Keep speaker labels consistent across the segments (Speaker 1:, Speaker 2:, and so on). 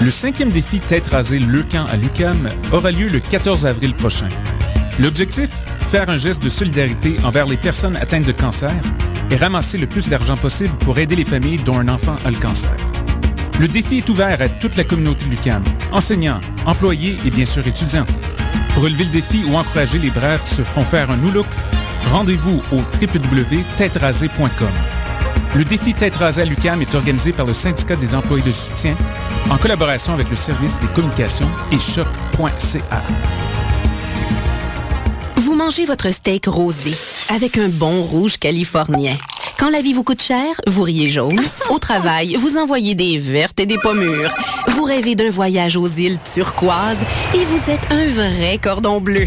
Speaker 1: Le cinquième défi Tête rasée Leucan à Lucam aura lieu le 14 avril prochain. L'objectif Faire un geste de solidarité envers les personnes atteintes de cancer et ramasser le plus d'argent possible pour aider les familles dont un enfant a le cancer. Le défi est ouvert à toute la communauté Lucam, enseignants, employés et bien sûr étudiants. Pour relever le défi ou encourager les brèves qui se feront faire un new look, rendez-vous au www.têterasée.com. Le défi Tête rasée à l'UQAM est organisé par le syndicat des employés de soutien en collaboration avec le service des communications et choc.ca.
Speaker 2: Vous mangez votre steak rosé avec un bon rouge californien. Quand la vie vous coûte cher, vous riez jaune. Au travail, vous envoyez des vertes et des pommures. Vous rêvez d'un voyage aux îles turquoises et vous êtes un vrai cordon bleu.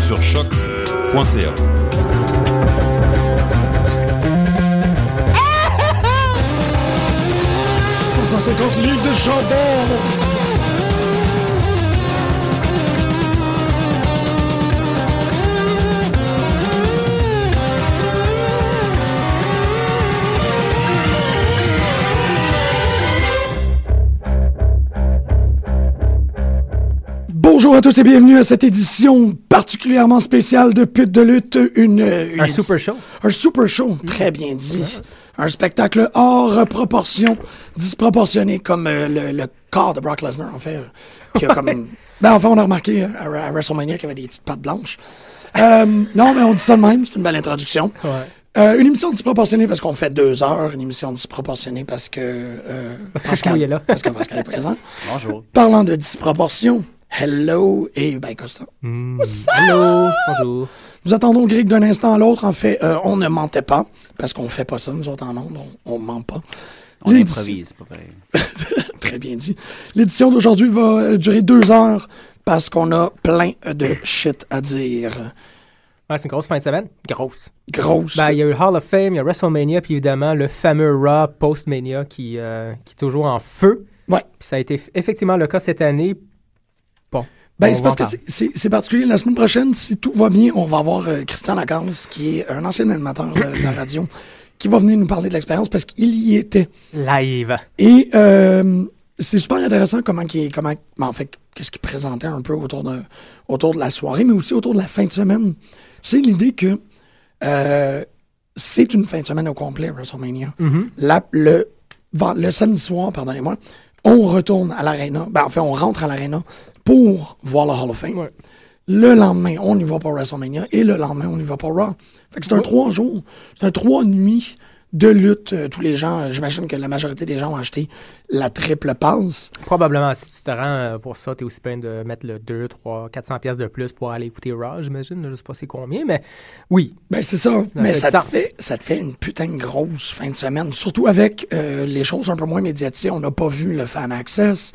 Speaker 3: Sur choc.ca.
Speaker 4: livres de chandelle. Bonjour à tous et bienvenue à cette édition particulièrement spéciale de Pute de lutte, une, euh, une-
Speaker 5: Un super show.
Speaker 4: un super show, très bien dit. Un spectacle hors proportion, disproportionné, comme euh, le, le corps de Brock Lesnar, en fait. euh, qui a comme une- Ben, enfin, on a remarqué euh, à, à WrestleMania qu'il y avait des petites pattes blanches. Euh, non, mais on dit ça de même, c'est une belle introduction.
Speaker 5: Ouais.
Speaker 4: Euh, une émission disproportionnée parce qu'on fait deux heures, une émission disproportionnée parce que... euh,
Speaker 5: Parce que
Speaker 4: Pascal-
Speaker 5: Chouy est là.
Speaker 4: parce que Pascal est présent. Bonjour. Parlant de disproportion, hello et ben Costa.
Speaker 5: Allô. Bonjour.
Speaker 4: Nous attendons Greg d'un instant à l'autre. En fait, euh, on ne mentait pas, parce qu'on fait pas ça, nous autres en ondes, on, on ment pas.
Speaker 6: On
Speaker 4: L'édition-
Speaker 6: improvise, pas pareil.
Speaker 4: Très bien dit. L'édition d'aujourd'hui va euh, durer deux heures, parce qu'on a plein euh, de shit à dire.
Speaker 5: Ouais, c'est une grosse fin de semaine. Grosse.
Speaker 4: Grosse.
Speaker 5: Ben, il y a eu le Hall of Fame, il y a WrestleMania, puis évidemment le fameux Raw Postmania qui, euh, qui est toujours en feu.
Speaker 4: Ouais.
Speaker 5: Puis ça a été f- effectivement le cas cette année. Bon.
Speaker 4: Ben,
Speaker 5: on
Speaker 4: c'est
Speaker 5: va
Speaker 4: parce
Speaker 5: en
Speaker 4: que
Speaker 5: parler.
Speaker 4: c'est- c'est c'est particulier. La semaine prochaine, si tout va bien, on va avoir euh, Christian Lacasse, qui est un ancien animateur euh, de, de la radio, qui va venir nous parler de l'expérience, parce qu'il y était.
Speaker 5: Live.
Speaker 4: Et euh, c'est super intéressant comment qui comment ben, en fait qu'est-ce qu'il présentait un peu autour de autour de la soirée, mais aussi autour de la fin de semaine. C'est l'idée que euh, c'est une fin de semaine au complet WrestleMania. La- le ven- le samedi soir, pardonnez-moi, on retourne à l'arena. Ben, en fait, on rentre à l'arena pour voir le Hall of Fame.
Speaker 5: Ouais.
Speaker 4: Le lendemain, on y va pour WrestleMania et le lendemain, on y va pour Raw. Fait que c'est un trois jours, c'est un trois nuits de lutte. Euh, tous les gens, euh, j'imagine que la majorité des gens ont acheté la triple passe.
Speaker 5: Probablement, si tu te rends euh, pour ça, t'es aussi bien de mettre le 2, 3, 400 pièces de plus pour aller écouter Raw, j'imagine. Je sais pas c'est combien, mais oui.
Speaker 4: Ben, c'est ça. Mais
Speaker 5: fait
Speaker 4: ça
Speaker 5: sens.
Speaker 4: te, fait, ça te fait une putain de grosse fin de semaine. Surtout avec euh, les choses un peu moins médiatisées. On n'a pas vu le Fan Access.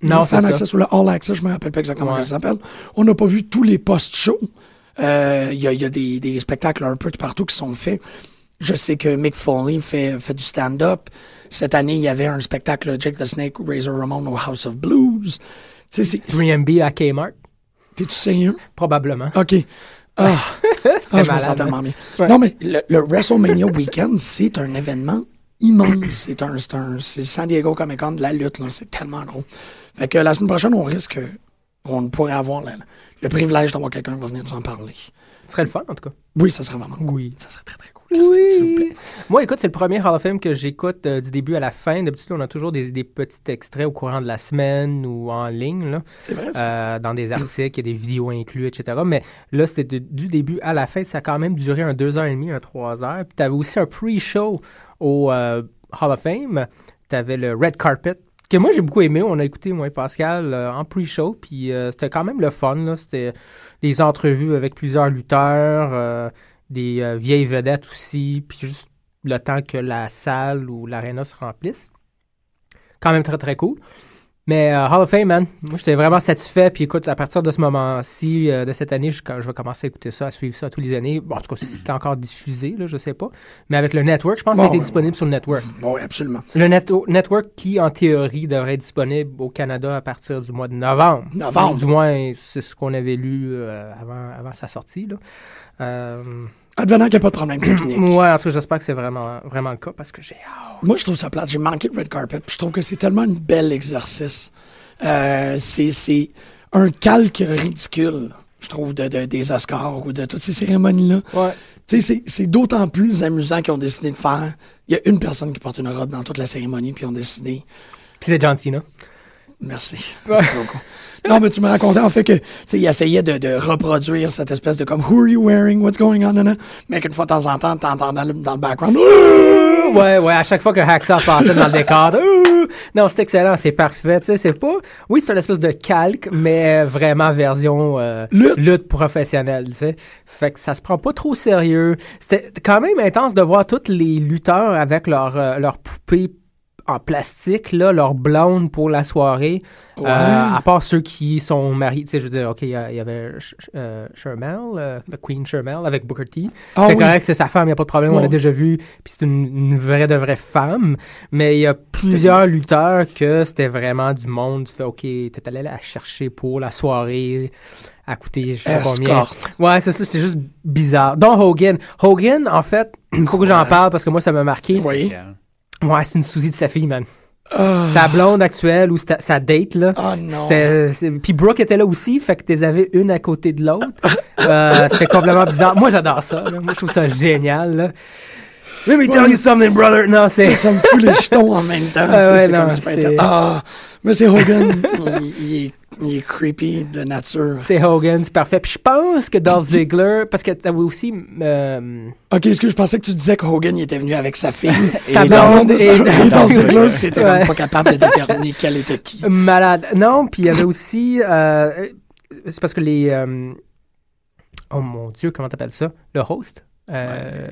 Speaker 5: Non,
Speaker 4: le
Speaker 5: c'est
Speaker 4: Fan
Speaker 5: ça.
Speaker 4: Access ou le All Access, je me rappelle pas exactement
Speaker 5: Ouais.
Speaker 4: comment ça s'appelle. On n'a pas vu tous les post-shows. Euh, Il y a, il y a des, des spectacles un peu de partout qui sont faits. Je sais que Mick Foley fait, fait du stand-up. Cette année, il y avait un spectacle Jake the Snake, Razor Ramon au House of Blues. Tu sais, c'est- c'est-
Speaker 5: 3MB à Kmart.
Speaker 4: T'es-tu sérieux?
Speaker 5: Probablement.
Speaker 4: OK. Ah,
Speaker 5: C'était
Speaker 4: Ah, je me sens
Speaker 5: malade.
Speaker 4: tellement bien.
Speaker 5: Ouais.
Speaker 4: Non, mais le, le WrestleMania Weekend, c'est un événement immense. C'est un, c'est un- c'est San Diego Comic Con de la lutte, là. C'est tellement gros. Fait que la semaine prochaine, on risque, on pourrait avoir le, le privilège d'avoir quelqu'un qui va venir nous en parler.
Speaker 5: Ce serait le fun, en tout cas.
Speaker 4: Oui, ça serait vraiment cool.
Speaker 5: Oui.
Speaker 4: Ça serait très, très cool. Christine, S'il vous plaît.
Speaker 5: Moi, écoute, c'est le premier Hall of Fame que j'écoute euh, du début à la fin. D'habitude, on a toujours des, des petits extraits au courant de la semaine ou en ligne, là,
Speaker 4: C'est vrai, ça.
Speaker 5: euh, dans des articles, il y a des vidéos inclus, etc. Mais là, c'était de- du début à la fin. Ça a quand même duré un 2h30, un 3h. Puis t'avais aussi un pre-show au euh, Hall of Fame. T'avais le Red Carpet. Que moi j'ai beaucoup aimé, on a écouté moi et Pascal euh, en pre-show, puis euh, c'était quand même le fun. là. C'était des entrevues avec plusieurs lutteurs, euh, des euh, vieilles vedettes aussi, puis juste le temps que la salle ou l'aréna se remplisse. quand même très, très cool. Mais euh, Hall of Fame, man, moi j'étais vraiment satisfait. Puis écoute, à partir de ce moment-ci, euh, de cette année, je, je vais commencer à écouter ça, à suivre ça tous les années. Bon, en tout cas, si c'était encore diffusé, là, je sais pas. Mais avec le network, je pense que ça a
Speaker 4: Bon,
Speaker 5: été
Speaker 4: ouais,
Speaker 5: disponible sur le network.
Speaker 4: Bon, oui, absolument.
Speaker 5: Le netto- network qui, en théorie, devrait être disponible au Canada à partir du mois de novembre.
Speaker 4: Novembre.
Speaker 5: Du moins, c'est ce qu'on avait lu euh, avant, avant sa sortie. Là. Euh,
Speaker 4: Advenant qu'il n'y a pas de problème technique.
Speaker 5: ouais, en tout cas, j'espère que c'est vraiment, vraiment le cas parce que j'ai hâte.
Speaker 4: Moi, je trouve ça plate. J'ai manqué le red carpet. puis je trouve que c'est tellement un bel exercice. Euh, c'est- c'est un calque ridicule, je trouve, de, de- des Oscars ou de toutes ces cérémonies-là.
Speaker 5: Ouais.
Speaker 4: Tu sais, c'est- c'est d'autant plus amusant qu'ils ont décidé de faire. Il y a une personne qui porte une robe dans toute la cérémonie, puis ils ont décidé.
Speaker 5: Puis c'est John Cena.
Speaker 4: Merci. Merci beaucoup. Non, mais tu me racontais en fait que tu sais, il essayait de, de reproduire cette espèce de comme Who are you wearing? What's going on? nanana. Mais qu'une fois de temps en temps, t'entends dans le, dans le background. Ouh!
Speaker 5: Ouais, ouais, à chaque fois que Hacksaw passait dans le décor, ouh, non, c'est excellent, c'est parfait, tu sais, c'est pas, oui, c'est une espèce de calque, mais vraiment version euh,
Speaker 4: Lutte.
Speaker 5: professionnelle, tu sais, fait que ça se prend pas trop au sérieux, c'était quand même intense de voir tous les lutteurs avec leur, euh, leur poupée en plastique, là, leur blonde pour la soirée, Euh, à part ceux qui sont mariés, tu sais, je veux dire, ok, il y, a- il y avait Sh- euh, Shermel, euh, the Queen Shermel avec Booker T,
Speaker 4: Ah
Speaker 5: c'est
Speaker 4: oui.
Speaker 5: correct, c'est sa femme, il n'y a pas de problème, on l'a
Speaker 4: Ouais.
Speaker 5: déjà vu, puis c'est une, une vraie de vraie femme, mais il y a plusieurs lutteurs que c'était vraiment du monde, tu fais, OK, t'es allé la chercher pour la soirée, à coûter je sais pas combien.
Speaker 4: Escorte.
Speaker 5: Ouais, c'est ça, c'est juste bizarre. Donc Hogan, Hogan, en fait, il faut que j'en parle parce que moi, ça m'a marqué.
Speaker 4: Oui.
Speaker 5: Ouais, c'est une sousie de sa fille, man.
Speaker 4: Ah.
Speaker 5: Sa blonde actuelle ou sa, sa date, là.
Speaker 4: Oh non.
Speaker 5: C'était- c'est- Puis Brooke était là aussi, fait que t'es avais une à côté de l'autre. Euh, C'était complètement bizarre. Moi, j'adore ça. là. Moi, je trouve ça génial. là. Let me tell you something, brother. Non, c'est.
Speaker 4: ça me fout les jetons en même temps. tu
Speaker 5: Ah
Speaker 4: sais,
Speaker 5: ouais,
Speaker 4: c'est
Speaker 5: non,
Speaker 4: comme du pain
Speaker 5: c'est-
Speaker 4: terne. Ah, mais c'est Hogan. il, il est, il est creepy de nature.
Speaker 5: C'est Hogan, c'est parfait. Puis je pense que Dolph Ziggler, parce que t'avais aussi euh,
Speaker 4: Ok, est-ce que je pensais que tu disais que Hogan il était venu avec sa fille.
Speaker 5: Sa
Speaker 4: Non,
Speaker 5: blonde
Speaker 4: non,
Speaker 5: et-
Speaker 4: et dans ses clubs, t'étais
Speaker 5: Ouais. Euh,
Speaker 4: comme pas capable de déterminer quel était qui.
Speaker 5: malade. Non, puis il y avait aussi, euh, c'est parce que les, euh, oh mon Dieu, comment t'appelles ça, le host, euh,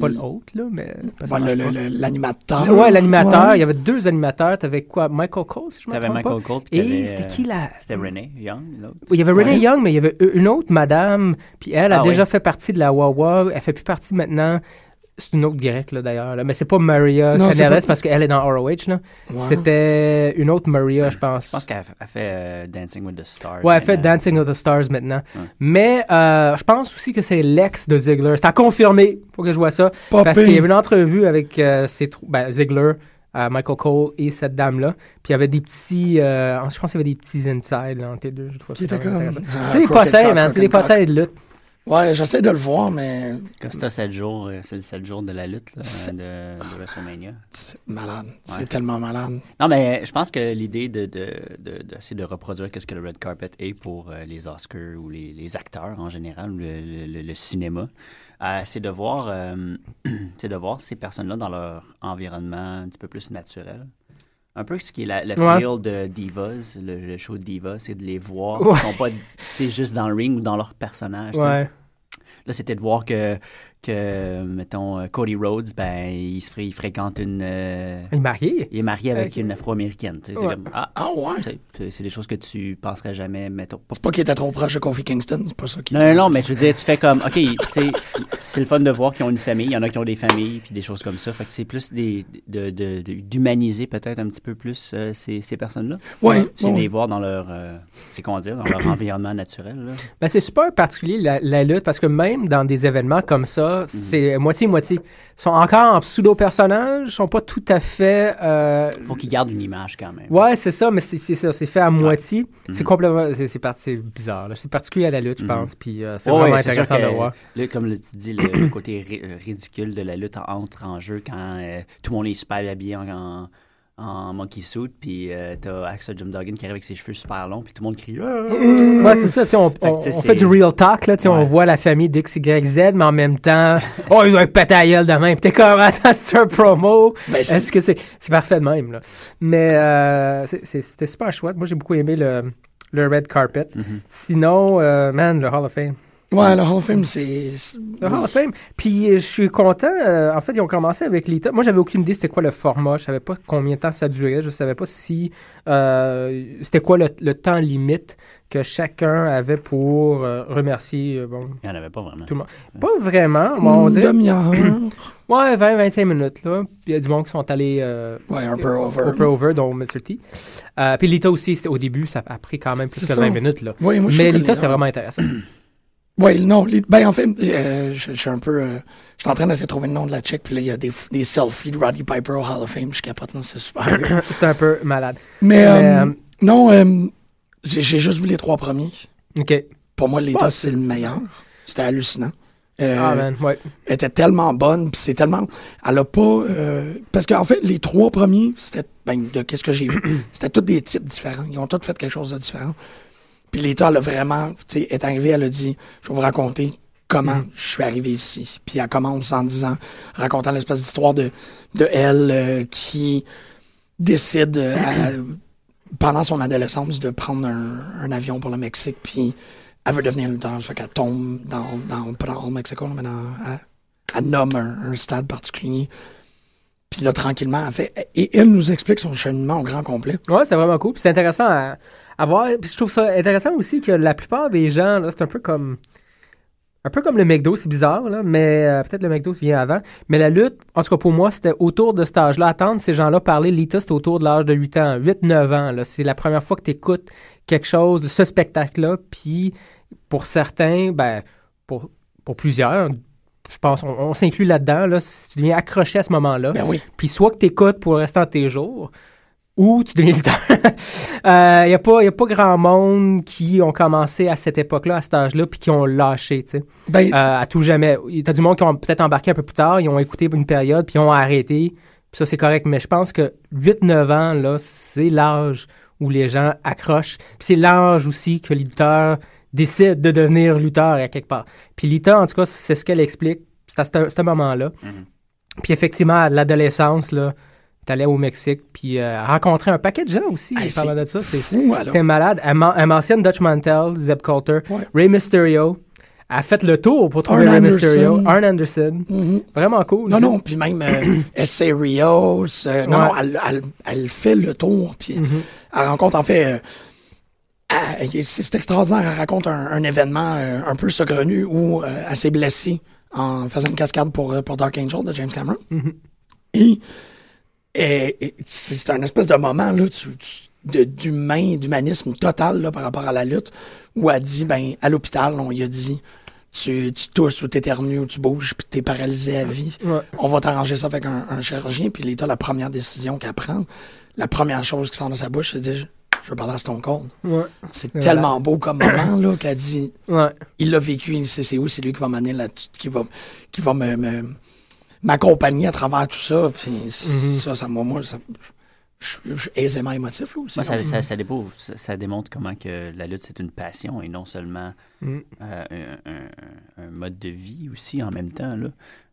Speaker 5: pas le host là, mais parce que
Speaker 4: Bon,
Speaker 5: je
Speaker 4: le-
Speaker 5: sais
Speaker 4: le-
Speaker 5: pas.
Speaker 4: le- L'animateur.
Speaker 5: Ouais, l'animateur. Il
Speaker 4: Ouais.
Speaker 5: y avait deux animateurs. T'avais quoi Michael Cole, si je me
Speaker 6: T'avais
Speaker 5: trompe
Speaker 6: Michael
Speaker 5: pas.
Speaker 6: Cole, puis
Speaker 5: Et
Speaker 6: t'avais,
Speaker 5: c'était
Speaker 6: euh,
Speaker 5: qui la.
Speaker 6: C'était René Young, l'autre.
Speaker 5: Il y avait Renee Young, mais il y avait u- une autre madame. Puis elle a
Speaker 6: Ah
Speaker 5: déjà
Speaker 6: oui.
Speaker 5: fait partie de la Wawa. Elle fait plus partie maintenant. C'est une autre grecque, là, d'ailleurs. là. Mais c'est pas Maria
Speaker 4: Non, c'est
Speaker 5: Canales
Speaker 4: pas-
Speaker 5: parce qu'elle est dans ROH, là. C'était une autre Maria, je pense.
Speaker 6: Je pense qu'elle a fait euh, Dancing with the Stars. euh,
Speaker 5: Ouais, elle fait
Speaker 6: maintenant.
Speaker 5: Dancing with the Stars maintenant. Mais euh, je pense aussi que c'est l'ex de Ziggler. C'est à confirmer. Faut que je vois ça.
Speaker 4: Pas
Speaker 5: parce
Speaker 4: pire.
Speaker 5: qu'il y avait une entrevue avec euh, ces trois- ben, Ziggler, euh, Michael Cole et cette dame-là. Puis il y avait des petits. euh, je pense qu'il y avait des petits insides là, entre les deux. Je trouve
Speaker 4: Qui
Speaker 5: ça
Speaker 4: était
Speaker 5: quand même
Speaker 4: comme-
Speaker 5: intéressant.
Speaker 4: Ah,
Speaker 5: C'est des
Speaker 4: croquet de
Speaker 5: potins,
Speaker 4: coq,
Speaker 5: man. C'est des
Speaker 4: croquet de
Speaker 5: potins de lutte.
Speaker 4: Ouais, j'essaie de le voir, mais
Speaker 6: Quand c'était 7 jours, euh, c'est le 7 jours de la lutte là, euh, de, de WrestleMania.
Speaker 4: c'est malade. C'est tellement malade.
Speaker 6: Non, mais euh, je pense que l'idée de, de, de, de- c'est de reproduire ce que le red carpet est pour euh, les Oscars ou les, les acteurs en général, ou le, le- le- le cinéma, euh, c'est de voir euh, c'est de voir ces personnes-là dans leur environnement un petit peu plus naturel. Un peu ce qui est la, le
Speaker 5: Ouais.
Speaker 6: feel de Divas, le, le show Divas, c'est de les voir,
Speaker 5: Ouais.
Speaker 6: ils sont pas tu sais, juste dans le ring ou dans leur personnage. tu sais.
Speaker 5: Ouais.
Speaker 6: Là, c'était de voir que, que mettons, euh, Cody Rhodes, ben, il, se fré- il fréquente une. euh,
Speaker 5: Il est marié.
Speaker 6: il est marié avec
Speaker 5: Ok.
Speaker 6: une afro-américaine. tu sais, t'es
Speaker 5: Ouais.
Speaker 6: comme, ah,
Speaker 4: Ah ouais.
Speaker 6: tu sais, c'est- c'est des choses que tu penserais jamais, mettons. pas-
Speaker 4: C'est pas qu'il était trop proche de Kofi Kingston, c'est pas ça qui.
Speaker 6: Non, non, non, mais je veux dire, tu fais comme, OK, tu sais, c'est le fun de voir qu'ils ont une famille, il y en a qui ont des familles, puis des choses comme ça. Fait que c'est plus des, de, de- de- d'humaniser peut-être un petit peu plus euh, ces, ces personnes-là.
Speaker 4: Ouais,
Speaker 6: C'est de
Speaker 4: ouais.
Speaker 6: les voir dans leur, euh, c'est qu'on dit, dans leur environnement naturel. là.
Speaker 5: Ben, c'est super particulier la, la lutte parce que même dans des événements comme ça, c'est moitié-moitié. Ils sont encore en pseudo-personnage, ils sont pas tout à fait. euh,
Speaker 6: Faut qu'ils gardent une image quand même.
Speaker 5: Ouais, c'est ça, mais c'est c'est ça, c'est fait à moitié.
Speaker 6: Mhm.
Speaker 5: C'est complètement, c'est c'est par- c'est bizarre. là. C'est particulier à la lutte, je pense. Puis euh, c'est
Speaker 6: Ouais,
Speaker 5: vraiment
Speaker 6: ouais, c'est sûr
Speaker 5: intéressant
Speaker 6: que,
Speaker 5: de voir.
Speaker 6: Là, comme le- tu dis, le, le côté ri- euh, ridicule de la lutte entre en jeu quand euh, tout le monde est super habillé en, en, en monkey suit, puis euh, t'as Axel Jim Duggan qui arrive avec ses cheveux super longs, puis tout le monde crie. Ah!
Speaker 5: Ouais, c'est ça. tu sais, On,
Speaker 6: que,
Speaker 5: on-
Speaker 6: tu sais,
Speaker 5: on
Speaker 6: c'est-
Speaker 5: fait du real talk, là. tu sais, On
Speaker 6: Ouais.
Speaker 5: voit la famille d'XYZ, mais en même temps, oh, il doit être pété à gueule demain. Puis t'es comme, attends, c'est un promo.
Speaker 4: Ben, c'est-
Speaker 5: Est-ce que c'est. C'est parfait de même, là. Mais euh, c'est- c'est- c'était
Speaker 6: Mhm.
Speaker 5: super chouette. Moi, j'ai beaucoup aimé le, le red carpet. Sinon, euh, man, le Hall of Fame.
Speaker 4: Ouais, le Hall of Fame, c'est. c'est-
Speaker 5: Le Hall of Fame. Ah, Puis euh, je suis content. euh, en fait, ils ont commencé avec l'État. Moi, j'avais aucune idée c'était quoi le format. Je savais pas combien de temps ça durait. Je savais pas si euh, c'était quoi le, le temps limite que chacun avait pour euh, remercier. euh, bon,
Speaker 6: Il n'y en avait pas vraiment.
Speaker 5: tout le monde. Pas vraiment. Moi, on
Speaker 4: Une
Speaker 5: dirait.
Speaker 4: demi-heure.
Speaker 5: Ouais, 20-25 minutes là. Puis il y a du monde qui sont allés. euh,
Speaker 4: ouais, un peu over.
Speaker 5: au Prover, dont M. T. Euh, puis l'État aussi, c'était- au début, ça a pris quand même plus
Speaker 4: C'est
Speaker 5: que
Speaker 4: ça.
Speaker 5: 20 minutes. Là.
Speaker 4: Ouais, moi, je
Speaker 5: Mais
Speaker 4: trouve que
Speaker 5: l'État,
Speaker 4: les-
Speaker 5: c'était vraiment intéressant.
Speaker 4: Oui, non. les- ben, en fait, euh, je, je suis un peu. euh, je suis en train d'essayer de trouver le nom de la chick, puis là, il y a des, f- des selfies de Roddy Piper au Hall of Fame. Je capote, non, c'est super.
Speaker 5: c'était un peu malade.
Speaker 4: Mais, euh,
Speaker 5: Mais, euh,
Speaker 4: non, euh, j'ai j'ai juste vu les trois premiers. Euh,
Speaker 5: OK.
Speaker 4: Pour moi, l'État,
Speaker 5: Ouais.
Speaker 4: c'est le meilleur. C'était hallucinant. Euh,
Speaker 5: Ah, man, ouais.
Speaker 4: elle était tellement bonne, puis c'est tellement. Elle a pas. euh, parce qu'en fait, les trois premiers, c'était. Ben, de qu'est-ce que j'ai vu, c'était tous des types différents. Ils ont tous fait quelque chose de différent. Puis l'État, elle a vraiment. Tu sais, est arrivée, elle a dit Je vais vous raconter comment je suis arrivé ici. Puis elle commence en disant, racontant l'espèce d'histoire de, de elle euh, qui décide, euh, à- pendant son adolescence, de prendre un, un avion pour le Mexique. Puis. Elle veut devenir lutteuse, fait qu'elle tombe dans, dans, pas dans le Mexico, mais dans, à- elle nomme un, un stade particulier. Puis là, tranquillement, elle fait. Et elle nous explique son cheminement au grand complet.
Speaker 5: Ouais, c'est vraiment cool. Puis c'est intéressant à, à voir. Puis je trouve ça intéressant aussi que la plupart des gens, là, c'est un peu comme. Un peu comme le McDo, c'est bizarre, là, mais euh, peut-être le McDo vient avant. Mais la lutte, en tout cas pour moi, c'était autour de cet âge-là. Attendre ces gens-là parler, l'ITA, c'était autour de l'âge de 8 ans, 8-9 ans. là. C'est la première fois que tu écoutes quelque chose, ce spectacle-là. Puis pour certains, ben, pour, pour plusieurs, je pense, on, on s'inclut là-dedans. Là, si tu deviens accroché à ce moment-là.
Speaker 4: Ben oui.
Speaker 5: Puis soit que tu écoutes pour le restant de tes jours, ou tu deviens lutteur. Il n'y a, pas- y a pas grand monde qui ont commencé à cette époque-là, à cet âge-là, puis qui ont lâché, tu sais.
Speaker 4: Ben,
Speaker 5: Euh, à tout jamais. T'as du monde qui ont peut-être embarqué un peu plus tard, ils ont écouté une période, puis ils ont arrêté. Puis ça, c'est correct. Mais je pense que 8-9 ans, là, c'est l'âge où les gens accrochent. Puis c'est l'âge aussi que les lutteurs décident de devenir lutteurs à quelque part. Puis l'ITA, en tout cas, c'est ce qu'elle explique. C'est à ce, ce moment-là. Puis effectivement, à l'adolescence, là, t'allais au Mexique, puis euh, rencontrer un paquet de gens aussi.
Speaker 4: hey,
Speaker 5: parlant de ça, c'est
Speaker 4: fou, alors.
Speaker 5: c'était malade. Elle, men- elle mentionne Dutch Mantel, Zeb Coulter,
Speaker 4: Ouais.
Speaker 5: Ray Mysterio. Elle a fait le tour pour trouver
Speaker 4: Arn
Speaker 5: Ray Mysterio.
Speaker 4: Anderson.
Speaker 5: Arn Anderson.
Speaker 4: Mhm.
Speaker 5: Vraiment cool.
Speaker 4: Non,
Speaker 5: ça.
Speaker 4: non, puis même euh, S.A. Rios. euh, non,
Speaker 5: Ouais.
Speaker 4: non, elle, elle- elle fait le tour, puis elle rencontre, en fait. euh, elle- c'est c'est extraordinaire. Elle raconte un, un événement euh, un peu saugrenu où euh, elle s'est blessée en faisant une cascade pour, euh, pour Dark Angel de James Cameron. Et, et- et c'est c'est un espèce de moment là, tu- tu- de- d'humain, d'humanisme total là, par rapport à la lutte, où elle dit, ben, à l'hôpital, on lui a dit, tu, tu tousses ou t'éternues ou tu bouges, puis t'es paralysé à vie.
Speaker 5: Ouais.
Speaker 4: On va t'arranger ça avec un, un chirurgien, puis l'État, la première décision qu'elle prend, la première chose qui sort de sa bouche, c'est de dire, je veux parler à Stone Cold.
Speaker 5: Ouais.
Speaker 4: C'est
Speaker 5: Voilà.
Speaker 4: tellement beau comme moment là, qu'elle dit,
Speaker 5: Ouais.
Speaker 4: il l'a vécu, il sait c'est où, c'est lui qui va m'amener là, qui va, qui va me, me- m'accompagner à travers tout ça. Puis
Speaker 5: Mm-hmm.
Speaker 4: ça, ça m'a, moi, ça, je je- je suis aisément émotif là aussi. hein.
Speaker 6: Moi, ça,
Speaker 4: là.
Speaker 6: ça, ça, dépou- ça- ça démontre comment que la lutte, c'est une passion et non seulement
Speaker 5: Mm.
Speaker 6: euh, un, un- un mode de vie aussi en même temps. Là.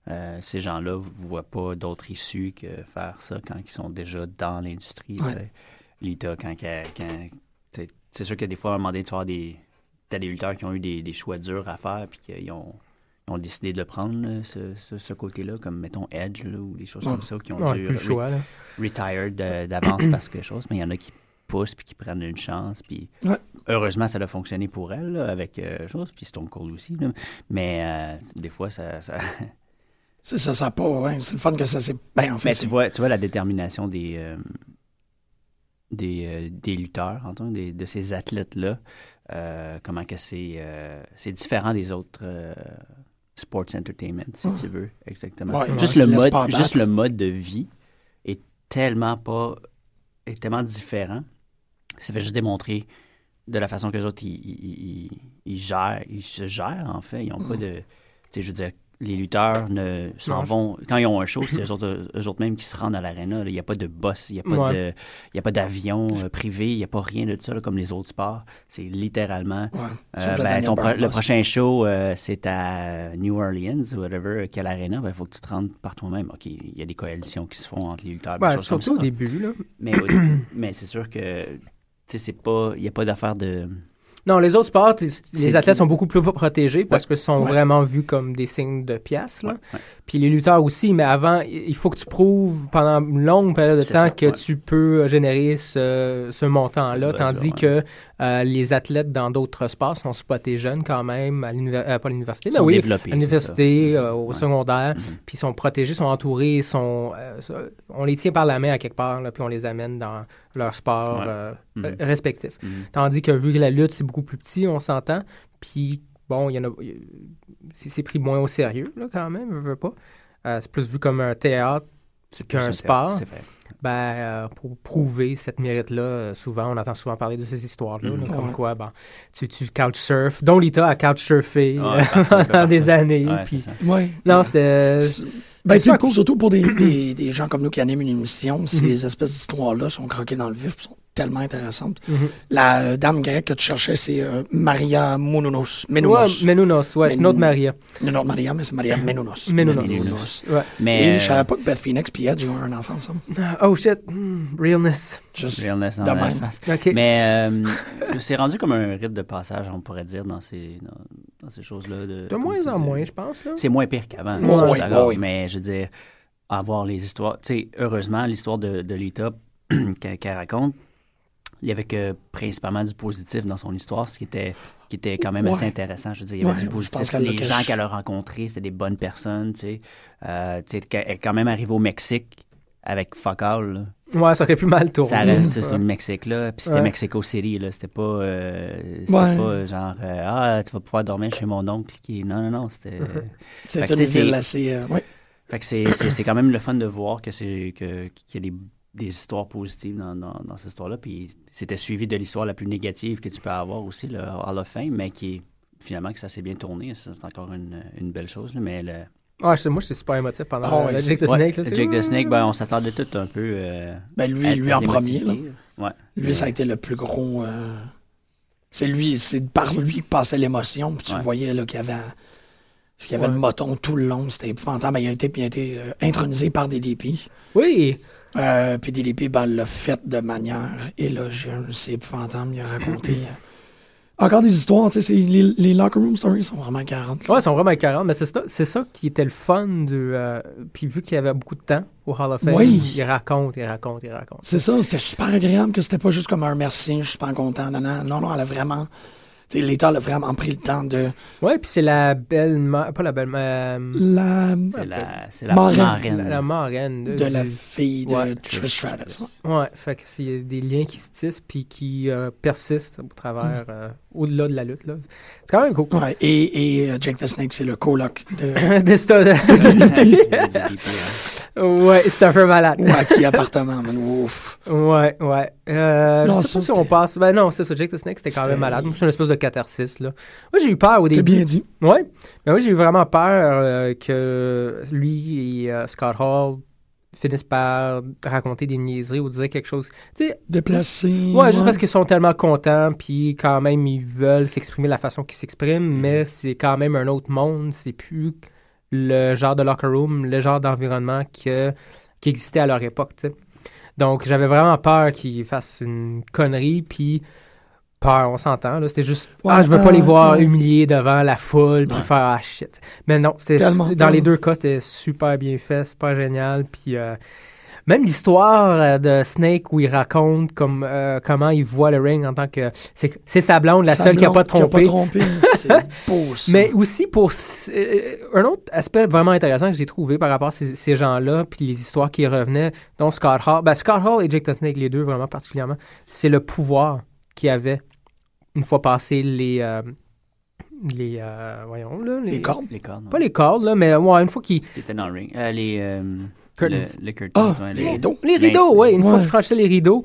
Speaker 6: Euh, ces gens-là ne voient pas d'autre issue que faire ça quand ils sont déjà dans l'industrie. tu
Speaker 4: Ouais.
Speaker 6: sais. L'ITA, quand, qu'elle- quand- tu sais, c'est sûr que des fois, à un moment donné, tu vas avoir des, t'as des lutteurs qui ont eu des, des choix durs à faire puis qu'ils ont, ils ont décidé de le prendre, là, ce, ce- ce côté-là, comme mettons Edge là, ou des choses comme ça, qui ont
Speaker 5: Ouais,
Speaker 6: dû
Speaker 5: plus le choix, là.
Speaker 6: retired de- d'avance parce que chose, mais il y en a qui poussent puis qui prennent une chance. Puis
Speaker 4: Ouais.
Speaker 6: heureusement, ça a fonctionné pour elle là, avec euh, chose, puis Stone Cold aussi. là. Mais euh, des fois, ça. ça-
Speaker 4: C'est ça, ça a pas, ouais, c'est le fun que ça c'est ben en fait.
Speaker 6: Mais
Speaker 4: c'est-
Speaker 6: tu vois, tu vois la détermination des. euh, des, euh, des lutteurs, en tout cas, des- de ces athlètes-là, euh, comment que c'est euh, c'est différent des autres euh, sports entertainment, si tu veux, exactement.
Speaker 4: Ouais,
Speaker 6: juste,
Speaker 4: on
Speaker 6: le
Speaker 4: se laisse
Speaker 6: mode,
Speaker 4: pas
Speaker 6: juste
Speaker 4: abattre.
Speaker 6: le mode de vie est tellement pas est tellement différent. Ça fait juste démontrer de la façon que les autres ils, ils- ils- ils gèrent, ils se gèrent en fait. Ils ont pas de, tu sais, je veux dire, les lutteurs ne s'en
Speaker 5: Non, je-
Speaker 6: vont quand ils ont un show, c'est eux autres, eux autres même qui se rendent à l'aréna. là. Il n'y a pas de boss, il n'y a pas
Speaker 5: Ouais.
Speaker 6: de, il y a pas d'avion euh, privé, il n'y a pas rien de ça là, comme les autres sports. C'est littéralement
Speaker 4: Ouais.
Speaker 6: euh,
Speaker 4: Sauf le
Speaker 6: ben,
Speaker 4: Daniel
Speaker 6: ton pro-
Speaker 4: Bryan
Speaker 6: le
Speaker 4: Boss.
Speaker 6: prochain show, euh, c'est à New Orleans ou whatever, euh, quelle arena, il Ben, faut que tu te rendes par toi-même. OK, il y a des coalitions qui se font entre les lutteurs, des
Speaker 5: Ouais,
Speaker 6: choses comme
Speaker 5: surtout au
Speaker 6: ça.
Speaker 5: début, là.
Speaker 6: Mais, au- mais c'est sûr que, tu sais, c'est pas, il n'y a pas d'affaire de,
Speaker 5: Non, les autres sports, les- les
Speaker 6: C'est
Speaker 5: athlètes
Speaker 6: qui?
Speaker 5: sont beaucoup plus protégés parce
Speaker 6: Ouais.
Speaker 5: que sont
Speaker 4: Ouais.
Speaker 5: vraiment vus comme des signes de pièces. là.
Speaker 6: Ouais, ouais.
Speaker 5: Puis les lutteurs aussi, mais avant, i- il faut que tu prouves pendant une longue période de
Speaker 6: C'est
Speaker 5: temps
Speaker 6: ça,
Speaker 5: que
Speaker 6: ouais.
Speaker 5: tu peux générer ce, ce montant-là,
Speaker 6: Ce
Speaker 5: tandis
Speaker 6: budget,
Speaker 5: que euh, les athlètes dans d'autres sports sont spotés jeunes quand même, à l'univers- euh, pas à l'université, mais
Speaker 6: Sont
Speaker 5: oui,
Speaker 6: développés,
Speaker 5: à l'université,
Speaker 6: c'est ça. Mm-hmm.
Speaker 5: euh, au
Speaker 6: Ouais. Mm-hmm.
Speaker 5: secondaire, puis sont protégés, sont entourés, sont, euh, so- on les tient par la main à quelque part, là, puis on les amène dans leur sport
Speaker 6: Ouais.
Speaker 5: euh,
Speaker 6: Mhm.
Speaker 5: euh, respectif.
Speaker 6: Mhm.
Speaker 5: Tandis que vu que la lutte, c'est beaucoup plus petit, on s'entend, puis bon, il y en a, c'est c'est pris moins au sérieux, là, quand même, je veux pas. Euh, c'est plus vu comme un théâtre qu'un
Speaker 6: C'est
Speaker 5: sport.
Speaker 6: C'est vrai.
Speaker 5: Ben, euh, pour prouver cette mérite-là, euh, souvent, on entend souvent parler de ces histoires-là, là,
Speaker 4: Mhm.
Speaker 5: comme
Speaker 4: Ouais.
Speaker 5: quoi, ben, tu, tu couchsurfes, dont Lita a couchsurfé
Speaker 6: Ouais,
Speaker 5: euh,
Speaker 6: partout,
Speaker 5: pendant
Speaker 6: partout.
Speaker 5: des années.
Speaker 6: Ouais,
Speaker 5: puis-
Speaker 6: c'est ça.
Speaker 4: Ouais.
Speaker 5: Non, c'est... euh,
Speaker 4: C'est- Ben,
Speaker 5: c'est pas
Speaker 4: c'est
Speaker 5: cool.
Speaker 4: surtout pour des, des, des gens comme nous qui animent une
Speaker 5: Mm-hmm.
Speaker 4: émission, ces espèces d'histoires-là sont croquées dans le vif, sont tellement intéressantes.
Speaker 5: Mhm.
Speaker 4: La euh, dame grecque que tu cherchais, c'est euh, Maria Menounos.
Speaker 5: Ouais,
Speaker 4: Menounos.
Speaker 5: Menounos, ouais, c'est
Speaker 4: Men-
Speaker 5: notre Maria.
Speaker 4: Non, non, Maria, mais c'est Maria Menounos.
Speaker 5: Menounos. Ouais.
Speaker 4: Et
Speaker 6: Mais euh,
Speaker 4: je savais pas que Beth Phoenix et Edge ont un enfant ensemble.
Speaker 5: Oh shit, Hmm, realness.
Speaker 4: Juste
Speaker 6: Realness dans
Speaker 4: de
Speaker 6: la
Speaker 4: même.
Speaker 6: face.
Speaker 5: OK.
Speaker 6: Mais euh, c'est rendu comme un rite de passage, on pourrait dire, dans ces, dans, dans ces choses-là.
Speaker 5: De moins en moins, je pense. Là.
Speaker 6: C'est moins pire qu'avant,
Speaker 5: Ouais,
Speaker 6: je
Speaker 5: ouais,
Speaker 6: suis d'accord.
Speaker 4: ouais.
Speaker 6: Mais je veux dire, avoir les histoires. Tu sais, heureusement, l'histoire de, de Lita qu'elle qu'elle raconte, il y avait que principalement du positif dans son histoire, ce qui était qui était quand même assez
Speaker 4: Ouais.
Speaker 6: intéressant. Je veux dire, il y avait
Speaker 4: Ouais,
Speaker 6: du
Speaker 4: je pense
Speaker 6: positif.
Speaker 4: qu'elle
Speaker 6: Les
Speaker 4: l'a
Speaker 6: gens
Speaker 4: caché.
Speaker 6: qu'elle a rencontrés, c'était des bonnes personnes, tu sais. Euh, tu sais, qu'elle est quand même arrivée au Mexique avec fuck all, là.
Speaker 5: Ouais, ça aurait pu mal tourner.
Speaker 6: Ça aurait- tu sais,
Speaker 5: Ouais.
Speaker 6: c'est le Mexique, là. Puis c'était
Speaker 5: Ouais.
Speaker 6: Mexico City, là. C'était pas, euh, c'était
Speaker 4: Ouais.
Speaker 6: pas euh, genre, euh, ah, tu vas pouvoir dormir chez mon oncle. Qui... Non, non, non. C'était.
Speaker 4: C'est
Speaker 6: Fait que,
Speaker 4: une
Speaker 6: tu sais,
Speaker 4: ville
Speaker 6: c'est-
Speaker 4: assez. euh, ouais.
Speaker 6: fait que c'est- c'est c'est quand même le fun de voir que c'est que- qu'il y a des, des histoires positives dans, dans, dans cette histoire-là. Puis c'était suivi de l'histoire la plus négative que tu peux avoir aussi, le Hall of Fame, mais qui est- finalement que ça s'est bien tourné. Ça, C'est encore une, une belle chose, là. Mais le.
Speaker 5: Ouais, je sais- moi, j'étais super émotif pendant
Speaker 4: Ah ouais,
Speaker 5: le Jake the
Speaker 6: Ouais,
Speaker 5: Snake. là,
Speaker 6: le
Speaker 5: tu sais.
Speaker 6: Jake the Snake, ben, on s'attendait tout un peu. euh,
Speaker 4: Ben, lui,
Speaker 6: à-
Speaker 4: lui
Speaker 6: à
Speaker 4: en premier. là.
Speaker 6: l'émotivité, là. Ouais.
Speaker 4: Lui, ça a été le plus gros. euh, C'est lui, c'est par lui que passait l'émotion. Puis tu
Speaker 6: Ouais.
Speaker 4: voyais là, qu'il y avait, qu'il y avait
Speaker 5: Ouais.
Speaker 4: le moton tout le long. C'était épouvantable. Mais il a été, il a été euh, intronisé par DDP.
Speaker 5: Oui,
Speaker 4: Euh, puis DDP, ben, l'a fait de manière élogieuse. C'est épouvantable. Il a raconté. euh, Encore des histoires, tu sais, c'est- les, les locker room stories sont vraiment 40.
Speaker 5: ouais, ils sont vraiment 40, mais c'est ça, c'est ça qui était le fun. De, euh, puis vu qu'il y avait beaucoup de temps au Hall of Fame,
Speaker 4: Oui.
Speaker 5: il raconte, il raconte, il raconte.
Speaker 4: C'est ça, c'était super agréable que c'était pas juste comme un merci, je suis pas content, non, non, non, non, elle a vraiment, tu sais, l'État elle a vraiment pris le temps de
Speaker 5: Ouais, puis c'est la belle-mère, pas la belle-mère, euh,
Speaker 4: la,
Speaker 6: C'est la, c'est la
Speaker 4: Marraine.
Speaker 6: marraine.
Speaker 5: la, la marraine.
Speaker 4: de la
Speaker 5: du-
Speaker 4: fille de
Speaker 5: Ouais.
Speaker 4: Trish Stratus.
Speaker 5: Ouais, fait que c'est des liens qui se tissent puis qui euh, persistent au travers,
Speaker 4: Mm.
Speaker 5: euh, au-delà de la lutte. là. C'est quand même cool.
Speaker 4: Ouais, et, et euh, Jake the Snake, c'est le coloc de,
Speaker 5: De
Speaker 6: Puis,
Speaker 5: ouais, c'est un peu malade.
Speaker 4: ou à qui appartement, man, ouf.
Speaker 5: Ouais, ouais. Euh,
Speaker 4: Non,
Speaker 5: je
Speaker 4: ça,
Speaker 5: sais pas si on
Speaker 4: c'était-
Speaker 5: passe. Ben non, c'est ça. Jake the Snake, c'était quand
Speaker 4: C'était-
Speaker 5: même malade. C'est une espèce de catharsis, là. Moi, j'ai eu peur au
Speaker 4: C'est
Speaker 5: début.
Speaker 4: bien dit.
Speaker 5: Ouais. Mais oui, j'ai eu vraiment peur euh, que lui et euh, Scott Hall finissent par raconter des niaiseries ou dire quelque chose. Tu sais,
Speaker 4: Déplacé.
Speaker 5: ouais, juste parce qu'ils sont tellement contents, puis quand même, ils veulent s'exprimer de la façon qu'ils s'expriment,
Speaker 4: Mm.
Speaker 5: mais c'est quand même un autre monde. C'est plus le genre de locker room, le genre d'environnement que, qui existait à leur époque, tu sais. Donc, j'avais vraiment peur qu'ils fassent une connerie, puis peur, on s'entend, là. C'était juste,
Speaker 4: Ouais,
Speaker 5: ah, je veux pas
Speaker 4: euh,
Speaker 5: les voir
Speaker 4: ouais.
Speaker 5: humiliés devant la foule, puis faire, ah, shit. Mais non, c'était su-
Speaker 4: Tellement,
Speaker 5: dans
Speaker 4: tellement.
Speaker 5: les deux cas, c'était super bien fait, super génial, puis... euh, même l'histoire euh, de Snake où il raconte comme, euh, comment il voit le ring en tant que. C'est c'est sa blonde, la
Speaker 4: Sa
Speaker 5: seule qui n'a pas
Speaker 4: blonde
Speaker 5: trompé.
Speaker 4: c'est beau, ça.
Speaker 5: Mais aussi pour s- euh, un autre aspect vraiment intéressant que j'ai trouvé par rapport à ces, ces gens-là, puis les histoires qui revenaient, dont Scott Hall. Ben, Scott Hall et Jake the Snake, les deux vraiment particulièrement, c'est le pouvoir qu'il avait une fois passé les. euh, les. euh, voyons, là. Les,
Speaker 4: les cornes.
Speaker 6: les cordes.
Speaker 5: Pas les cordes, là, mais ouais, une fois qu'il.
Speaker 6: Qui étaient dans le ring. Euh, les. euh,
Speaker 5: Curtains.
Speaker 6: Le, le curtains,
Speaker 4: Ah,
Speaker 6: ouais,
Speaker 4: les rideaux.
Speaker 5: Les rideaux, oui. Une fois
Speaker 4: Ouais.
Speaker 5: qu'il franchissait les rideaux,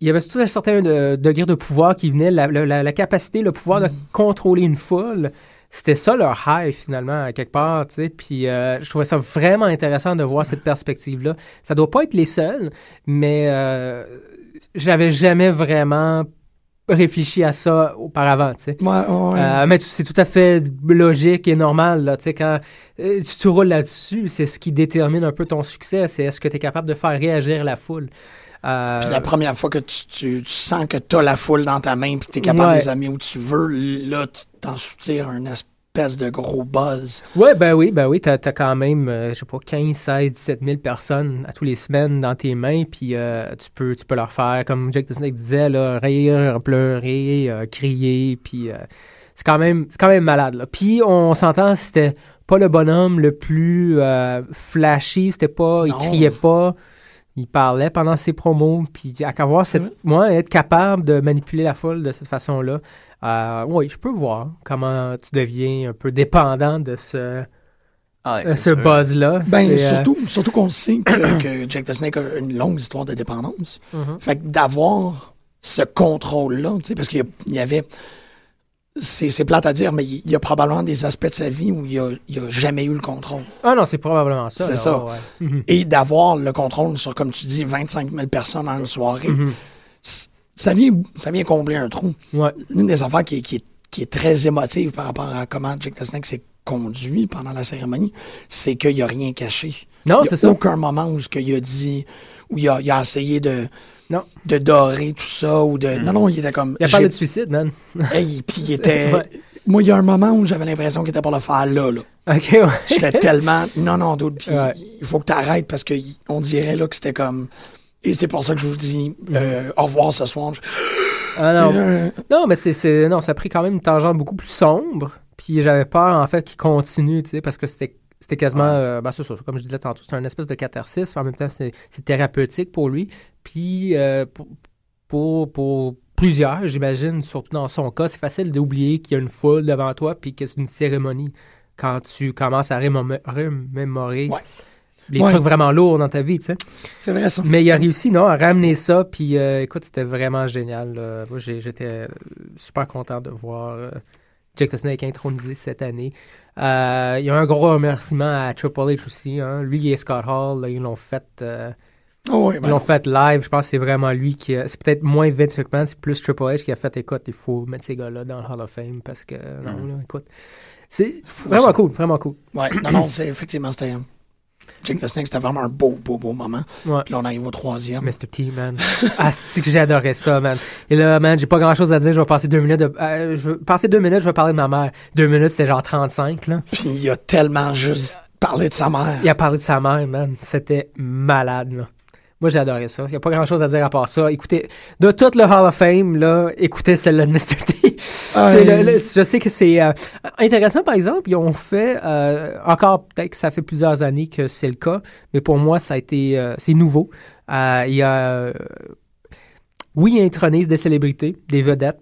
Speaker 5: il y avait tout un certain euh, degré de pouvoir qui venait, la, la- la- la capacité, le pouvoir
Speaker 4: Mm.
Speaker 5: de contrôler une foule. C'était ça leur high, finalement, à quelque part, tu sais. Puis euh, je trouvais ça vraiment intéressant de voir cette perspective-là. Ça doit pas être les seuls, mais euh, j'avais jamais vraiment réfléchi à ça auparavant, tu sais.
Speaker 4: Ouais, ouais.
Speaker 5: Euh, mais t- c'est tout à fait logique et normal. Là, tu sais, quand euh, tu te roules là-dessus, c'est ce qui détermine un peu ton succès. C'est est-ce que tu es capable de faire réagir la foule. Euh,
Speaker 4: Puis la première fois que tu, tu- tu sens que t'as la foule dans ta main puis que t'es capable
Speaker 5: Ouais.
Speaker 4: de les amener où tu veux, là, tu t'en soutires un espèce de gros buzz.
Speaker 5: Ouais, ben oui, ben oui, t'as, t'as quand même, euh, je sais pas, 15, 16, 17 000 personnes à tous les semaines dans tes mains, puis euh, tu, peux, tu peux leur faire, comme Jack the Snake disait, là, rire, pleurer, euh, crier, puis euh, c'est, quand même, c'est quand même malade. Là. Puis on s'entend, c'était pas le bonhomme le plus euh, flashy, c'était pas, il
Speaker 4: Non.
Speaker 5: criait pas, il parlait pendant ses promos, puis à avoir cette, moi, être capable de manipuler la foule de cette façon-là, euh, oui, je peux voir comment tu deviens un peu dépendant de ce,
Speaker 6: Ah,
Speaker 5: euh,
Speaker 6: c'est
Speaker 5: ce
Speaker 6: sûr.
Speaker 5: buzz-là.
Speaker 4: Ben,
Speaker 5: C'est, euh,
Speaker 4: surtout, surtout qu'on sait que, que Jack the Snake a une longue histoire de dépendance.
Speaker 5: Mhm.
Speaker 4: Fait que d'avoir ce contrôle-là, tu sais, parce qu'il y a- il y avait. C'est c'est plate à dire, mais il y a probablement des aspects de sa vie où il a, il a jamais eu le contrôle.
Speaker 5: Ah non, c'est probablement ça.
Speaker 4: C'est
Speaker 5: là,
Speaker 4: ça.
Speaker 5: ouais, ouais. Mhm.
Speaker 4: Et d'avoir le contrôle sur, comme tu dis, 25 000 personnes en une soirée,
Speaker 5: Mm-hmm.
Speaker 4: c- ça, vient, ça vient combler un trou.
Speaker 5: Ouais.
Speaker 4: Une des affaires qui est, qui est- qui est très émotive par rapport à comment Jack the Snake s'est conduit pendant la cérémonie, c'est qu'il n'y a rien caché.
Speaker 5: Non,
Speaker 4: Il
Speaker 5: c'est
Speaker 4: n'y
Speaker 5: ça.
Speaker 4: a aucun moment où ce qu'il a dit, où il a, il a essayé de,
Speaker 5: Non.
Speaker 4: de dorer tout ça, ou de... Non, non, il était comme...
Speaker 5: Hmm. Il a parlé de
Speaker 4: j'ai-
Speaker 5: suicide, man.
Speaker 4: Hey, puis il était...
Speaker 5: Ouais.
Speaker 4: Moi, il y a un moment où j'avais l'impression qu'il était pour le faire là, là.
Speaker 5: OK, ouais.
Speaker 4: J'étais tellement... Non, non, d'autres, puis
Speaker 5: Ouais.
Speaker 4: il faut que tu arrêtes, parce qu'on dirait là que c'était comme... Et c'est pour ça que je vous dis euh, au revoir ce soir.
Speaker 5: Ah non.
Speaker 4: Euh,
Speaker 5: Non, mais c'est, c'est- non, ça a pris quand même une tangente beaucoup plus sombre. Puis j'avais peur, en fait, qu'il continue, tu sais, parce que c'était, c'était quasiment. euh, ben, c'est ça, comme je disais tantôt, c'est un espèce de catharsis. mais En même temps, c'est, c'est thérapeutique pour lui. Puis euh, pour, pour, pour plusieurs, j'imagine, surtout dans son cas, c'est facile d'oublier qu'il y a une foule devant toi puis que c'est une cérémonie quand tu commences à rémom- remémorer
Speaker 4: Ouais.
Speaker 5: les
Speaker 4: Ouais.
Speaker 5: trucs vraiment lourds dans ta vie, tu sais.
Speaker 4: c'est vrai, ça.
Speaker 5: Mais il a réussi, non, à ramener ça. Puis euh, écoute, c'était vraiment génial. là. Moi, j'ai- j'étais euh, super content de voir euh, Jack the Snake intronisé cette année. Euh, Il y a un gros remerciement à Triple H aussi. hein. Lui et Scott Hall, là, ils l'ont fait. euh,
Speaker 4: Oh, oui, ben
Speaker 5: ils l'ont
Speaker 4: non.
Speaker 5: fait live, je pense que c'est vraiment lui qui. a- C'est peut-être moins Vince McMahon, c'est plus Triple H qui a fait écoute, il faut mettre ces gars-là dans le Hall of Fame parce que non, là, écoute. C'est vraiment
Speaker 4: ça.
Speaker 5: cool, vraiment cool.
Speaker 4: Ouais, non, non, c'est effectivement, c'était... Jack the Snake, c'était vraiment un beau, beau, beau moment.
Speaker 5: Ouais.
Speaker 4: Puis là, on arrive au troisième.
Speaker 5: Mr. T, man. Asti que j'adorais ça, man. Et là, man, j'ai pas grand chose à dire. Je vais passer deux minutes. De, euh, je vais passer deux minutes, je vais parler de ma mère. Deux minutes, c'était genre 35, là.
Speaker 4: Puis il a tellement juste parlé de sa mère.
Speaker 5: Il a parlé de sa mère, man. C'était malade, là. Moi, j'adorais ça. Il n'y a pas grand chose à dire à part ça. Écoutez, de tout le Hall of Fame, là, écoutez celle-là de Mr. T. C'est le- le- je sais que c'est euh, intéressant, par exemple. Ils ont fait, euh, encore peut-être que ça fait plusieurs années que c'est le cas, mais pour moi, ça a été, euh, c'est nouveau. Euh, il y a, euh, oui, ils intronisent des célébrités, des vedettes,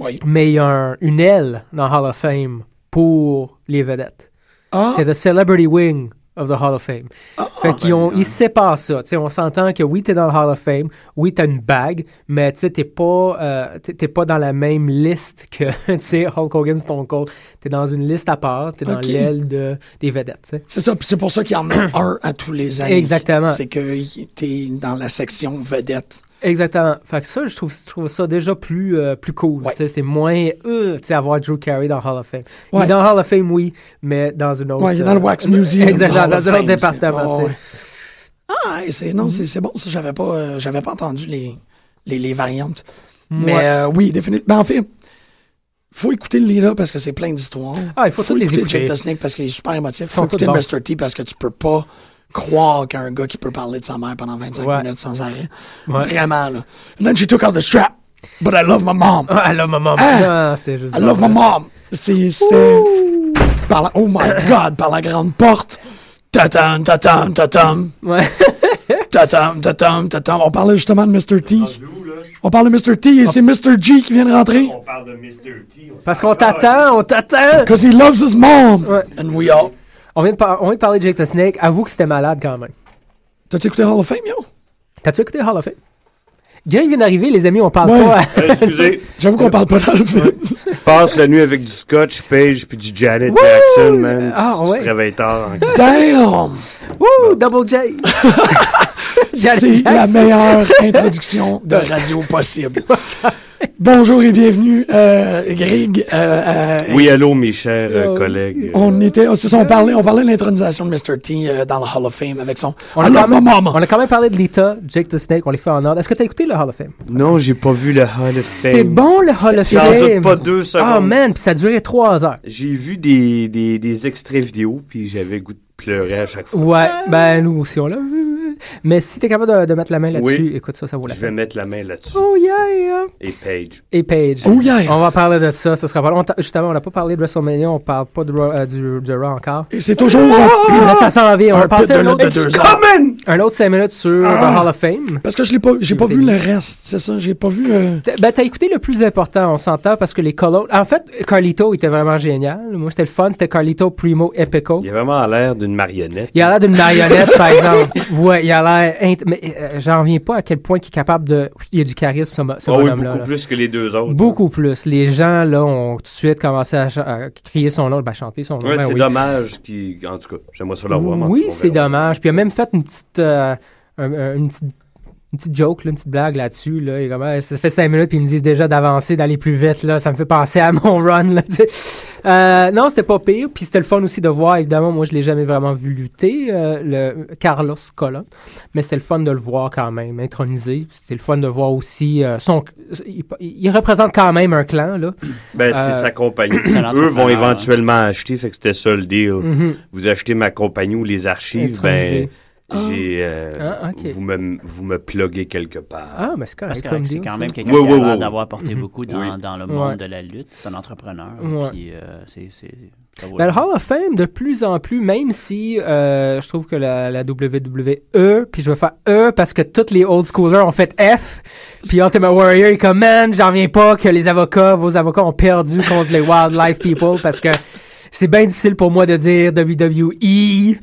Speaker 4: Oui.
Speaker 5: mais il y a un- une aile dans Hall of Fame pour les vedettes.
Speaker 4: Ah,
Speaker 5: C'est le Celebrity Wing of the Hall of Fame.
Speaker 4: ah,
Speaker 5: Fait qu'ils ont,
Speaker 6: ben, ouais.
Speaker 5: ils séparent ça. Tu sais, on s'entend que oui, t'es dans le Hall of Fame, oui, t'as une bague, mais tu sais, t'es pas, euh, t'es- t'es pas dans la même liste que, tu sais, Hulk Hogan, Stone Cold. T'es dans une liste à part, t'es dans
Speaker 4: Ok.
Speaker 5: l'aile de, des vedettes, tu sais.
Speaker 4: c'est ça, puis c'est pour ça qu'il y en a un à tous les années.
Speaker 5: Exactement.
Speaker 4: C'est que y- t'es dans la section vedette.
Speaker 5: Exactement. Fait que ça, je trouve, je trouve ça déjà plus, euh, plus cool.
Speaker 4: Ouais.
Speaker 5: Tu sais, c'est moins, euh, tu sais, avoir Drew Carey dans le Hall of Fame. Il est
Speaker 4: Ouais.
Speaker 5: dans le Hall of Fame, oui, mais dans une autre. euh,
Speaker 4: Ouais, il est dans le Wax Museum
Speaker 5: Exactement,
Speaker 4: du
Speaker 5: dans
Speaker 4: Hall of
Speaker 5: un autre
Speaker 4: Fame, c'est-
Speaker 5: département,
Speaker 4: ouais,
Speaker 5: tu sais.
Speaker 4: ouais. Ah, et
Speaker 5: Mm-hmm.
Speaker 4: c'est, non, c'est, c'est bon, ça, j'avais pas, euh, j'avais pas entendu les, les, les variantes. Mais
Speaker 5: Mm-hmm. Ouais.
Speaker 4: euh, oui, définitivement. Ben, en fait, faut écouter le lead-up parce que c'est plein d'histoires.
Speaker 5: Ah, il faut toutes les
Speaker 4: écouter
Speaker 5: écouter.
Speaker 4: Jake the Snake parce qu'il est super émotif.
Speaker 5: sont
Speaker 4: Faut écouter
Speaker 5: toutes
Speaker 4: Mr. T parce que tu peux pas croire qu'un gars qui peut parler de sa mère pendant 25
Speaker 5: Ouais.
Speaker 4: minutes sans arrêt.
Speaker 5: Ouais.
Speaker 4: Vraiment, là. And then she took out the strap. But I love my mom.
Speaker 5: Ah, I love my mom.
Speaker 4: Ah!
Speaker 5: Non, c'était juste.
Speaker 4: I love my mom. C'est- C'était. Par la- Oh my god, par la grande porte. Tatam, tatam, tatam.
Speaker 5: Ouais.
Speaker 4: Tatam, tatam, tatam. On parlait justement de Mr. T. On parle de Mr. T et c'est Mr. G qui vient de rentrer.
Speaker 5: Parce qu'on t'attend, on t'attend.
Speaker 4: Because he loves his mom.
Speaker 5: Ouais.
Speaker 4: And we all.
Speaker 5: On vient, de par- on vient de parler de Jake the Snake. Avoue que c'était malade quand même.
Speaker 4: T'as-tu écouté Hall of Fame, yo?
Speaker 5: T'as-tu écouté Hall of Fame? Gary vient d'arriver, les amis, on parle
Speaker 4: Ouais.
Speaker 5: pas. à-
Speaker 7: Excusez,
Speaker 4: J'avoue qu'on parle pas d'Hall of Fame.
Speaker 7: passe la nuit avec du Scotch Page puis du Janet Jackson, man.
Speaker 5: Ah,
Speaker 7: tu, tu
Speaker 5: ouais.
Speaker 7: travailles tard. hein. encore.
Speaker 4: Damn!
Speaker 5: Wouh, Double J! Janet
Speaker 4: C'est la
Speaker 5: Jackson.
Speaker 4: meilleure introduction de radio possible. Bonjour et bienvenue, euh, Greg. euh, euh,
Speaker 7: Oui, allô, mes chers euh, collègues.
Speaker 4: On était, oh, c'est
Speaker 5: euh,
Speaker 4: ça, on parlait, on parlait de l'intronisation de Mr. T euh, dans le Hall of Fame avec son.
Speaker 5: On
Speaker 4: I
Speaker 5: a,
Speaker 4: love
Speaker 5: quand
Speaker 4: my
Speaker 5: même,
Speaker 4: mama.
Speaker 5: on a quand même parlé de Lita, Jake the Snake, on les fait en ordre. Est-ce que t'as écouté le Hall of Fame?
Speaker 7: Non, j'ai pas vu le Hall of Fame.
Speaker 5: C'était bon le Hall of
Speaker 7: J'en
Speaker 5: Fame!
Speaker 7: doute pas deux secondes.
Speaker 5: Ah man, puis ça durait trois heures.
Speaker 7: J'ai vu des, des, des extraits vidéo, puis j'avais le goût de pleurer à chaque fois.
Speaker 5: Ouais, ben nous aussi on l'a vu. Mais si t'es capable de, de mettre la main là-dessus,
Speaker 7: Oui.
Speaker 5: écoute ça, ça vaut la
Speaker 7: Je vais
Speaker 5: peine.
Speaker 7: mettre la main là-dessus.
Speaker 5: Oh yeah!
Speaker 7: Et Paige.
Speaker 5: Et Paige.
Speaker 4: Oh yeah.
Speaker 5: On va parler de ça, ça sera pas long. On t'a- Justement, on n'a pas parlé de WrestleMania, on parle pas de, Raw- euh, du, de Raw encore.
Speaker 4: Et c'est toujours.
Speaker 5: Ah! Là, ça s'en vient. On va
Speaker 4: Un
Speaker 5: passer
Speaker 4: peu de
Speaker 5: un autre,
Speaker 4: note de deux heures.
Speaker 7: Coming!
Speaker 5: un autre 5 minutes sur The Hall of Fame.
Speaker 4: Parce que je l'ai pas, j'ai pas vu le reste, c'est ça, j'ai pas vu. euh,
Speaker 5: T'as- Ben, t'as écouté le plus important, on s'entend, parce que les call En fait, Carlito était vraiment génial. Moi, c'était le fun. C'était Carlito, Primo, Epico.
Speaker 7: Il a vraiment l'air d'une marionnette.
Speaker 5: Il a l'air d'une marionnette, par exemple. Ouais, il a l'air. int- Mais euh, j'en reviens pas à quel point il est capable de. Il y a du charisme, ce, mo- ce
Speaker 7: Ah oui,
Speaker 5: bonhomme-là.
Speaker 7: beaucoup
Speaker 5: là.
Speaker 7: plus Ah que les deux autres.
Speaker 5: Beaucoup plus. Les gens, là, ont tout de suite commencé à, ch- à crier son nom, ben, chanter son nom.
Speaker 7: hein. Ouais,
Speaker 5: ben
Speaker 7: c'est
Speaker 5: oui.
Speaker 7: dommage. Qui... En tout cas, j'aimerais ça l'avoir. mais en tout
Speaker 5: Oui,
Speaker 7: cas, on
Speaker 5: c'est
Speaker 7: verra.
Speaker 5: dommage. Puis il a même fait une petite, euh, un- un- une petite, une petite joke, là, une petite blague là-dessus. Là. Il est comme, Ah, ça fait cinq minutes, puis ils me disent déjà d'avancer, d'aller plus vite. Là. Ça me fait penser à mon run. Là, tu sais. Euh, non, c'était pas pire. Puis c'était le fun aussi de voir. Évidemment, moi, je l'ai jamais vraiment vu lutter, euh, le Carlos Colon. Mais c'était le fun de le voir quand même, intronisé. C'était le fun de voir aussi euh, son. Il, il représente quand même un clan. Là.
Speaker 7: Ben, c'est
Speaker 5: Euh,
Speaker 7: sa compagnie.
Speaker 6: un
Speaker 7: Eux vont
Speaker 6: entrepreneur.
Speaker 7: éventuellement acheter, fait que c'était ça le deal.
Speaker 5: Mhm.
Speaker 7: Vous achetez ma compagnie ou les archives, ben,
Speaker 5: Intronisé.
Speaker 7: j'ai, euh,
Speaker 5: Ah, ok.
Speaker 7: vous me, vous me pluguez quelque part.
Speaker 5: Ah, mais c'est correct.
Speaker 6: Parce que
Speaker 5: comme
Speaker 6: c'est
Speaker 5: deal,
Speaker 6: quand
Speaker 5: ça.
Speaker 6: même quelqu'un
Speaker 7: Oui,
Speaker 6: qui
Speaker 7: oui,
Speaker 6: a l'air
Speaker 7: oui.
Speaker 6: d'avoir apporté beaucoup dans,
Speaker 7: Oui.
Speaker 6: dans le monde
Speaker 5: Ouais.
Speaker 6: de la lutte. C'est un entrepreneur.
Speaker 5: Ouais.
Speaker 6: Puis, euh, c'est, c'est- ça vaut
Speaker 5: Ben,
Speaker 6: la
Speaker 5: le Hall of Fame, de plus en plus, même si euh, je trouve que la, la WWE, puis je vais faire E parce que toutes les old schoolers ont fait F, puis Ultimate Warrior est comme, man, j'en viens pas que les avocats, vos avocats ont perdu contre les Wildlife People parce que c'est bien difficile pour moi de dire WWE.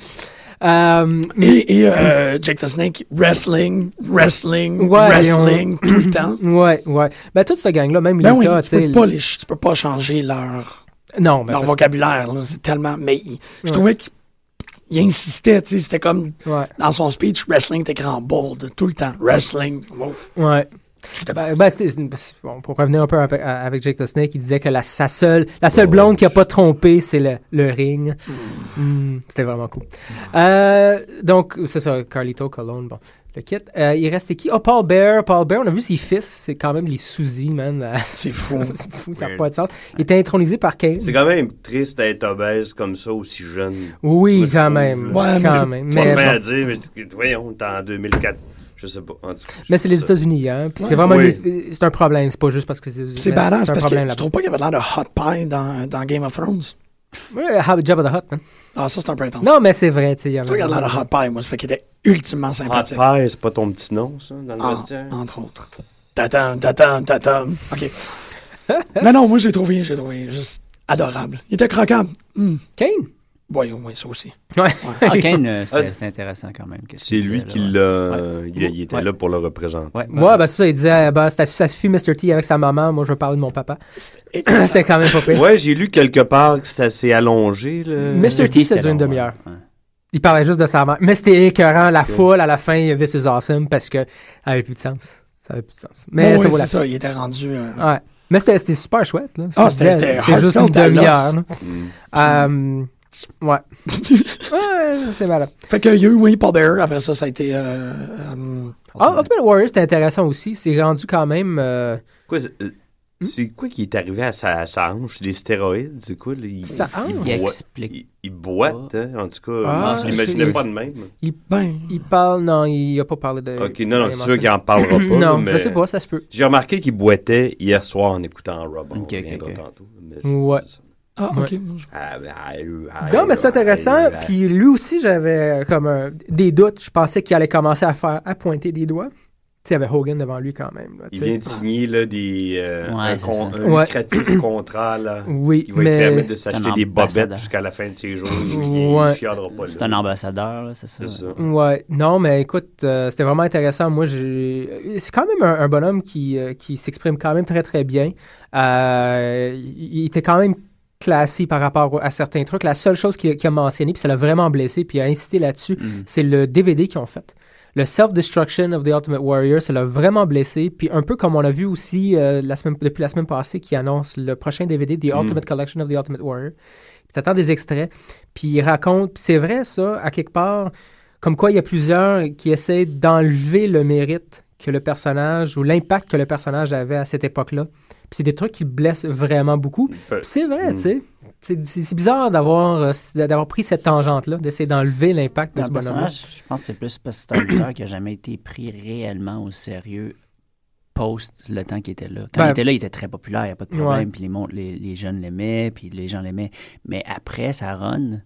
Speaker 5: Euh,
Speaker 4: Et, et euh, Jake the Snake, wrestling, wrestling,
Speaker 5: Ouais, Mm-hmm.
Speaker 4: wrestling, tout le temps.
Speaker 5: ouais, ouais. Ben, toute cette gang-là, même
Speaker 4: Ben oui,
Speaker 5: Lita,
Speaker 4: tu
Speaker 5: sais,
Speaker 4: peux, pas les, ch- tu peux pas changer leur, leur
Speaker 5: Non, ben, parce que-
Speaker 4: vocabulaire, là, c'est tellement. Mais il- je trouvais qu'il il insistait, tu sais, c'était comme
Speaker 5: Ouais,
Speaker 4: dans son speech, wrestling était grand bold, tout le temps. Wrestling, ouf.
Speaker 5: ouais. Ben, ben, c'était- c'est- bon, pour revenir un peu avec, à- avec Jake the Snake, il disait que la, sa seule, la seule blonde qui a pas trompé, c'est le, le ring. Mm, C'était vraiment cool. Euh, donc, c'est ça, Carlito, Colon, bon, le kit. Euh, il restait qui? Oh, Paul Bear. Paul Bear, on a vu ses fils. C'est quand même les sousis, man. Euh,
Speaker 4: c'est fou.
Speaker 5: c'est fou, ça n'a
Speaker 6: Weird.
Speaker 5: pas de sens. Il était intronisé par Kane.
Speaker 7: C'est quand même triste d'être obèse comme ça, aussi jeune.
Speaker 5: Oui,
Speaker 7: Moi, je
Speaker 5: quand
Speaker 7: trouve,
Speaker 5: même.
Speaker 4: là. Ouais,
Speaker 5: quand
Speaker 4: mais-
Speaker 5: même.
Speaker 7: Pas
Speaker 5: Mais,
Speaker 7: fin
Speaker 5: bon.
Speaker 7: à dire, mais voyons, t'es en 2004. Je sais pas. En tout cas, je
Speaker 5: Mais
Speaker 7: sais
Speaker 5: c'est les
Speaker 7: ça.
Speaker 5: États-Unis, hein. Puis c'est vraiment
Speaker 7: Oui.
Speaker 5: une- c'est un problème. C'est pas juste parce que c'est.
Speaker 4: C'est
Speaker 5: mais
Speaker 4: badass
Speaker 5: un
Speaker 4: parce
Speaker 5: problème
Speaker 4: que tu
Speaker 5: là-bas.
Speaker 4: trouves pas qu'il y avait l'air de hot pie dans, dans Game of Thrones?
Speaker 5: Ouais, How- Jabba the Hutt, man.
Speaker 4: Ah, ça, c'est un peu intense.
Speaker 5: Non, mais c'est vrai, tu sais. il y
Speaker 4: Tu regardes
Speaker 5: avait-
Speaker 4: l'air de hot pie, moi, ça fait qu'il était ultimement
Speaker 7: Hot
Speaker 4: sympathique.
Speaker 7: Pie, c'est pas ton petit nom, ça, dans le
Speaker 6: Ah.
Speaker 4: En-
Speaker 7: vestiaire?
Speaker 4: entre autres. Tatam, tatam, tatam. OK. Mais non, moi, je l'ai trouvé, je l'ai trouvé juste adorable. Il était croquant. Hmm.
Speaker 5: Kane?
Speaker 4: Oui, oui, ça aussi.
Speaker 5: Ouais.
Speaker 6: peine. Ah, Kane, euh,
Speaker 7: Ah,
Speaker 6: c'était,
Speaker 7: c'est-
Speaker 6: c'était intéressant quand même. qu'est-ce
Speaker 7: C'est
Speaker 6: qu'il
Speaker 7: lui
Speaker 6: disait,
Speaker 7: qui
Speaker 6: là.
Speaker 7: l'a.
Speaker 6: Ouais.
Speaker 7: Il, il était
Speaker 6: Ouais.
Speaker 7: là pour le représenter.
Speaker 6: Ouais,
Speaker 5: Ouais, ben c'est ça, il disait, ben, ça, ça suffit Mr. T avec sa maman, moi je veux parler de mon papa. C'était quand même pas pire.
Speaker 7: Ouais, j'ai lu quelque part que ça s'est allongé. Là.
Speaker 5: Mr. T, ça dure une
Speaker 6: long,
Speaker 5: demi-heure.
Speaker 6: ouais.
Speaker 5: Il parlait juste de sa mère. Mais c'était écœurant, la foule à la fin, il y avait ses awesome parce que ça avait plus de sens. Ça avait plus de sens. Mais
Speaker 4: Mais
Speaker 5: ça vaut
Speaker 4: c'est
Speaker 5: la
Speaker 4: ça, il était rendu. euh,
Speaker 5: peine. Ouais. Mais c'était c'était super chouette, là.
Speaker 4: Ah,
Speaker 5: Je
Speaker 4: c'était-
Speaker 5: disais,
Speaker 4: c'était
Speaker 5: juste une
Speaker 4: heartfelt à
Speaker 5: demi-heure.
Speaker 4: l'os.
Speaker 7: Hmm.
Speaker 5: là. Euh, ouais. ouais, c'est malade.
Speaker 4: Fait qu'il y a eu Winnie Paul Bearer. Après ça, ça a été. euh, euh,
Speaker 5: Ah, Ultimate Warrior, c'était intéressant aussi. C'est rendu quand même. euh,
Speaker 7: Quoi, c'est- euh,
Speaker 5: Hmm?
Speaker 7: c'est quoi qui est arrivé à sa, à sa hanche? Des stéroïdes? C'est quoi? là? Il,
Speaker 5: Sa hanche?
Speaker 7: il
Speaker 6: Il
Speaker 7: boi-
Speaker 6: explique
Speaker 7: il- il boite, hein? en tout cas.
Speaker 5: Ah,
Speaker 7: je
Speaker 5: c'est-
Speaker 7: l'imaginais
Speaker 5: c'est-
Speaker 7: pas de même.
Speaker 4: ben,
Speaker 5: il parle. Non, Euh, il a pas parlé de.
Speaker 7: Ok, non, non,
Speaker 5: de
Speaker 7: c'est sûr qu'il en parlera pas.
Speaker 5: Non,
Speaker 7: mais
Speaker 5: je sais pas, ça se peut.
Speaker 7: J'ai remarqué qu'il boitait hier soir en écoutant Rob. On
Speaker 6: Ok, ok,
Speaker 7: reviendra
Speaker 6: ok.
Speaker 7: tantôt, mais je-
Speaker 5: Ouais.
Speaker 4: ah,
Speaker 5: Ouais.
Speaker 4: ok.
Speaker 7: Ah, ah, ah,
Speaker 5: Non, mais c'est
Speaker 7: ah,
Speaker 5: intéressant.
Speaker 7: ah, ah.
Speaker 5: Puis lui aussi, j'avais euh, comme un- des doutes. Je pensais qu'il allait commencer à faire à pointer des doigts. Tu sais, il y avait Hogan devant lui quand même. là, tu
Speaker 7: Il
Speaker 5: sais.
Speaker 7: vient de signer là, des, euh,
Speaker 6: Ouais,
Speaker 7: un,
Speaker 6: c'est
Speaker 7: con-
Speaker 6: ça.
Speaker 7: un
Speaker 5: Ouais.
Speaker 7: lucratif contrat là,
Speaker 5: Oui,
Speaker 7: qui va lui
Speaker 5: mais
Speaker 7: permettre de s'acheter
Speaker 6: un
Speaker 7: des bobettes
Speaker 6: ambassadeur.
Speaker 7: jusqu'à la fin de ses jours. Il,
Speaker 5: Ouais.
Speaker 7: il chialera pas là.
Speaker 6: C'est un ambassadeur, là, c'est ça.
Speaker 7: C'est ça.
Speaker 5: ouais, non, mais écoute, euh, c'était vraiment intéressant. Moi, j'ai- c'est quand même un, un bonhomme qui euh, qui s'exprime quand même très très bien. Euh, il il était quand même classé par rapport au- à certains trucs. La seule chose qu'il a, qu'il a mentionné, puis ça l'a vraiment blessé, puis il a insisté là-dessus,
Speaker 6: Mm.
Speaker 5: c'est le DVD qu'ils ont fait. le self-destruction of the Ultimate Warrior, ça l'a vraiment blessé. Puis un peu comme on a vu aussi euh, la semaine, depuis la semaine passée, qui annonce le prochain DVD, The Ultimate Collection of the Ultimate Warrior. Puis t'attends des extraits, puis il raconte, puis c'est vrai ça, à quelque part, comme quoi il y a plusieurs qui essaient d'enlever le mérite que le personnage ou l'impact que le personnage avait à cette époque-là. Puis c'est des trucs qui blessent vraiment beaucoup. Puis c'est
Speaker 7: Hmm.
Speaker 5: vrai, tu sais. C'est- C'est c'est bizarre d'avoir euh, d'avoir pris cette tangente-là, d'essayer d'enlever l'impact de
Speaker 6: Dans
Speaker 5: ce
Speaker 6: le
Speaker 5: bonhomme-là.
Speaker 6: personnage, je pense que c'est plus parce que c'est un lutteur qui a jamais été pris réellement au sérieux post le temps qu'il était là. Quand
Speaker 5: Ben-
Speaker 6: il était là, il était très populaire, il n'y a pas de problème,
Speaker 5: Ouais.
Speaker 6: puis les, mon- les, les jeunes l'aimaient, puis les gens l'aimaient. Mais après sa run,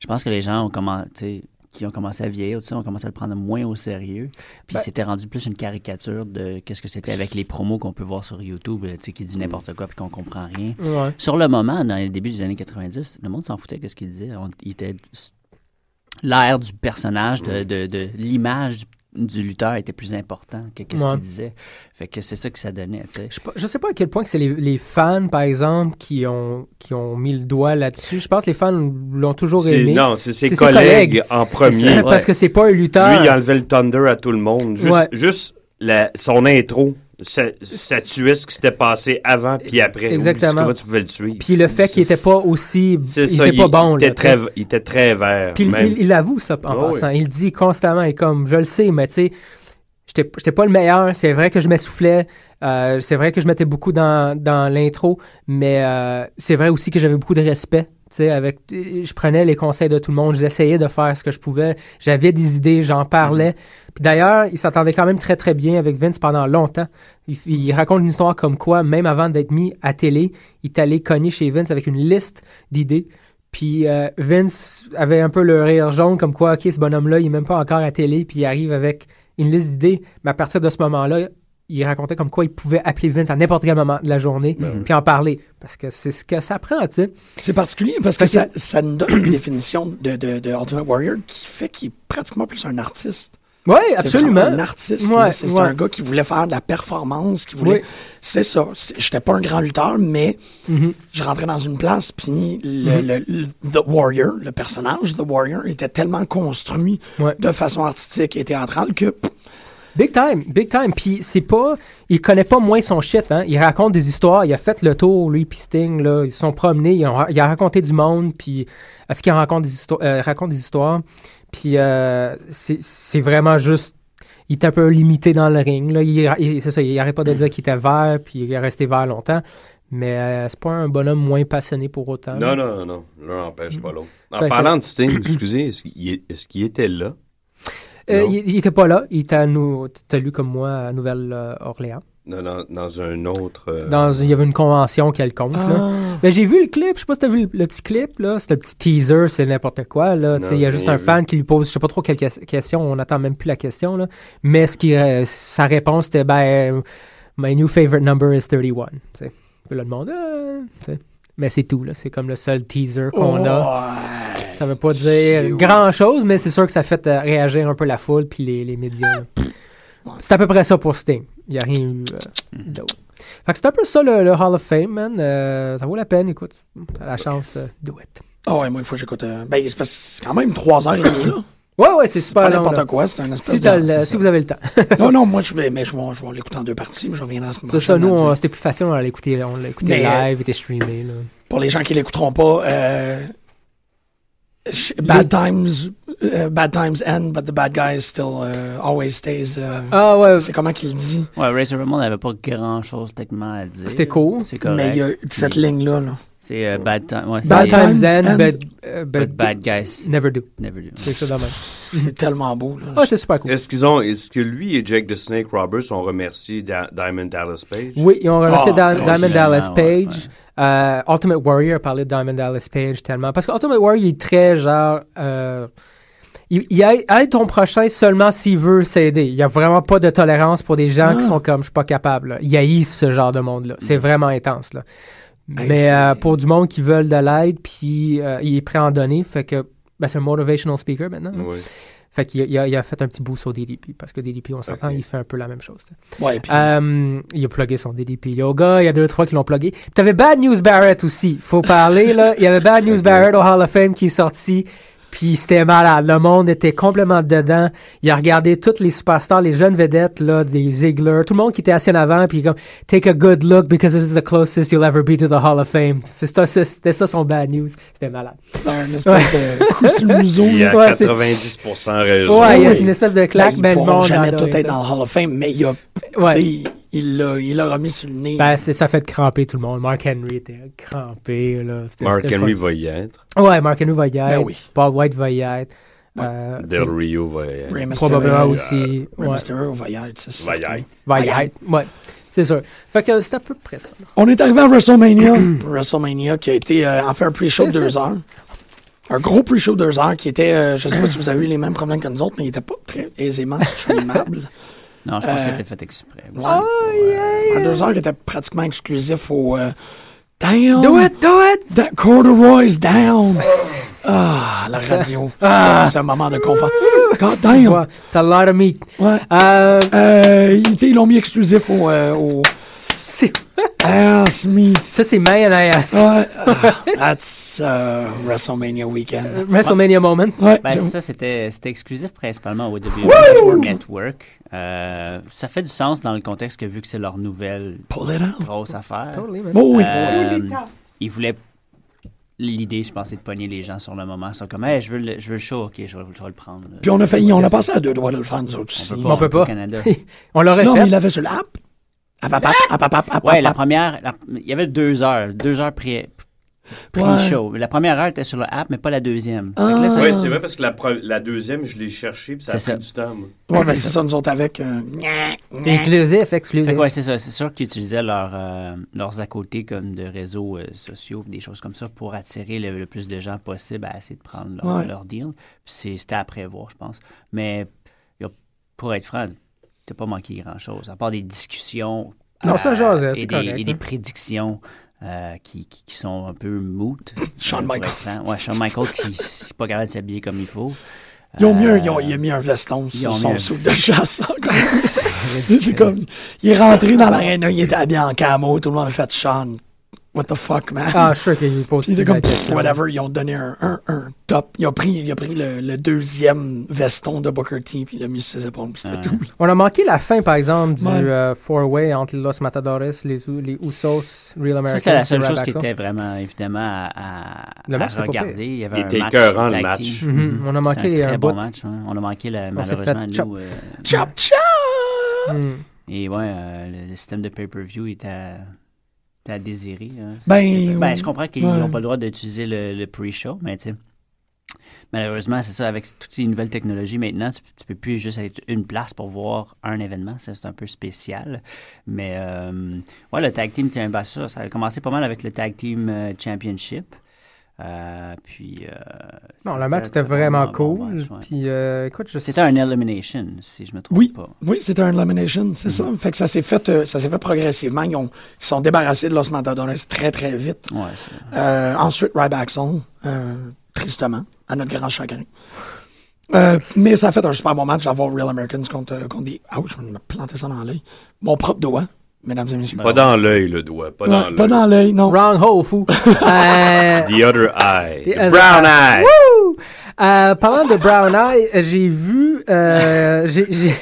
Speaker 6: je pense que les gens ont commencé, qui ont commencé à vieillir, tu sais, ont commencé à le prendre moins au sérieux. Puis
Speaker 5: Ben-
Speaker 6: c'était rendu plus une caricature de qu'est-ce que c'était avec les promos qu'on peut voir sur YouTube, euh, tu sais, qui dit n'importe quoi puis qu'on comprend rien.
Speaker 5: Ouais.
Speaker 6: Sur le moment, dans le début des années 90, le monde s'en foutait de ce qu'il disait. On- il était l'air du personnage, de, de- de- l'image du, du lutteur était plus important que ce
Speaker 5: Ouais.
Speaker 6: qu'il disait. Fait que c'est ça que ça donnait. tu sais.
Speaker 5: Je, sais pas- je sais pas à quel point que c'est les, les fans, par exemple, qui ont, qui ont mis le doigt là-dessus. Je pense que les fans l'ont toujours
Speaker 7: C'est-
Speaker 5: aimé.
Speaker 7: Non, c'est ses
Speaker 5: C'est ses
Speaker 7: collègues
Speaker 5: collègues.
Speaker 7: en
Speaker 6: ça.
Speaker 7: premier.
Speaker 6: Ouais.
Speaker 5: Parce que c'est pas un lutteur.
Speaker 7: Lui, il enlevait le thunder à tout le monde. Juste,
Speaker 5: Ouais.
Speaker 7: juste la- son intro, ça, ça tuait ce qui s'était passé avant puis après.
Speaker 5: Exactement.
Speaker 7: Oublie- Comment tu pouvais le suivre?
Speaker 5: Puis le fait qu'il était pas aussi.
Speaker 7: C'est
Speaker 5: il
Speaker 7: ça,
Speaker 5: était pas bon.
Speaker 7: il,
Speaker 5: là,
Speaker 7: était très,
Speaker 5: t'sais.
Speaker 7: il était très vert.
Speaker 5: Puis il-
Speaker 7: même.
Speaker 5: il, il avoue ça en
Speaker 7: Ah oui.
Speaker 5: passant. Il dit constamment, et comme, je le sais, mais tu sais, j'étais j'étais pas le meilleur. C'est vrai que je m'essoufflais. euh, c'est vrai que je mettais beaucoup dans, dans l'intro. Mais euh, c'est vrai aussi que j'avais beaucoup de respect. tu sais, Avec, je prenais les conseils de tout le monde, j'essayais de faire ce que je pouvais, j'avais des idées, j'en parlais. Puis d'ailleurs, il s'entendait quand même très très bien avec Vince pendant longtemps. Il, il raconte une histoire comme quoi, même avant d'être mis à télé, il est allé cogner chez Vince avec une liste d'idées. Puis euh, Vince avait un peu le rire jaune comme quoi, OK, ce bonhomme-là, il est même pas encore à télé, puis il arrive avec une liste d'idées. Mais à partir de ce moment-là, il racontait comme quoi il pouvait appeler Vince à n'importe quel moment de la journée,
Speaker 8: Ben
Speaker 5: puis en parler. Parce que c'est ce que ça prend, tu sais.
Speaker 8: C'est particulier parce que
Speaker 5: Fait que-
Speaker 8: ça, ça nous donne une définition de, de, de Ultimate Warrior qui fait qu'il est pratiquement plus un artiste.
Speaker 5: Oui,
Speaker 8: C'est
Speaker 5: absolument.
Speaker 8: vraiment un artiste.
Speaker 5: Ouais,
Speaker 8: là. c'est c'est
Speaker 5: ouais.
Speaker 8: un gars qui voulait faire de la performance, qui
Speaker 5: Oui.
Speaker 8: voulait. C'est ça. C'est- J'étais pas un grand lutteur, mais
Speaker 5: Mm-hmm.
Speaker 8: je rentrais dans une place, puis le, le- le- The Warrior, le personnage The Warrior, était tellement construit
Speaker 5: Ouais.
Speaker 8: de façon artistique et théâtrale que pff,
Speaker 5: Big time, big time. Puis c'est pas, il connaît pas moins son shit. Hein. Il raconte des histoires. Il a fait le tour, lui, puis Sting. Là, ils se sont promenés. Il a, il a raconté du monde. Puis est-ce qu'il raconte des histoires euh, Raconte des histoires. Puis euh, c'est c'est vraiment juste. Il était un peu limité dans le ring. Là. Il, il- c'est ça, il arrête pas de dire qu'il était vert, puis il est resté vert longtemps. Mais euh, c'est pas un bonhomme moins passionné pour autant.
Speaker 7: Non, non, non, non. L'un n'empêche pas l'autre. En
Speaker 5: Fait que-
Speaker 7: parlant de Sting, excusez, est-ce qu'il est- est-ce qu'il était là?
Speaker 5: Euh,
Speaker 7: Non.
Speaker 5: il, il était pas là. Il était à nous, t'as lu comme moi à Nouvelle-Orléans.
Speaker 7: Non, non, dans un autre... euh, Ah.
Speaker 5: Dans, il y avait une convention quelconque. là. Mais j'ai vu le clip, je sais pas si t'as vu le, le petit clip, là. C'est le petit teaser, c'est n'importe quoi, là. Tu sais,
Speaker 7: Non,
Speaker 5: Il y a
Speaker 7: j'ai
Speaker 5: juste
Speaker 7: rien
Speaker 5: un
Speaker 7: vu.
Speaker 5: fan qui lui pose, je sais pas trop quelle que- question, on n'attend même plus la question, là. Mais ce qui, euh, sa réponse était, ben, my new favorite number is 31. Tu sais. Puis là, le monde, Ah, tu sais. Mais c'est tout, là. C'est comme le seul teaser qu'on a. Ça veut pas dire grand chose, mais c'est sûr que ça fait euh, réagir un peu la foule puis les, les médias. là. C'est à peu près ça pour Sting. Il n'y a rien eu euh,
Speaker 8: Mm.
Speaker 5: d'autre. Fait que c'est un peu ça le, le Hall of Fame, man. Euh, ça vaut la peine, écoute. T'as la chance, euh, do it.
Speaker 8: Ah ouais, moi, il faut que j'écoute. euh, Ben, c'est parce que c'est quand même trois heures et demie, là.
Speaker 5: Ouais, ouais, c'est super
Speaker 8: Pas
Speaker 5: long. là.
Speaker 8: n'importe quoi, c'est un espèce
Speaker 5: Si,
Speaker 8: de.
Speaker 5: t'as le- si
Speaker 8: c'est
Speaker 5: vous avez le temps.
Speaker 8: ça. Non, non, moi, je vais, mais je vais, je vais l'écouter en deux parties, mais je reviendrai à ce moment
Speaker 5: C'est ça, nous, on- c'était plus facile, on l'a écouté, on l'a écouté
Speaker 8: Mais, euh,
Speaker 5: live, il était streamé. Là.
Speaker 8: Pour les gens qui l'écouteront pas, euh, ch- Bad Times, euh, Bad Times end, but the bad guy still euh, always stays. euh,
Speaker 5: Ah ouais,
Speaker 8: C'est comment qu'il dit,
Speaker 6: Ouais, Razor Ramon n'avait pas grand-chose techniquement à dire.
Speaker 5: C'était cool.
Speaker 6: C'est correct.
Speaker 8: mais il y a cette ligne-là. là.
Speaker 6: C'est euh, Bad Time. Ouais,
Speaker 5: Bad
Speaker 6: c'est-
Speaker 5: Times
Speaker 8: Times
Speaker 5: End,
Speaker 8: End,
Speaker 5: but, euh, but,
Speaker 6: But Bad Guys
Speaker 5: Never Do.
Speaker 6: Never Do.
Speaker 5: C'est ça, de même.
Speaker 8: C'est tellement beau. Là.
Speaker 5: Ah, c'était super cool.
Speaker 7: Est-ce qu'ils ont, est-ce que lui et Jake the Snake Roberts ont remercié Da- Diamond Dallas Page?
Speaker 5: Oui, ils ont remercié
Speaker 8: Ah,
Speaker 5: Da-
Speaker 6: oui,
Speaker 5: Diamond
Speaker 6: finalement,
Speaker 5: Dallas Page.
Speaker 6: ouais,
Speaker 5: Euh, Ultimate Warrior a parlé de Diamond Dallas Page tellement. Parce que Ultimate Warrior, il est très genre. euh, il, il aide aide ton prochain seulement s'il veut s'aider. Il n'y a vraiment pas de tolérance pour des gens qui sont comme je suis pas capable. là. Ils haïssent ce genre de monde-là. C'est vraiment intense. Là.
Speaker 8: Hey,
Speaker 5: Mais
Speaker 8: c'est-
Speaker 5: euh, pour du monde qui veulent de l'aide, puis euh, il est prêt à en donner. Fait que ben, c'est un motivational speaker maintenant.
Speaker 7: Oui.
Speaker 5: Fait qu'il a, il a- il a fait un petit boost au DDP. Parce que DDP, on s'entend, il fait un peu la même chose. tu sais.
Speaker 8: Ouais, puis-
Speaker 5: Euh, il a plugué son DDP Yoga. Il y a deux, trois qui l'ont plugué. Puis t'avais Bad News Barrett aussi. Faut parler, là. Il y avait Bad News Barrett au Hall of Fame qui est sorti. Puis c'était malade. Le monde était complètement dedans. Il a regardé toutes les superstars, les jeunes vedettes, là, des Ziggler, tout le monde qui était assis en avant. Puis il est comme, take a good look because this is the closest you'll ever be to the Hall of Fame. C'est ça- c'est- C'était ça son bad news. C'était malade.
Speaker 8: C'est un espèce de coup sur le museau.
Speaker 7: Il y a
Speaker 5: Ouais, c'est-
Speaker 7: 90 raison.
Speaker 5: Ouais, il y a
Speaker 8: oui.
Speaker 5: une espèce de claque,
Speaker 8: Clac,
Speaker 5: mais
Speaker 8: ben,
Speaker 5: le
Speaker 8: ils pourront
Speaker 5: monde
Speaker 8: jamais
Speaker 5: a
Speaker 8: tout
Speaker 5: adoré
Speaker 8: être
Speaker 5: ça.
Speaker 8: dans le Hall of Fame, mais il a,
Speaker 5: Ouais.
Speaker 8: tu sais, il- il l'a, il l'a remis sur le nez.
Speaker 5: Ben, c'est- ça fait cramper tout le monde. Mark Henry était crampé. Là. C'était-
Speaker 7: Mark
Speaker 5: c'était
Speaker 7: Henry
Speaker 5: fun.
Speaker 7: va y être.
Speaker 5: Ouais, Mark Henry va y être.
Speaker 8: Ben oui.
Speaker 5: Paul White va y être. Euh,
Speaker 7: Del Rio va y être.
Speaker 8: Rey Mysterio,
Speaker 5: probablement
Speaker 8: euh,
Speaker 5: aussi.
Speaker 8: Rey
Speaker 5: ouais.
Speaker 8: Mysterio va y être, c'est
Speaker 7: Va y
Speaker 8: certain.
Speaker 7: être.
Speaker 5: Va y
Speaker 8: Va y
Speaker 5: être. Ouais, c'est sûr. Fait que c'est à peu près ça.
Speaker 8: On est arrivé à WrestleMania. WrestleMania qui a été euh, en fait un pre-show de deux heures. Un gros pre-show de deux heures qui était, euh, je sais pas si vous avez eu les mêmes problèmes que nous autres, mais il était pas très aisément streamable.
Speaker 6: Non, je pense
Speaker 8: Euh,
Speaker 6: que c'était fait exprès. aussi.
Speaker 8: ouais.
Speaker 5: oh,
Speaker 8: Un deux heures qui était pratiquement exclusif au euh, Damn! Do it, do it! corduroy's down! ah, la radio. C'est un moment de confort. God damn!
Speaker 5: Ouais, ça a l'air de me.
Speaker 8: Ouais.
Speaker 5: Euh,
Speaker 8: Euh, ils tu sais, ils l'ont mis exclusif au, euh, au
Speaker 5: c'est-
Speaker 8: Ass Meet.
Speaker 5: ça, c'est mayonnaise.
Speaker 8: Ouais, ah, that's euh, WrestleMania
Speaker 5: Euh.
Speaker 8: weekend.
Speaker 5: WrestleMania moment.
Speaker 8: Ouais,
Speaker 6: Ben,
Speaker 8: j'avoue.
Speaker 6: ça, c'était c'était exclusif principalement au WWE Network. Euh, ça fait du sens dans le contexte que, vu que c'est leur nouvelle
Speaker 8: pull it out.
Speaker 6: grosse affaire,
Speaker 5: Totally, man.
Speaker 8: Bon, oui.
Speaker 6: euh, ils voulaient. L'idée, je pense, c'est de pogner les gens sur le moment. Ils sont comme, hey, je veux le, je veux le show, ok, je vais, je vais le prendre.
Speaker 8: Puis on a failli, on a passé à deux doigts de le faire nous autres aussi.
Speaker 5: On peut pas.
Speaker 6: Au Canada.
Speaker 5: On l'aurait
Speaker 8: Non, mais
Speaker 5: fait.
Speaker 8: il l'avait sur l'app. App, app, app, app, app, app, app,
Speaker 6: Ouais,
Speaker 8: app,
Speaker 6: la
Speaker 8: app.
Speaker 6: première, la- il y avait deux heures, deux heures pré- pré-show. La première heure était sur le app, mais pas la deuxième. Fait
Speaker 5: Ah.
Speaker 6: que là, ça-
Speaker 7: Oui, c'est vrai parce que la, pre- la deuxième, je l'ai cherchée puis ça a
Speaker 6: C'est
Speaker 7: pris
Speaker 6: ça.
Speaker 7: du temps. moi.
Speaker 8: Ouais, ben c'est ça, nous autres avec. euh, gna, gna.
Speaker 5: Exclusif,
Speaker 6: Fait
Speaker 5: exclusif.
Speaker 6: que ouais, c'est ça. C'est sûr qu'ils utilisaient leur, euh, leurs à côté comme de réseaux euh, sociaux, des choses comme ça, pour attirer le, le plus de gens possible à essayer de prendre leur,
Speaker 8: Ouais.
Speaker 6: leur deal. Puis c'est- c'était à prévoir, je pense. Mais y a- pour être franc, t'as pas manqué grand-chose, à part des discussions
Speaker 5: Non, ça jasait, c'est
Speaker 6: et, des,
Speaker 5: correct,
Speaker 6: et des
Speaker 5: hein.
Speaker 6: prédictions. euh, qui, qui, qui sont un peu moot.
Speaker 8: Shawn
Speaker 6: euh, pour être
Speaker 8: Michaels.
Speaker 6: franc. Ouais, Shawn Michaels qui n'est pas capable de s'habiller comme il faut.
Speaker 8: Ils ont mis un,
Speaker 6: Euh,
Speaker 8: ils ont, il a mis un veston
Speaker 6: ils
Speaker 8: sur
Speaker 6: ont mis
Speaker 8: son
Speaker 6: un-
Speaker 8: soupe de chasse.
Speaker 5: Ah,
Speaker 8: c'est comme, il est rentré dans l'arène, il était habillé en camo, tout le monde a fait Sean, what the fuck, man.
Speaker 5: Ah, ben, je suis sûr qu'il pose
Speaker 8: Puis il
Speaker 5: plus
Speaker 8: était
Speaker 5: de la
Speaker 8: comme,
Speaker 5: question.
Speaker 8: whatever, ils ont donné un, un, un top. Il a pris, il a pris le, le deuxième veston de Booker T, puis il l'a mis sur ses épaules, puis c'était
Speaker 6: Ouais.
Speaker 8: tout.
Speaker 5: On a manqué la fin, par exemple, du
Speaker 8: Ouais.
Speaker 5: euh, four-way entre Los Matadores, les, Ou- les Usos, Real Americans.
Speaker 6: Ça, c'était la
Speaker 5: et
Speaker 6: seule
Speaker 5: Ryback
Speaker 6: chose qui
Speaker 5: Show.
Speaker 6: était vraiment, évidemment, à, à-
Speaker 5: Le
Speaker 6: à
Speaker 5: match, c'était pas
Speaker 6: regarder. Il y avait
Speaker 7: Il
Speaker 6: un
Speaker 7: était
Speaker 6: match
Speaker 7: écœurant, le
Speaker 6: tag
Speaker 7: match.
Speaker 6: team.
Speaker 5: Mhm. On a manqué
Speaker 6: C'était un très
Speaker 5: un
Speaker 6: bon
Speaker 5: bout.
Speaker 6: match. hein. On a manqué, la-
Speaker 5: On s'est fait
Speaker 6: malheureusement,
Speaker 5: chop.
Speaker 6: nous. euh,
Speaker 8: Chop, chop!
Speaker 5: Hmm.
Speaker 6: et ouais, euh, le, le système de pay-per-view était à, était à désirer. hein.
Speaker 8: Ben,
Speaker 6: Ben, je comprends qu'ils
Speaker 8: ouais.
Speaker 6: n'ont pas le droit d'utiliser le, le pre-show, mais tu sais, malheureusement, c'est ça, avec toutes ces nouvelles technologies maintenant, tu, tu peux plus juste être une place pour voir un événement, ça c'est un peu spécial. Mais euh, ouais, le tag team, tiens, ben, ça, ça a commencé pas mal avec le tag team euh, championship. Euh, puis. euh,
Speaker 5: Non,
Speaker 6: ça,
Speaker 5: le match était
Speaker 6: un
Speaker 5: vraiment
Speaker 6: bon
Speaker 5: cool.
Speaker 6: match, ouais.
Speaker 5: Puis, euh, écoute, je
Speaker 6: C'était un elimination, si je me trompe
Speaker 8: Oui.
Speaker 6: pas.
Speaker 8: Oui, c'était un lamination, c'est ça. Fait que ça s'est fait, euh, ça s'est fait progressivement. Ils, ont, ils sont débarrassés de Los Matadores très, très vite.
Speaker 6: Ouais, c'est-
Speaker 8: Euh, ensuite, Ryback Zone, euh, tristement, à notre grand chagrin. Euh, mais ça a fait un super bon match d'avoir Real Americans contre, euh, contre des... Ouch, je me planter ça dans l'œil. Mon propre doigt, mesdames et messieurs.
Speaker 7: Pas dans l'œil, le doigt. Pas dans
Speaker 8: Ouais, pas
Speaker 7: l'œil.
Speaker 8: dans l'œil, non.
Speaker 5: Wrong hole, fou. Euh,
Speaker 7: The other eye.
Speaker 5: The
Speaker 7: The,
Speaker 5: other
Speaker 7: brown eye.
Speaker 5: Wouh! Euh, parlant de Brown Eye, euh, j'ai vu, euh, j'ai- j'ai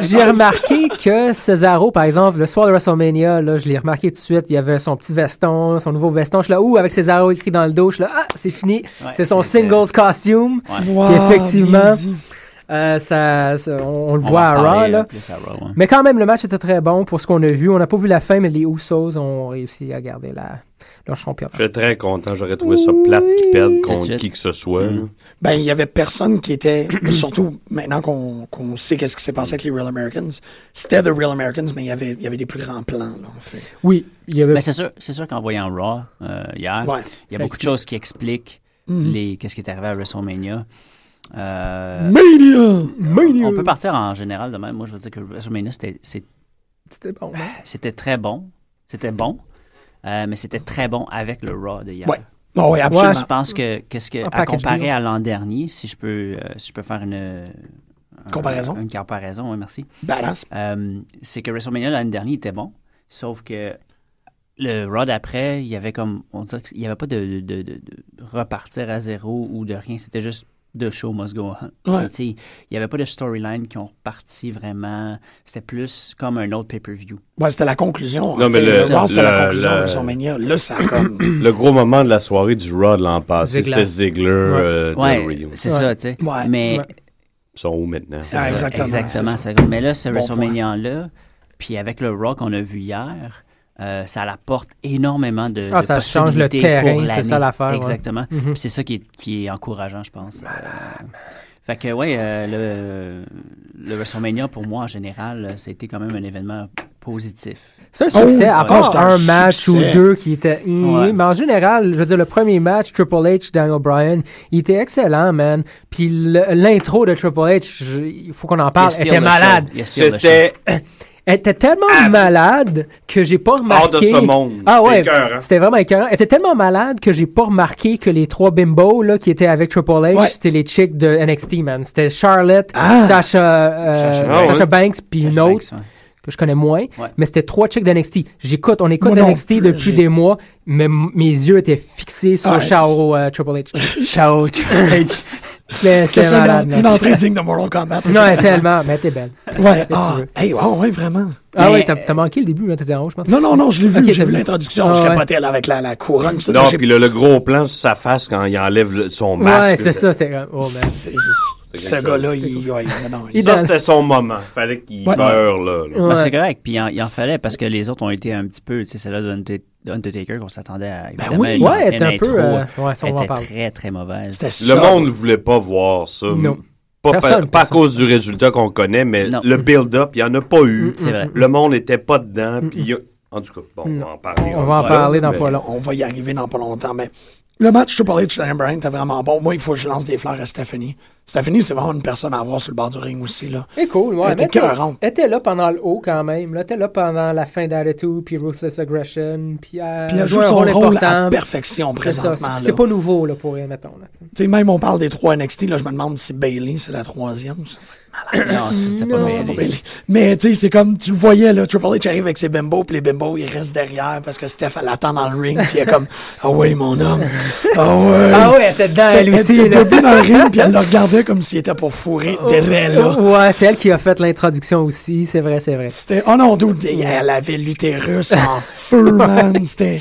Speaker 5: j'ai remarqué que Cesaro, par exemple, le soir de WrestleMania, là, je l'ai remarqué tout de suite, il avait son petit veston, son nouveau veston, je suis là, ouh, avec Cesaro écrit dans le dos, je suis là, ah, c'est fini,
Speaker 6: Ouais,
Speaker 5: c'est son
Speaker 6: c'était-
Speaker 5: singles costume.
Speaker 8: Wow,
Speaker 5: Puis effectivement,
Speaker 8: bien dit.
Speaker 5: Euh, ça, ça- on, on le
Speaker 6: On
Speaker 5: voit
Speaker 6: va
Speaker 5: à
Speaker 6: en
Speaker 5: Raw,
Speaker 6: reparler,
Speaker 5: là.
Speaker 6: euh, plus à Raw, ouais.
Speaker 5: Mais quand même, le match était très bon pour ce qu'on a vu. On n'a pas vu la fin, mais les Usos ont réussi à garder la, leur championnat.
Speaker 7: Je suis très content. J'aurais trouvé ça plate qui perdent contre
Speaker 6: Legit.
Speaker 7: qui que ce soit.
Speaker 5: Mm.
Speaker 7: là.
Speaker 8: Ben, il y avait personne qui était, surtout maintenant qu'on qu'on sait qu'est-ce qui s'est passé avec les Real Americans, c'était The Real Americans, mais il y avait, il y avait des plus grands plans, là, en fait.
Speaker 5: Oui, il y avait
Speaker 6: Mais Ben, c'est sûr, c'est sûr qu'en voyant Raw euh, hier,
Speaker 8: Ouais. Mm-hmm.
Speaker 6: il y a beaucoup de choses qui expliquent les, qu'est-ce qui est arrivé à WrestleMania. Euh,
Speaker 8: Mania!
Speaker 6: on peut partir en général de même. Moi, je veux dire que WrestleMania, c'était, c'est-
Speaker 5: C'était bon. hein. non?
Speaker 6: c'était très bon. C'était bon, euh, mais c'était très bon avec le Raw de hier.
Speaker 8: Ouais. Oh, oui, absolument.
Speaker 6: Je pense que, qu'est-ce que
Speaker 5: Un
Speaker 6: à
Speaker 5: package
Speaker 6: comparer
Speaker 5: deal.
Speaker 6: à l'an dernier, si je peux, euh, si je peux faire une un-
Speaker 8: Comparaison.
Speaker 6: une comparaison, oui, merci.
Speaker 8: Badass.
Speaker 6: Euh, c'est que WrestleMania l'année dernière était bon, sauf que le Raw d'après, il y avait comme. On dirait qu'il n'y avait pas de, de- de- de repartir à zéro ou de rien. C'était juste The show must go on.
Speaker 8: Ouais.
Speaker 6: Tu sais, Il n'y avait pas de storyline qui ont reparti vraiment. C'était plus comme un autre pay-per-view.
Speaker 8: Ouais, c'était la conclusion.
Speaker 7: Non,
Speaker 8: en
Speaker 7: mais
Speaker 8: fait.
Speaker 7: le-
Speaker 8: Raw, c'était la
Speaker 7: le-
Speaker 8: conclusion
Speaker 7: le-
Speaker 8: de WrestleMania. Là, ça a comme.
Speaker 7: Le gros moment de la soirée du Raw de l'an passé,
Speaker 5: Ziggler.
Speaker 7: c'était Ziggler, euh, Del
Speaker 6: Ouais,
Speaker 7: Rio.
Speaker 6: c'est
Speaker 5: Ouais.
Speaker 6: ça, tu sais.
Speaker 8: Ouais.
Speaker 6: Mais
Speaker 5: Ouais.
Speaker 7: Ils sont où maintenant?
Speaker 6: c'est
Speaker 8: Ah,
Speaker 6: ça,
Speaker 8: exactement,
Speaker 6: exactement,
Speaker 8: c'est
Speaker 6: c'est- Mais là, ce
Speaker 8: Bon
Speaker 6: WrestleMania-là, puis avec le Raw qu'on a vu hier, euh, ça apporte énormément de,
Speaker 5: Ah,
Speaker 6: de
Speaker 5: ça change le
Speaker 6: possibilités pour
Speaker 5: terrain, c'est
Speaker 6: l'année.
Speaker 5: ça l'affaire, ouais.
Speaker 6: Exactement.
Speaker 5: Mhm.
Speaker 6: Puis C'est ça qui est, qui est encourageant, je pense. Euh, fait que, ouais, euh, le, le WrestleMania, pour moi, en général, euh, c'était quand même un événement positif.
Speaker 5: C'est un succès,
Speaker 8: Oh,
Speaker 5: à
Speaker 8: oh,
Speaker 5: part
Speaker 8: c'est un
Speaker 5: ah, un, match
Speaker 8: succès.
Speaker 5: ou deux qui étaient... hum,
Speaker 6: Ouais.
Speaker 5: Mais en général, je veux dire, le premier match, Triple H, Daniel Bryan, il était excellent, man. Puis le- l'intro de Triple H, je- il faut qu'on en parle,
Speaker 6: Il y
Speaker 5: était
Speaker 6: a still the
Speaker 5: malade.
Speaker 6: show. Il y a still the
Speaker 7: C'était
Speaker 5: Elle était tellement malade que j'ai pas remarqué...
Speaker 7: Ah hors de ce monde.
Speaker 5: Ah ouais,
Speaker 7: C'était écœurant.
Speaker 5: c'était vraiment écœurant. Elle était tellement malade que j'ai pas remarqué que les trois bimbos là, qui étaient avec Triple H,
Speaker 8: Ouais.
Speaker 5: c'était les chicks de NXT, man. C'était Charlotte,
Speaker 8: Ah!
Speaker 5: Sasha, euh,
Speaker 6: Sasha
Speaker 7: Banks.
Speaker 5: Sasha Banks, puis
Speaker 6: show.
Speaker 5: une autre
Speaker 6: Banks, ouais.
Speaker 5: que je connais moins,
Speaker 6: Ouais.
Speaker 5: mais c'était trois chicks d'NXT. J'écoute, on écoute
Speaker 8: Moi non
Speaker 5: NXT
Speaker 8: plus,
Speaker 5: depuis
Speaker 8: j'ai-
Speaker 5: des mois, mais m- mes yeux étaient fixés sur
Speaker 8: Ah,
Speaker 5: Shao euh, Triple H.
Speaker 6: Ciao, Triple H.
Speaker 5: C'était c'était
Speaker 8: C'était
Speaker 5: malade.
Speaker 8: une,
Speaker 5: là.
Speaker 8: une entrée digne de Mortal Kombat.
Speaker 5: Non, elle est tellement, mais elle était belle.
Speaker 8: Ouais,
Speaker 5: tu
Speaker 8: ah,
Speaker 5: veux.
Speaker 8: hey, ouais, ouais, vraiment.
Speaker 5: Ah
Speaker 6: Mais-
Speaker 5: oui, t'as t'as manqué le début, hein, t'étais en haut, je pense.
Speaker 8: Non, non, non, je l'ai vu,
Speaker 5: Ok,
Speaker 8: j'ai
Speaker 5: t'as
Speaker 8: vu
Speaker 5: vu.
Speaker 8: l'introduction,
Speaker 5: Ah,
Speaker 8: je
Speaker 5: ouais.
Speaker 8: capotais là, avec la, la couronne. tout ça,
Speaker 7: Non,
Speaker 8: j'ai-
Speaker 7: puis là, le gros plan sur sa face quand il enlève le- son
Speaker 5: Ouais,
Speaker 7: masque.
Speaker 5: c'est ça, c'était comme, oh man.
Speaker 8: c'est-
Speaker 7: quelque
Speaker 8: ce
Speaker 7: chose.
Speaker 8: gars-là, il, ouais, il- non, il-
Speaker 5: Il
Speaker 7: Ça,
Speaker 5: donne-
Speaker 7: c'était son moment. Fallait qu'il
Speaker 8: Ouais.
Speaker 7: meure, là. là.
Speaker 5: Ouais.
Speaker 6: Ben, c'est correct. Puis il en, il en fallait parce que les autres ont été un petit peu, tu sais, celle-là d'Unta- d'Undertaker qu'on s'attendait à. évidemment,
Speaker 8: oui.
Speaker 6: une-
Speaker 5: Ben Ouais, elle était
Speaker 6: une
Speaker 5: un peu,
Speaker 6: intro,
Speaker 5: euh, ouais, ça, on
Speaker 6: elle
Speaker 5: va en
Speaker 6: était
Speaker 5: parler.
Speaker 6: très, très mauvaise.
Speaker 8: c'était
Speaker 7: Le
Speaker 8: ça.
Speaker 7: monde ne voulait pas voir ça.
Speaker 5: Non.
Speaker 7: Pas, pa-
Speaker 5: Personne,
Speaker 7: pas à
Speaker 5: personne.
Speaker 7: cause du résultat qu'on connaît, mais
Speaker 6: Non.
Speaker 7: le build-up, il n'y en a pas eu.
Speaker 6: C'est vrai.
Speaker 7: Le monde n'était pas dedans. Puis il y a- En tout cas, bon, on va en parler.
Speaker 5: On va en
Speaker 7: là,
Speaker 5: parler dans
Speaker 7: mais-
Speaker 5: pas long.
Speaker 8: On va y arriver dans pas longtemps, mais le match, je parlais de Shane Bryan, était vraiment bon. Moi, il faut que je lance des fleurs à Stephanie. Stephanie, c'est vraiment une personne à avoir sur le bord du ring aussi, là.
Speaker 5: Et Eh, cool, ouais.
Speaker 8: Elle était
Speaker 5: mais t'es-
Speaker 8: écœurante.
Speaker 5: Elle était là pendant le haut quand même. Là, elle était là pendant la fin d'Attitude, puis Ruthless Aggression, puis elle,
Speaker 8: Puis elle joue
Speaker 5: jouait un
Speaker 8: son
Speaker 5: rôle
Speaker 8: rôle
Speaker 5: important.
Speaker 8: à perfection
Speaker 5: C'est ça,
Speaker 8: présentement,
Speaker 5: c'est-
Speaker 8: là.
Speaker 5: C'est pas nouveau là, pour elle, mettons. Là, t'sais.
Speaker 8: Tu sais, même on parle des trois NXT, là, je me demande si Bailey, c'est la troisième.
Speaker 6: Non, c'est- c'est pas
Speaker 8: C'est pas
Speaker 6: vrai.
Speaker 8: Bayley. Mais tu sais, c'est comme tu le voyais, là, Triple H arrive avec ses bimbos, puis les bimbos, ils restent derrière parce que Steph, elle attend dans le ring, puis elle est comme Ah ouais, mon homme. Ah ouais.
Speaker 5: Ah ouais, elle était dedans, elle aussi.
Speaker 8: était
Speaker 5: là. Oh,
Speaker 8: debout dans le ring, puis elle le regardait comme s'il était pour fourrer derrière, là.
Speaker 5: Ouais, c'est elle qui a fait l'introduction aussi, c'est vrai, c'est vrai.
Speaker 8: C'était. Oh non, dude, elle avait l'utérus en feu, man. C'était.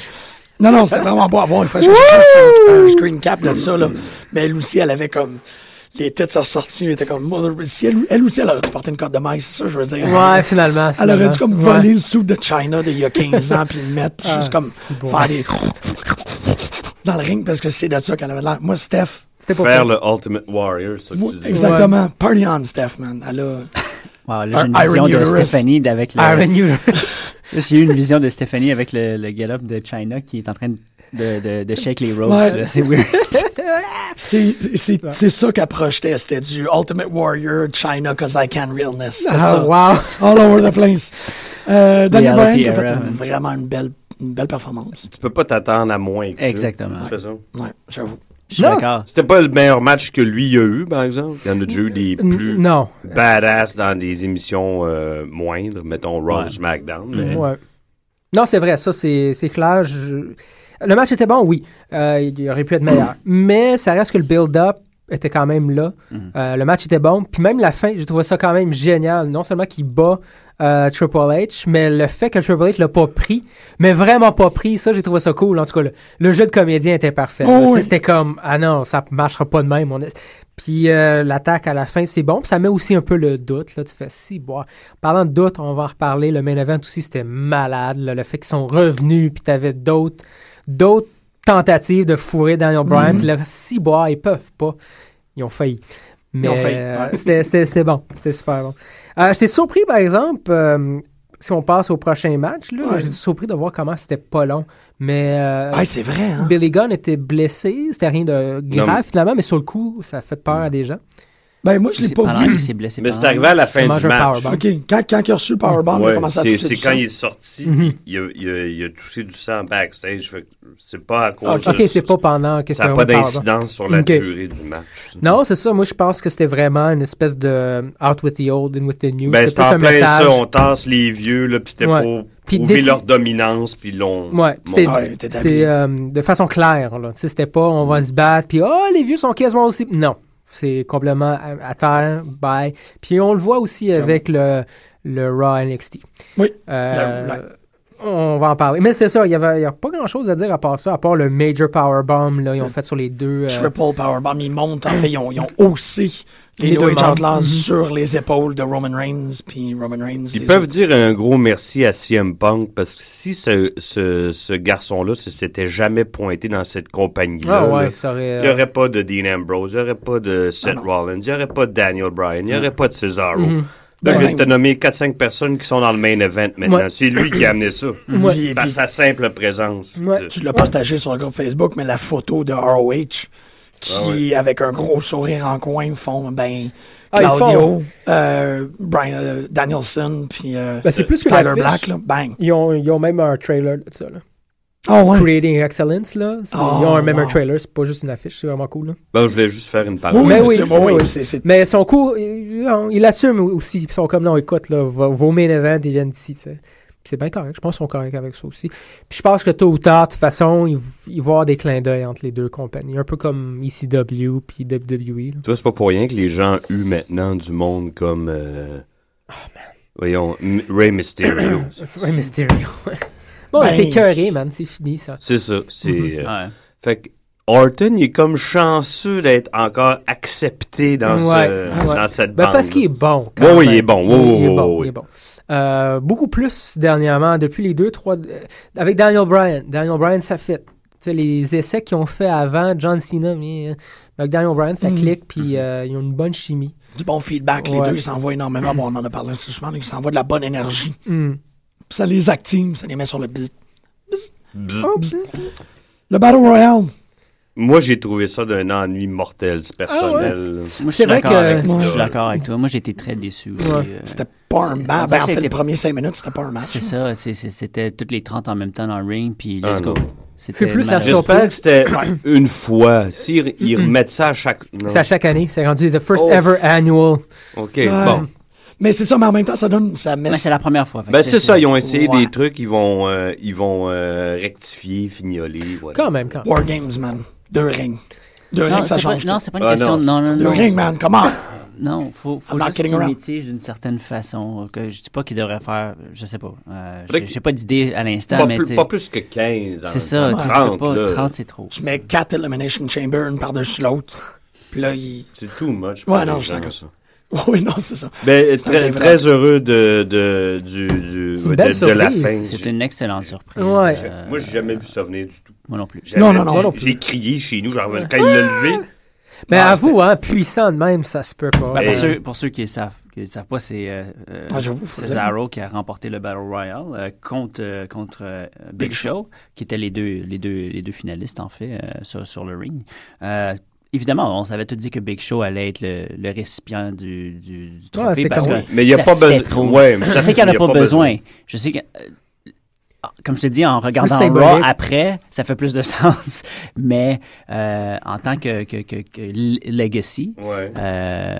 Speaker 8: Non, non, c'était vraiment beau à voir. Il fallait que je cherche un, un screen cap de ça, là. Mais elle aussi, elle avait comme. Les têtes ressorties, elle était comme. Mother... Si elle, elle aussi, elle aurait dû porter une cote de maille, c'est ça, que je veux dire.
Speaker 5: Ouais, finalement.
Speaker 8: Elle aurait
Speaker 5: finalement.
Speaker 8: dû comme
Speaker 5: Ouais.
Speaker 8: voler le soupe de China d'il y a 15 ans puis le mettre puis
Speaker 5: Ah,
Speaker 8: juste comme
Speaker 5: c'est bon.
Speaker 8: faire des dans le ring parce que c'est de ça qu'elle avait l'air. Moi, Steph,
Speaker 5: C'était pas
Speaker 7: Faire
Speaker 5: pire.
Speaker 7: le Ultimate Warrior, c'est ça que
Speaker 8: moi,
Speaker 7: tu dis.
Speaker 8: exactement, party on Steph, man. Elle a...
Speaker 6: Wow, là, j'ai une
Speaker 8: Un
Speaker 6: vision
Speaker 8: Iron
Speaker 6: de
Speaker 8: Uterus.
Speaker 6: Stéphanie avec le.
Speaker 5: Iron Uterus.
Speaker 6: Là, J'ai eu une vision de Stéphanie avec le, le galop de China qui est en train de, de, de shake les ropes.
Speaker 8: Ouais.
Speaker 6: là. C'est weird.
Speaker 8: C'est c'est- c'est ça qu'elle projetait. C'était du Ultimate Warrior, China, cause I can realness. C'était
Speaker 5: Ah,
Speaker 8: ça.
Speaker 5: wow.
Speaker 8: All over the place. Euh, Daniel Bryan
Speaker 6: Reality
Speaker 8: qui a fait
Speaker 6: era.
Speaker 8: une- vraiment une belle, une belle performance.
Speaker 7: Tu peux pas t'attendre à moins que ça.
Speaker 6: Exactement.
Speaker 7: De toute façon.
Speaker 8: Ouais, j'avoue.
Speaker 6: Je suis
Speaker 5: Non,
Speaker 6: d'accord.
Speaker 7: C'était pas le meilleur match que lui a eu, par exemple. Il y en a déjà eu des plus
Speaker 5: N- Non.
Speaker 7: badass dans des émissions euh, moindres, mettons Raw,
Speaker 6: Ouais.
Speaker 7: SmackDown.
Speaker 5: Mm-hmm.
Speaker 7: mais-
Speaker 5: Ouais. Non, c'est vrai, ça, c'est c'est clair. je- Le match était bon, oui. Euh, il aurait pu être meilleur. Mais ça reste que le build-up était quand même là. Euh, le match était bon. Puis même la fin, j'ai trouvé ça quand même génial. Non seulement qu'il bat euh, Triple H, mais le fait que Triple H l'a pas pris, mais vraiment pas pris, ça, j'ai trouvé ça cool. En tout cas, le, le jeu de comédien était parfait. là.
Speaker 8: Oh,
Speaker 5: Tu sais,
Speaker 8: oui.
Speaker 5: C'était comme, ah non, ça marchera pas de même. on est- Puis euh, l'attaque à la fin, c'est bon. Puis ça met aussi un peu le doute. Là. Tu fais, si, bois. Parlant de doute, on va en reparler. Le main event aussi, c'était malade. là. Le fait qu'ils sont revenus, puis t'avais d'autres d'autres tentatives de fourrer Daniel
Speaker 8: Mhm.
Speaker 5: Bryan. Puis là, si, bois, ils peuvent pas. Ils ont failli. Mais
Speaker 8: ont failli,
Speaker 5: euh,
Speaker 8: ouais.
Speaker 5: c'était- c'était c'était bon. C'était super bon. Euh, J'étais surpris, par exemple, euh, si on passe au prochain match, là,
Speaker 8: Ouais.
Speaker 5: j'étais surpris de voir comment c'était pas long. Mais euh,
Speaker 8: Ah, c'est vrai, hein?
Speaker 5: Billy Gunn était blessé. C'était rien de grave,
Speaker 7: Non, mais-
Speaker 5: finalement, mais sur le coup, ça a fait peur à des gens.
Speaker 8: Ben, moi, je l'ai
Speaker 6: C'est
Speaker 8: pas
Speaker 6: pendant-
Speaker 8: vu.
Speaker 6: Ah Il s'est blessé.
Speaker 7: Mais
Speaker 6: pendant-
Speaker 7: c'est arrivé à la fin
Speaker 5: mange
Speaker 7: du
Speaker 5: un
Speaker 7: match.
Speaker 5: Ah, powerbomb.
Speaker 8: OK, quand, quand il a reçu le powerbomb, il a
Speaker 7: Ouais,
Speaker 8: commencé à
Speaker 7: c'est
Speaker 8: toucher
Speaker 7: c'est
Speaker 8: du
Speaker 7: quand
Speaker 8: sang.
Speaker 7: il est sorti,
Speaker 5: Mhm.
Speaker 7: il, a, il a- il a touché du sang backstage. Fait que C'est pas à cause
Speaker 5: Ah, OK,
Speaker 7: de-
Speaker 5: c'est pas pendant que
Speaker 7: Ah, Ça n'a
Speaker 5: un
Speaker 7: pas
Speaker 5: pardon.
Speaker 7: d'incidence sur la
Speaker 5: Ok.
Speaker 7: durée du match. ça.
Speaker 5: Non, c'est ça. Moi, je pense que c'était vraiment une espèce de out with the old, in with the new. C'était
Speaker 7: Ben, c'est
Speaker 5: plus
Speaker 7: en
Speaker 5: un
Speaker 7: plein
Speaker 5: message.
Speaker 7: ça, on tasse les vieux, là, puis c'était
Speaker 5: Ouais.
Speaker 7: pour
Speaker 5: Puis
Speaker 7: prouver
Speaker 5: déci-
Speaker 7: leur dominance, puis l'on...
Speaker 5: Ouais, c'était
Speaker 7: Bon,
Speaker 8: Ouais, t'es
Speaker 5: c'était,
Speaker 8: habillé.
Speaker 5: euh, de façon claire. là. Tu sais, C'était pas on va se battre, puis oh, les vieux sont quasiment aussi. Non, c'est complètement à, à terre, bye. Puis on le voit aussi avec le, le Raw NXT.
Speaker 8: Oui.
Speaker 5: Euh,
Speaker 8: La- la-
Speaker 5: on va en parler. Mais c'est ça, il n'y avait, il y a pas grand-chose à dire à part ça, à part le Major Powerbomb, là, ils ont fait sur les deux. euh,
Speaker 8: Triple Powerbomb, ils montent. En fait, ils ont, ils ont haussé les,
Speaker 5: Les deux Mm-hmm.
Speaker 8: New Age
Speaker 5: membres.
Speaker 8: Outlaws sur les épaules de Roman Reigns. Puis Roman Reigns.
Speaker 7: Ils
Speaker 8: les
Speaker 7: peuvent
Speaker 8: a-
Speaker 7: dire un gros merci à CM Punk, parce que si ce, ce, ce garçon-là se s'était jamais pointé dans cette compagnie-là,
Speaker 5: Ah ouais,
Speaker 7: là,
Speaker 5: ça
Speaker 7: il
Speaker 5: aurait.
Speaker 7: n'y aurait pas de Dean Ambrose, il n'y aurait pas de
Speaker 5: Ah
Speaker 7: Seth Rollins, il n'y aurait pas de Daniel Bryan, il n'y aurait pas de Cesaro.
Speaker 5: Mm-hmm.
Speaker 7: Là, je
Speaker 8: Ouais.
Speaker 7: viens de te nommer 4-5 personnes qui sont dans le main event maintenant.
Speaker 5: Ouais. Mm-hmm.
Speaker 7: C'est lui qui a amené ça,
Speaker 5: Ouais.
Speaker 8: Puis-
Speaker 7: par
Speaker 8: puis-
Speaker 7: sa simple présence. Euh,
Speaker 5: Ouais.
Speaker 7: Tu-
Speaker 8: Tu l'as partagé sur le groupe Facebook, mais la photo de ROH qui, avec un gros sourire en coin, font ben
Speaker 5: Ah, ils font.
Speaker 8: Claudio, euh, Brian euh, Danielson, puis euh,
Speaker 5: Ben, c'est plus que
Speaker 8: Tyler
Speaker 5: l'affiche.
Speaker 8: Black, là, Ben, bang.
Speaker 5: Ils ont, ils ont même un trailer de ça. Là.
Speaker 8: Ah ouais.
Speaker 5: Creating Excellence, là. c'est-
Speaker 8: Oh,
Speaker 5: ils ont un- même un
Speaker 8: wow.
Speaker 5: trailer, c'est pas juste une affiche, c'est vraiment cool. Là.
Speaker 7: Ben, je voulais juste faire une
Speaker 8: Oui,
Speaker 7: parenthèse.
Speaker 5: Mais
Speaker 8: mais
Speaker 5: Ah oui,
Speaker 8: c'est-
Speaker 5: oui, oui.
Speaker 8: c'est- c'est-
Speaker 5: Mais son cours, il, non, il assume aussi. Ils sont comme, non, écoute, là, vos vos main events, ils viennent ici. tu sais. Puis C'est bien correct. Je pense qu'ils sont corrects avec ça aussi. Puis je pense que tôt ou tard, de toute façon, il, il va y avoir des clins d'œil entre les deux compagnies. Un peu comme ECW puis E, WWE. là.
Speaker 7: Tu vois, c'est pas pour rien que les gens eu maintenant du monde comme. euh,
Speaker 5: Oh,
Speaker 7: Voyons, M- Ray Mysterio.
Speaker 5: Ouais, Mysterio. bon,
Speaker 8: Ben,
Speaker 5: t'es cœuré, man. C'est fini, ça.
Speaker 7: c'est ça. C'est.
Speaker 5: Mm-hmm.
Speaker 7: euh,
Speaker 6: Ouais.
Speaker 7: Fait que Orton, il est comme chanceux d'être encore accepté dans, ce,
Speaker 5: Ouais, ouais.
Speaker 7: dans cette
Speaker 5: Ben,
Speaker 7: bande.
Speaker 5: parce qu'il est bon. quand
Speaker 7: Ouais, oui,
Speaker 5: même.
Speaker 7: il est bon. Ouais,
Speaker 5: il est
Speaker 7: ouais,
Speaker 5: bon.
Speaker 7: ouais,
Speaker 5: il est bon. Euh, beaucoup plus dernièrement, depuis les deux, trois. euh, avec Daniel Bryan. Daniel Bryan, ça fit. Tu sais, les essais qu'ils ont fait avant, John Cena, mais, euh, avec Daniel Bryan, ça clique, puis euh, ils ont une bonne chimie.
Speaker 8: du bon feedback. Les
Speaker 5: Ouais.
Speaker 8: deux, ils s'envoient énormément. Bon, on en a parlé assez souvent. Ils s'envoient de la bonne énergie.
Speaker 5: Mm.
Speaker 8: Puis ça les active, ça les met sur le bzzz.
Speaker 5: Oh,
Speaker 8: Le Battle Royale.
Speaker 7: Moi, j'ai trouvé ça d'un ennui mortel, ce personnel.
Speaker 6: Moi, je
Speaker 5: C'est
Speaker 6: suis
Speaker 5: vrai
Speaker 6: d'accord
Speaker 5: que-
Speaker 6: avec toi.
Speaker 8: Ah Ouais.
Speaker 6: Je suis d'accord avec toi. Moi, j'ai été très déçu. aussi,
Speaker 5: Ouais.
Speaker 6: euh,
Speaker 8: C'était pas un
Speaker 6: C'est- on
Speaker 8: match.
Speaker 6: dirait
Speaker 8: Ben,
Speaker 6: que
Speaker 8: en fait,
Speaker 6: c'était-
Speaker 8: les premiers cinq minutes, c'était pas un match.
Speaker 6: Ah, C'est ça, c'est- c'est- c'était toutes les 30 en même temps dans le ring, puis
Speaker 7: Ah,
Speaker 6: let's go.
Speaker 7: non.
Speaker 5: C'est plus la
Speaker 6: malheureux.
Speaker 5: surprise.
Speaker 7: J'espère que c'était une fois. S'ils re- ils remettent ça à chaque. non.
Speaker 5: C'est à chaque année. C'est rendu the first
Speaker 7: Oh.
Speaker 5: ever annual.
Speaker 7: OK,
Speaker 8: Ouais.
Speaker 7: bon.
Speaker 8: Mais c'est ça, mais en même temps, ça donne. Ça met.
Speaker 6: Mais c'est la première fois. fait
Speaker 7: Ben,
Speaker 6: que
Speaker 7: c'est ça, ils ont essayé
Speaker 8: Ouais.
Speaker 7: des trucs, ils vont, euh, ils vont euh, rectifier, fignoler. Voilà.
Speaker 5: Quand même, quand même.
Speaker 8: War Games, man. Deux rings. Deux
Speaker 6: Non,
Speaker 8: rings, ça
Speaker 6: c'est pas,
Speaker 8: change.
Speaker 6: non,
Speaker 8: tout.
Speaker 6: c'est pas une
Speaker 7: Ah,
Speaker 6: question. Non,
Speaker 7: non.
Speaker 6: non, non.
Speaker 8: Deux rings, man, come on.
Speaker 6: Non, faut, faut
Speaker 8: I'm not
Speaker 6: juste
Speaker 8: kidding
Speaker 6: qu'il
Speaker 8: around.
Speaker 6: mitige d'une certaine façon. Que je dis pas qu'il devrait faire, je sais pas. Euh,
Speaker 7: Faudrait
Speaker 6: j'ai-
Speaker 7: que-
Speaker 6: j'ai pas d'idée à l'instant,
Speaker 7: Pas,
Speaker 6: mais
Speaker 7: plus,
Speaker 6: tu sais,
Speaker 7: pas plus que 15.
Speaker 6: c'est ça. tu sais, tu peux
Speaker 7: 30,
Speaker 6: pas,
Speaker 7: là.
Speaker 6: 30 c'est trop.
Speaker 8: Tu mets quatre Elimination Chamber, une par-dessus l'autre. Puis là, il.
Speaker 7: C'est too much. pour
Speaker 8: Ouais, non,
Speaker 7: les
Speaker 8: je suis
Speaker 7: gens,
Speaker 8: d'accord.
Speaker 7: ça.
Speaker 8: Oui, non, c'est ça.
Speaker 7: Ben,
Speaker 8: Ça
Speaker 7: très,
Speaker 8: devrait.
Speaker 7: très heureux de, de, du, du-
Speaker 5: C'est une
Speaker 7: de-
Speaker 5: belle
Speaker 7: de, la
Speaker 5: surprise.
Speaker 7: fin.
Speaker 6: C'est
Speaker 7: J'ai-
Speaker 6: une excellente surprise.
Speaker 5: Ouais.
Speaker 6: euh,
Speaker 7: Moi, j'ai jamais vu ça venir du tout.
Speaker 6: moi non plus.
Speaker 7: J'avais-
Speaker 8: Non, non, non,
Speaker 7: j'ai-
Speaker 5: non plus.
Speaker 7: J'ai crié chez nous, genre, quand il l'a levé.
Speaker 5: Mais
Speaker 8: Ah,
Speaker 5: avoue, hein, puissant de même, ça se peut pas. euh,
Speaker 6: Ben,
Speaker 7: Et-
Speaker 6: pour, ceux, pour ceux qui ne savent, qui le savent pas, c'est euh, euh,
Speaker 8: Ah, j'avoue, faut
Speaker 6: Cesaro qui a remporté le Battle Royale euh, contre, euh, contre euh, Big,
Speaker 8: Big
Speaker 6: Show, qui étaient les deux, les, deux, les deux finalistes, en fait, euh, sur, sur le ring. Euh, évidemment, on s'avait tout dit que Big Show allait être le, le récipient du, du, du trophée.
Speaker 5: c'était
Speaker 6: parce
Speaker 5: comme-
Speaker 6: que
Speaker 5: Oui.
Speaker 7: Mais il n'y a
Speaker 6: ça
Speaker 7: pas
Speaker 6: fait
Speaker 7: besoin.
Speaker 6: trop.
Speaker 7: Ouais, mais
Speaker 6: Je
Speaker 7: ça-
Speaker 6: sais qu'il n'y en
Speaker 7: y
Speaker 6: a pas besoin. Je sais que. euh, Comme je te dis, en regardant
Speaker 5: Plus
Speaker 6: Raw
Speaker 5: symbolique.
Speaker 6: après, ça fait plus de sens. Mais euh, en tant que, que, que- que l- legacy,
Speaker 7: Ouais.
Speaker 6: euh,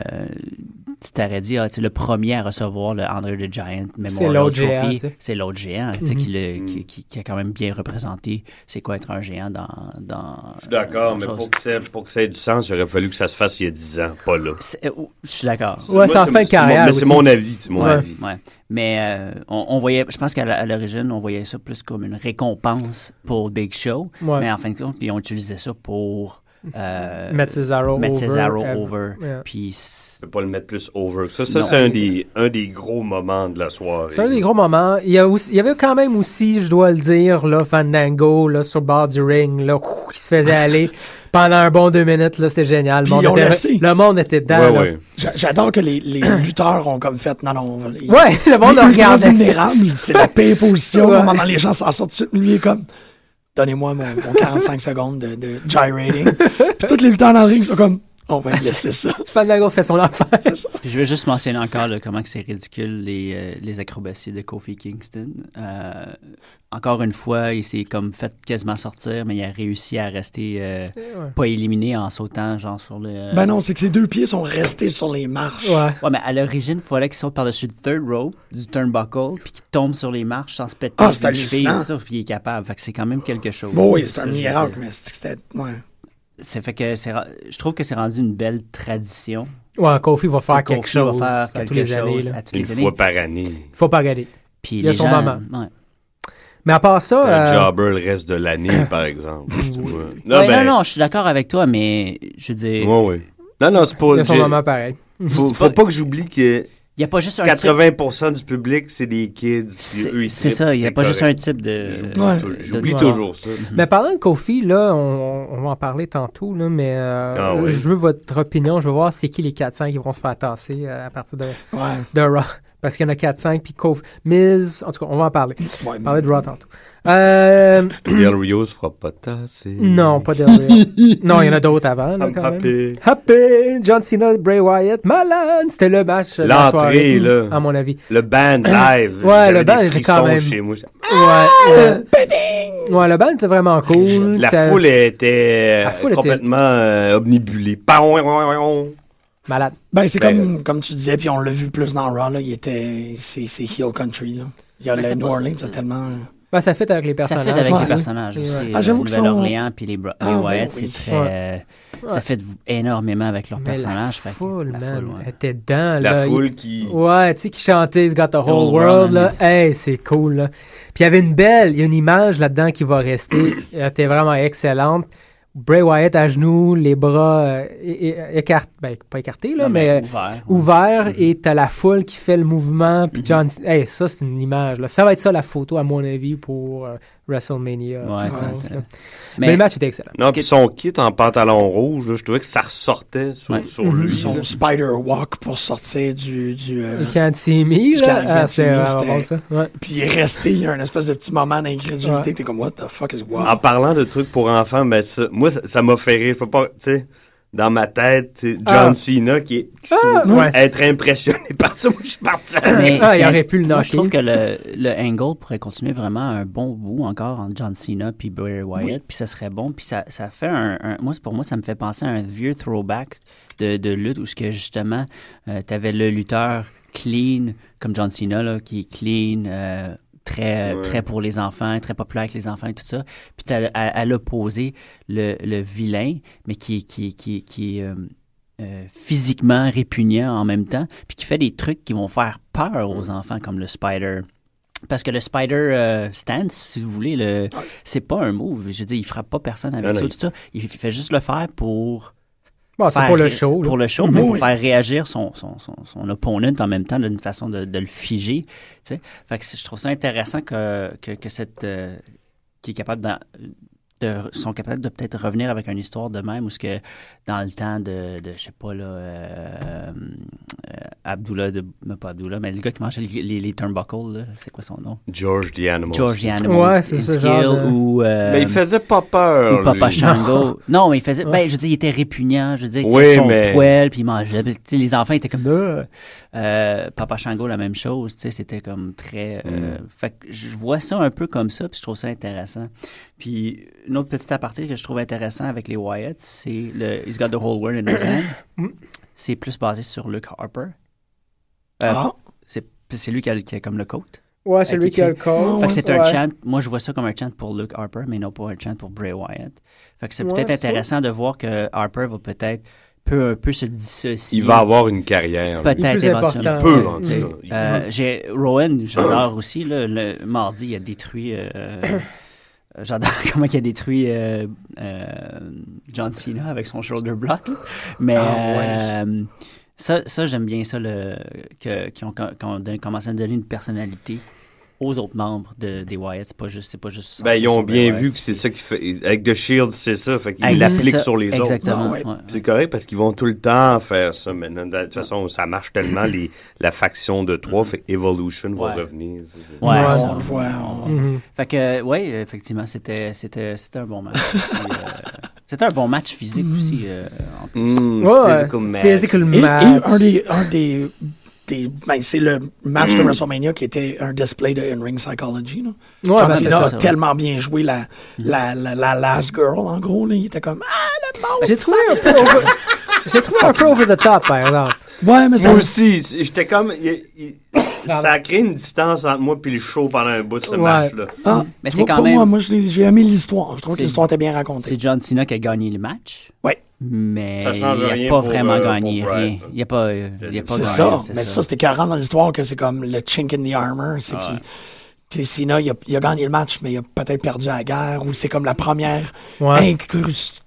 Speaker 6: tu t'aurais dit, ah, tu sais, le premier à recevoir le André the Giant Memorial
Speaker 5: l'autre géant, tu
Speaker 6: Trophy,
Speaker 5: sais. Mhm.
Speaker 6: c'est l'autre géant, tu sais, qui, le-
Speaker 7: Mhm.
Speaker 6: qui, qui- qui a quand même bien représenté c'est quoi être un géant dans... dans
Speaker 7: Je suis d'accord,
Speaker 6: dans
Speaker 7: mais
Speaker 6: chose.
Speaker 7: pour que, ça, pour que ça ait du sens, il aurait fallu que ça se fasse il y a 10 ans, pas là.
Speaker 6: C'est- euh, Je suis d'accord.
Speaker 5: Ouais, c'est en fin de
Speaker 7: mon-
Speaker 5: carrière
Speaker 7: Mais c'est
Speaker 5: aussi.
Speaker 7: mon avis. C'est mon
Speaker 5: Ouais.
Speaker 7: avis.
Speaker 6: Ouais. Mais euh, on, on voyait, je pense qu'à la- à l'origine, on voyait ça plus comme une récompense pour Big Show.
Speaker 5: Ouais.
Speaker 6: Mais en fin de compte, ils ont utilisé ça pour euh,
Speaker 5: Mettre Cesaro
Speaker 6: mettre
Speaker 5: over,
Speaker 6: Cesaro
Speaker 5: euh,
Speaker 6: over.
Speaker 5: yeah.
Speaker 6: Puis c-
Speaker 7: Je peux pas le mettre plus over que ça. Ça,
Speaker 6: Non.
Speaker 7: c'est un des, un des gros moments de la soirée.
Speaker 5: C'est un des gros moments. Il y, a aussi- il y avait quand même aussi, je dois le dire, là, Fandango là, sur le bord du ring, là, ouf, qui se faisait aller pendant un bon deux minutes. là, C'était génial. Le
Speaker 8: Puis
Speaker 5: monde,
Speaker 8: ils ont
Speaker 5: était,
Speaker 8: laissé.
Speaker 5: le monde était dedans.
Speaker 7: Ouais,
Speaker 5: là.
Speaker 7: ouais.
Speaker 8: J'a- J'adore que les, les lutteurs ont comme fait. Non, non. on va- ils-
Speaker 5: Ouais, le monde
Speaker 8: les
Speaker 5: le
Speaker 8: ultra
Speaker 5: regardait.
Speaker 8: vulnérables, c'est la pire position.
Speaker 5: Ouais.
Speaker 8: Au moment où les gens s'en sortent tout de suite, lui il est comme Donnez-moi mon, mon 45 secondes de, de gyrating. Puis tous les lutteurs dans le ring sont comme On va laisser ça.
Speaker 5: Fandango fait son affaire.
Speaker 6: Puis je veux juste mentionner encore là, comment que c'est ridicule les, euh, les acrobaties de Kofi Kingston. Euh, encore une fois, il s'est comme fait quasiment sortir, mais il a réussi à rester euh,
Speaker 5: Ouais.
Speaker 6: pas éliminé en sautant genre sur le.
Speaker 8: Ben non, c'est que ses deux pieds sont restés sur les marches.
Speaker 5: Ouais.
Speaker 6: Ouais, mais à l'origine, il fallait qu'il saute par-dessus le third rope du turnbuckle, puis qu'il tombe sur les marches sans se péter
Speaker 8: Ah, c'est
Speaker 6: les chevilles,
Speaker 8: hallucinant.
Speaker 6: ça, puis il est capable. Fait que c'est quand même quelque chose.
Speaker 8: Bon, oui, c'est un
Speaker 6: Ça, je veux
Speaker 8: miracle,
Speaker 6: dire.
Speaker 8: mais c'est que c'était. Ouais.
Speaker 6: C'est fait que c'est ra- je trouve que c'est rendu une belle tradition.
Speaker 5: Ouais, Kofi va faire
Speaker 6: Kofi
Speaker 5: quelque chose.
Speaker 6: va faire
Speaker 5: à
Speaker 6: quelque
Speaker 5: tous les
Speaker 6: chose
Speaker 5: années. là.
Speaker 6: à toutes
Speaker 7: Une
Speaker 6: les années.
Speaker 7: fois par année.
Speaker 5: Faut pas regarder.
Speaker 6: Puis
Speaker 5: Il y a
Speaker 6: les
Speaker 5: son
Speaker 6: gens-
Speaker 5: moment.
Speaker 6: ouais.
Speaker 5: Mais à part ça.
Speaker 7: Un
Speaker 5: euh,
Speaker 7: jobber le reste de l'année, par exemple. Tu vois.
Speaker 6: Ouais,
Speaker 7: ben,
Speaker 6: non, non, je suis d'accord avec toi, mais je veux dire, il
Speaker 7: Ouais, ouais. Non, non, c'est pas.
Speaker 5: Il y a son
Speaker 7: j'ai-
Speaker 5: moment pareil.
Speaker 7: Faut,
Speaker 6: C'est
Speaker 7: faut
Speaker 6: pas-
Speaker 7: pas que j'oublie que
Speaker 6: n'y a pas juste un type.
Speaker 7: 80% du public, c'est des kids. puis eux,
Speaker 6: C'est
Speaker 7: ils
Speaker 6: c'est
Speaker 7: trippent,
Speaker 6: ça, il n'y a
Speaker 7: c'est
Speaker 6: pas juste un
Speaker 7: correct.
Speaker 6: type de.
Speaker 7: J'oublie
Speaker 8: Ouais.
Speaker 7: tout-
Speaker 6: de-
Speaker 7: J'oublie
Speaker 6: de-
Speaker 7: toujours ça.
Speaker 5: Mais parlant de Kofi, là, on, on va en parler tantôt, là, mais euh,
Speaker 7: Ah oui.
Speaker 5: je veux votre opinion. Je veux voir c'est qui les 4-5 qui vont se faire tasser euh, à partir de,
Speaker 8: Ouais.
Speaker 5: de Raw. Parce qu'il y en a 4-5, puis Kofi. Miz, en tout cas, on va en parler.
Speaker 8: Ouais,
Speaker 5: On va parler de Raw tantôt. Euh,
Speaker 7: Del Rio se fera pas tasser.
Speaker 5: non, pas Del Rio. non, il y en a d'autres avant, là,
Speaker 7: I'm
Speaker 5: Ah, quand même.
Speaker 7: happy.
Speaker 5: Happy! John Cena, Bray Wyatt, Malan! C'était le match euh, de la
Speaker 7: L'entrée,
Speaker 5: soirée,
Speaker 7: là.
Speaker 5: à mon avis.
Speaker 7: Le band live.
Speaker 5: Ouais,
Speaker 7: J'avais
Speaker 5: le band
Speaker 7: des
Speaker 5: était quand
Speaker 7: frissons
Speaker 5: même- Ah,
Speaker 7: Chez moi. Ah!
Speaker 5: Ouais, ouais. Ouais, le band était vraiment cool.
Speaker 7: La
Speaker 5: T'as-
Speaker 7: foule était
Speaker 5: La foule était-
Speaker 7: complètement euh, omnibulée. Paon, ouin, ouin, ouin, ouin.
Speaker 5: Malade.
Speaker 8: Ben, c'est
Speaker 7: Ben,
Speaker 8: comme, comme tu disais, puis on l'a vu plus dans Raw, là, il était. C'est, c'est Heel Country, là. Il y a
Speaker 6: Ben,
Speaker 8: le
Speaker 6: c'est
Speaker 8: New
Speaker 6: pas-
Speaker 8: Orleans, c'est tellement.
Speaker 5: Ben, ça fait avec les
Speaker 6: Ça
Speaker 5: personnages.
Speaker 6: fait avec
Speaker 8: ouais.
Speaker 6: les personnages
Speaker 5: Ouais.
Speaker 6: aussi. euh,
Speaker 8: Ah, j'avoue que sont-
Speaker 6: Nouvelle-Orléans puis les, Bra-
Speaker 8: Ah,
Speaker 6: les
Speaker 8: ben
Speaker 6: Wyatt,
Speaker 8: oui.
Speaker 6: c'est très. euh, Ça fait énormément avec leurs
Speaker 5: Mais la
Speaker 6: personnages. fait que-
Speaker 5: foule,
Speaker 6: la
Speaker 5: man,
Speaker 6: foule, ouais.
Speaker 5: elle était dedans.
Speaker 7: La
Speaker 5: là.
Speaker 7: foule qui.
Speaker 5: Il- Ouais, tu sais, qui chantait It's Got the
Speaker 6: whole
Speaker 5: Whole World,
Speaker 6: world
Speaker 5: là.
Speaker 6: and this-
Speaker 5: Hey, c'est cool, là. Puis il y avait une belle, il y a une image là-dedans qui va rester. Elle était vraiment excellente. Bray Wyatt à genoux, les bras euh, é- é- écartés, ben, pas écartés, là,
Speaker 6: Non,
Speaker 5: mais,
Speaker 6: ouvert. ouais.
Speaker 5: ouverts, et t'as la foule qui fait le mouvement, puis John... Hey, ça, c'est une image, là. Ça va être ça, la photo, à mon avis, pour euh, WrestleMania.
Speaker 6: Ouais,
Speaker 5: par
Speaker 6: ça,
Speaker 5: contre,
Speaker 6: t'as-
Speaker 5: là. Ah, Mais...
Speaker 6: Mais
Speaker 5: le match était excellent.
Speaker 7: Non,
Speaker 6: que-
Speaker 7: puis son kit en pantalon rouge, là, je trouvais que ça ressortait sur,
Speaker 6: Ouais.
Speaker 7: sur
Speaker 5: Mhm.
Speaker 7: lui. là.
Speaker 6: Mm.
Speaker 8: Son Spider Walk pour sortir du. du euh,
Speaker 5: Et Can't See Me,
Speaker 8: Jusqu'à
Speaker 5: là,
Speaker 8: Can't
Speaker 5: ah,
Speaker 8: See
Speaker 5: c'est
Speaker 8: Me,
Speaker 5: vraiment
Speaker 8: c'était-
Speaker 5: bon, ça. Ouais.
Speaker 8: Puis il est resté, il y a un espèce de petit moment d'incrédulité
Speaker 5: Ouais.
Speaker 8: que t'es comme, what the fuck is
Speaker 7: En
Speaker 8: wow?
Speaker 7: parlant de trucs pour enfants, ben ça, moi, ça- ça m'a fait rire. Je peux pas, tu sais, dans ma tête, tu sais, John
Speaker 5: Ah.
Speaker 7: Cena qui est. qui
Speaker 5: Ah,
Speaker 7: sont-
Speaker 5: ouais.
Speaker 7: Être impressionné par ça, moi, je suis parti.
Speaker 6: Mais
Speaker 5: Ah, il
Speaker 6: c'est-
Speaker 5: aurait pu le
Speaker 6: moi, Je
Speaker 5: knocker.
Speaker 6: trouve que le, le angle pourrait continuer vraiment un bon bout encore entre John Cena puis Bray Wyatt, puis ça serait bon. Puis ça, ça fait un, un- moi c'est- pour moi ça me fait penser à un vieux throwback de, de lutte où ce que justement tu avais le lutteur clean comme John Cena là, qui est clean. euh, Très,
Speaker 7: Ouais.
Speaker 6: très pour les enfants, très populaire avec les enfants et tout ça. Puis t'as à, à l'opposé le, le vilain, mais qui, est- qui, est- qui, est- qui est euh, euh, physiquement répugnant en même temps, puis qui fait des trucs qui vont faire peur
Speaker 7: Mm.
Speaker 6: aux enfants, comme le spider. Parce que le spider euh, stance, si vous voulez, le, c'est pas un move. Je veux dire, il frappe pas personne avec
Speaker 7: Non,
Speaker 6: ça,
Speaker 7: non,
Speaker 6: tout ça. Il fait juste le faire pour...
Speaker 5: Bon, Ah, c'est
Speaker 6: faire
Speaker 5: pour le
Speaker 6: ré-
Speaker 5: show, là.
Speaker 6: Pour le show, mais pour
Speaker 8: Oui.
Speaker 6: faire réagir son, son, son, son opponent en même temps d'une façon de, de le figer. tu sais. Fait que c'est- je trouve ça intéressant que, que, que cette... euh, qui est capable d'en- de- sont capables de peut-être revenir avec une histoire de même ou ce que dans le temps de, de je sais pas là euh, euh, Abdullah de mais pas Abdullah mais le gars qui mangeait les, les- les turnbuckles là, c'est quoi son nom
Speaker 7: George the Animal.
Speaker 6: George the Animal
Speaker 5: Ouais, c'est ça,
Speaker 6: Gill
Speaker 5: genre de- Ben,
Speaker 6: ou euh,
Speaker 7: Mais il faisait pas
Speaker 6: ou
Speaker 7: peur.
Speaker 6: Papa
Speaker 7: lui.
Speaker 6: Shango non mais il faisait
Speaker 5: Ouais.
Speaker 6: ben je dis il était répugnant je dis
Speaker 7: Oui,
Speaker 6: son
Speaker 7: mais-
Speaker 6: poêle puis il mangeait puis, tu sais, les enfants étaient comme euh, euh, Papa Shango la même chose tu sais c'était comme très euh,
Speaker 7: Mm.
Speaker 6: fait que je vois ça un peu comme ça puis je trouve ça intéressant puis une autre petite aparté que je trouve intéressant avec les Wyatt, c'est le He's Got the Whole World in His Hand. c'est plus basé sur Luke Harper. Euh,
Speaker 8: Ah,
Speaker 6: C'est c'est lui qui a, qui a comme le coat.
Speaker 5: Ouais,
Speaker 6: celui Avec qui a le
Speaker 5: corps.
Speaker 6: Fait que c'est un chant. Moi, je vois ça comme un chant pour Luke Harper, mais non pas un chant pour Bray Wyatt. Fait que c'est
Speaker 5: Ouais,
Speaker 6: peut-être
Speaker 5: c'est
Speaker 6: intéressant de voir que Harper va peut-être peu un peu se dissocier.
Speaker 7: Il va avoir une carrière. lui.
Speaker 5: Il est
Speaker 6: Peut-être
Speaker 5: plus
Speaker 6: éventuellement.
Speaker 5: important.
Speaker 7: Peu,
Speaker 5: Ouais.
Speaker 7: en tout
Speaker 6: Tu sais,
Speaker 7: cas. Il-
Speaker 6: euh, j'ai Rowan, j'adore aussi. Là, le mardi, il a détruit. euh, euh, j'adore comment il a détruit euh, euh, John Cena avec son shoulder block. Mais
Speaker 8: Ah
Speaker 6: euh, ça, ça j'aime bien ça, le, que, qu'ils ont, qu'on donne- commencé à donner une personnalité aux autres membres de, des Wyatt. C'est pas juste, c'est pas juste.
Speaker 7: Ben, ils ont
Speaker 6: sur les
Speaker 7: bien
Speaker 6: Wyatt.
Speaker 7: vu que c'est ça qu'il fait. Avec The Shield, c'est ça. Fait
Speaker 6: Ah,
Speaker 7: qu'il
Speaker 6: c'est
Speaker 7: l'applique
Speaker 6: ça,
Speaker 7: sur les autres.
Speaker 6: Exactement.
Speaker 8: Ah ouais.
Speaker 6: ouais.
Speaker 7: C'est correct parce qu'ils vont tout le temps faire ça maintenant. De toute façon, ça marche tellement, les, la faction de trois, fait que Evolution va
Speaker 6: Ouais.
Speaker 7: revenir.
Speaker 6: Ouais,
Speaker 8: ouais,
Speaker 6: ça,
Speaker 8: on le voit. on-
Speaker 5: Mm-hmm.
Speaker 6: Fait que, oui, effectivement, c'était, c'était, c'était un bon match. Puis, euh, C'était un bon match physique
Speaker 5: Mm-hmm.
Speaker 6: aussi. euh, en plus.
Speaker 7: Mm,
Speaker 5: Ouais,
Speaker 7: physical match.
Speaker 5: Physical
Speaker 8: Et, et
Speaker 5: match.
Speaker 8: un des. Un des, des- ben, c'est le match de WrestleMania qui était un display de in-ring psychology. Là.
Speaker 5: Ouais,
Speaker 8: John
Speaker 5: ben,
Speaker 8: Cena
Speaker 6: c'est
Speaker 8: a
Speaker 6: ça, ouais.
Speaker 8: tellement bien joué la, la, la, la Last Girl, en gros. Là, il était comme Ah,
Speaker 6: Ben,
Speaker 8: le monstre!
Speaker 5: J'ai trouvé un peu over... J'ai trouvé un peu over the top, par exemple.
Speaker 8: Ouais, mais ça.
Speaker 7: Moi aussi, c'est- j'étais comme. il- il- ça a créé une distance entre moi et le show pendant un bout de ce
Speaker 5: Ouais.
Speaker 7: match-là.
Speaker 8: Ah,
Speaker 6: Mais
Speaker 8: tu
Speaker 6: c'est
Speaker 8: vois,
Speaker 6: quand
Speaker 8: pour
Speaker 6: même-
Speaker 8: Moi, moi je l'ai- j'ai aimé l'histoire. Je trouve que
Speaker 6: C'est-
Speaker 8: l'histoire était bien racontée.
Speaker 6: C'est John Cena qui a gagné le match.
Speaker 8: Ouais.
Speaker 6: Mais
Speaker 7: Ça change
Speaker 6: il a
Speaker 7: rien
Speaker 6: pas
Speaker 7: pour,
Speaker 6: vraiment
Speaker 7: euh,
Speaker 6: gagné
Speaker 7: pour Brad.
Speaker 6: rien. Il a pas, euh, il a pas
Speaker 8: C'est
Speaker 6: gagné.
Speaker 8: ça. Mais ça, c'était carrément dans l'histoire que c'est comme le chink in the armor. C'est qu'il. tu sais, Cena, il a, il a gagné le match, mais il a peut-être perdu la guerre, ou c'est comme la première
Speaker 5: Ouais.
Speaker 8: incurs-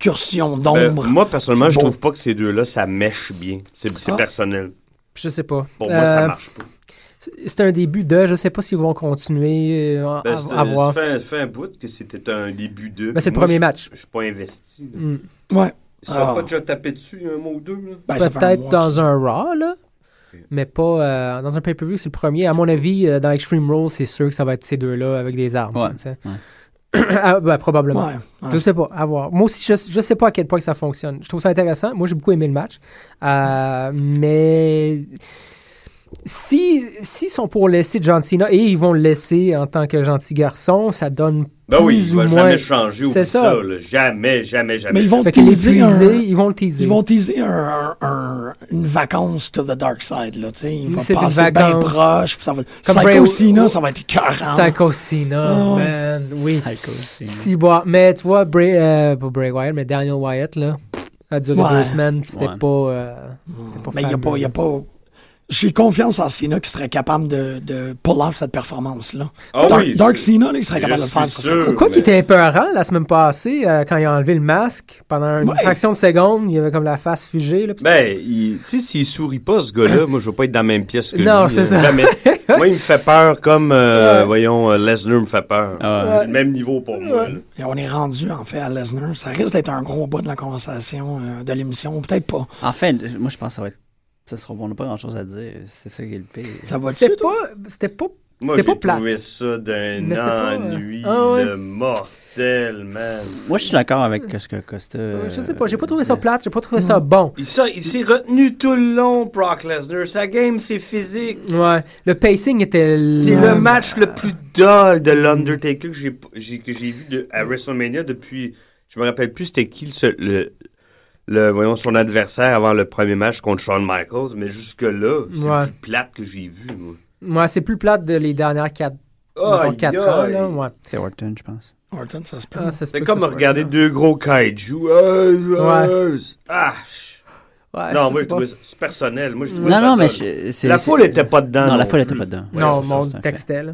Speaker 8: incursion
Speaker 7: Ben,
Speaker 8: d'ombre.
Speaker 7: moi, personnellement,
Speaker 8: C'est
Speaker 7: je
Speaker 8: beau.
Speaker 7: trouve pas que ces deux-là, ça mèche bien. C'est c'est personnel.
Speaker 5: Je sais pas.
Speaker 7: Pour moi, ça
Speaker 5: Euh,
Speaker 7: marche pas.
Speaker 5: C'est un début de. Je sais pas s'ils vont continuer euh, à,
Speaker 7: Ben,
Speaker 5: à-
Speaker 7: c'est-
Speaker 5: à voir.
Speaker 7: Ça fait, un- ça fait un bout que c'était un début de.
Speaker 5: Ben, c'est le
Speaker 7: Moi,
Speaker 5: premier
Speaker 7: je-
Speaker 5: match.
Speaker 7: Je suis pas investi. là.
Speaker 5: Mm.
Speaker 8: Ouais.
Speaker 7: Ils se sont
Speaker 8: Ah.
Speaker 7: pas déjà tapé dessus un mois ou deux. Là.
Speaker 8: Ben, ça fait un
Speaker 5: Peut-être
Speaker 8: mois
Speaker 5: dans
Speaker 8: que-
Speaker 5: un Raw, là. Mais pas euh, dans un pay-per-view, c'est le premier. À mon avis, euh, dans Extreme Rules, c'est sûr que ça va être ces deux-là avec des armes.
Speaker 6: Ouais,
Speaker 5: tu sais. Ah, ben, probablement.
Speaker 8: Ouais, ouais.
Speaker 5: Je sais pas, à voir. Moi aussi, je, je sais pas à quel point que ça fonctionne. Je trouve ça intéressant. Moi, j'ai beaucoup aimé le match. Euh, mais si s'ils sont pour laisser John Cena et ils vont le laisser en tant que gentil garçon, ça donne
Speaker 7: Ben oui,
Speaker 5: plus
Speaker 7: il
Speaker 5: ou
Speaker 7: va
Speaker 5: moins.
Speaker 7: jamais changer ou
Speaker 5: C'est
Speaker 7: ça.
Speaker 5: ça.
Speaker 7: là. Jamais, jamais, jamais.
Speaker 8: Mais ils vont
Speaker 5: Fait que les
Speaker 8: teaser un-
Speaker 5: teaser, ils vont le teaser.
Speaker 8: Ils vont teaser un- un- un- une vacance to the dark side, là, tu sais. Ils vont
Speaker 5: C'est une
Speaker 8: passer bien
Speaker 5: vacance.
Speaker 8: proche, puis ça va... Psycho
Speaker 5: Bray-
Speaker 8: Cena, ça va être 40.
Speaker 5: Psycho Cena,
Speaker 8: Oh.
Speaker 5: man, oui.
Speaker 6: Psycho hein. Cena.
Speaker 5: Si, bah, mais tu vois, Bray, euh, pas Bray Wyatt, mais Daniel Wyatt, là, ça a duré
Speaker 8: Ouais.
Speaker 5: deux semaines, puis c'était
Speaker 6: Ouais.
Speaker 5: pas, euh, c'était pas
Speaker 8: Mais il n'y a
Speaker 5: fameux.
Speaker 8: pas... y a pas... J'ai confiance en Cena qui serait capable de, de pull off cette performance-là.
Speaker 7: Ah
Speaker 8: Dark,
Speaker 7: oui,
Speaker 8: Dark
Speaker 7: je-
Speaker 8: Cena, là, il serait
Speaker 7: je
Speaker 8: capable de le faire.
Speaker 7: suis
Speaker 8: ça serait
Speaker 7: sûr.
Speaker 5: Quoi
Speaker 7: mais-
Speaker 5: qu'il était épeurant la semaine passée, euh, quand il a enlevé le masque, pendant une
Speaker 8: Ouais.
Speaker 5: fraction de seconde, il avait comme la face figée. Là, pis
Speaker 7: Ben, il- tu sais, s'il sourit pas, ce gars-là, moi, je veux pas être dans la même pièce que lui.
Speaker 5: Non, c'est
Speaker 7: euh,
Speaker 5: ça.
Speaker 7: Jamais. moi, il me fait peur comme, euh,
Speaker 5: Ouais.
Speaker 7: voyons, euh, Lesnar me fait peur.
Speaker 6: Ah.
Speaker 7: C'est le même niveau pour moi. là.
Speaker 8: cool. Et on est rendu, en fait, à Lesnar. Ça risque d'être un gros bas de la conversation, euh, de l'émission, ou peut-être pas.
Speaker 6: En fait, moi, je pense que ça va être. Ça sera bon, on n'a pas grand chose à dire. C'est ça qui est le pire.
Speaker 8: Ça va
Speaker 5: c'était
Speaker 8: dessus,
Speaker 5: pas, c'était pas,
Speaker 7: Moi,
Speaker 5: c'était pas
Speaker 7: j'ai
Speaker 5: plat.
Speaker 7: trouvé ça d'un
Speaker 5: Mais c'était pas, euh,
Speaker 7: ennui
Speaker 5: ah ouais.
Speaker 7: de mortel, man.
Speaker 6: Moi, je suis d'accord avec ce que Costa. euh,
Speaker 5: je sais pas,
Speaker 7: euh,
Speaker 5: j'ai pas trouvé ça plate, j'ai pas trouvé
Speaker 7: Hmm.
Speaker 5: ça bon.
Speaker 7: Il, sort- il s'est retenu tout le long, Brock Lesnar. Sa game, c'est physique.
Speaker 5: Ouais, le pacing était.
Speaker 7: C'est
Speaker 5: lent.
Speaker 7: le match le plus dull de l'Undertaker que j'ai, j'ai- que j'ai vu de- à WrestleMania depuis. Je me rappelle plus c'était qui le, seul- le, le- voyons son adversaire avant le premier match contre Shawn Michaels, mais jusque là, c'est
Speaker 5: Ouais.
Speaker 7: le plus plate que j'ai vu. Moi.
Speaker 5: Ouais, c'est plus plate de les dernières 4
Speaker 7: Aïe,
Speaker 5: ans.
Speaker 7: aïe.
Speaker 5: Là, ouais.
Speaker 6: C'est Orton, je pense.
Speaker 8: Orton, ça se peut.
Speaker 5: Ah, ça se
Speaker 7: C'est
Speaker 5: peut
Speaker 7: comme
Speaker 5: que ça soit
Speaker 7: regarder
Speaker 5: plate.
Speaker 7: deux gros kaiju. Euh, Ah, ch-
Speaker 5: Ouais,
Speaker 7: non,
Speaker 5: Ah, je
Speaker 7: moi
Speaker 5: sais
Speaker 7: je
Speaker 5: pas. Mm.
Speaker 7: trouvais ça- c'est personnel. Moi, je trouvais
Speaker 6: Non,
Speaker 7: ça
Speaker 6: non, mais
Speaker 7: dull.
Speaker 6: je- c'est-
Speaker 7: la
Speaker 6: c'est-
Speaker 7: foule était pas dedans.
Speaker 6: Non, la foule était
Speaker 7: plus.
Speaker 6: pas dedans. Ouais,
Speaker 5: Non,
Speaker 6: c'est ça,
Speaker 5: mon
Speaker 6: c'est un fait.
Speaker 5: textait, là.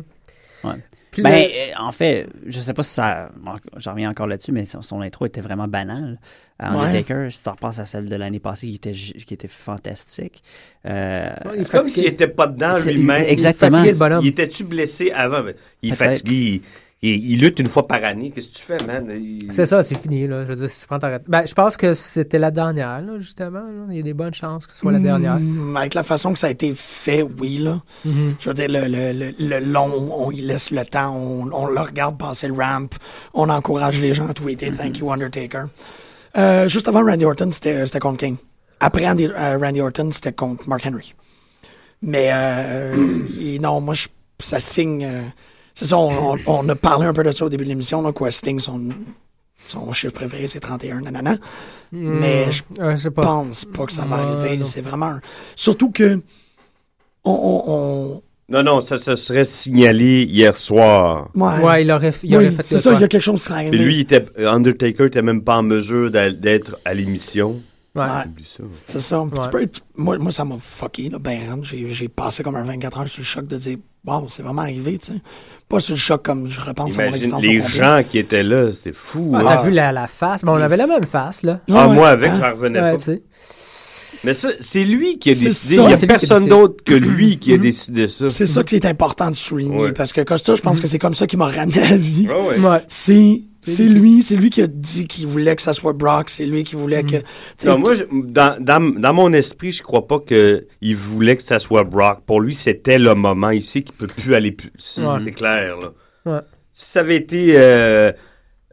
Speaker 6: Ouais.
Speaker 5: Puis
Speaker 6: Ben,
Speaker 5: le-
Speaker 6: euh, en fait, je sais pas si ça. en- J'en reviens encore là-dessus, mais son, son intro était vraiment banale. Euh,
Speaker 8: Ouais.
Speaker 6: Undertaker, si tu repasses à celle de l'année passée qui était, ju- qui était fantastique. Euh,
Speaker 5: il est
Speaker 7: Comme
Speaker 5: fatigué.
Speaker 7: s'il était pas dedans
Speaker 6: C'est-
Speaker 7: lui-même.
Speaker 6: exactement.
Speaker 7: Il,
Speaker 5: Le bonhomme.
Speaker 7: il était-tu blessé avant? Mais Il est
Speaker 6: Peut-être.
Speaker 7: fatigué. Il, il- il lutte une fois par année. Qu'est-ce que tu fais, man? Il-
Speaker 5: C'est ça, c'est fini, là. Je veux dire, si tu prends ta ret- Ben, je pense que c'était la dernière, là, justement. là. Il y a des bonnes chances que ce soit la dernière. Mm-hmm.
Speaker 8: Mm, Avec la façon que ça a été fait, oui, là. Je veux dire, le, le, le, le long, on y laisse le temps, on, on le regarde passer le ramp, on encourage les gens à tweeter
Speaker 5: Mm-hmm.
Speaker 8: Thank you, Undertaker. Euh, juste avant Randy Orton, c'était c'était contre King. Après Andy- euh, Randy Orton, c'était contre Mark Henry. Mais euh, et non, moi, je- ça signe. euh, c'est ça, on, on- on a parlé un peu de ça au début de l'émission, là, quoi. Sting, son, son chiffre préféré, c'est 31, nanana. Mais je
Speaker 5: Euh, je sais pas.
Speaker 8: pense pas que ça va
Speaker 5: Ouais,
Speaker 8: arriver.
Speaker 5: non.
Speaker 8: C'est vraiment. un- Surtout que. On. on,
Speaker 7: Non, non, ça se serait signalé hier soir.
Speaker 8: on- ouais.
Speaker 5: Ouais, il aurait, f- il
Speaker 8: Oui,
Speaker 5: aurait fait
Speaker 8: c'est
Speaker 5: le
Speaker 8: ça,
Speaker 5: pas.
Speaker 8: il y a quelque chose qui serait
Speaker 7: Puis
Speaker 8: arrivé.
Speaker 7: lui, il était, euh, Undertaker était même pas en mesure d'a- d'être à l'émission.
Speaker 5: Ouais.
Speaker 8: Ouais.
Speaker 7: Oublie ça.
Speaker 8: C'est ça. Tu
Speaker 5: Ouais.
Speaker 8: peux être- moi, moi, ça m'a fucké, là, ben rentre. J'ai j'ai passé comme un 24 heures sur le choc de dire, wow, c'est vraiment arrivé, tu sais. Pas sur le choc comme je repense à mon
Speaker 7: Imagine
Speaker 8: existence.
Speaker 7: les
Speaker 8: au complet.
Speaker 7: gens qui étaient là, c'est fou.
Speaker 5: On
Speaker 7: hein.
Speaker 5: a vu la, la face. Ben, on avait la même face, là.
Speaker 7: Ah,
Speaker 8: Ouais,
Speaker 7: moi, avec,
Speaker 8: hein.
Speaker 7: j'en revenais
Speaker 5: Ah, Ouais,
Speaker 7: pas.
Speaker 5: tu sais.
Speaker 7: Mais ça, c'est lui qui a
Speaker 8: C'est
Speaker 7: décidé.
Speaker 8: ça.
Speaker 7: Il n'y
Speaker 5: Ouais,
Speaker 7: a
Speaker 5: c'est lui qui a
Speaker 7: personne
Speaker 5: décidé. Mm-hmm.
Speaker 7: d'autre que lui qui a décidé ça.
Speaker 8: C'est ça qui est important de souligner.
Speaker 7: Ouais.
Speaker 8: Parce que Costa, je
Speaker 5: Mm-hmm.
Speaker 8: pense que c'est comme ça qu'il m'a ramené à la vie.
Speaker 7: Ah ouais.
Speaker 5: Ouais.
Speaker 8: C'est. C'est lui, c'est lui qui a dit qu'il voulait que ça soit Brock, c'est lui qui
Speaker 5: Mm-hmm.
Speaker 8: voulait que. tu sais,
Speaker 7: Non, moi, je- dans, dans- dans mon esprit, je crois pas qu'il voulait que ça soit Brock. Pour lui, c'était le moment ici qu'il peut plus aller plus. C'est
Speaker 5: Ouais.
Speaker 7: c'est clair, là.
Speaker 5: Ouais.
Speaker 7: Si ça avait été euh,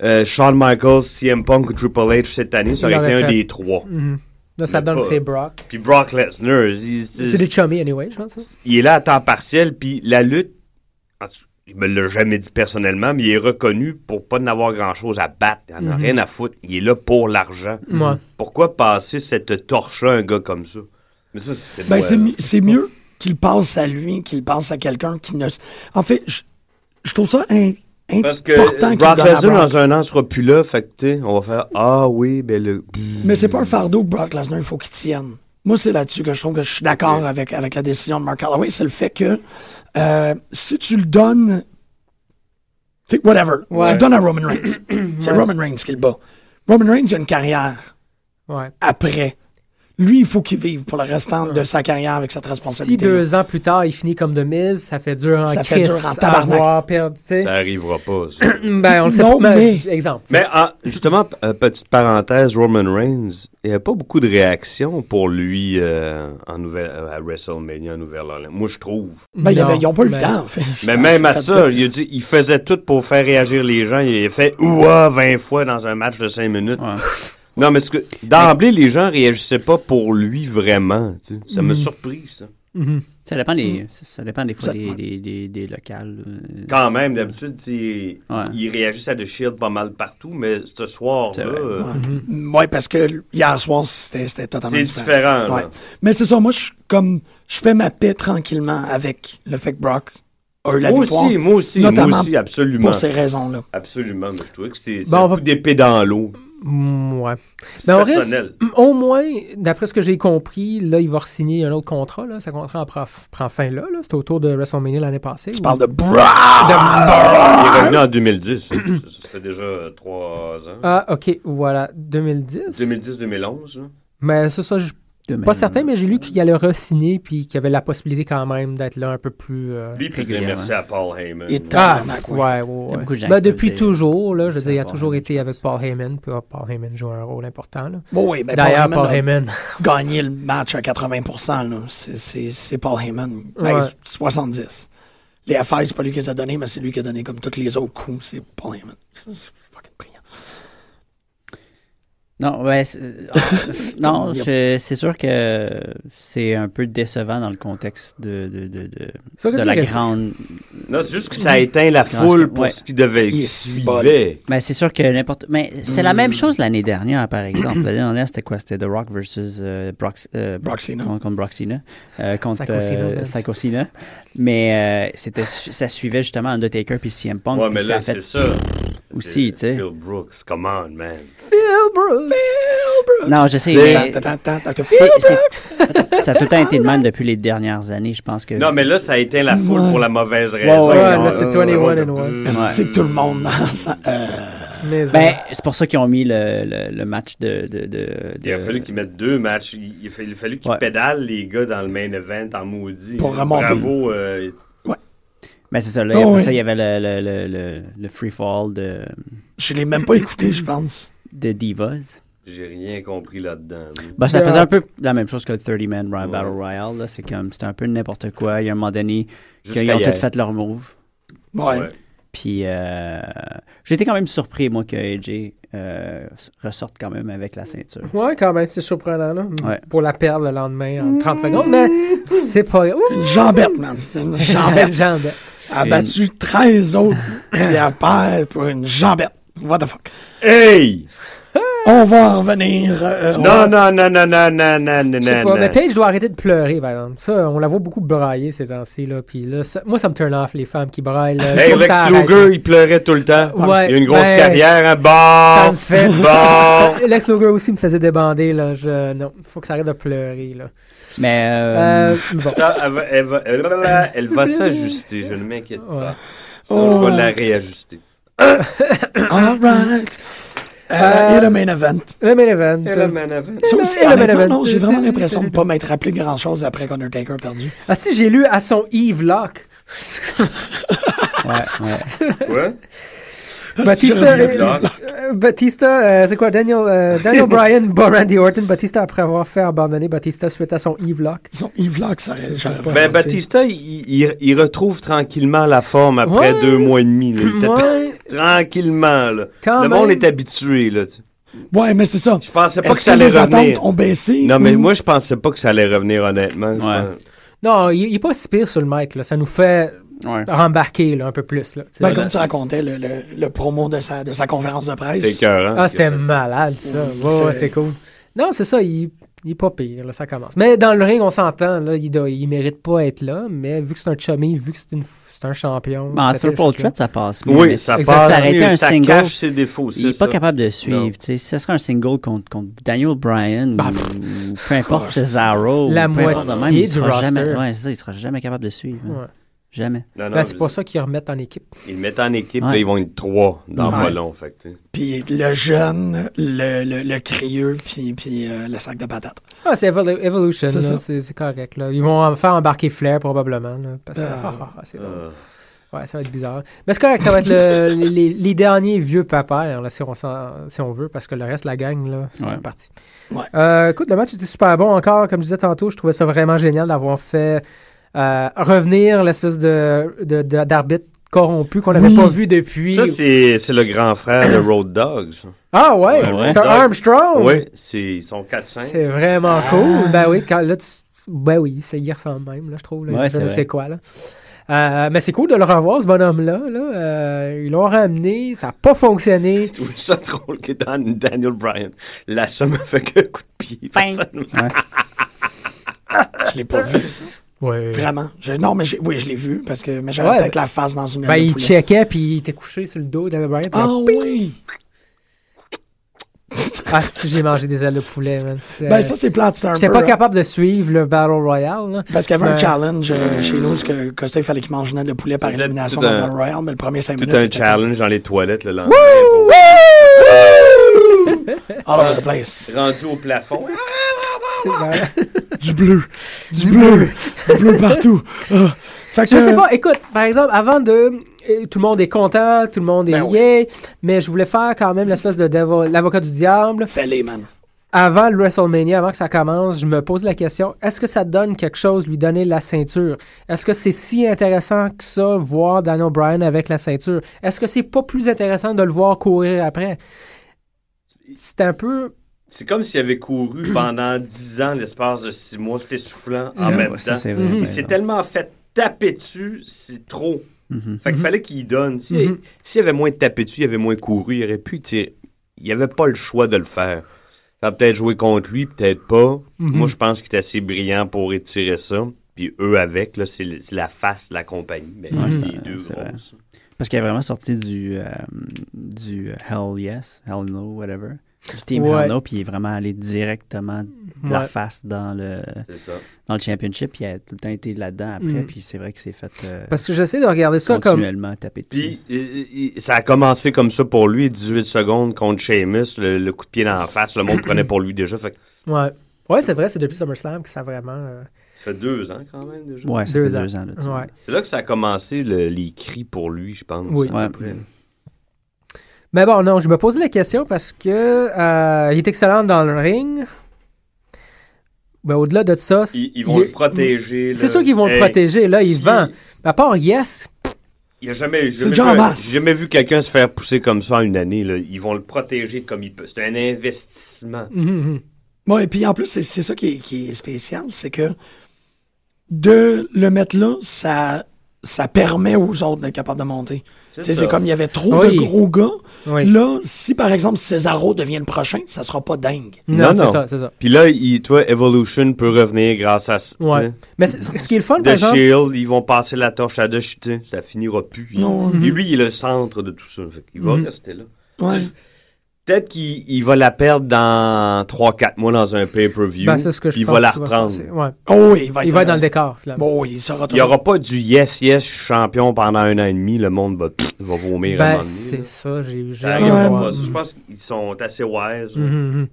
Speaker 7: euh, Shawn Michaels, CM Punk ou Triple H cette année, ça
Speaker 5: Il
Speaker 7: aurait
Speaker 5: l'aurait
Speaker 7: été un
Speaker 5: fait. Mm.
Speaker 7: des trois.
Speaker 5: Là, ça
Speaker 7: Mais
Speaker 5: donne
Speaker 7: pas-
Speaker 5: que c'est Brock.
Speaker 7: Puis Brock Lesnar, il,
Speaker 5: C'est des chummies, anyway, je pense. hein. ça.
Speaker 7: il est là à temps partiel, puis la lutte, en tout- il me l'a jamais dit personnellement, mais il est reconnu pour pas n'avoir grand-chose à battre. Il en a rien à foutre. Il est là pour l'argent. Mhm.
Speaker 5: Ouais.
Speaker 7: Pourquoi passer cette torche à un gars comme ça? Mais ça, c'est...
Speaker 8: Ben,
Speaker 7: moi,
Speaker 8: c'est
Speaker 7: là.
Speaker 8: mi- c'est mieux qu'il passe à lui, qu'il passe à quelqu'un qui ne. s- En fait, je, je trouve ça in-
Speaker 7: Parce
Speaker 8: important
Speaker 7: que
Speaker 8: qu'il
Speaker 7: Brock
Speaker 8: donne à
Speaker 7: Lesnar,
Speaker 8: Brock.
Speaker 7: dans un an, sera plus là. Fait que, tu sais, on va faire Ah oui, ben le.
Speaker 8: Mais c'est pas un fardeau que Brock Lesnar, il faut qu'il tienne. Moi, c'est là-dessus que je trouve que je suis d'accord avec, avec la décision de Mark Holloway. C'est le fait que euh, si tu le donnes. Tu sais, whatever. Tu
Speaker 5: Ouais.
Speaker 8: le donnes à Roman Reigns. c'est Roman Reigns qui le bat. Roman Reigns a une carrière
Speaker 5: Ouais.
Speaker 8: après. Lui, il faut qu'il vive pour le restant de sa carrière avec cette
Speaker 5: Si
Speaker 8: responsabilité.
Speaker 5: deux ans plus tard, il finit comme de mise, ça fait dur en
Speaker 8: Ça fait
Speaker 5: crise
Speaker 8: dur en
Speaker 5: à
Speaker 8: tabarnak.
Speaker 5: voir perdre, tu sais.
Speaker 7: Ça arrivera pas. ça.
Speaker 5: Ben, on le sait
Speaker 8: Non,
Speaker 5: pas, mais...
Speaker 8: mais-
Speaker 5: Exemple. tu sais.
Speaker 7: Mais ah, justement, p- euh, petite parenthèse, Roman Reigns, il n'y a pas beaucoup de réactions pour lui euh, en nouvelle, euh, à WrestleMania en Nouvelle-Orléans. Moi, je trouve.
Speaker 8: Ben, il y avait- ils
Speaker 5: Non,
Speaker 8: n'ont pas eu le
Speaker 5: mais-
Speaker 8: temps, en fait.
Speaker 7: Mais même à
Speaker 8: Ah, fait
Speaker 7: ça,
Speaker 8: tout.
Speaker 7: il, a dit, il faisait tout pour faire réagir les gens. Il a fait ouah 20 fois dans un match de 5 minutes.
Speaker 1: Ouais.
Speaker 7: Non, mais ce que d'emblée, les gens réagissaient pas pour lui vraiment. tu sais. Ça me surpris, ça.
Speaker 6: Ça dépend
Speaker 5: Mm.
Speaker 6: des, ça- ça dépend des fois
Speaker 8: Ça-
Speaker 6: des, des, des, des locales. euh,
Speaker 7: Quand même, d'habitude, tu sais,
Speaker 6: Ouais.
Speaker 7: ils réagissent à The Shield pas mal partout, mais ce
Speaker 6: C'est
Speaker 7: soir-là,
Speaker 6: vrai.
Speaker 7: euh,
Speaker 8: Oui, Mm. parce que hier soir, c'était c'était totalement
Speaker 7: c'est différent. là.
Speaker 8: Ouais. Mais c'est ça, moi, je suis comme je fais ma paix tranquillement avec le fait que Brock a eu la
Speaker 7: Moi
Speaker 8: victoire.
Speaker 7: aussi, moi aussi,
Speaker 8: notamment
Speaker 7: moi aussi, absolument.
Speaker 8: Pour ces raisons-là.
Speaker 7: Absolument, mais je trouvais que c'est c'est
Speaker 5: Bon,
Speaker 7: un
Speaker 5: on va-
Speaker 7: coup d'épée dans l'eau.
Speaker 5: Mm, ouais.
Speaker 7: C'est
Speaker 5: Mais on reste,
Speaker 7: personnel.
Speaker 5: au moins, d'après ce que j'ai compris, là, il va signer un autre contrat. Là. Sa contrat en prend, prend fin là. là. C'était au tour de WrestleMania l'année passée.
Speaker 8: Je parle de Brock! Ah!
Speaker 7: Il est revenu en 2010. hein. Ça fait déjà euh, trois ans.
Speaker 5: Ah, OK, voilà, 2010.
Speaker 7: 2010-2011. là.
Speaker 5: Mais ça, ça, je suis
Speaker 6: demain.
Speaker 5: pas certain, mais j'ai lu qu'il allait re-signer puis qu'il y avait la possibilité quand même d'être là un peu plus... euh,
Speaker 7: Lui, il peut dire
Speaker 6: Régulièrement.
Speaker 7: merci à Paul Heyman.
Speaker 8: Il est
Speaker 5: Ah,
Speaker 8: tabarnak, ouais.
Speaker 5: ouais, ouais, ouais.
Speaker 6: Il y a beaucoup de gens
Speaker 5: Ben,
Speaker 6: qui
Speaker 5: depuis
Speaker 6: peuvent dire-
Speaker 5: toujours, là, je veux
Speaker 6: Ça,
Speaker 5: dire, il a
Speaker 6: Paul
Speaker 5: toujours
Speaker 6: Heyman,
Speaker 5: été avec Paul Heyman, puis ah, Paul Heyman joue un rôle important. là.
Speaker 8: Bon, oui, ben,
Speaker 5: D'ailleurs, Paul
Speaker 8: Heyman
Speaker 5: Heyman,
Speaker 8: a gagné le match à 80 là. C'est- C'est c'est Paul Heyman. Ben,
Speaker 5: Ouais.
Speaker 8: 70. Les affaires, c'est pas lui qui les a données, mais c'est lui qui a donné comme tous les autres coups. C'est Paul Heyman. C'est c'est fucking brillant.
Speaker 6: Non, ouais, c'est- euh, non, je- c'est sûr que c'est un peu décevant dans le contexte de, de, de, de,
Speaker 5: Ça, que
Speaker 6: de
Speaker 5: tu
Speaker 6: la
Speaker 5: restes-
Speaker 6: grande.
Speaker 7: Non, c'est juste que ça a éteint la
Speaker 6: Grand
Speaker 7: foule
Speaker 6: sc-
Speaker 7: pour
Speaker 6: ouais.
Speaker 7: ce qui devait
Speaker 8: Il est
Speaker 7: qui
Speaker 8: si
Speaker 7: suivait.
Speaker 6: Mais Ben, c'est sûr que n'importe. Mais c'était
Speaker 7: Hmm.
Speaker 6: la même chose l'année dernière, par exemple. L'année dernière, c'était quoi C'était The Rock versus euh, Brock, euh,
Speaker 8: Brock Cena.
Speaker 6: Contre, contre Brock Cena. Euh, contre
Speaker 5: Psycho Cena,
Speaker 6: euh,
Speaker 5: man.
Speaker 6: Psycho Cena. Mais euh, c'était, su- ça suivait justement Undertaker puis CM Punk.
Speaker 7: Ouais,
Speaker 6: puis
Speaker 7: mais
Speaker 6: ça a
Speaker 7: là,
Speaker 6: fait-
Speaker 7: c'est ça.
Speaker 6: Aussi,
Speaker 7: C'est
Speaker 6: tu sais.
Speaker 7: Phil Brooks, come on, man.
Speaker 6: Non, je sais.
Speaker 7: C'est-
Speaker 6: mais- c'est- c'est- ça a tout le temps été le même depuis les dernières années, je pense que.
Speaker 7: Non, mais là, ça a éteint la foule
Speaker 8: Ouais.
Speaker 7: pour la mauvaise raison. Euh,
Speaker 5: ouais,
Speaker 7: Non,
Speaker 5: là, c'est 21 and one.
Speaker 6: Ouais.
Speaker 8: C'est que tout le monde. euh,
Speaker 5: mais,
Speaker 6: Ben, c'est pour ça qu'ils ont mis le, le, le match de. de, de,
Speaker 7: Il a
Speaker 6: de-
Speaker 7: fallu qu'ils mettent deux matchs. Il il a fa- il a fallu qu'ils
Speaker 6: Ouais.
Speaker 7: pédalent les gars dans le main event en maudit.
Speaker 8: Pour remonter.
Speaker 7: Bravo. euh,
Speaker 6: Mais Ben, c'est ça, là,
Speaker 8: Oh,
Speaker 6: après
Speaker 8: oui.
Speaker 6: ça, il y avait le, le, le, le, le free fall de,
Speaker 8: Je l'ai même pas écouté, je pense.
Speaker 6: de Divas.
Speaker 7: J'ai rien compris là-dedans. là.
Speaker 6: Bah, ça
Speaker 5: Ouais.
Speaker 6: faisait un peu la même chose que le 30-man Royal
Speaker 7: Ouais.
Speaker 6: Battle Royale. là. C'est comme, c'était un peu n'importe quoi. Il y a un moment donné,
Speaker 7: Juste
Speaker 6: qu'ils ont
Speaker 7: ailleurs.
Speaker 6: tous fait leur move.
Speaker 8: Ouais.
Speaker 7: Ouais.
Speaker 6: Puis, euh, j'étais quand même surpris, moi, que AJ euh, ressorte quand même avec la ceinture.
Speaker 5: Ouais, quand même, c'est surprenant, là.
Speaker 6: Ouais.
Speaker 5: Pour la perdre le lendemain en 30 secondes, mais c'est pas. Ouh!
Speaker 8: Une jambette, man. Une jambette.
Speaker 5: Jambette.
Speaker 8: Elle a battu 13 autres, puis elle perd pour une jambette. What the fuck?
Speaker 7: Hey!
Speaker 8: On va en revenir. euh,
Speaker 7: Non, non, non, non, non, non, non, non,
Speaker 5: Je sais pas,
Speaker 7: non.
Speaker 5: mais Paige doit arrêter de pleurer, par exemple. Ça, on la voit beaucoup brailler ces temps-ci, là. Puis là, ça- moi, ça me turn off, les femmes qui braillent. là. Je
Speaker 7: Hey,
Speaker 5: trouve
Speaker 7: Lex
Speaker 5: ça arrête,
Speaker 7: Luger, il pleurait tout le temps.
Speaker 5: Ouais,
Speaker 7: il a une grosse
Speaker 5: ben, là.
Speaker 7: carrière, hein? Bon!
Speaker 5: Ça me fait.
Speaker 7: Bon!
Speaker 5: Ça- Lex Luger aussi me faisait débander, là. Je... Non, faut que ça arrête de pleurer, là.
Speaker 6: Mais, euh,
Speaker 5: Euh, bon.
Speaker 7: Ça, Ah, elle va, elle va- elle va- elle va s'ajuster, je ne m'inquiète
Speaker 5: Ouais.
Speaker 7: pas. Sinon, Je vais la réajuster.
Speaker 8: All right. Euh,
Speaker 5: Euh,
Speaker 8: et le main event.
Speaker 5: Le main event.
Speaker 8: Ça aussi,
Speaker 5: et le main
Speaker 8: honnêtement,
Speaker 5: event.
Speaker 8: Ah, non, j'ai vraiment l'impression de pas m'être rappelé grand-chose après qu'Undertaker a perdu.
Speaker 5: Ah, si, j'ai lu à son Eve Locke.
Speaker 6: ouais, ouais.
Speaker 7: Quoi?
Speaker 5: Batista,
Speaker 8: J'aurais dû
Speaker 5: euh, euh, Batista, euh, c'est quoi, Daniel, euh, Daniel Bryan, bat Randy Orton, Batista après avoir fait abandonner Batista suite à son Eve Lock.
Speaker 8: Son Yves Locke, ça aurait... j'aurais Euh, pas-
Speaker 5: Ouais,
Speaker 7: Ben, Batista, il, il- il retrouve tranquillement la forme après
Speaker 5: Ouais.
Speaker 7: deux mois et demi. là. Il était
Speaker 5: Ouais,
Speaker 7: Tranquillement, là.
Speaker 5: Quand
Speaker 7: le
Speaker 5: même.
Speaker 7: monde est habitué, là. tu-
Speaker 8: Ouais, mais c'est ça.
Speaker 7: Je pensais pas
Speaker 8: Est-ce
Speaker 7: que ça allait
Speaker 8: les
Speaker 7: revenir.
Speaker 8: attentes ont baissé?
Speaker 7: Non,
Speaker 4: Mm-hmm.
Speaker 7: mais
Speaker 8: ou-
Speaker 7: moi, je pensais pas que ça allait revenir, honnêtement. Je
Speaker 6: Ouais.
Speaker 7: pense-
Speaker 5: Non, il, il est pas si pire sur le mic. Là. Ça nous fait
Speaker 6: Ouais.
Speaker 7: Ah,
Speaker 5: rembarquer là, un peu plus. Là, tu sais.
Speaker 8: Ben, comme tu racontais, le, le- le promo de sa, de sa conférence de presse.
Speaker 7: C'est écœurant.
Speaker 5: ah, c'était malade, ça.
Speaker 8: Oui,
Speaker 5: Ouais, ouais,
Speaker 8: c'est-
Speaker 5: c'était cool. Non, c'est ça, il, il est pas pire, là, ça commence. Mais dans le ring, on s'entend, là, il, doit- il mérite pas être là, mais vu que c'est un chummy, vu que c'est une f- c'est un champion...
Speaker 9: Ben, en
Speaker 5: ça fait
Speaker 9: triple
Speaker 5: le champion.
Speaker 9: threat, ça passe. mieux, mais
Speaker 7: Oui, ça
Speaker 9: si
Speaker 7: passe
Speaker 9: s'arrêtait
Speaker 7: mieux,
Speaker 9: un
Speaker 7: ça
Speaker 9: single,
Speaker 7: cache ses défauts,
Speaker 9: il
Speaker 7: c'est
Speaker 9: est pas
Speaker 7: ça.
Speaker 9: capable de
Speaker 7: Non.
Speaker 9: suivre. tu sais, Si ce serait un single contre, contre Daniel Bryan
Speaker 7: Bah,
Speaker 5: Ben,
Speaker 9: ou,
Speaker 5: pff,
Speaker 9: ou peu importe
Speaker 7: Ah,
Speaker 9: Cesaro,
Speaker 5: la
Speaker 9: ou peu importe
Speaker 5: moitié
Speaker 9: le même,
Speaker 5: du
Speaker 9: il sera
Speaker 5: roster.
Speaker 9: jamais, ouais, c'est ça, il sera jamais capable de suivre. hein.
Speaker 5: Ouais.
Speaker 9: Jamais.
Speaker 7: Non, non,
Speaker 5: Ben, c'est
Speaker 7: je-
Speaker 5: pas ça qu'ils remettent en équipe.
Speaker 7: Ils le mettent en équipe,
Speaker 9: Ouais.
Speaker 7: là, ils vont être trois dans
Speaker 8: Ouais.
Speaker 7: pas long, fait que, tu sais.
Speaker 8: Puis le jeune, le, le, le crieux, puis, puis euh, le sac de patates.
Speaker 5: Ah, c'est Evol- Evolution,
Speaker 8: C'est
Speaker 5: là,
Speaker 8: ça.
Speaker 5: c'est c'est correct. Là. Ils vont en faire embarquer Flair, probablement, là, parce que...
Speaker 8: Ah.
Speaker 5: ah, ah, c'est drôle.
Speaker 7: Euh,
Speaker 5: Ouais, ça va être bizarre. Mais c'est correct, ça va être le- les, les derniers vieux papas, là, si, on s'en- si on veut, parce que le reste, la gang, là, c'est
Speaker 9: Ouais.
Speaker 5: parti.
Speaker 8: Ouais.
Speaker 5: Euh, écoute, le match était super bon encore. Comme je disais tantôt, je trouvais ça vraiment génial d'avoir fait euh, revenir l'espèce de, de- de- d'arbitre corrompu qu'on n'avait
Speaker 8: Oui.
Speaker 5: pas vu depuis.
Speaker 7: Ça, c'est c'est le grand frère de Road Dogs.
Speaker 5: ah ouais,
Speaker 7: Ouais, ouais.
Speaker 5: c'est un Armstrong.
Speaker 7: Oui, c'est- ils sont 4-5.
Speaker 5: Ah C'est vraiment
Speaker 9: Ah.
Speaker 5: cool. Ben oui, quand, là, tu- ben oui, ça y ressemble même, là, je trouve. là.
Speaker 9: Ouais,
Speaker 5: je
Speaker 9: c'est
Speaker 5: ne
Speaker 9: vrai.
Speaker 5: sais quoi, là. Euh, mais c'est cool de le revoir, ce bonhomme-là. Là. Euh, ils l'ont ramené, ça n'a pas fonctionné.
Speaker 7: Je trouve ça drôle que dans Daniel Bryan, la somme a fait qu'un coup de pied. Personne-
Speaker 8: Je l'ai pas vu, ça.
Speaker 5: Ouais.
Speaker 8: Vraiment. Je- non, mais j'ai- oui, je l'ai vu, parce que mais j'avais
Speaker 5: Ouais,
Speaker 8: peut-être la face dans une
Speaker 5: Ben,
Speaker 8: aile de
Speaker 5: il
Speaker 8: poulet.
Speaker 5: checkait, puis il était couché sur le dos d'Anna Bryan. puis
Speaker 8: Ah
Speaker 5: il a-
Speaker 8: oui!
Speaker 5: Ah, si j'ai mangé des ailes de poulet, man. C'est-
Speaker 8: Ben ça, c'est plate, c'est un
Speaker 5: Euh, J'étais
Speaker 8: peu...
Speaker 5: pas
Speaker 8: euh,
Speaker 5: capable de suivre le Battle Royale. là.
Speaker 8: Parce qu'il y avait un
Speaker 5: Ouais.
Speaker 8: challenge euh, chez nous, parce que Costa, il fallait qu'il mange une aile de poulet par
Speaker 7: Tout
Speaker 8: élimination
Speaker 7: un-
Speaker 8: dans le Royal, mais le premier 5
Speaker 7: Tout
Speaker 8: minutes...
Speaker 7: un
Speaker 8: était
Speaker 7: challenge dans les toilettes le lendemain.
Speaker 8: All over the place.
Speaker 7: Rendu au plafond.
Speaker 5: C'est- ben,
Speaker 8: Du bleu. Du bleu. Du bleu partout. Ah. Fait
Speaker 5: je
Speaker 8: que-
Speaker 5: sais pas, écoute, par exemple, avant de. euh, Tout le monde est content, tout le monde est
Speaker 8: Ben oui.
Speaker 5: yay, mais je voulais faire quand même l'espèce de devil- l'avocat du diable.
Speaker 8: Fais-les, man.
Speaker 5: Avant le WrestleMania, avant que ça commence, je me pose la question est-ce que ça donne quelque chose, lui donner la ceinture Est-ce que c'est si intéressant que ça, voir Daniel Bryan avec la ceinture Est-ce que c'est pas plus intéressant de le voir courir après C'est un peu.
Speaker 7: C'est comme s'il avait couru pendant 10 ans l'espace de 6 mois. C'était soufflant en
Speaker 9: Ah, Ouais,
Speaker 7: même
Speaker 9: ça,
Speaker 7: temps.
Speaker 9: c'est vrai,
Speaker 5: Mhm.
Speaker 9: ben,
Speaker 7: Il s'est
Speaker 9: non.
Speaker 7: tellement fait taper dessus, c'est trop.
Speaker 9: Mhm.
Speaker 7: Fait qu'il fallait qu'il y donne. Si- S'il
Speaker 9: Mm-hmm.
Speaker 5: Mhm.
Speaker 7: y avait moins de tapé dessus, il y avait moins couru, il aurait pu tirer. Il n'y avait pas le choix de le faire. Ça a peut-être joué contre lui, peut-être pas.
Speaker 9: Mm-hmm.
Speaker 7: Moi, je pense qu'il est assez brillant pour étirer ça. Puis eux avec, là, c'est le- c'est la face de la compagnie. Mais
Speaker 9: Ouais,
Speaker 7: c'est
Speaker 9: c'est-
Speaker 7: les deux
Speaker 9: c'est vrai.
Speaker 7: grosses.
Speaker 9: Parce qu'il est vraiment sorti du, euh, du Hell Yes, Hell No, whatever. Du team
Speaker 5: Ouais.
Speaker 9: Hell No, puis il est vraiment allé directement de
Speaker 5: Ouais.
Speaker 9: la face dans le,
Speaker 7: C'est ça.
Speaker 9: dans le championship. puis Il a tout le temps été là-dedans après,
Speaker 5: Mhm.
Speaker 9: puis c'est vrai que c'est fait euh,
Speaker 5: Parce que j'essaie de regarder ça comme.
Speaker 9: continuellement taper dessus.
Speaker 7: Puis euh, il- ça a commencé comme ça pour lui, 18 secondes contre Sheamus, le, le coup de pied dans la face, le monde prenait pour lui déjà. Fait, que-
Speaker 5: Ouais. Ouais, c'est vrai, c'est depuis SummerSlam que ça a vraiment. euh,
Speaker 7: ça fait deux ans quand même déjà.
Speaker 9: Ouais, ça
Speaker 5: Deux
Speaker 9: fait
Speaker 5: ans.
Speaker 9: deux ans. Là, tu vois.
Speaker 5: ouais.
Speaker 7: C'est là que ça a commencé le- les cris pour lui, je pense.
Speaker 5: Oui.
Speaker 9: Ouais.
Speaker 5: Mais bon, non, je me posais la question parce que euh, il est excellent dans le ring. Mais au-delà de ça, c'est-
Speaker 7: Ils, ils vont
Speaker 5: il-
Speaker 7: le protéger.
Speaker 5: c'est
Speaker 7: là.
Speaker 5: sûr qu'ils vont le
Speaker 7: Hey,
Speaker 5: protéger. Là, il
Speaker 7: si-
Speaker 5: vend. À part Yes,
Speaker 7: Il a jamais, j'ai
Speaker 8: C'est
Speaker 7: jamais,
Speaker 8: déjà en
Speaker 7: vu un-
Speaker 8: masse.
Speaker 7: j'ai jamais vu quelqu'un se faire pousser comme ça en une année. là. Ils vont le protéger comme ils peuvent. C'est un investissement.
Speaker 5: mhm, mhm.
Speaker 8: Ouais, et puis en plus, c'est c'est ça qui est, qui est spécial, c'est que de le mettre là, ça, ça permet aux autres d'être capables de monter. Tu sais,
Speaker 7: ça.
Speaker 8: C'est comme il y avait trop
Speaker 5: Oui.
Speaker 8: de gros gars.
Speaker 5: Oui.
Speaker 8: Là, si par exemple Cesaro devient le prochain, ça sera pas dingue.
Speaker 5: non,
Speaker 7: Non,
Speaker 5: c'est
Speaker 7: non.
Speaker 5: ça, c'est ça.
Speaker 7: Puis là, il, toi, Evolution peut revenir grâce à ça.
Speaker 5: Ouais.
Speaker 7: tu sais.
Speaker 5: Mais c'est- ce qui est le fun, par
Speaker 7: The
Speaker 5: exemple,
Speaker 7: Shield, ils vont passer la torche à The Shield. Ça finira plus. Il-
Speaker 8: Non,
Speaker 5: mm-hmm.
Speaker 7: Et lui, il est le centre de tout ça. Fait qu'il va
Speaker 5: Mhm.
Speaker 7: rester là.
Speaker 8: ouais.
Speaker 7: Peut-être qu'il il va la perdre dans 3-4 mois dans un pay-per-view.
Speaker 5: ben, c'est ce que je
Speaker 7: il
Speaker 5: pense
Speaker 7: va la
Speaker 5: qu'il
Speaker 7: reprendre.
Speaker 5: passer. Ouais.
Speaker 8: Oh, il va être,
Speaker 5: Il va être dans le
Speaker 8: euh,
Speaker 5: décor, finalement.
Speaker 8: Bon, il sera
Speaker 7: Il n'y
Speaker 8: toujours.
Speaker 7: aura pas du yes, yes, je suis champion pendant un an et demi. Le monde va, va vomir à un
Speaker 5: ben,
Speaker 7: moment donné, là.
Speaker 5: c'est ça, j'ai j'ai
Speaker 7: Ça
Speaker 5: hâte de
Speaker 7: arrivera
Speaker 5: voir.
Speaker 7: pas. Je pense qu'ils sont assez wise.
Speaker 5: Mhm, mhm.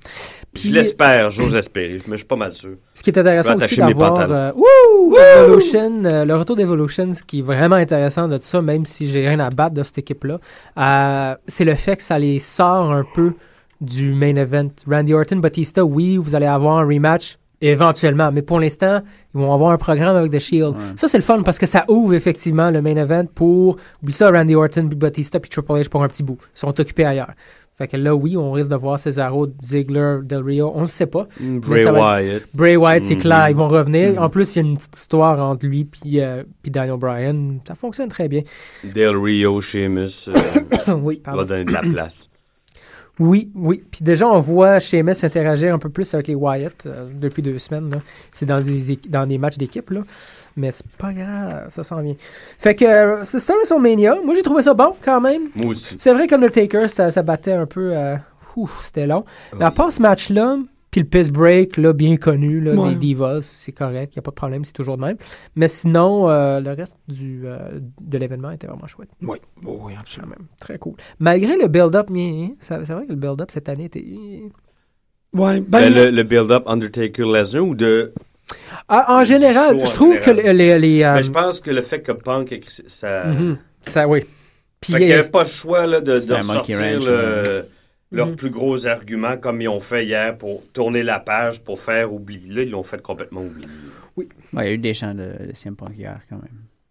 Speaker 7: Je l'espère, j'ose espérer, mais je suis pas mal sûr.
Speaker 5: Ce qui est intéressant
Speaker 7: Je
Speaker 5: aussi
Speaker 7: vais attacher mes
Speaker 5: d'avoir
Speaker 7: pantalons.
Speaker 5: euh, wouh, Evolution, euh, le retour d'Evolution, ce qui est vraiment intéressant de tout ça, même si j'ai rien à battre de cette équipe-là, euh, c'est le fait que ça les sort un peu du main event. Randy Orton, Batista, oui, vous allez avoir un rematch Éventuellement, mais pour l'instant, ils vont avoir un programme avec The Shield. Ça, c'est le fun parce que ça ouvre effectivement le main event pour, oublie ça, Randy Orton, Big Batista puis Triple H pour un petit bout. Ils sont occupés ailleurs. Fait que là, oui, on risque de voir Cesaro, Ziggler, Del Rio, on ne sait pas. Mais
Speaker 7: Bray
Speaker 5: Mm, ça va
Speaker 7: Wyatt.
Speaker 5: Bray Wyatt, c'est clair, ils vont revenir. En plus, il y a une petite histoire entre lui puis euh, puis Daniel Bryan. Ça fonctionne très bien.
Speaker 7: Del Rio, Sheamus. euh,
Speaker 5: oui, pardon.
Speaker 7: va donner de la place.
Speaker 5: Oui, oui. Puis déjà, on voit Sheamus interagir un peu plus avec les Wyatt euh, depuis deux semaines. là. C'est dans des, équ- dans des matchs d'équipe, là. Mais c'est pas grave, ça sent bien. Fait que euh, c'est ça, WrestleMania. Moi, j'ai trouvé ça bon, quand même.
Speaker 7: Moi aussi.
Speaker 5: C'est vrai qu'Undertaker, ça, ça battait un peu. euh, ouf, c'était long.
Speaker 7: Ah
Speaker 5: Mais à part ce match-là, puis le piss break, là, bien connu, là,
Speaker 8: Ouais.
Speaker 5: des divas, c'est correct, il n'y a pas de problème, c'est toujours le même. Mais sinon, euh, le reste du, euh, de l'événement était vraiment chouette.
Speaker 8: Oui, oui, absolument.
Speaker 5: Très cool. Malgré le build-up, mais, hein, ça- c'est vrai que le build-up cette année était.
Speaker 8: Ouais, ben,
Speaker 7: Ben, le le build-up Undertaker Lesnar ou de.
Speaker 5: Ah, en général,
Speaker 7: Show
Speaker 5: je trouve
Speaker 7: en
Speaker 5: que
Speaker 7: général.
Speaker 5: les. les, les, euh,
Speaker 7: Ben, je pense que le fait que Punk écrit ça.
Speaker 5: mhm, ça, oui. Puis,
Speaker 7: Fait qu'il n'y
Speaker 5: euh,
Speaker 7: avait pas le choix là, de, de
Speaker 9: un monkey
Speaker 7: ressortir
Speaker 9: wrench,
Speaker 7: le- leurs
Speaker 5: Mhm.
Speaker 7: plus gros arguments comme ils ont fait hier pour tourner la page, pour faire oublier. Là, ils l'ont fait complètement oublier.
Speaker 9: Ouais, il y a eu des chants de, de CM Punk hier, quand même.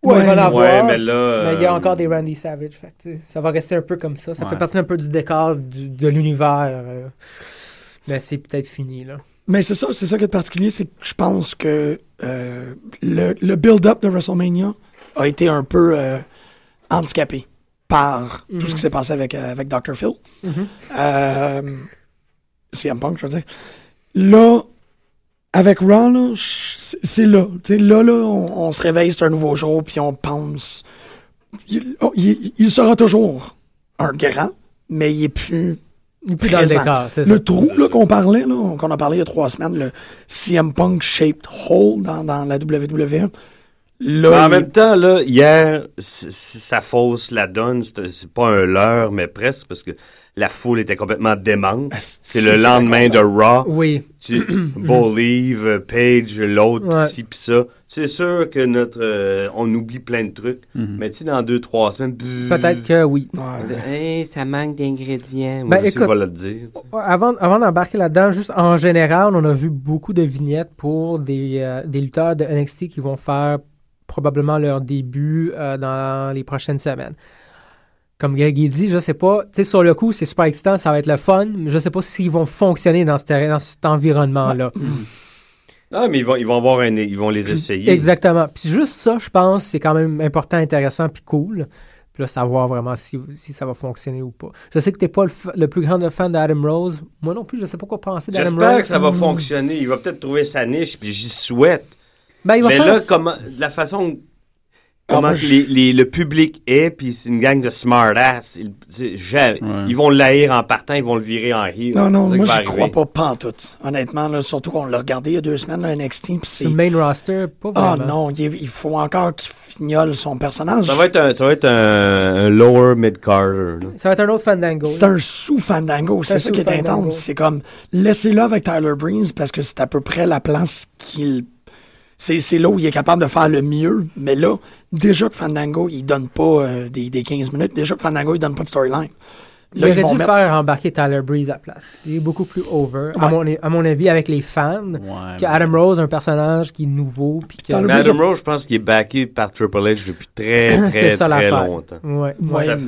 Speaker 5: ouais,
Speaker 8: Ouais.
Speaker 5: il va
Speaker 8: Ouais,
Speaker 5: l'avoir,
Speaker 7: Ouais, mais
Speaker 5: mais,
Speaker 7: là. euh,
Speaker 5: il y a encore des Randy Savage. fait que, tu sais, ça va rester un peu comme ça. Ça
Speaker 9: Ouais.
Speaker 5: fait partie un peu du décor du- de l'univers. euh. Mais c'est peut-être fini, là.
Speaker 8: Mais c'est ça, c'est ça qui est particulier, c'est que je pense que euh, le, le build-up de WrestleMania a été un peu euh, handicapé par tout
Speaker 5: Mhm.
Speaker 8: ce qui s'est passé avec, euh, avec Dr. Phil. Euh, CM Punk, je veux dire. Là, avec Raw, là, je- c'est c'est là. Tu sais, là, là, on, on se réveille, c'est un nouveau jour, puis on pense. Il, oh, il- il sera toujours un grand, mais il est plus
Speaker 5: Il est plus dans le
Speaker 8: présent.
Speaker 5: décor, c'est ça.
Speaker 8: Le trou là, qu'on parlait, là, on- qu'on a parlé il y a trois semaines, le CM Punk shaped hole dans, dans la WWE.
Speaker 7: mais
Speaker 8: Là,
Speaker 7: Ben, en
Speaker 8: il-
Speaker 7: même temps, là, hier, c- c- ça fausse la donne. C'est c'est pas un leurre, mais presque, parce que la foule était complètement démente.
Speaker 8: Ah,
Speaker 7: C'est le lendemain de Raw.
Speaker 5: Oui.
Speaker 7: tu, Believe, Page, l'autre,
Speaker 5: Ouais.
Speaker 7: pis ci, pis ça. C'est sûr que notre. euh, on oublie plein de trucs,
Speaker 8: Mhm.
Speaker 7: mais tu sais, dans deux, trois semaines. buh,
Speaker 5: Peut-être que oui.
Speaker 7: Hey, ça manque d'ingrédients.
Speaker 5: Ben,
Speaker 7: Moi, je sais
Speaker 5: écoute-
Speaker 7: pas le dire. tu sais.
Speaker 5: Avant, avant d'embarquer là-dedans, juste en général, on a vu beaucoup de vignettes pour des, euh, des lutteurs de NXT qui vont faire probablement leur début euh, dans les prochaines semaines. Comme Greg dit, je sais pas, tu sais, sur le coup, c'est super excitant, ça va être le fun, mais je sais pas s'ils vont fonctionner dans, ce terrain, dans cet environnement-là.
Speaker 7: Non, Ah, mais ils vont, ils vont avoir un, ils vont les essayer.
Speaker 5: Exactement. Puis juste ça, je pense, c'est quand même important, intéressant, puis cool. Puis là, savoir vraiment si, si ça va fonctionner ou pas. Je sais que t'es pas le, fa- le plus grand fan d'Adam Rose. Moi non plus, je sais pas quoi penser d'Adam Rose.
Speaker 7: J'espère que ça va
Speaker 5: Hmm.
Speaker 7: fonctionner. Il va peut-être trouver sa niche, puis j'y souhaite.
Speaker 5: Ben, il va
Speaker 7: mais
Speaker 5: faire-
Speaker 7: là, comment, de la façon comment
Speaker 8: Ah, moi,
Speaker 7: que
Speaker 8: je-
Speaker 7: les- les- le public est, puis c'est une gang de smart-ass. Ils, c'est- j'ai- ils vont l'haïr en partant, ils vont le virer en rire.
Speaker 8: Non, non,
Speaker 7: C'est ça qui
Speaker 8: moi,
Speaker 7: va
Speaker 8: je
Speaker 7: arriver.
Speaker 8: crois pas pantoute. Honnêtement, là, surtout qu'on l'a regardé il y a deux semaines, là, NXT, puis c'est.
Speaker 5: le main roster, pas
Speaker 8: Ah
Speaker 5: vraiment.
Speaker 8: non, il, est- il faut encore qu'il fignole son personnage.
Speaker 7: Ça va être un, ça va être un, un lower mid-carter. là.
Speaker 5: Ça va être un autre Fandango.
Speaker 8: C'est un sous-fandango,
Speaker 5: C'est un
Speaker 8: c'est ça qui est
Speaker 5: sous-Fandango.
Speaker 8: intense. C'est comme, laissez-le avec Tyler Breeze parce que c'est à peu près la place qu'il. C'est c'est là où il est capable de faire le mieux, mais là, déjà que Fandango, il donne pas euh, des, des 15 minutes, déjà que Fandango, il donne pas de storyline.
Speaker 5: Il
Speaker 8: Là,
Speaker 5: aurait
Speaker 8: ils vont
Speaker 5: dû
Speaker 8: mettre.
Speaker 5: faire embarquer Tyler Breeze à la place. Il est beaucoup plus over, à,
Speaker 8: Ouais.
Speaker 5: mon, à mon avis, avec les fans.
Speaker 9: Ouais.
Speaker 5: Que Adam Rose, un personnage qui est nouveau. Puis que-
Speaker 8: Tyler
Speaker 7: Mais
Speaker 8: Breeze
Speaker 7: Adam Rose, je pense qu'il est backé par Triple H depuis très,
Speaker 5: Ah, C'est
Speaker 7: très,
Speaker 5: ça
Speaker 7: très
Speaker 5: l'affaire.
Speaker 7: longtemps.
Speaker 5: Ouais.
Speaker 8: Ouais,
Speaker 7: Ça fait-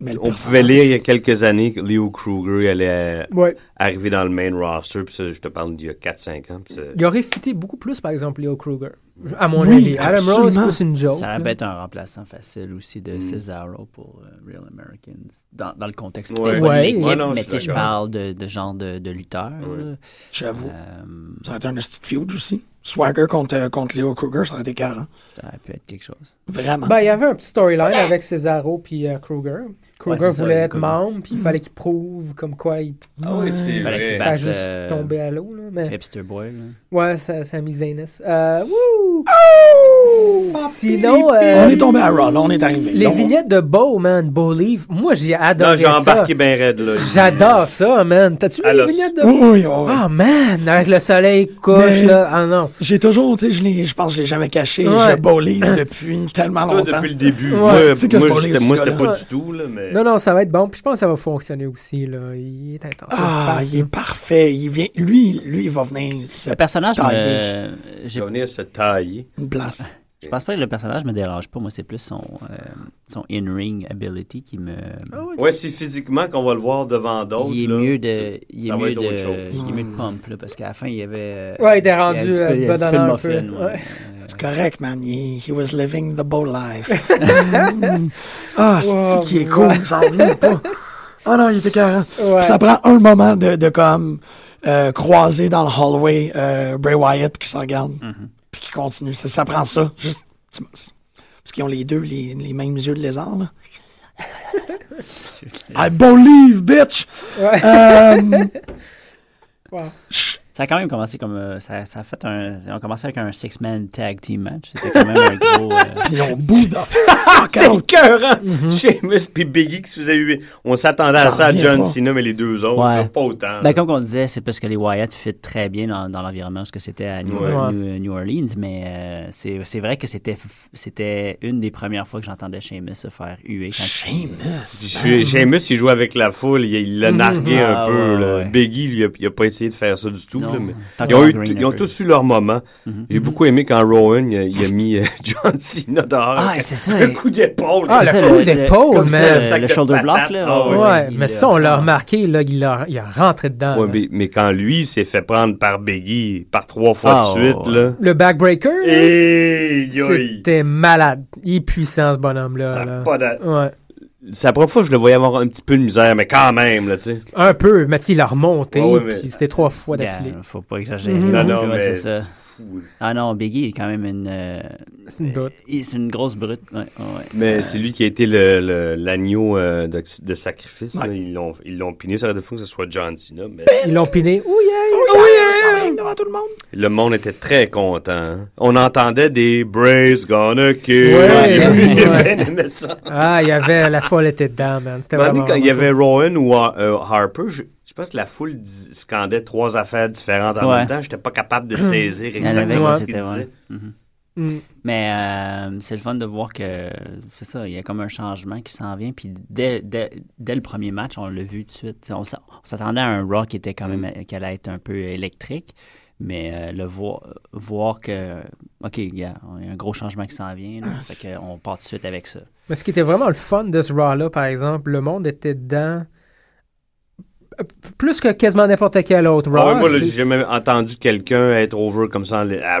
Speaker 8: mais le
Speaker 7: On
Speaker 8: personnage-
Speaker 7: pouvait lire il y a quelques années que Leo Kruger allait euh,
Speaker 5: Ouais.
Speaker 7: arriver dans le main roster, puis ça, je te parle d'il y a 4-5 ans. puis ça-
Speaker 5: Il aurait fité beaucoup plus, par exemple, Leo Kruger. À mon avis.
Speaker 8: Oui,
Speaker 5: Adam Rose, c'est
Speaker 8: absolument.
Speaker 5: plus une joke.
Speaker 9: Ça
Speaker 5: là.
Speaker 9: aurait pu être un remplaçant facile aussi
Speaker 7: Mm.
Speaker 9: de Cesaro pour euh, Real Americans. Dans, dans le contexte,
Speaker 7: Ouais.
Speaker 9: peut-être pas
Speaker 5: Ouais.
Speaker 9: de l'équipe,
Speaker 7: Ouais, non, je
Speaker 9: mais
Speaker 7: suis
Speaker 9: tu sais, je
Speaker 7: d'accord.
Speaker 9: parle de, de genre de, de lutteur. là.
Speaker 8: J'avoue.
Speaker 9: Euh,
Speaker 8: Ça a été un petit feud aussi. Swagger contre, euh, contre Leo Kruger, ça a été carré. hein.
Speaker 9: ça aurait pu être quelque chose.
Speaker 8: Vraiment.
Speaker 5: Ben, il y avait un petit storyline avec Cesaro puis euh, Kruger. Kruger
Speaker 9: Ouais, c'est ça,
Speaker 5: voulait
Speaker 9: il
Speaker 5: être
Speaker 9: Kruger.
Speaker 5: membre, puis il fallait qu'il prouve comme quoi il...
Speaker 9: Il fallait qu'il
Speaker 5: ça a
Speaker 9: batte
Speaker 5: juste
Speaker 9: euh,
Speaker 5: tombé à l'eau. là, Mais...
Speaker 9: Hipster Boy. là.
Speaker 5: Ouais, ça, ça a mis Zaynus. Euh, wouh!
Speaker 8: Oh!
Speaker 5: Sinon, euh,
Speaker 8: on est tombé à Raw, là, on est arrivé.
Speaker 5: les
Speaker 8: Là, on-
Speaker 5: vignettes de Beau, man, Beau Leaf, moi j'ai
Speaker 7: Non,
Speaker 5: adoré
Speaker 7: j'ai
Speaker 5: ça.
Speaker 7: embarqué bien ben raide. Là.
Speaker 5: J'adore ça, man. T'as-tu vu les
Speaker 7: Alors,
Speaker 5: vignettes de
Speaker 8: Oui,
Speaker 5: Beau?
Speaker 8: oui, oui.
Speaker 5: Ah, man, avec le soleil couche,
Speaker 8: Oh, Mais-
Speaker 5: là. Ah non.
Speaker 8: J'ai toujours, tu sais, je l'ai- je pense que je l'ai jamais caché.
Speaker 5: Ouais.
Speaker 8: Je beau livre depuis tellement
Speaker 7: Toi,
Speaker 8: longtemps.
Speaker 7: depuis le début.
Speaker 5: Ouais.
Speaker 7: Moi,
Speaker 8: C'est que je
Speaker 7: moi,
Speaker 8: parlais
Speaker 7: j'étais-
Speaker 8: aussi,
Speaker 7: moi, c'était
Speaker 8: là.
Speaker 7: pas
Speaker 5: Ouais.
Speaker 7: du tout, là, mais...
Speaker 5: Non, non, ça va être bon. Puis je pense que ça va fonctionner aussi. Là. Il est intense.
Speaker 8: Ah,
Speaker 5: face,
Speaker 8: il est
Speaker 5: là.
Speaker 8: parfait. Il vient, lui, lui, il va venir se
Speaker 6: Le personnage,
Speaker 8: tailler
Speaker 6: euh, j'ai-
Speaker 7: Il va venir se tailler.
Speaker 8: une place.
Speaker 6: je pense pas que le personnage me dérange pas. Moi, c'est plus son, euh, son in-ring ability qui me.
Speaker 7: Ouais, c'est physiquement qu'on va le voir devant d'autres.
Speaker 6: il est
Speaker 7: Oh. là.
Speaker 6: mieux de, il est
Speaker 7: ça va
Speaker 6: mieux
Speaker 7: être
Speaker 6: de,
Speaker 7: autre chose.
Speaker 6: il est mieux de pump là, parce qu'à la fin il y avait. euh,
Speaker 5: Ouais, il était
Speaker 6: y a un
Speaker 5: rendu,
Speaker 6: petit peu-
Speaker 5: euh,
Speaker 6: il y a un petit peu de
Speaker 5: bedonnant un
Speaker 6: muffin.
Speaker 5: peu.
Speaker 6: ouais.
Speaker 5: Ouais.
Speaker 6: Euh,
Speaker 8: Correct, man. He, he was living the beau life. Mm. Ah,
Speaker 5: Wow,
Speaker 8: c'est qui est cool. J'en reviens pas. Ah non, il était carré.
Speaker 5: Ouais.
Speaker 8: Ça prend un moment de, de comme euh, croiser dans le hallway euh, Bray Wyatt qui s'en regarde.
Speaker 5: Mm-hmm.
Speaker 8: Puis qui continue. Ça, ça prend ça. Juste. tu- Parce qu'ils ont les deux, les, les mêmes yeux de lézard, là. I believe, bitch!
Speaker 5: Ouais.
Speaker 8: Euh,
Speaker 6: Ça a quand même commencé comme, euh, ça, ça a fait un, on a commencé avec un six man tag team match. C'était quand même un gros. euh,
Speaker 8: puis on bout de fuck
Speaker 7: C'est
Speaker 8: out.
Speaker 7: écœurant!
Speaker 6: Mhm.
Speaker 7: Sheamus puis Biggie qui se faisaient huer. On s'attendait à
Speaker 8: J'en
Speaker 7: ça à
Speaker 8: reviens
Speaker 7: John
Speaker 8: pas.
Speaker 7: Cena, mais les deux autres,
Speaker 6: Ouais.
Speaker 7: là, pas autant.
Speaker 6: Ben,
Speaker 7: là.
Speaker 6: comme on disait, c'est parce que les Wyatt fit très bien dans, dans l'environnement, parce que c'était à New,
Speaker 7: Ouais.
Speaker 6: New- New Orleans, mais euh, c'est c'est vrai que c'était f- c'était une des premières fois que j'entendais Seamus se faire huer. Quand
Speaker 7: She- Sheamus, il joue avec la foule, il- il l'a nargué
Speaker 6: Ah,
Speaker 7: un peu.
Speaker 6: ouais,
Speaker 7: là.
Speaker 6: ouais.
Speaker 7: Biggie, lui, il a- il a pas essayé de faire ça du tout.
Speaker 6: Non.
Speaker 7: là, mais-
Speaker 6: Tant
Speaker 7: Ils ont,
Speaker 6: que
Speaker 7: eu-
Speaker 6: Green Mhm.
Speaker 7: ils ont
Speaker 6: Acres.
Speaker 7: tous eu leur moment. J'ai beaucoup aimé quand Rowan il a, il a mis euh, John Cena dehors.
Speaker 6: Ah, c'est ça.
Speaker 7: Un coup d'épaule.
Speaker 5: Ah,
Speaker 6: C'est
Speaker 5: le
Speaker 6: ça,
Speaker 5: coup d'épaule,
Speaker 6: comme
Speaker 5: man.
Speaker 6: ça,
Speaker 7: Le sac
Speaker 6: Le
Speaker 7: de
Speaker 6: shoulder block,
Speaker 7: patates.
Speaker 6: là.
Speaker 7: Ah,
Speaker 5: Ouais,
Speaker 7: ouais,
Speaker 5: mais ça, on l'a remarqué, là, il a, il a rentré dedans.
Speaker 7: Ouais,
Speaker 5: là.
Speaker 7: mais, mais quand lui il s'est fait prendre par Biggie par trois fois
Speaker 6: Ah,
Speaker 7: de suite,
Speaker 6: ouais.
Speaker 7: là.
Speaker 5: Le backbreaker, là,
Speaker 7: Et
Speaker 5: c'était malade. Il est puissant, ce bonhomme-là.
Speaker 7: Ça
Speaker 5: là.
Speaker 7: a pas d'a-
Speaker 5: Ouais.
Speaker 7: C'est la première fois que je le voyais avoir un petit peu de misère, mais quand même, là, tu sais.
Speaker 5: Un peu, mais tu sais, il a remonté,
Speaker 7: Ouais, ouais, mais-
Speaker 5: puis c'était trois fois
Speaker 6: Ben,
Speaker 5: d'affilée.
Speaker 6: faut pas exagérer.
Speaker 5: Mhm.
Speaker 7: Non,
Speaker 6: Ouais,
Speaker 7: non,
Speaker 6: ouais, c'est
Speaker 7: mais.
Speaker 6: ça.
Speaker 7: fou.
Speaker 6: Ah non, Biggie est quand même une. euh,
Speaker 5: C'est une botte.
Speaker 6: il- C'est une grosse brute. Ouais, ouais.
Speaker 7: Mais c'est lui qui a été le- le- l'agneau euh, de, de sacrifice. là.
Speaker 8: Ouais.
Speaker 7: Ils l'ont ils l'ont piné. Ça aurait été fou que ce soit John Cena, mais
Speaker 5: Ils l'ont piné. Ouh, yeah!
Speaker 7: Oh,
Speaker 8: Dans le ring, devant tout le monde.
Speaker 7: le monde était très content. hein. On entendait des Braves gonna kill.
Speaker 5: Ouais,
Speaker 7: Il
Speaker 5: ouais.
Speaker 7: avait aimé ça.
Speaker 5: Ah, il y avait... La folle était dedans, man. C'était
Speaker 7: À un moment
Speaker 5: vraiment...
Speaker 7: donné, quand il y
Speaker 5: vraiment
Speaker 7: avait Rowan ou euh, Harper, je, je pense que la foule dis- scandait trois affaires différentes en
Speaker 6: Ouais.
Speaker 7: même temps. J'étais pas capable de saisir
Speaker 6: Il y en avait
Speaker 7: exactement
Speaker 6: qui
Speaker 7: ce qu'il
Speaker 6: c'était,
Speaker 7: disait.
Speaker 6: ouais. Mhm.
Speaker 5: cool. Mm.
Speaker 6: Mais euh, c'est le fun de voir que c'est ça, il y a comme un changement qui s'en vient. Puis dès, dès, dès le premier match, on l'a vu tout de suite. T'sais, On s'a- on s'attendait à un Raw qui était quand même qui allait être un peu électrique. Mais euh, le vo- voir que OK, il y a il y a un gros changement qui s'en vient. là. fait que on part tout de suite avec ça.
Speaker 5: Mais ce qui était vraiment le fun de ce Raw-là, par exemple, le monde était dedans euh, p- plus que quasiment n'importe quel autre
Speaker 7: Ah
Speaker 5: Raw.
Speaker 7: ouais, moi, là,
Speaker 5: C'est-
Speaker 7: j'ai jamais entendu quelqu'un être over comme ça en- Ah, à, à,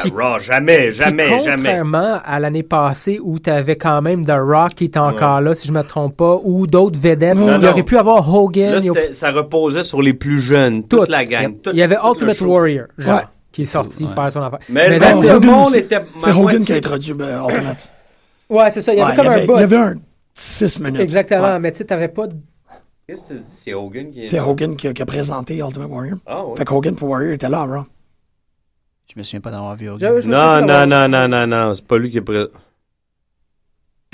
Speaker 5: Puis-
Speaker 7: Raw. Jamais,
Speaker 5: Puis
Speaker 7: jamais, jamais.
Speaker 5: Contrairement à l'année passée où tu avais quand même The Rock qui était encore là, si je me trompe pas, ou d'autres vedettes.
Speaker 7: Non,
Speaker 5: il
Speaker 7: non.
Speaker 5: aurait pu avoir Hogan.
Speaker 7: Là,
Speaker 5: il y a-
Speaker 7: c'était- ça reposait sur les plus jeunes, toute
Speaker 5: tout.
Speaker 7: la gang.
Speaker 5: Yep.
Speaker 7: tout-
Speaker 5: il y avait
Speaker 7: tout le
Speaker 5: Ultimate
Speaker 7: show.
Speaker 5: Warrior, genre,
Speaker 8: Ouais.
Speaker 5: qui est sorti
Speaker 6: Ouais.
Speaker 5: faire son affaire.
Speaker 7: Mais,
Speaker 5: Mais
Speaker 7: mais
Speaker 5: non,
Speaker 7: tu sais, le
Speaker 8: Hogan
Speaker 7: monde
Speaker 8: aussi.
Speaker 7: était.
Speaker 8: C'est Hogan qui a
Speaker 7: moitié-
Speaker 8: introduit euh, Ultimate.
Speaker 5: Ouais, c'est ça. Il y
Speaker 8: Ouais,
Speaker 5: avait comme un
Speaker 8: Il y
Speaker 5: bot.
Speaker 8: avait un 6 minutes.
Speaker 5: Exactement,
Speaker 8: Ouais.
Speaker 5: mais tu sais, t'avais pas de.
Speaker 7: Qu'est-ce que tu dis? C'est Hogan qui
Speaker 8: C'est Hogan qui a, qui a présenté Ultimate Warrior.
Speaker 7: Ah, ouais.
Speaker 8: Fait que Hogan pour Warrior était là, Raw.
Speaker 6: Je me souviens pas d'avoir vu
Speaker 5: Je- je me
Speaker 6: Hogan.
Speaker 5: souviens
Speaker 7: Non, non,
Speaker 5: d'avoir-
Speaker 7: non, non, non, non. C'est pas lui qui est présent.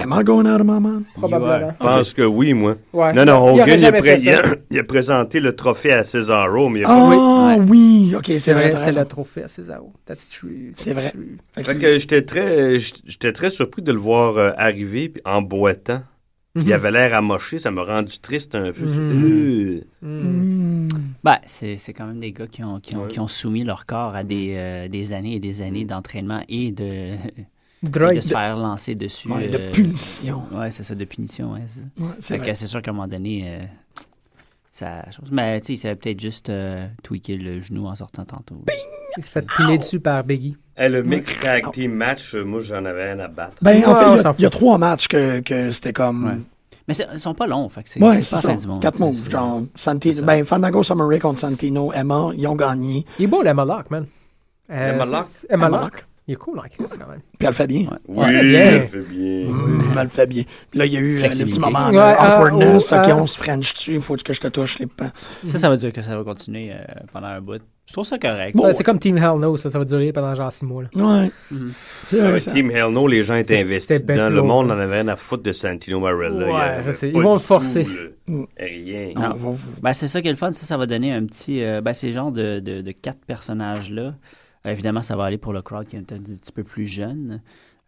Speaker 8: Am I going out of my mind?
Speaker 5: Probablement.
Speaker 7: Je pense que oui, moi.
Speaker 5: Ouais.
Speaker 7: Non, non,
Speaker 5: Il aurait
Speaker 7: Hogan, il, a,
Speaker 5: jamais
Speaker 7: pré-
Speaker 5: fait ça.
Speaker 7: il a- il a présenté le trophée à Cesaro, mais il a pas-
Speaker 8: Ah oui! Ok, c'est
Speaker 5: C'est
Speaker 8: vrai.
Speaker 5: vrai,
Speaker 8: t'as
Speaker 5: c'est
Speaker 8: raison.
Speaker 5: le trophée à Césaro. That's true.
Speaker 8: C'est vrai. Fait que-
Speaker 7: Fait que j'étais très, j'étais très surpris de le voir euh, arriver puis en boitant. Il avait l'air amoché, ça m'a rendu triste un peu.
Speaker 5: Mhm.
Speaker 7: Euh.
Speaker 5: Mm.
Speaker 8: Hmm.
Speaker 6: Ben, c'est c'est quand même des gars qui ont, qui ont,
Speaker 7: Ouais.
Speaker 6: qui ont soumis leur corps à des, euh, des années et des années d'entraînement et de, et de
Speaker 5: Drake.
Speaker 6: se faire lancer dessus.
Speaker 8: Ouais, de
Speaker 6: euh,
Speaker 8: punition.
Speaker 6: Ouais, c'est ça, de punition. ouais, c'est ça.
Speaker 8: Ouais, c'est
Speaker 6: Fait
Speaker 8: vrai.
Speaker 6: que c'est sûr qu'à un moment donné, euh, ça. Mais tu sais, il savait peut-être juste euh, tweaker le genou en sortant tantôt.
Speaker 5: Il se fait piler dessus par Biggie.
Speaker 7: Eh, le mix tag team match, euh, moi j'en avais rien à battre.
Speaker 8: Ben, en
Speaker 5: Ouais,
Speaker 8: fait,
Speaker 5: on
Speaker 8: il y
Speaker 5: s'en
Speaker 8: a-
Speaker 5: fout.
Speaker 8: il y, a trois matchs que, que c'était comme.
Speaker 6: Mais c'est- ils sont pas longs, fait que c'est
Speaker 8: Ouais,
Speaker 6: c'est
Speaker 8: c'est
Speaker 6: pas la
Speaker 8: ça.
Speaker 6: fin du monde.
Speaker 8: Quatre
Speaker 6: tu sais,
Speaker 8: moves.
Speaker 6: c'est-
Speaker 8: Genre, Santi-
Speaker 6: c'est ça.
Speaker 8: ben, Fandango Summer Rae contre Santino, Emma, ils ont gagné.
Speaker 5: Il est beau, la Moloch, man. Euh,
Speaker 7: Le Moloch?
Speaker 5: c'est- Emma
Speaker 8: Emma
Speaker 5: Lock.
Speaker 8: Locke.
Speaker 5: Il est cool, en Chris, quand même.
Speaker 8: Puis elle le fait bien.
Speaker 6: Ouais.
Speaker 7: Oui,
Speaker 5: Ouais, bien.
Speaker 7: elle fait bien.
Speaker 8: Hum, elle le fait bien. Puis là, il y a eu euh, les
Speaker 6: Flexibilité.
Speaker 8: petits moments de
Speaker 5: Ouais, ah,
Speaker 8: awkwardness.
Speaker 5: oh,
Speaker 8: ok,
Speaker 5: ah.
Speaker 8: on se French dessus, il faut que je te touche les pans.
Speaker 6: Ça, ça veut dire que ça va continuer euh, pendant un bout. Je trouve ça correct.
Speaker 8: Bon,
Speaker 5: Ouais,
Speaker 8: ouais.
Speaker 5: C'est comme Team Hell No, ça, ça va durer pendant genre six mois. Là.
Speaker 8: Ouais.
Speaker 6: Mhm.
Speaker 8: C'est
Speaker 7: Ouais,
Speaker 8: vrai, ça.
Speaker 7: Team Hell No, Mm-hmm. les gens étaient investis
Speaker 5: c'était
Speaker 7: dedans.
Speaker 5: bête
Speaker 7: Le
Speaker 5: lourd,
Speaker 7: monde
Speaker 5: là.
Speaker 7: en avait rien à foutre de Santino Marella.
Speaker 5: Ouais,
Speaker 7: Il y avait
Speaker 5: je sais.
Speaker 7: pas
Speaker 5: Ils vont
Speaker 7: du
Speaker 5: le forcer.
Speaker 7: tout, là.
Speaker 8: Mm.
Speaker 7: Rien.
Speaker 6: Non.
Speaker 8: On va vous-
Speaker 6: Ben, c'est ça qui est le fun, ça, ça va donner un petit. euh, ben, ces genres de, de, de quatre personnages-là. Euh, Évidemment, ça va aller pour le crowd qui est un petit peu plus jeune.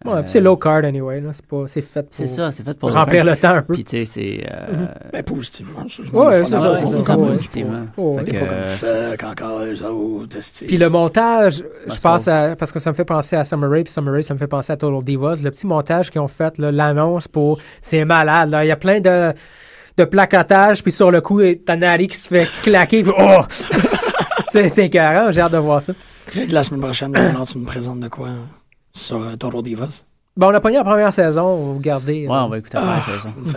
Speaker 5: Ouais, puis c'est
Speaker 6: Euh,
Speaker 5: low card anyway. là. C'est pas- C'est fait pour
Speaker 6: C'est ça, c'est fait pour
Speaker 5: remplir le temps un peu.
Speaker 6: Puis tu sais, c'est. euh,
Speaker 8: Ben, positivement. je- je
Speaker 5: Ouais,
Speaker 8: m'en
Speaker 5: c'est
Speaker 8: fous.
Speaker 5: ça,
Speaker 8: Ouais,
Speaker 5: c'est
Speaker 8: ouais,
Speaker 5: ça,
Speaker 8: ouais,
Speaker 6: positivement.
Speaker 5: Oh, ouais.
Speaker 6: Fait
Speaker 8: T'es
Speaker 6: que, euh,
Speaker 8: pas comme fuck encore, eux autres, esti.
Speaker 5: Puis le montage, je
Speaker 6: c'est
Speaker 5: pense
Speaker 6: bon.
Speaker 5: à. Parce que ça me fait penser à Summer Rae, puis Summer Rae, ça me fait penser à Total Divas. Le petit montage qu'ils ont fait, là, l'annonce pour. C'est malade, là. Il y a plein de. De placotage, puis sur le coup, t'as Nari qui se fait claquer, puis oh! c'est c'est écœurant, j'ai hâte de voir ça.
Speaker 8: Fait que la semaine prochaine, Bernard, tu me présentes de quoi hein, sur euh, Total Divas?
Speaker 5: Bon, on a pas la première saison, vous gardez.
Speaker 6: Ouais, on va écouter après la
Speaker 8: Ah.
Speaker 6: saison.
Speaker 8: Ok,
Speaker 6: Non,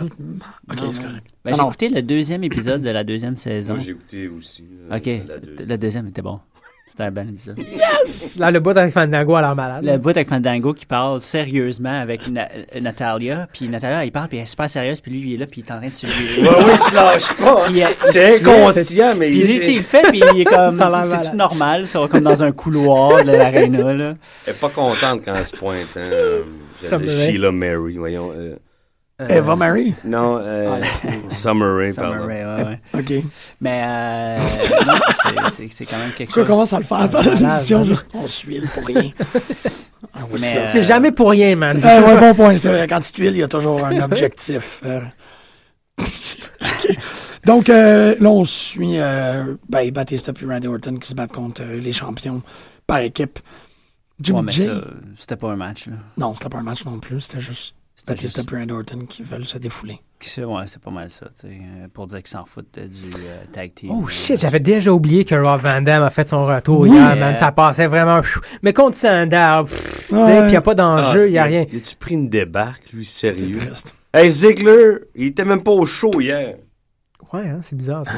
Speaker 6: non.
Speaker 8: c'est correct.
Speaker 6: Ben,
Speaker 8: Non,
Speaker 5: Ah
Speaker 6: j'ai
Speaker 8: non.
Speaker 6: écouté le deuxième épisode de la deuxième saison.
Speaker 7: Moi, j'ai
Speaker 6: Ok,
Speaker 7: écouté aussi. euh, la deux.
Speaker 6: le deuxième était bon. C'était un bon épisode.
Speaker 5: Ah Là, le bout avec Fandango a l'air malade.
Speaker 6: Le bout avec Fandango qui parle sérieusement avec Na- euh, Natalia. Puis Natalia, il parle, puis elle est super sérieuse. Puis lui, il est là, puis il est en train de se
Speaker 7: Ouais, oui, il se lâche pas. hein.
Speaker 6: Puis, euh,
Speaker 7: C'est
Speaker 6: il se laisse-
Speaker 7: inconscient, mais
Speaker 6: Puis,
Speaker 7: il
Speaker 6: lui, tu sais, il le fait, puis il est comme.
Speaker 5: Ça a l'air
Speaker 6: C'est
Speaker 5: malade.
Speaker 6: tout normal, c'est comme dans un couloir de l'aréna, là.
Speaker 7: Elle est pas contente quand elle se pointe. Hein. euh,
Speaker 5: Ça me
Speaker 7: j'allais-
Speaker 5: fait.
Speaker 7: Sheila Mary, voyons. euh,
Speaker 8: Eva Mary?
Speaker 7: non, euh,
Speaker 5: Ah,
Speaker 7: Summer Rae,
Speaker 6: Summer
Speaker 7: pardon.
Speaker 6: Rae, ouais, ouais.
Speaker 8: Ok.
Speaker 6: Mais, euh, non, c'est- c'est- c'est quand même quelque
Speaker 8: Je
Speaker 6: chose.
Speaker 8: commence à le faire avant
Speaker 5: malade,
Speaker 8: l'émission,
Speaker 5: hein.
Speaker 8: juste on suit le pour rien. Ah, oui,
Speaker 6: Mais,
Speaker 8: ça.
Speaker 5: Euh, C'est jamais pour rien, man.
Speaker 8: Eh, ouais, bon point, c'est vrai. Quand tu tuiles, il y a toujours un objectif. euh. Ok. Donc, euh, là, on suit euh, ben, Batista puis Randy Orton qui se battent contre euh, les champions par équipe. Jimmy
Speaker 6: Ouais, mais
Speaker 8: Jay-
Speaker 6: ça, c'était pas un match, là.
Speaker 8: Non, c'était pas un match non plus, c'était juste
Speaker 6: C'était
Speaker 8: Batista
Speaker 6: juste-
Speaker 8: puis Randy Orton qui veulent se défouler.
Speaker 6: C'est- Ouais, c'est pas mal ça, tu sais, euh, pour dire qu'ils s'en foutent de- du euh, tag team.
Speaker 5: Oh shit, j'avais déjà oublié que Rob Van Damme a fait son retour hier, man. Ça passait vraiment. pfiou. Mais contre Sandow, pff, tu sais,
Speaker 8: Ouais.
Speaker 5: puis il n'y a pas
Speaker 7: Ah,
Speaker 5: d'enjeu, il n'y a rien.
Speaker 7: tu pris une débarque, lui,
Speaker 8: C'est
Speaker 7: sérieux?
Speaker 8: triste.
Speaker 7: Hey, Ziggler, il était même pas au show hier.
Speaker 5: Ouais, hein, c'est bizarre ça.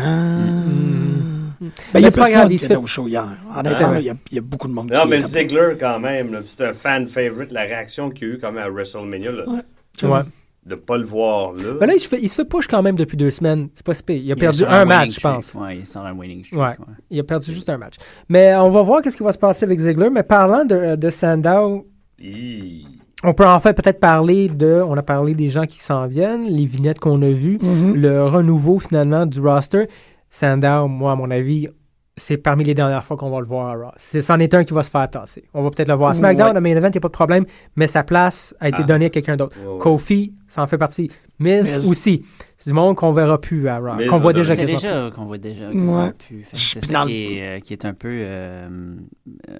Speaker 8: Ben, il y
Speaker 5: Mais
Speaker 8: a
Speaker 5: c'est pas
Speaker 8: personne
Speaker 5: grave, il
Speaker 8: qui
Speaker 5: se
Speaker 8: était
Speaker 5: fait- Ah,
Speaker 8: au show hier.
Speaker 5: C'est
Speaker 8: Honnêtement,
Speaker 5: vrai.
Speaker 8: là, il y, a- il y a beaucoup de monde
Speaker 7: Non,
Speaker 8: qui
Speaker 7: mais
Speaker 8: était-
Speaker 7: Ziggler, quand même, là, c'est un fan favorite. La réaction qu'il y a eu quand même à WrestleMania, là,
Speaker 8: Ouais.
Speaker 5: Ouais.
Speaker 7: de pas le voir là.
Speaker 5: Mais Ben là, il se, fait, il se fait push quand même depuis deux semaines. C'est pas si pire. Il a
Speaker 6: Il
Speaker 5: perdu
Speaker 6: est sur
Speaker 5: un
Speaker 6: winning
Speaker 5: match, je
Speaker 6: streak.
Speaker 5: pense.
Speaker 6: Ouais, il est sur un winning
Speaker 5: Ouais.
Speaker 6: streak. ouais.
Speaker 5: Il a perdu juste un match. Mais euh, on va voir qu'est-ce qui va se passer avec Ziggler. Mais parlant de, de Sandow,
Speaker 7: Hi.
Speaker 5: on peut en fait peut-être parler de. On a parlé des gens qui s'en viennent, les vignettes qu'on a vues,
Speaker 8: Mhm.
Speaker 7: Mm.
Speaker 5: le renouveau finalement du roster. Sandow, moi, à mon avis, c'est parmi les dernières fois qu'on va le voir à Raw. C'est- C'en est un qui va se faire tasser. On va peut-être le voir à SmackDown,
Speaker 8: Ouais.
Speaker 5: à Main Event, il n'y a pas de problème, mais sa place a été
Speaker 7: Ah.
Speaker 5: donnée à quelqu'un d'autre.
Speaker 7: Ouais, ouais.
Speaker 5: Kofi, ça en fait partie. Miz,
Speaker 8: Miz.
Speaker 5: aussi. C'est du monde qu'on verra plus à Raw,
Speaker 7: Miz
Speaker 5: qu'on
Speaker 7: va
Speaker 5: voit
Speaker 7: donner-
Speaker 5: déjà
Speaker 6: C'est
Speaker 5: quasiment
Speaker 6: déjà qu'on voit déjà que
Speaker 8: Ouais.
Speaker 6: ça a pu. Fait que C'est
Speaker 8: Puis
Speaker 6: ça
Speaker 8: dans
Speaker 6: qui est, euh, qui est un peu euh, euh,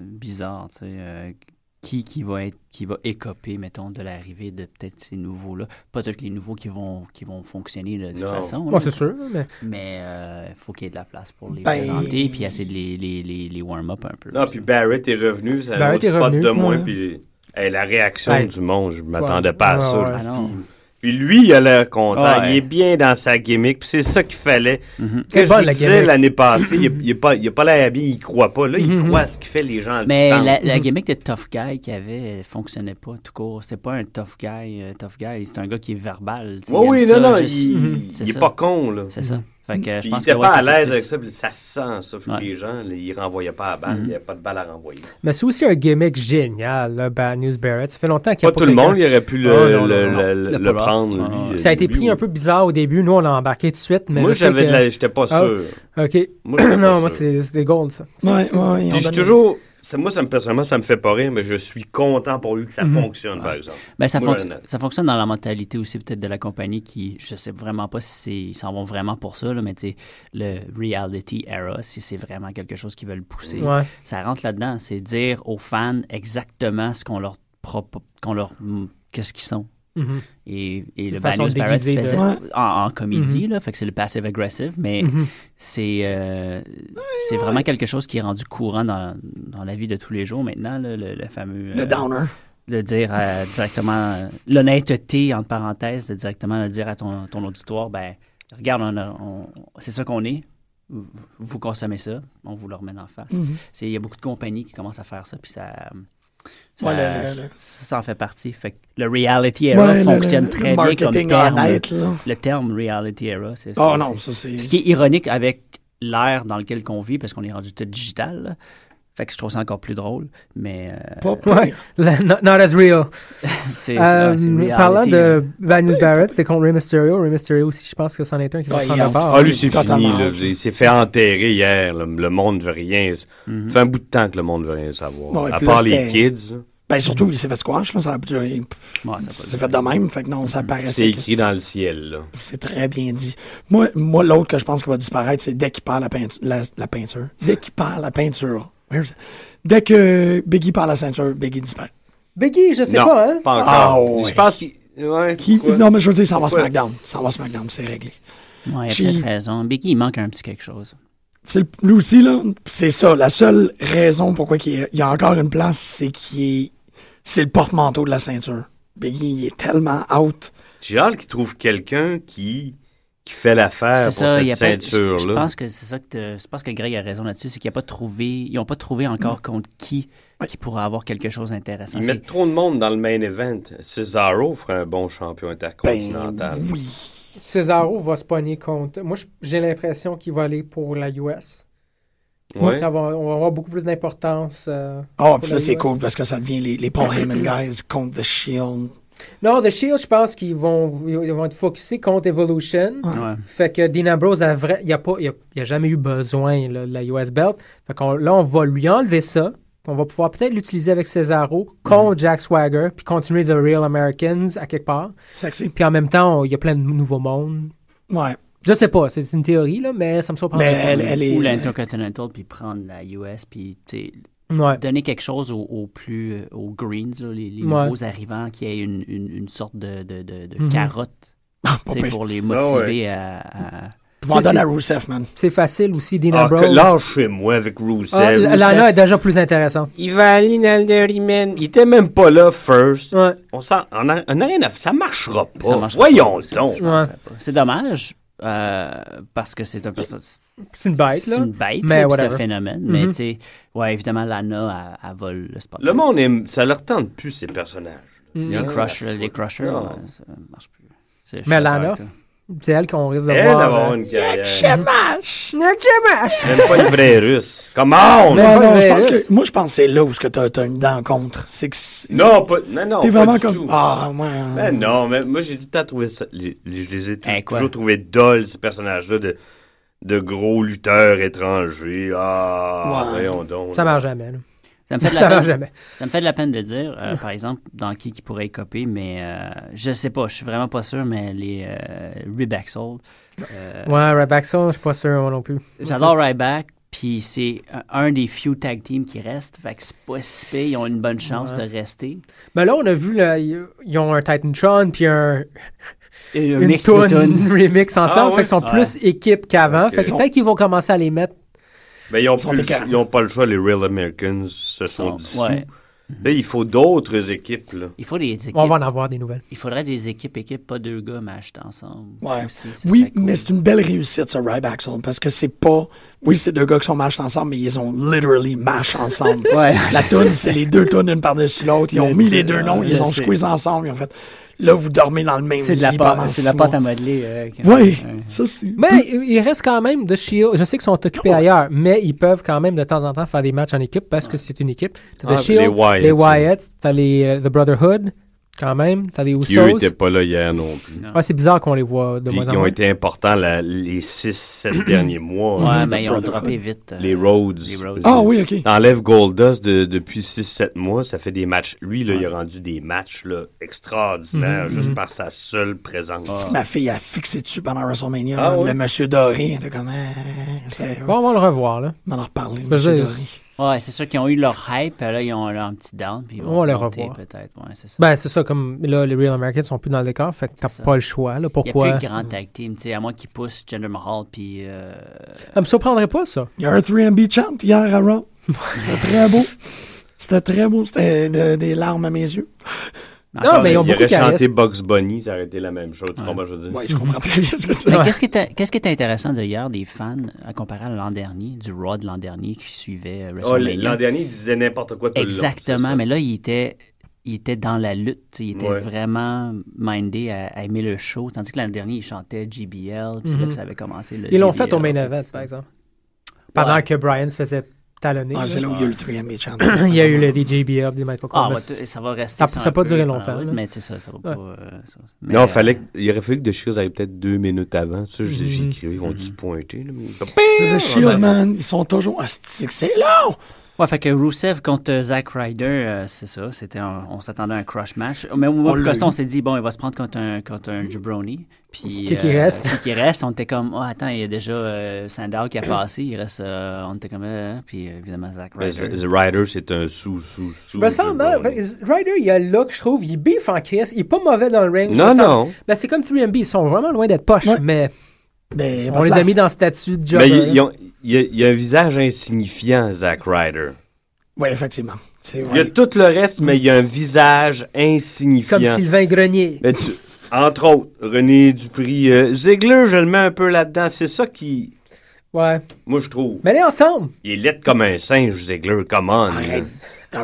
Speaker 6: bizarre, tu sais. euh, qui, qui, va être, qui va écoper, mettons, de l'arrivée de peut-être ces nouveaux-là. Pas tous les nouveaux qui vont, qui vont fonctionner là, de toute
Speaker 7: Non.
Speaker 5: plus.
Speaker 6: façon.
Speaker 5: Bon,
Speaker 6: là.
Speaker 5: c'est sûr, mais
Speaker 6: Mais euh, faut qu'il y ait de la place pour les
Speaker 8: Ben-
Speaker 6: présenter puis essayer de les, les, les, les warm-up un peu.
Speaker 7: Non, puis Barrett est revenu, c'est un
Speaker 5: Barrett
Speaker 7: autre
Speaker 5: est
Speaker 7: spot
Speaker 5: revenu,
Speaker 7: de moins.
Speaker 8: ouais.
Speaker 7: Puis hey, la réaction
Speaker 5: Hey.
Speaker 7: du monde, je m'attendais pas à
Speaker 5: Ouais,
Speaker 7: ça.
Speaker 5: ouais.
Speaker 6: Ah non.
Speaker 7: Puis lui, il a l'air content.
Speaker 6: Ouais.
Speaker 7: Il est bien dans sa gimmick. Puis c'est ça qu'il fallait.
Speaker 6: Mhm.
Speaker 7: Que
Speaker 5: Très Mm-hmm. bonne,
Speaker 7: je
Speaker 5: la
Speaker 7: disais
Speaker 5: gimmick.
Speaker 7: l'année passée, il il est pas, il a pas l'air habillé, il croit pas. Là, il
Speaker 5: Mhm.
Speaker 7: croit à ce qui fait les gens le
Speaker 6: Mais
Speaker 7: sentent.
Speaker 6: la, la gimmick de tough guy qu'il avait elle fonctionnait pas tout court. C'était pas un tough guy, euh, tough guy. C'est un gars qui est verbal. tu sais,
Speaker 7: Oui,
Speaker 6: il
Speaker 7: oui,
Speaker 6: aime
Speaker 7: non,
Speaker 6: ça,
Speaker 7: non,
Speaker 6: juste-
Speaker 5: Mm-hmm.
Speaker 6: Mhm.
Speaker 7: il,
Speaker 6: C'est
Speaker 7: il est
Speaker 6: ça.
Speaker 7: pas con, là.
Speaker 6: C'est ça. Fait que, euh, je
Speaker 7: Puis
Speaker 6: pense
Speaker 7: il était
Speaker 6: que, ouais,
Speaker 7: pas à
Speaker 6: ça fait
Speaker 7: l'aise
Speaker 6: plus-
Speaker 7: avec ça, puis ça se sent, ça. Puis
Speaker 6: Ouais.
Speaker 7: les gens, là, ils renvoyaient pas à balle, il n'y avait pas de balle à renvoyer.
Speaker 5: mais c'est aussi un gimmick génial, là, Bad News Barrett. Ça fait longtemps qu'il y
Speaker 7: Pas
Speaker 5: a
Speaker 7: tout le
Speaker 5: quelqu'un-
Speaker 7: monde, il aurait pu le,
Speaker 6: Ah, non, non,
Speaker 7: le-
Speaker 6: non.
Speaker 7: le-
Speaker 6: Le
Speaker 7: le
Speaker 6: pull-off.
Speaker 7: prendre,
Speaker 6: Ah,
Speaker 7: lui. euh,
Speaker 6: ouais.
Speaker 5: Ça a été
Speaker 7: lui,
Speaker 5: pris
Speaker 7: oui.
Speaker 5: un peu bizarre au début. Nous, on l'a embarqué tout de suite, mais
Speaker 7: Moi,
Speaker 5: je sais
Speaker 7: j'avais
Speaker 5: que-
Speaker 7: de la- j'étais pas
Speaker 5: Ah.
Speaker 7: sûr.
Speaker 5: OK.
Speaker 7: Moi, j'étais
Speaker 5: non,
Speaker 7: pas
Speaker 5: moi,
Speaker 7: sûr.
Speaker 5: c'est c'est des gold, ça.
Speaker 8: Ouais, ouais, ouais.
Speaker 7: Puis je suis toujours. ça- moi, ça me, personnellement, ça me fait pas rire, mais je suis content pour lui que ça fonctionne, par exemple.
Speaker 6: Ben, ça,
Speaker 7: Moi,
Speaker 6: fonc-
Speaker 7: là-
Speaker 6: ça fonctionne dans la mentalité aussi peut-être de la compagnie qui, je sais vraiment pas si c'est- ils s'en vont vraiment pour ça, là, mais tu sais, le reality era, si c'est vraiment quelque chose qu'ils veulent pousser,
Speaker 5: Ouais.
Speaker 6: ça rentre là-dedans. C'est dire aux fans exactement ce qu'on leur propo- qu'on leur mm, qu'est-ce qu'ils sont.
Speaker 5: Mhm.
Speaker 6: Et, et le
Speaker 5: façon
Speaker 6: Bad News Barrett
Speaker 5: déguisée de- Mm-hmm.
Speaker 6: faisait
Speaker 8: Ouais.
Speaker 6: en, en comédie, là, fait que c'est le passive aggressive, mais
Speaker 5: Mhm.
Speaker 6: c'est euh, c'est vraiment quelque chose qui est rendu courant dans, dans la vie de tous les jours maintenant, là, le, le fameux euh,
Speaker 8: Le downer.
Speaker 6: le dire euh, directement, euh, l'honnêteté, entre parenthèses, de directement le dire à ton, ton auditoire, ben, regarde, on a- on- c'est ça qu'on est, vous vous consommez ça, on vous le remet en face.
Speaker 8: Mm-hmm.
Speaker 6: C'est- Il y a beaucoup de compagnies qui commencent à faire ça, puis ça... euh, Ça,
Speaker 8: Ouais, le- le- le-
Speaker 6: ça en fait partie. Fait que le reality era
Speaker 8: Ouais, le-
Speaker 6: fonctionne
Speaker 8: le-
Speaker 6: très
Speaker 8: le
Speaker 6: bien comme
Speaker 8: marketing
Speaker 6: terme.
Speaker 8: honnête, là.
Speaker 6: Le terme reality era, c'est
Speaker 8: Oh
Speaker 6: c'est-
Speaker 8: non,
Speaker 6: c'est-
Speaker 8: ça c'est.
Speaker 6: Ce qui est ironique avec l'ère dans laquelle on vit, parce qu'on est rendu tout digital. là. Fait que je trouve ça encore plus drôle, mais euh,
Speaker 8: Pas
Speaker 5: Ouais. La- not, not as real.
Speaker 6: c'est ah,
Speaker 5: Euh,
Speaker 6: c'est- c'est reality,
Speaker 5: parlant
Speaker 6: là.
Speaker 5: de Bad News Barrett, c'était contre Rey Mysterio. Rey Mysterio aussi, je pense que c'en est un qui va
Speaker 8: Ouais,
Speaker 5: prendre
Speaker 8: il
Speaker 5: la
Speaker 8: en-
Speaker 5: part.
Speaker 7: Ah, lui, c'est fini.
Speaker 8: Totalement.
Speaker 7: là. Il s'est fait enterrer hier. là. Le monde veut rien. Ça fait un bout de temps que le monde veut rien savoir.
Speaker 8: Ouais,
Speaker 7: à
Speaker 8: puis là,
Speaker 7: part les
Speaker 8: c'était-
Speaker 7: kids. là.
Speaker 8: Ben, surtout, il s'est fait squash, là. Ça a duré.
Speaker 6: Ouais, ça
Speaker 8: C'est fait de même. Fait que non, ça
Speaker 7: Mhm. C'est
Speaker 8: paraissait. que-
Speaker 7: écrit dans le ciel, là.
Speaker 8: C'est très bien dit. Moi, moi l'autre que je pense qui va disparaître, c'est dès qu'il perd la, peintu- la, la peinture. Dès qu'il perd la peinture. Where's- Dès que Biggie perd la ceinture, Biggie disparaît.
Speaker 5: Biggie, je sais
Speaker 7: non,
Speaker 5: pas, hein?
Speaker 7: pas
Speaker 8: Ah,
Speaker 7: encore.
Speaker 8: ouais.
Speaker 7: Je pense qu'il. Ouais,
Speaker 8: Qui-
Speaker 7: pourquoi?
Speaker 8: non, mais je veux dire, ça va
Speaker 7: Pourquoi?
Speaker 8: SmackDown. Ça va SmackDown, c'est réglé.
Speaker 6: Ouais, il a
Speaker 8: J'ai-
Speaker 6: peut-être raison. Biggie, il manque un petit quelque chose.
Speaker 8: C'est le- lui aussi, là, c'est ça. La seule raison pourquoi qu'il y a- il y a encore une place, c'est qu'il est. C'est le porte-manteau de la ceinture. Biggie, il est tellement out.
Speaker 7: J'ai hâte qu'il trouve quelqu'un qui, qui fait l'affaire
Speaker 6: C'est
Speaker 7: Ah, pour
Speaker 6: ça, il y
Speaker 7: cette
Speaker 6: a pas. Je, je
Speaker 7: ceinture-là.
Speaker 6: pense que c'est ça que te- je pense que Greg a raison là-dessus, c'est qu'il y a pas trouvé, ils ont pas trouvé encore contre qui qui pourrait avoir quelque chose d'intéressant.
Speaker 7: Ils
Speaker 6: C'est-
Speaker 7: mettent trop de monde dans le main event. Cesaro ferait un bon champion intercontinental.
Speaker 8: Oui.
Speaker 5: Cesaro va se pogner contre. Moi, je- j'ai l'impression qu'il va aller pour la US.
Speaker 7: Ouais.
Speaker 5: Ben, Ça va, on va avoir beaucoup plus d'importance. euh.
Speaker 8: Ah,
Speaker 5: Pour
Speaker 8: puis
Speaker 5: la
Speaker 8: là, c'est
Speaker 5: US.
Speaker 8: cool parce que ça devient les, les Paul Heyman guys contre The Shield.
Speaker 5: Non, The Shield, je pense qu'ils vont, ils vont être focusés contre Evolution.
Speaker 6: Ouais.
Speaker 5: Fait que Dean Ambrose, a vrai, il n'y a, pas- il a- il a jamais eu besoin là, de la US Belt. Fait qu'on là, on va lui enlever ça. On va pouvoir peut-être l'utiliser avec Cesaro contre Jack Swagger, puis continuer The Real Americans à quelque part.
Speaker 8: Sexy.
Speaker 5: Puis en même temps, on- il y a plein de nouveaux mondes.
Speaker 8: Ouais.
Speaker 5: Je sais pas, c'est une théorie, là, mais ça me surprend.
Speaker 8: Mais elle, elle est.
Speaker 6: Ou l'Intercontinental, puis prendre la US, puis tu sais,
Speaker 5: Ouais.
Speaker 6: donner quelque chose aux, aux plus euh, aux greens, là, les, les
Speaker 5: Ouais.
Speaker 6: nouveaux arrivants, qui aient une, une, une sorte de, de, de, de
Speaker 5: Mhm.
Speaker 6: carotte
Speaker 8: Ah, pas
Speaker 6: tu sais,
Speaker 8: pire.
Speaker 6: pour les
Speaker 7: ouais.
Speaker 6: motiver à, à-
Speaker 8: Tu m'en
Speaker 5: C'est-
Speaker 8: donnes à Rousseff, man.
Speaker 5: C'est facile aussi, Dean
Speaker 7: Ah, que
Speaker 5: Ambrose.
Speaker 7: lâchez-moi avec Rusev.
Speaker 5: Ah, la- Lana est déjà plus intéressante.
Speaker 7: Il va aller dans le Dirty Man. Il était même pas là, first.
Speaker 5: Ouais.
Speaker 7: On s'en- on a, on a rien à faire. Ça marchera pas.
Speaker 6: Ça marchera
Speaker 7: Oh, Voyons
Speaker 6: pas, ça.
Speaker 7: donc.
Speaker 5: Ouais.
Speaker 6: C'est dommage. euh, parce que c'est un perso-
Speaker 5: C'est une bête,
Speaker 6: c'est
Speaker 5: là.
Speaker 6: une
Speaker 5: Mais
Speaker 6: bête, là, puis c'est un
Speaker 5: whatever.
Speaker 6: phénomène. Mais
Speaker 5: Mhm.
Speaker 6: tu sais, ouais, évidemment, Lana, elle, elle vole le spot.
Speaker 7: Le monde, aime- ça leur tente plus, ces personnages.
Speaker 5: Mm.
Speaker 6: Les crushers, les crushers,
Speaker 7: Ah, Non.
Speaker 6: ouais, ça marche plus. C'est- je suis
Speaker 5: Mais
Speaker 6: d'accord
Speaker 5: Lana,
Speaker 6: avec toi.
Speaker 5: C'est elle qu'on risque de
Speaker 7: Elle
Speaker 5: voir.
Speaker 7: Eh, d'avoir
Speaker 5: euh,
Speaker 7: une carrière.
Speaker 5: Nick Jamash.
Speaker 7: Même pas une vraie russe. Come on!
Speaker 5: Mais-
Speaker 8: Non,
Speaker 5: Ouais,
Speaker 8: non, je pense
Speaker 5: Russ.
Speaker 8: que. Moi, je pense que c'est là où ce que t'as t'as une dent contre. C'est que. c'est-
Speaker 7: Non, pas, non, non,
Speaker 8: T'es
Speaker 7: pas
Speaker 8: vraiment
Speaker 7: du
Speaker 8: comme.
Speaker 7: tout.
Speaker 8: Ah, ouais.
Speaker 7: Ben non, mais moi j'ai tout le temps trouvé ça. les- les- je les ai tou-
Speaker 6: Hein, quoi?
Speaker 7: toujours trouvés dol ces personnages-là, de, de gros lutteurs étrangers. Ah,
Speaker 8: Ouais.
Speaker 7: voyons donc.
Speaker 5: Ça marche hein. jamais, là.
Speaker 6: Ça me fait de
Speaker 5: Ça
Speaker 6: la
Speaker 5: marche
Speaker 6: peine.
Speaker 5: jamais.
Speaker 6: Ça me fait de la peine de dire, euh, par exemple, dans qui qui pourrait y copier, mais euh, je sais pas, je suis vraiment pas sûr, mais les euh, Ryback Soul. euh,
Speaker 5: Ouais, Ryback Soul, je suis pas sûr moi non plus.
Speaker 6: J'adore Ryback, puis c'est un, un des few tag teams qui restent, fait que c'est pas si pire, ils ont une bonne chance
Speaker 5: Ouais.
Speaker 6: de rester.
Speaker 5: Mais Ben là, on a vu, là, ils ils ont un Titantron puis un,
Speaker 6: Et le
Speaker 5: une
Speaker 6: mix de
Speaker 5: toune
Speaker 6: tunes.
Speaker 5: remix ensemble.
Speaker 7: Ah,
Speaker 5: fait qu'ils sont
Speaker 6: ouais?
Speaker 5: plus équipe qu'avant.
Speaker 7: Ok.
Speaker 5: Fait que peut-être qu'ils vont commencer à les mettre.
Speaker 7: Mais ils ont,
Speaker 8: sont
Speaker 7: plus le
Speaker 8: écœurants.
Speaker 7: ch- ils ont pas le choix, les Real Americans se sont
Speaker 6: Sont-
Speaker 7: dissous. Mm-hmm.
Speaker 6: ouais.
Speaker 7: Là, il faut d'autres équipes. Là.
Speaker 6: Il faut des équipes.
Speaker 5: On va en avoir des nouvelles.
Speaker 6: Il faudrait des équipes, équipes, pas deux gars matchés ensemble.
Speaker 8: Ouais.
Speaker 6: aussi, ça
Speaker 8: Oui,
Speaker 6: serait cool.
Speaker 8: mais c'est une belle réussite, ce Ryback Soul, parce que c'est pas. Oui, c'est deux gars qui sont matchés ensemble, mais ils ont literally match ensemble.
Speaker 6: Ouais.
Speaker 8: La toune, c'est les deux tounes une par-dessus l'autre. Ils ont
Speaker 6: Je
Speaker 8: mis
Speaker 6: sais,
Speaker 8: les deux noms,
Speaker 6: je
Speaker 8: ils les ont
Speaker 6: sais.
Speaker 8: squeeze ensemble. Ils ont fait. Là, vous dormez dans le même
Speaker 6: C'est de la
Speaker 8: lit pendant
Speaker 6: pâte, c'est de la
Speaker 8: six
Speaker 6: pâte
Speaker 8: mois.
Speaker 6: à modeler. euh, quand-
Speaker 8: Oui,
Speaker 6: euh,
Speaker 8: ça c'est.
Speaker 5: Mais il reste quand même de Shield. Je sais qu'ils sont occupés
Speaker 6: Oh.
Speaker 5: ailleurs, mais ils peuvent quand même de temps en temps faire des matchs en équipe parce que c'est une équipe. T'as
Speaker 7: Ah,
Speaker 5: The
Speaker 7: les
Speaker 5: Shield,
Speaker 7: Wyatt,
Speaker 5: les
Speaker 7: oui.
Speaker 5: Wyatt, t'as les euh, The Brotherhood, quand même, t'as les
Speaker 7: Qui eux
Speaker 5: Usos.
Speaker 7: étaient pas là hier non plus.
Speaker 5: Ouais, c'est bizarre qu'on les voit de
Speaker 7: Puis
Speaker 5: moins en
Speaker 7: ils ont
Speaker 5: moins.
Speaker 7: été importants la- les 6-7 derniers mois.
Speaker 6: Ouais,
Speaker 7: là.
Speaker 6: mais ils ont
Speaker 8: Brotherhood.
Speaker 6: droppé vite. euh,
Speaker 7: Les Rhodes.
Speaker 6: Les Rhodes.
Speaker 5: Oh!
Speaker 8: Ah oui, ok.
Speaker 7: T'enlèves Goldust de- depuis 6-7 mois, ça fait des matchs. Lui, là, il a rendu des matchs là, extraordinaires
Speaker 5: Mhm,
Speaker 7: juste
Speaker 5: mhm.
Speaker 7: par sa seule présence.
Speaker 5: Ah.
Speaker 8: Ma fille a fixé dessus pendant WrestleMania.
Speaker 7: Ah
Speaker 8: man.
Speaker 7: oui?
Speaker 8: Le monsieur Doré, t'es comme. hein, c'était-
Speaker 5: Bon, on va le revoir, là.
Speaker 8: On va en reparler, le
Speaker 5: Ben,
Speaker 8: monsieur
Speaker 5: je-
Speaker 8: Doré.
Speaker 6: Ouais, c'est sûr qu'ils ont eu leur hype, là, ils ont leur petit down, puis ils vont
Speaker 5: On va les
Speaker 6: monter,
Speaker 5: revoir.
Speaker 6: peut-être, ouais, c'est ça.
Speaker 5: Ben, c'est ça, comme là, les Real Americans sont plus dans le décor, fait que t'as
Speaker 6: C'est ça.
Speaker 5: pas le choix, là.
Speaker 6: Il n'y a plus
Speaker 5: Pourquoi?
Speaker 6: de grand tag team, tu sais, à moins qu'ils poussent Jinder Mahal, puis... euh,
Speaker 5: Ça Ah, me surprendrait pas, ça.
Speaker 8: Il y a un 3MB chant hier à Raw. C'était très beau. C'était très beau. C'était de- des larmes à mes yeux.
Speaker 5: Non, mais ils ont
Speaker 7: Il
Speaker 5: beaucoup de
Speaker 7: aurait
Speaker 5: charisme.
Speaker 7: chanté Box Bunny, ça aurait été la même chose. Tu comprends, je veux dire?
Speaker 8: Oui, je comprends très bien ce que tu
Speaker 6: Mais
Speaker 8: dis.
Speaker 6: qu'est-ce qui était- qu'est-ce qui était intéressant d'ailleurs des fans à comparer à l'an dernier, du Raw de l'an dernier qui suivait euh,
Speaker 7: Oh, l-
Speaker 6: WrestleMania?
Speaker 7: L'an dernier, il disait n'importe quoi tout le long, c'est
Speaker 6: Exactement,
Speaker 7: ça.
Speaker 6: mais là, il était, il était dans la lutte. tu sais, Il était
Speaker 7: Ouais.
Speaker 6: vraiment mindé à, à aimer le show, tandis que l'an dernier, il chantait GBL, puis c'est là
Speaker 5: Mhm.
Speaker 6: que ça avait commencé. Le
Speaker 5: Ils l'ont
Speaker 6: JBL,
Speaker 5: fait au main
Speaker 6: puis
Speaker 5: event,
Speaker 6: tout ça.
Speaker 5: par exemple. Pendant
Speaker 6: Ouais.
Speaker 5: que Brian se faisait talonner.
Speaker 8: Ah,
Speaker 5: là.
Speaker 8: c'est là où il y a eu le 3MB chant.
Speaker 5: Il y a eu les DJBR, les Michael
Speaker 6: Ah,
Speaker 5: Cole.
Speaker 6: ouais, t- ça va rester.
Speaker 5: Ça-
Speaker 6: un
Speaker 5: ça a pas
Speaker 6: peu
Speaker 5: duré
Speaker 6: pendant la
Speaker 5: longtemps,
Speaker 6: route,
Speaker 5: là.
Speaker 6: Mais c'est ça, ça va pas. euh, ça- mais,
Speaker 7: non,
Speaker 6: euh,
Speaker 7: fallait que- il aurait fallu que The Shields arrive peut-être deux minutes avant. Ça, je-
Speaker 5: Mhm.
Speaker 7: j'écrivais, ils vont-tu pointer? là, mais-
Speaker 8: C'est The Shield, man. Ils sont toujours. Ah, c'est c'est long!
Speaker 6: Ouais, fait que Rusev contre euh, Zack Ryder, euh, c'est ça. C'était un- on s'attendait à un crush match. Euh, Mais moi,
Speaker 8: On l'a
Speaker 6: Costa,
Speaker 8: eu.
Speaker 6: on s'est dit, bon, il va se prendre contre un, contre un jabroni. Puis, euh,
Speaker 5: Qui qui reste.
Speaker 6: Qui qui reste. On était comme, oh, attends, il y a déjà euh, Sandow qui a passé. Il reste, euh, on était comme, euh, puis euh, évidemment, Zack
Speaker 7: Mais
Speaker 6: Ryder.
Speaker 7: The Rider, c'est un sous, sous, sous.
Speaker 5: Je me sens mal. Ben, Ryder, il a le look, je trouve. Il beef en crise. Il est pas mauvais dans le ring. Je
Speaker 7: Non,
Speaker 5: me sens-
Speaker 7: non.
Speaker 5: Ben, c'est comme 3MB. Ils sont vraiment loin d'être poches,
Speaker 8: Ouais.
Speaker 5: mais
Speaker 8: Ben, y a pas
Speaker 5: on
Speaker 8: de
Speaker 5: les a
Speaker 8: place.
Speaker 5: mis dans le statut de job.
Speaker 7: Mais il- ils ont- il y, a- il y a un visage insignifiant, Zack Ryder.
Speaker 8: Oui, effectivement. C'est
Speaker 7: Il y a
Speaker 8: vrai.
Speaker 7: tout le reste, mais il y a un visage insignifiant.
Speaker 5: Comme Sylvain Grenier.
Speaker 7: Mais tu- entre autres, René Dupri, euh, Ziegler, je le mets un peu là-dedans. C'est ça qui,
Speaker 5: Ouais.
Speaker 7: moi, je trouve.
Speaker 5: Mais allez ensemble.
Speaker 7: Il est laid comme un singe, Ziegler, come on.
Speaker 8: Arrête. Ah,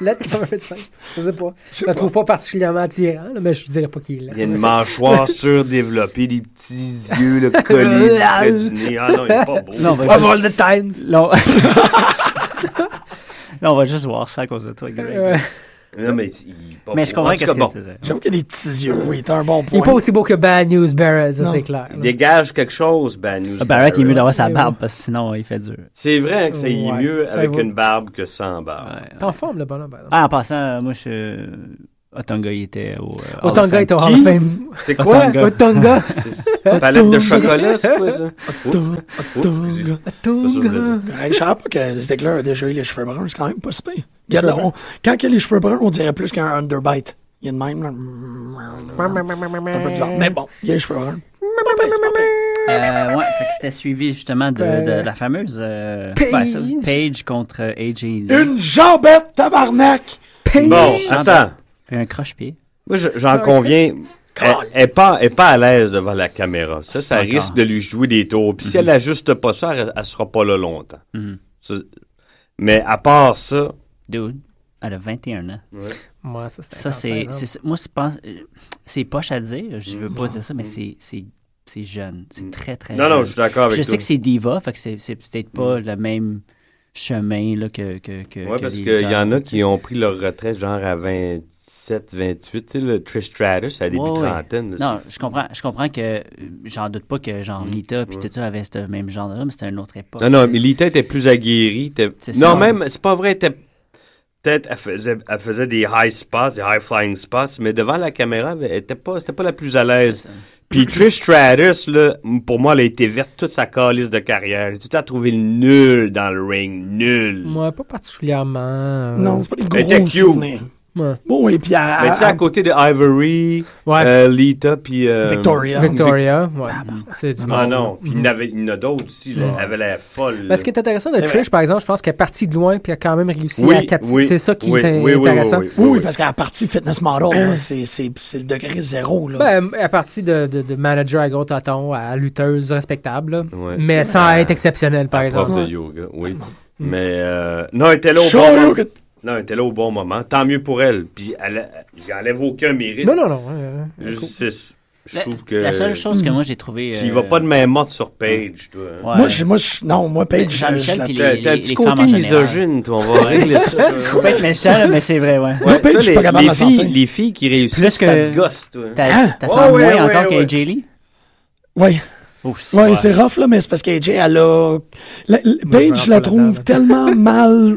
Speaker 5: Là, t'es comme un médecin. Je sais pas. Je
Speaker 8: sais
Speaker 5: le
Speaker 8: pas.
Speaker 5: trouve pas particulièrement attirant, là, mais je dirais pas qu'il est là.
Speaker 7: Il y a une mâchoire surdéveloppée, des petits yeux le collés du près du nez. Ah non, il est pas beau.
Speaker 6: Non, on va
Speaker 5: Of all the
Speaker 6: juste-
Speaker 5: times.
Speaker 6: Là, on- Là, on va juste voir ça à cause de toi, Greg.
Speaker 5: Euh,
Speaker 7: Non, mais il est pas
Speaker 6: Mais je
Speaker 7: beau. En
Speaker 6: comprends
Speaker 7: tout
Speaker 6: qu'est-ce
Speaker 7: cas,
Speaker 6: que
Speaker 7: bon,
Speaker 6: tu veux dire.
Speaker 8: J'avoue qu'il y a des petits yeux. Oui, t'as un bon
Speaker 5: il
Speaker 8: point.
Speaker 5: est pas aussi beau que Bad News Barrett, ça
Speaker 8: Non.
Speaker 5: c'est clair.
Speaker 7: Il
Speaker 5: là.
Speaker 7: dégage quelque chose, ben nous.
Speaker 6: Ah, Barrett, il est mieux d'avoir sa
Speaker 5: Ouais,
Speaker 6: barbe
Speaker 5: ouais.
Speaker 6: parce que sinon, il fait dur.
Speaker 7: C'est vrai que ça il est
Speaker 5: Ouais,
Speaker 7: mieux
Speaker 5: ça
Speaker 7: avec
Speaker 5: vaut.
Speaker 7: une barbe que sans barbe.
Speaker 6: Ouais.
Speaker 5: T'es en forme, le bonhomme. par exemple.
Speaker 6: Ah, en passant, euh, moi, je. euh, Otonga, il était au. euh, Hall of
Speaker 5: Otonga
Speaker 6: Fame.
Speaker 5: est au Hall of Fame.
Speaker 7: C'est quoi?
Speaker 6: Otonga.
Speaker 5: Otonga.
Speaker 7: Ah, Palette de chocolat, c'est quoi ça? Oups. Oups, excusez. C'est ça que je voulais
Speaker 5: Otonga.
Speaker 7: dire.
Speaker 8: Hey, Ben, je savais pas que Ziegler a déjà eu les cheveux bruns. C'est quand même pas si pire. Regarde, là, on- quand il y a les cheveux bruns, on dirait plus qu'un underbite. Il y a de même. là. C'est un peu bizarre. Mais bon, il y a les cheveux bruns.
Speaker 6: Euh, ouais, fait que c'était suivi justement de,
Speaker 5: Ben,
Speaker 6: de la fameuse euh,
Speaker 5: Paige.
Speaker 6: ben, ça, Paige contre euh, AJ Lee.
Speaker 8: Une jambette, tabarnak!
Speaker 7: Bon,
Speaker 6: J'entends.
Speaker 7: attends.
Speaker 6: Un croche-pied.
Speaker 7: Moi, je-
Speaker 6: Ah,
Speaker 7: j'en conviens. Elle n'est pas, elle est pas à l'aise devant la caméra. Ça, ça
Speaker 6: D'accord.
Speaker 7: risque de lui jouer des tours. Puis si elle n'ajuste pas ça, elle ne sera pas là longtemps.
Speaker 6: Mhm. Euh,
Speaker 7: Ça- mais à part ça,
Speaker 6: Dude, elle a 21 ans.
Speaker 5: Ben, Ouais, ça, c'est
Speaker 6: Ça, c'est.
Speaker 5: incroyable.
Speaker 6: c'est- Moi, c'est pas- euh, c'est poche à dire. Je veux pas dire ça, mais
Speaker 5: Mm.
Speaker 6: c'est- c'est c'est jeune. C'est très, très
Speaker 7: non,
Speaker 6: jeune.
Speaker 7: non, je suis d'accord avec
Speaker 6: Je
Speaker 7: toi.
Speaker 6: sais que c'est diva, fait que c'est c'est peut-être pas
Speaker 5: Mm.
Speaker 6: le même chemin là, que, que, que.
Speaker 7: Ouais,
Speaker 6: que
Speaker 7: parce
Speaker 6: les
Speaker 7: qu'il y en a
Speaker 6: lutteurs,
Speaker 7: qui ont pris leur retraite genre à 27, 28. Tu sais, le Trish Stratus, à début
Speaker 6: Ouais, ouais.
Speaker 7: trentaine. là,
Speaker 6: Non,
Speaker 7: c'est- Mm.
Speaker 6: je comprends, je comprends que euh, j'en doute pas que genre Lita puis tout ça avait ce même genre-là, mais c'était une autre époque.
Speaker 7: Non, non, mais Lita était plus aguerrie. était-
Speaker 6: C'est
Speaker 7: Non,
Speaker 6: ça.
Speaker 7: même, c'est pas vrai, elle était- Peut-être elle faisait, elle faisait des high spots, des high flying spots, mais devant la caméra, elle était pas, c'était pas la plus à
Speaker 6: C'est
Speaker 7: l'aise.
Speaker 6: ça.
Speaker 7: Puis Trish Stratus, là, m- pour moi, elle a été verte toute sa calice de carrière. Tout a trouvé le nul dans le ring. Nul.
Speaker 5: Moi, hein. pas particulièrement. euh,
Speaker 8: Non, c'est pas des
Speaker 7: Elle était
Speaker 8: gros
Speaker 7: cute.
Speaker 8: souvenirs.
Speaker 5: ouais.
Speaker 8: Bon, et puis
Speaker 7: Mais tu sais, à
Speaker 8: à,
Speaker 7: côté de Ivory,
Speaker 5: Ouais.
Speaker 7: euh, Lita, puis... euh,
Speaker 8: Victoria.
Speaker 5: Victoria, ouais. C'est du
Speaker 7: Ah
Speaker 5: monde, là.
Speaker 7: non, puis il y en avait- il y en a d'autres aussi. là.
Speaker 5: Ouais.
Speaker 7: Elle avait l'air folle.
Speaker 5: Mais ce qui est intéressant de
Speaker 7: C'est
Speaker 5: Trish, par exemple, je pense qu'elle est partie de loin puis elle a quand même réussi
Speaker 7: Eh ben- Oui,
Speaker 5: à captiver.
Speaker 7: oui,
Speaker 5: c'est ça qui
Speaker 7: oui,
Speaker 5: est
Speaker 7: oui, oui,
Speaker 5: intéressant.
Speaker 7: oui, oui,
Speaker 8: Oui,
Speaker 7: oui.
Speaker 8: oui, parce qu'à la partie fitness model, là, c'est c'est- c'est le degré zéro. Là.
Speaker 5: Ben, elle est partie de, de, de manager à gros tâtons à lutteuse respectable, là.
Speaker 7: Ouais.
Speaker 5: mais sans être exceptionnelle, par
Speaker 7: Prof
Speaker 5: exemple.
Speaker 7: de yoga, oui. Mm. Mais euh, non, elle était là au
Speaker 8: Show
Speaker 7: bon
Speaker 8: you
Speaker 7: moment.
Speaker 8: can-
Speaker 7: Non, elle était là au bon moment. Tant mieux pour elle. Puis elle, a- j'enlève aucun mérite.
Speaker 5: Non, non, non. euh,
Speaker 7: Je, c'est- je
Speaker 6: La,
Speaker 7: trouve que...
Speaker 6: la seule chose que moi j'ai trouvé. euh,
Speaker 7: Tu y vas pas de main morte sur Page, toi. hein.
Speaker 8: Moi, je, moi, je, non, moi, Paige, je-
Speaker 6: Jean-Michel
Speaker 8: je la-
Speaker 6: qui
Speaker 7: T'as
Speaker 6: les-
Speaker 7: t'as un
Speaker 6: les-
Speaker 7: petit
Speaker 6: les femmes
Speaker 7: côté
Speaker 6: en général.
Speaker 7: misogyne, toi. On va régler ça.
Speaker 6: Faut pas être méchant, là, mais c'est vrai, ouais.
Speaker 8: Moi, Paige,
Speaker 7: Toi,
Speaker 8: je suis pas capable de
Speaker 7: les,
Speaker 8: la
Speaker 7: filles,
Speaker 8: sentir.
Speaker 7: les filles qui réussissent,
Speaker 6: Plus que-
Speaker 7: ça te gosse, toi.
Speaker 6: T'as t'as
Speaker 7: Ouais,
Speaker 6: senti moins
Speaker 7: ouais,
Speaker 6: encore
Speaker 7: ouais,
Speaker 6: qu'AJ Lee?
Speaker 8: Ouais,
Speaker 6: Ouf, c'est-
Speaker 8: ouais, c'est rough, là, mais c'est parce qu'AJ, elle a. la- la-
Speaker 5: je
Speaker 8: Paige,
Speaker 5: rentre
Speaker 8: je la
Speaker 5: pas là-dedans,
Speaker 8: trouve
Speaker 5: là.
Speaker 8: tellement mal.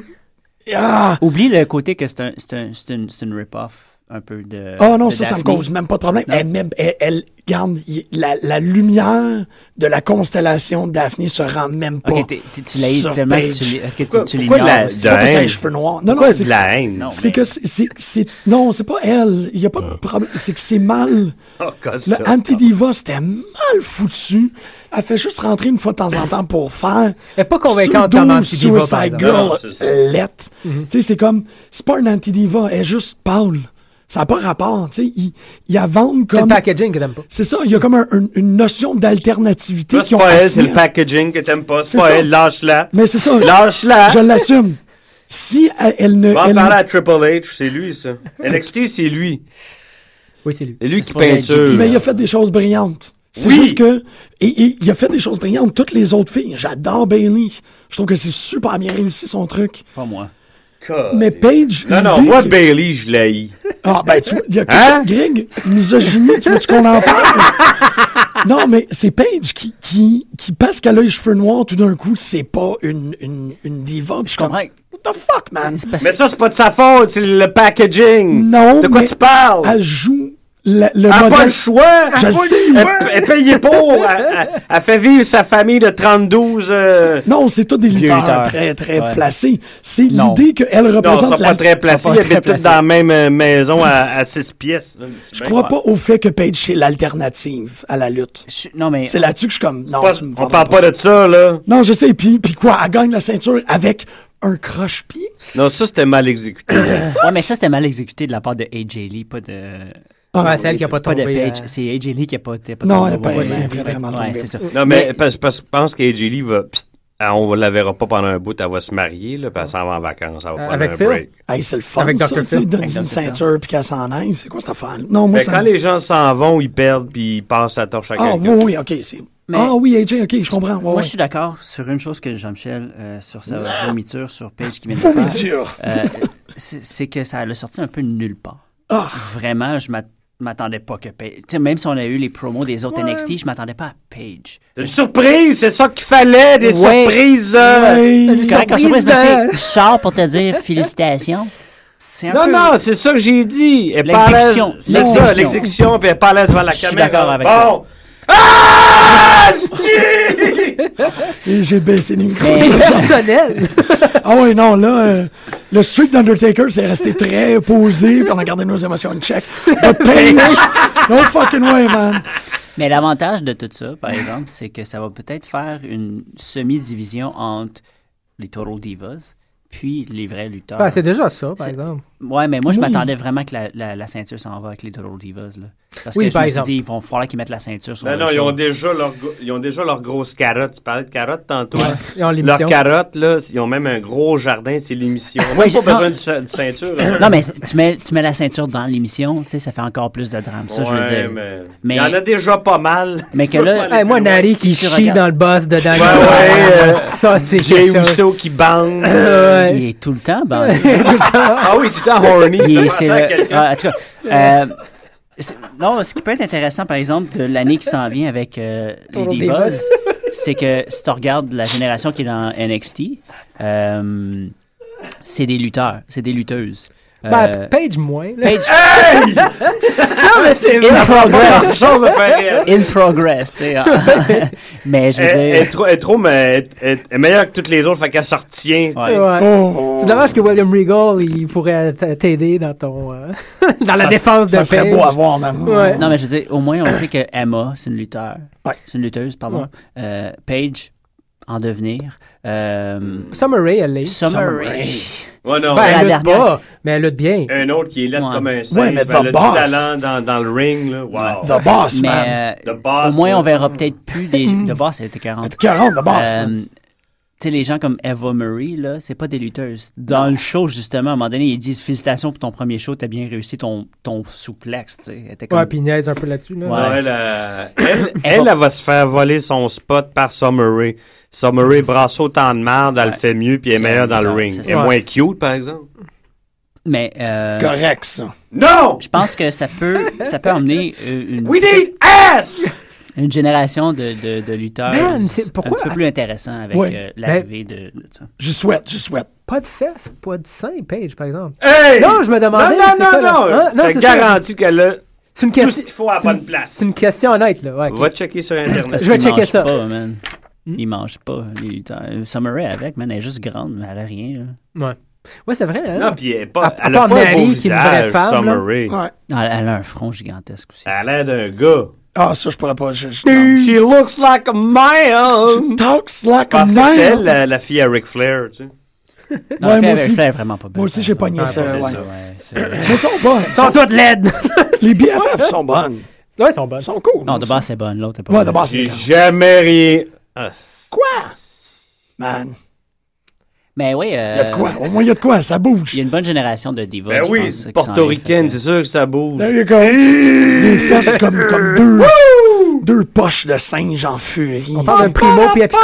Speaker 8: Ah!
Speaker 6: Oublie le côté que c'est un, c'est un, c'est une, c'est une rip-off un peu de.
Speaker 8: Oh non,
Speaker 6: de
Speaker 8: ça, ça me
Speaker 6: Daphne.
Speaker 8: cause même pas de problème.
Speaker 6: Non.
Speaker 8: Elle, même- elle, elle- garde, y- la, la lumière de la constellation de Daphne se rend même pas.
Speaker 6: Ok, t'es- t'es- tu l'as eu
Speaker 8: Sur
Speaker 6: tellement que
Speaker 8: Paige.
Speaker 6: tu l'es- Est-ce que tu-
Speaker 7: Pourquoi-
Speaker 6: tu
Speaker 7: pourquoi
Speaker 6: l'ignores?
Speaker 7: la-
Speaker 6: aussi?
Speaker 8: C'est pas parce qu'elle a les
Speaker 7: haine.
Speaker 8: cheveux noirs. Non,
Speaker 7: Pourquoi
Speaker 8: non,
Speaker 7: de
Speaker 8: c'est.
Speaker 7: la haine?
Speaker 6: Non,
Speaker 8: C'est
Speaker 6: mais-
Speaker 8: que c'est- c'est. c'est- Non, c'est pas elle. Il n'y a pas de problème. C'est que c'est mal.
Speaker 7: Oh, Costa.
Speaker 8: Le Antidiva, c'était mal foutu. Elle fait juste rentrer une fois de temps en temps pour faire.
Speaker 5: Elle est pas convaincante comme anti-diva, par
Speaker 8: Suicide
Speaker 5: exemple.
Speaker 7: Non,
Speaker 8: Girl,
Speaker 7: non, c'est ça.
Speaker 8: lettre.
Speaker 5: Mhm.
Speaker 8: Tu sais, c'est comme, c'est pas un anti-diva, elle est juste pâle. Ça n'a pas rapport, tu sais. Ils, ils la vendent
Speaker 5: C'est le
Speaker 8: comme...
Speaker 5: packaging que t'aimes pas.
Speaker 8: C'est ça, il y a comme un- un- une notion d'alternativité
Speaker 7: Toi,
Speaker 8: qui
Speaker 7: c'est
Speaker 8: ont
Speaker 7: pas elle, c'est
Speaker 8: assigné-
Speaker 7: le packaging que t'aimes pas. C'est
Speaker 8: C'est
Speaker 7: pas
Speaker 8: ça.
Speaker 7: elle, lâche-la.
Speaker 8: Mais c'est ça,
Speaker 7: Lâche-la!
Speaker 8: je l'assume. Si elle, elle ne...
Speaker 7: Va en
Speaker 8: elle-
Speaker 7: parler à Triple H, c'est lui, ça. NXT, c'est lui.
Speaker 5: Oui, c'est lui.
Speaker 7: C'est lui
Speaker 6: Ça,
Speaker 7: qui
Speaker 6: c'est pas la
Speaker 7: peinture.
Speaker 6: JB.
Speaker 8: Mais il a fait des choses brillantes. C'est
Speaker 7: Oui.
Speaker 8: juste que. Et, et il a fait des choses brillantes. Toutes les autres filles. J'adore Bailey. Je trouve que c'est super bien réussi son truc.
Speaker 6: Pas moi.
Speaker 7: God.
Speaker 8: Mais Paige.
Speaker 7: Non, non,
Speaker 8: l'idée
Speaker 7: moi,
Speaker 8: que-
Speaker 7: Bailey, je l'ai.
Speaker 8: Ah, ben, tu vois, il y a
Speaker 7: Hein?
Speaker 8: quelque chose. Greg, misogynie, tu veux qu'on en parle?
Speaker 4: Non, mais c'est Paige qui, qui, qui parce qu'elle a les cheveux noirs, tout d'un coup, c'est pas une, une, une diva. Puis Je
Speaker 10: comprends.
Speaker 4: comme, What the fuck, man?
Speaker 7: Mais ça, c'est pas de sa faute, c'est le packaging.
Speaker 4: Non,
Speaker 7: De quoi
Speaker 4: mais-
Speaker 7: tu parles?
Speaker 4: Elle joue le, le
Speaker 7: Elle n'a Ah, pas
Speaker 4: modèle.
Speaker 7: le choix!
Speaker 4: Je
Speaker 7: Elle-
Speaker 4: le sais.
Speaker 7: Elle, elle paye pour! Elle, elle- elle fait vivre sa famille de 32. euh,
Speaker 4: Non, c'est tous des lutteurs,
Speaker 6: lutteurs.
Speaker 4: très, très
Speaker 6: Ouais.
Speaker 4: placés. C'est
Speaker 6: Non.
Speaker 4: l'idée qu'elle
Speaker 7: Non, ils sont
Speaker 4: représente la...
Speaker 7: pas très placés.
Speaker 6: sont pas
Speaker 7: Ils
Speaker 6: très
Speaker 7: habitent tous
Speaker 6: placés.
Speaker 7: dans la même euh, maison à, à 6 pièces. Ben,
Speaker 4: Je crois pas au fait que Paige, c'est l'alternative à la lutte.
Speaker 6: Je- Non, mais.
Speaker 4: C'est là-dessus que je suis comme, non, tu me
Speaker 7: on
Speaker 4: parles
Speaker 7: parle pas de ça, là.
Speaker 4: Non, je sais. Puis, puis quoi, elle gagne la ceinture avec un croche-pied?
Speaker 7: Non, ça, c'était mal exécuté.
Speaker 6: Ouais, mais ça, c'était mal exécuté de la part de AJ Lee, pas de.
Speaker 4: Ah,
Speaker 5: Ouais, c'est elle qui a pas
Speaker 6: de
Speaker 5: tombé,
Speaker 6: Page.
Speaker 5: euh,
Speaker 6: C'est AJ Lee qui a pas. qui a pas
Speaker 4: Non,
Speaker 6: tombé.
Speaker 4: elle a pas-
Speaker 6: Ouais,
Speaker 4: elle a
Speaker 6: ouais,
Speaker 4: vraiment
Speaker 6: ouais,
Speaker 4: tombé.
Speaker 6: c'est ça.
Speaker 7: non, mais,
Speaker 6: Mais-
Speaker 7: parce, parce que je pense qu'AJ Lee va. psst, elle, on la verra pas pendant un bout. Elle va se marier, là, puis elle s'en va en vacances. Elle va prendre
Speaker 5: avec
Speaker 7: un
Speaker 5: Phil?
Speaker 7: break.
Speaker 4: Hey, c'est le fun,
Speaker 5: Avec
Speaker 4: ça.
Speaker 5: Dr.
Speaker 4: tu sais,
Speaker 5: Phil.
Speaker 4: donne
Speaker 6: Avec
Speaker 4: une
Speaker 6: Dr. Phil.
Speaker 4: ceinture puis qu'elle s'en aille. C'est quoi cette affaire Non, moi,
Speaker 7: Mais
Speaker 4: ça...
Speaker 7: Ben, quand les gens s'en vont, ils perdent, puis ils passent la torche à
Speaker 4: Ah, oui,
Speaker 7: quelqu'un.
Speaker 4: oui, OK. c'est-
Speaker 6: Mais-
Speaker 4: Ah oui, AJ, OK, je comprends.
Speaker 6: Moi,
Speaker 4: ouais,
Speaker 6: je suis d'accord sur une chose que Jean-Michel, euh, sur sa vomiture sur Page qui vient de faire.
Speaker 4: Vomiture.
Speaker 6: euh, c'est c'est que ça l'a sorti un peu de nulle part.
Speaker 4: Ah.
Speaker 6: Vraiment, je m'at- m'attendais pas que Page. Tu sais, même si on a eu les promos des autres NXT, je m'attendais pas à Page.
Speaker 7: C'est une surprise! C'est ça qu'il fallait! Des
Speaker 6: Ouais.
Speaker 7: surprises! euh,
Speaker 4: ouais.
Speaker 6: C'est correct quand je te dis, Charles, pour te dire félicitations. C'est un
Speaker 7: Non,
Speaker 6: peu-
Speaker 7: non, c'est ça que j'ai dit. Elle est pas à l'aise.
Speaker 6: L'exécution.
Speaker 7: C'est ça,
Speaker 6: L'exécution.
Speaker 7: l'exécution, puis elle parle devant la
Speaker 6: Je suis
Speaker 7: caméra.
Speaker 6: d'accord avec
Speaker 7: bon.
Speaker 6: toi.
Speaker 7: Ah! c'est-tu?
Speaker 4: Et j'ai baissé les micros.
Speaker 5: C'est personnel.
Speaker 4: Ah oui, non, là, euh, le streak d'Undertaker, c'est resté très posé, puis on a gardé nos émotions en check. But Paige, no fucking way, man.
Speaker 6: Mais l'avantage de tout ça, par exemple, c'est que ça va peut-être faire une semi-division entre les Total Divas puis les vrais lutteurs.
Speaker 5: Ben, c'est déjà ça, par
Speaker 6: C'est-
Speaker 5: exemple.
Speaker 6: Ouais, mais moi, je
Speaker 4: Oui.
Speaker 6: m'attendais vraiment que la, la- la ceinture s'en va avec les Total Divas. Là. Parce
Speaker 5: Oui,
Speaker 6: que je
Speaker 5: par
Speaker 6: me
Speaker 5: exemple.
Speaker 6: suis dit, ils vont falloir qu'ils mettent la ceinture sur
Speaker 7: Non,
Speaker 6: le
Speaker 7: non, ils
Speaker 6: show.
Speaker 7: ont déjà leur, go- ils ont déjà leur grosse carotte. Tu parlais de carotte tantôt.
Speaker 5: Ils ont
Speaker 7: Leur
Speaker 5: l'émission.
Speaker 7: carotte, là, ils ont même un gros jardin, c'est l'émission. On
Speaker 6: Ouais,
Speaker 7: n'a
Speaker 6: j'ai-
Speaker 7: pas besoin
Speaker 6: non.
Speaker 7: de, ce- de ceinture. hein.
Speaker 6: Non, mais tu mets, tu mets la ceinture dans l'émission, tu sais, ça fait encore plus de drame. Ça, je veux
Speaker 7: Ouais,
Speaker 6: dire.
Speaker 7: mais...
Speaker 6: Mais-
Speaker 7: Il y en a déjà pas mal.
Speaker 6: Mais
Speaker 7: Tu
Speaker 6: que
Speaker 7: peux
Speaker 6: là-
Speaker 7: pas aller
Speaker 5: Hey, moi,
Speaker 7: plus loin.
Speaker 5: Nari
Speaker 6: Si
Speaker 5: qui
Speaker 6: tu
Speaker 5: chie
Speaker 6: regardes-
Speaker 5: dans le boss de Daniel.
Speaker 7: Ouais, ouais, euh,
Speaker 5: ça, c'est
Speaker 7: Jay
Speaker 5: quelque chose.
Speaker 7: Uso qui bande.
Speaker 5: Euh, ouais.
Speaker 6: Il est tout le temps bandé.
Speaker 7: ah oui, tout à horny.
Speaker 6: Il-
Speaker 7: Je
Speaker 6: c'est
Speaker 7: pensais
Speaker 6: le-
Speaker 7: à quelqu'un.
Speaker 6: Ah, en tout cas, euh, c'est- non, ce qui peut être intéressant, par exemple, de l'année qui s'en vient avec euh, les
Speaker 5: Total
Speaker 6: Divas,
Speaker 5: Divas.
Speaker 6: c'est que si tu regardes la génération qui est dans NXT, euh, c'est des lutteurs, c'est des lutteuses.
Speaker 5: Ben,
Speaker 6: Euh,
Speaker 5: Page moins. là.
Speaker 6: Paige-
Speaker 5: Non, mais c'est
Speaker 6: in
Speaker 5: vrai.
Speaker 7: Ah,
Speaker 6: progress.
Speaker 7: ça me fait rire.
Speaker 6: In progress, tu sais. Mais je veux
Speaker 7: Elle, elle est
Speaker 6: dire.
Speaker 7: trop, elle est trop, mais elle, elle- elle est meilleure que toutes les autres, fait qu'elle se retient. tu
Speaker 6: Ouais.
Speaker 7: sais.
Speaker 5: Ouais.
Speaker 4: Oh,
Speaker 5: C'est dommage que William Regal, il pourrait t- t'aider dans ton. euh, dans la défense de
Speaker 4: ça serait
Speaker 5: Page.
Speaker 4: beau à voir, man.
Speaker 5: Ouais.
Speaker 6: Non, mais je veux dire, au moins, on sait que Emma, c'est une lutteur.
Speaker 4: Ouais.
Speaker 6: C'est une lutteuse, pardon.
Speaker 5: Ouais.
Speaker 6: Euh, Paige, en devenir. Euh,
Speaker 5: Summer Rae, elle l'est.
Speaker 6: Summer Rae.
Speaker 7: Ouais,
Speaker 5: Ben,
Speaker 6: C'est
Speaker 7: non, ouais. Euh,
Speaker 6: la
Speaker 5: elle lutte
Speaker 6: dernière.
Speaker 5: pas, mais elle lutte bien.
Speaker 7: un autre qui est là
Speaker 6: Ouais.
Speaker 7: comme un singe,
Speaker 4: Ouais, mais
Speaker 7: ben,
Speaker 4: The
Speaker 7: le
Speaker 4: Boss.
Speaker 7: talent dans, dans le ring, là. Wow.
Speaker 4: The boss, man.
Speaker 6: Mais euh,
Speaker 7: The Boss,
Speaker 6: au moins, on
Speaker 7: ouais.
Speaker 6: verra peut-être plus des. The Boss, elle était 40.
Speaker 4: 40, The boss,
Speaker 6: Euh,
Speaker 4: man.
Speaker 6: tu sais, les gens comme Eva Murray, là, c'est pas des lutteuses. Dans le show, justement, à un moment donné, ils disent félicitations pour ton premier show, t'as bien réussi ton, ton souplex, tu sais. Elle était comme-
Speaker 5: Ouais, puis il niaise un peu là-dessus. Là.
Speaker 6: Ouais.
Speaker 7: Non, elle, euh, elle, elle, elle va se faire voler son spot par Summeray. Summeray brasse autant de merde, elle le
Speaker 6: Ouais.
Speaker 7: fait mieux, puis elle est
Speaker 6: Puis
Speaker 7: meilleure
Speaker 6: elle
Speaker 7: dans le
Speaker 6: est
Speaker 7: ring.
Speaker 6: c'est
Speaker 7: Elle est
Speaker 5: ça.
Speaker 7: moins cute, par exemple.
Speaker 6: Mais euh,
Speaker 4: Correct, ça.
Speaker 7: Non!
Speaker 6: je pense que ça peut, ça peut emmener euh, une,
Speaker 7: We need ass!
Speaker 6: une génération de, de, de lutteurs
Speaker 5: Man, c'est-
Speaker 6: un
Speaker 5: pourquoi-
Speaker 6: petit peu plus intéressant avec
Speaker 4: Ouais. Ben,
Speaker 6: euh, l'arrivée de, de ça.
Speaker 4: Je souhaite, je souhaite.
Speaker 5: Pas de fesses, pas de seins, Page, par exemple.
Speaker 7: Hey!
Speaker 5: Non, je me demandais.
Speaker 7: Non,
Speaker 5: c'est
Speaker 7: non,
Speaker 5: quoi, là?
Speaker 7: non,
Speaker 5: Hein?
Speaker 7: non! Je
Speaker 5: c'est
Speaker 7: te
Speaker 5: ça.
Speaker 7: garantis qu'elle a tout
Speaker 5: C'est une
Speaker 7: ce
Speaker 5: question.
Speaker 7: qu'il faut à la
Speaker 5: c'est une-
Speaker 7: bonne place.
Speaker 5: C'est une question honnête, là. Ouais, ok.
Speaker 7: Va checker sur Internet.
Speaker 6: Parce
Speaker 5: Je vais
Speaker 6: qu'ils
Speaker 5: checker
Speaker 6: mangent
Speaker 5: ça.
Speaker 6: Pas, man.
Speaker 4: Hmm?
Speaker 6: Ils mangent pas, les lutteurs. Summer Rae avec, man, elle est juste grande, mais elle a rien. là.
Speaker 5: Ouais, ouais c'est vrai. Hein?
Speaker 7: Non, puis elle est pas,
Speaker 5: À- à
Speaker 7: elle a
Speaker 5: part
Speaker 7: pas un beau
Speaker 5: Mary, qui est une vraie
Speaker 7: visage,
Speaker 5: femme, là.
Speaker 7: Summeray.
Speaker 4: Ouais.
Speaker 6: Non, Elle, elle a un front gigantesque aussi.
Speaker 7: Elle a l'air d'un gars.
Speaker 4: Ah, ça, je pourrais pas. Je, je, non.
Speaker 7: She looks like a man!
Speaker 4: She talks like
Speaker 7: Je
Speaker 4: a
Speaker 7: pensais que c'était elle,
Speaker 4: man.
Speaker 8: euh,
Speaker 7: la, la fille à Ric Flair, tu sais.
Speaker 6: Non,
Speaker 4: Ouais,
Speaker 6: elle
Speaker 4: moi
Speaker 6: fait- elle
Speaker 4: aussi.
Speaker 6: fait vraiment pas belle,
Speaker 4: Moi aussi,
Speaker 6: par
Speaker 4: j'ai
Speaker 6: exemple.
Speaker 4: pogné
Speaker 6: Ah,
Speaker 4: ça,
Speaker 6: c'est
Speaker 4: ouais.
Speaker 6: ouais, c'est-
Speaker 4: Mais Elles sont bonnes.
Speaker 5: Ils sont toutes laides.
Speaker 4: Les BFF sont bonnes.
Speaker 5: ouais, ils sont bonnes.
Speaker 4: Elles sont cool.
Speaker 6: Non, de base, c'est bonne. L'autre, est pas
Speaker 4: Ouais,
Speaker 6: bonne.
Speaker 4: de base, c'est
Speaker 7: J'ai
Speaker 4: cool.
Speaker 7: jamais rien. Ah,
Speaker 4: Quoi? Man,
Speaker 6: Mais oui, euh,
Speaker 4: il y a de quoi. Au moins, il y a de quoi. Ça bouge.
Speaker 6: il y a une bonne génération de divas.
Speaker 7: Ben
Speaker 6: je
Speaker 7: oui,
Speaker 6: pense, qui s'en
Speaker 7: portoricaine,
Speaker 6: vient,
Speaker 7: c'est
Speaker 6: fait
Speaker 7: sûr que ça bouge.
Speaker 5: Ben
Speaker 4: There you go. Des fesses comme, comme deux, deux poches de singe en furie.
Speaker 5: On parle de Primo puis Epico.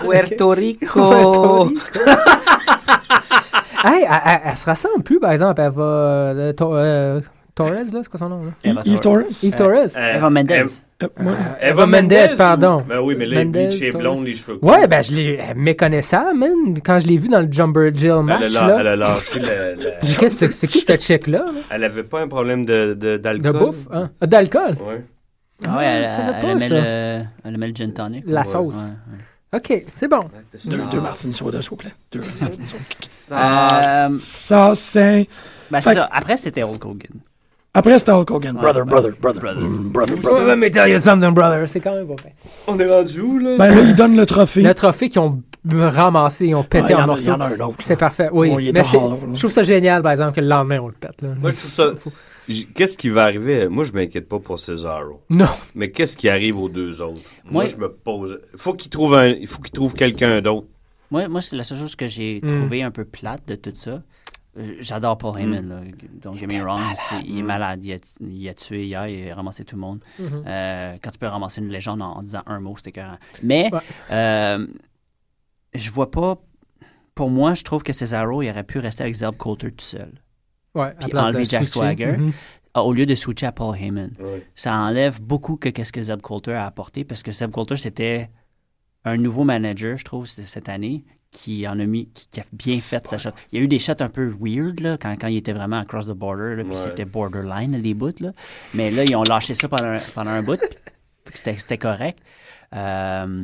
Speaker 10: Puerto
Speaker 5: Puerto
Speaker 10: Rico.
Speaker 5: Hey, elle, elle- elle se ressemble plus, par exemple. Elle va. euh, to- euh, Torres, là, c'est quoi son nom? là?
Speaker 6: Eva
Speaker 8: Yves
Speaker 6: Torres.
Speaker 8: Torres.
Speaker 5: Yves Torres?
Speaker 7: Euh,
Speaker 6: Eva Mendes.
Speaker 7: Ev-
Speaker 8: Euh, moi,
Speaker 7: Eva
Speaker 5: Mendes,
Speaker 7: Mendes, ou-
Speaker 5: pardon.
Speaker 7: Ben oui, mais là,
Speaker 5: Mendes,
Speaker 7: bleach et
Speaker 5: Torres.
Speaker 7: blonde, les cheveux. courts.
Speaker 5: Ouais, ben, je l'ai euh, méconnaissable, man. Quand je l'ai vu dans le Jumper Jill
Speaker 7: Elle a,
Speaker 5: match,
Speaker 7: la- elle
Speaker 5: là.
Speaker 7: a lâché la- la-
Speaker 5: j'ai dit, Qu'est-ce que c'est qui ce check-là? là?
Speaker 7: Elle avait pas un problème de, de-
Speaker 5: De
Speaker 7: d'alcool.
Speaker 5: bouffe? hein? Ah, D'alcool?
Speaker 7: Ouais.
Speaker 6: Ah ouais, elle,
Speaker 5: je savais
Speaker 6: elle
Speaker 5: pas,
Speaker 6: aimait
Speaker 5: ça.
Speaker 6: le, elle aimait le gin tonic.
Speaker 5: La
Speaker 6: Ouais,
Speaker 5: sauce.
Speaker 6: ouais.
Speaker 5: Ok, c'est bon.
Speaker 8: deux, deux martinis soda, s'il vous plaît. Deux martinis soda.
Speaker 6: Euh,
Speaker 8: Ça, c'est.
Speaker 6: ben, c'est
Speaker 8: Fait-
Speaker 6: ça. Après, c'était Hulk Hogan.
Speaker 8: Après, c'était Hulk Hogan. Brother, brother, brother.
Speaker 6: Brother.
Speaker 8: Mm, brother, brother.
Speaker 5: Let me tell you something, brother. C'est quand même pas fait.
Speaker 7: On est rendu où, là?
Speaker 8: Ben là, il donne le trophée.
Speaker 5: Le trophée qu'ils ont ramassé, ils ont
Speaker 8: Ah, il
Speaker 5: pété
Speaker 8: y en
Speaker 5: en
Speaker 8: a- il y
Speaker 5: morceaux.
Speaker 8: en a un autre.
Speaker 5: C'est parfait, oui.
Speaker 8: Oh, il est
Speaker 5: Mais
Speaker 8: en
Speaker 5: c'est-
Speaker 8: hollow, là.
Speaker 5: je trouve ça génial, par exemple, que le lendemain, on le pète. Là.
Speaker 7: Moi, je trouve ça... J- Qu'est-ce qui va arriver? Moi, je m'inquiète pas pour Cesaro.
Speaker 5: Non.
Speaker 7: Mais qu'est-ce qui arrive aux deux autres? Moi,
Speaker 6: Moi-
Speaker 7: je me pose... Faut qu'il trouve un... Il faut qu'il trouve quelqu'un d'autre.
Speaker 6: Moi, moi c'est la seule chose que j'ai
Speaker 5: Hmm.
Speaker 6: trouvé un peu plate de tout ça. Euh, J'adore Paul Heyman, là. Don't get me wrong. c'est-
Speaker 5: Hmm.
Speaker 6: il est malade. Il a, il a tué hier, il a ramassé tout le monde. Euh, quand tu peux ramasser une légende en, en disant un mot, c'était écœurant. Mais
Speaker 5: Ouais.
Speaker 6: euh, je vois pas. Pour moi, je trouve que Cesaro, il aurait pu rester avec Zeb Coulter tout seul.
Speaker 5: Ouais, à
Speaker 6: Puis
Speaker 5: place de
Speaker 6: enlever Jack
Speaker 5: switcher.
Speaker 6: Swagger.
Speaker 5: Mhm.
Speaker 6: Ah, Au lieu de switcher à Paul Heyman.
Speaker 7: Ouais.
Speaker 6: ça enlève beaucoup que qu'est-ce que Zeb Coulter a apporté parce que Zeb Coulter c'était un nouveau manager je trouve c- cette année qui en a mis qui, qui a bien fait sa shot. Il y a eu des shots un peu weird là quand, quand il était vraiment across the border là, puis
Speaker 7: Ouais.
Speaker 6: c'était borderline à des bouts là. Mais là ils ont lâché ça pendant un, pendant un bout. puis c'était c'était correct. Euh,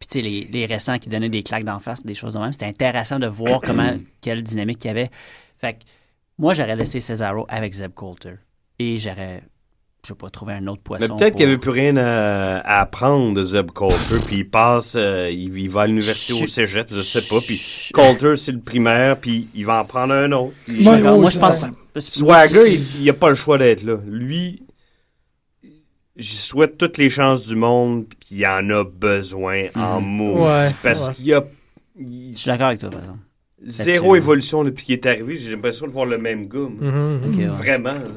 Speaker 6: puis tu sais les, les récents qui donnaient des claques d'en face, des choses de même, c'était intéressant de voir comment quelle dynamique il y avait. Fait que moi j'aurais laissé Cesaro avec Zeb Coulter et j'aurais je sais pas, trouver un autre
Speaker 7: Mais
Speaker 6: poisson.
Speaker 7: peut-être qu'il n'y avait
Speaker 6: pour-
Speaker 7: plus rien à, à apprendre de Zeb Coulter, puis il passe, euh, il, il va à l'université
Speaker 6: Je-
Speaker 7: au cégep, je sais pas, puis Coulter, c'est le primaire, puis il va en prendre un autre. Il-
Speaker 8: Ouais,
Speaker 6: D'accord,
Speaker 8: ouais,
Speaker 6: moi,
Speaker 8: c'est
Speaker 6: je pense.
Speaker 8: ça.
Speaker 7: Swagger, il n'y a pas le choix d'être là. Lui, j'y souhaite toutes les chances du monde, puis il en a besoin
Speaker 6: Mm.
Speaker 7: en mots.
Speaker 5: Ouais,
Speaker 7: parce
Speaker 5: ouais.
Speaker 7: qu'il y a il-
Speaker 6: Je suis d'accord avec toi, par exemple.
Speaker 7: zéro
Speaker 6: Là-dessus,
Speaker 7: évolution depuis qu'il est arrivé. J'ai l'impression de voir le même gars. moi.
Speaker 5: Mhm.
Speaker 6: Ok, ouais.
Speaker 7: Vraiment. hein. là.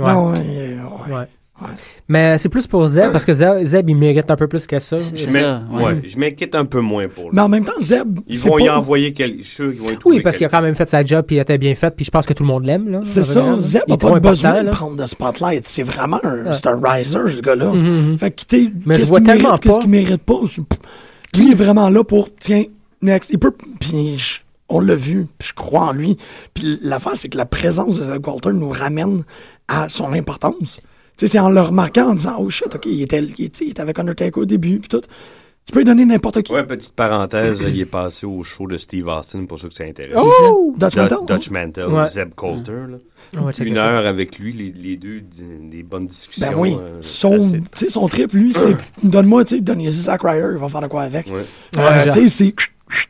Speaker 5: Ouais.
Speaker 8: Non, euh, ouais.
Speaker 5: Ouais.
Speaker 8: Ouais.
Speaker 5: Mais c'est plus pour Zeb, parce que Zeb, Zeb, il mérite un peu plus que ça.
Speaker 6: C'est
Speaker 7: Je m'in-
Speaker 6: ça, ouais.
Speaker 7: ouais, je m'inquiète un peu moins pour lui.
Speaker 8: Mais en même temps, Zeb.
Speaker 7: Ils
Speaker 8: c'est
Speaker 7: vont y
Speaker 8: pas-
Speaker 7: envoyer quelqu'un. Je suis sûr qu'ils vont y trouver
Speaker 5: Oui, parce qu'il a
Speaker 7: quelqu'un.
Speaker 5: quand même fait sa job, puis il était bien fait, puis je pense que tout le monde l'aime. là, en
Speaker 8: C'est ça,
Speaker 5: général, là.
Speaker 8: Zeb
Speaker 5: Il est
Speaker 8: n'a
Speaker 5: trop
Speaker 8: pas
Speaker 5: important,
Speaker 8: besoin de
Speaker 5: là.
Speaker 8: prendre de spotlight. C'est vraiment un, c'est un riser, ce gars-là. Fait que quitter,
Speaker 5: Mm-hmm. Mais je
Speaker 8: qu'est-ce
Speaker 5: vois
Speaker 8: qu'il
Speaker 5: tellement
Speaker 8: mérite,
Speaker 5: pas.
Speaker 8: Qu'est-ce qu'il mérite pas? c'est- pff, Lui est vraiment là pour, tiens, next. Il peut, puis je- on l'a vu, puis je crois en lui. Puis l'affaire, c'est que la présence de Zeb Walter nous ramène à son importance. Tu sais, c'est en le remarquant, en disant, oh shit, ok, il était, il, était- il était avec Undertaker au début, puis tout. Tu peux lui donner n'importe qui.
Speaker 7: Ouais, petite parenthèse, il est passé au show de Steve Austin pour ceux que ça intéresse.
Speaker 5: Oh!
Speaker 4: Ah,
Speaker 8: Dutch
Speaker 7: Du-
Speaker 8: Mantel,
Speaker 7: Dutch Mantel,
Speaker 5: Ouais.
Speaker 7: Zeb Coulter. là.
Speaker 5: On va checker
Speaker 7: Une
Speaker 5: ça.
Speaker 7: heure avec lui, les, les deux, di- des bonnes discussions.
Speaker 8: Ben oui,
Speaker 7: euh,
Speaker 8: son,
Speaker 7: assez-
Speaker 8: tu sais, son trip, lui, c'est donne-moi, tu sais, donne-y Zack Ryder, il va faire de quoi avec.
Speaker 7: Ouais.
Speaker 8: Euh,
Speaker 5: Ouais,
Speaker 8: tu sais, c'est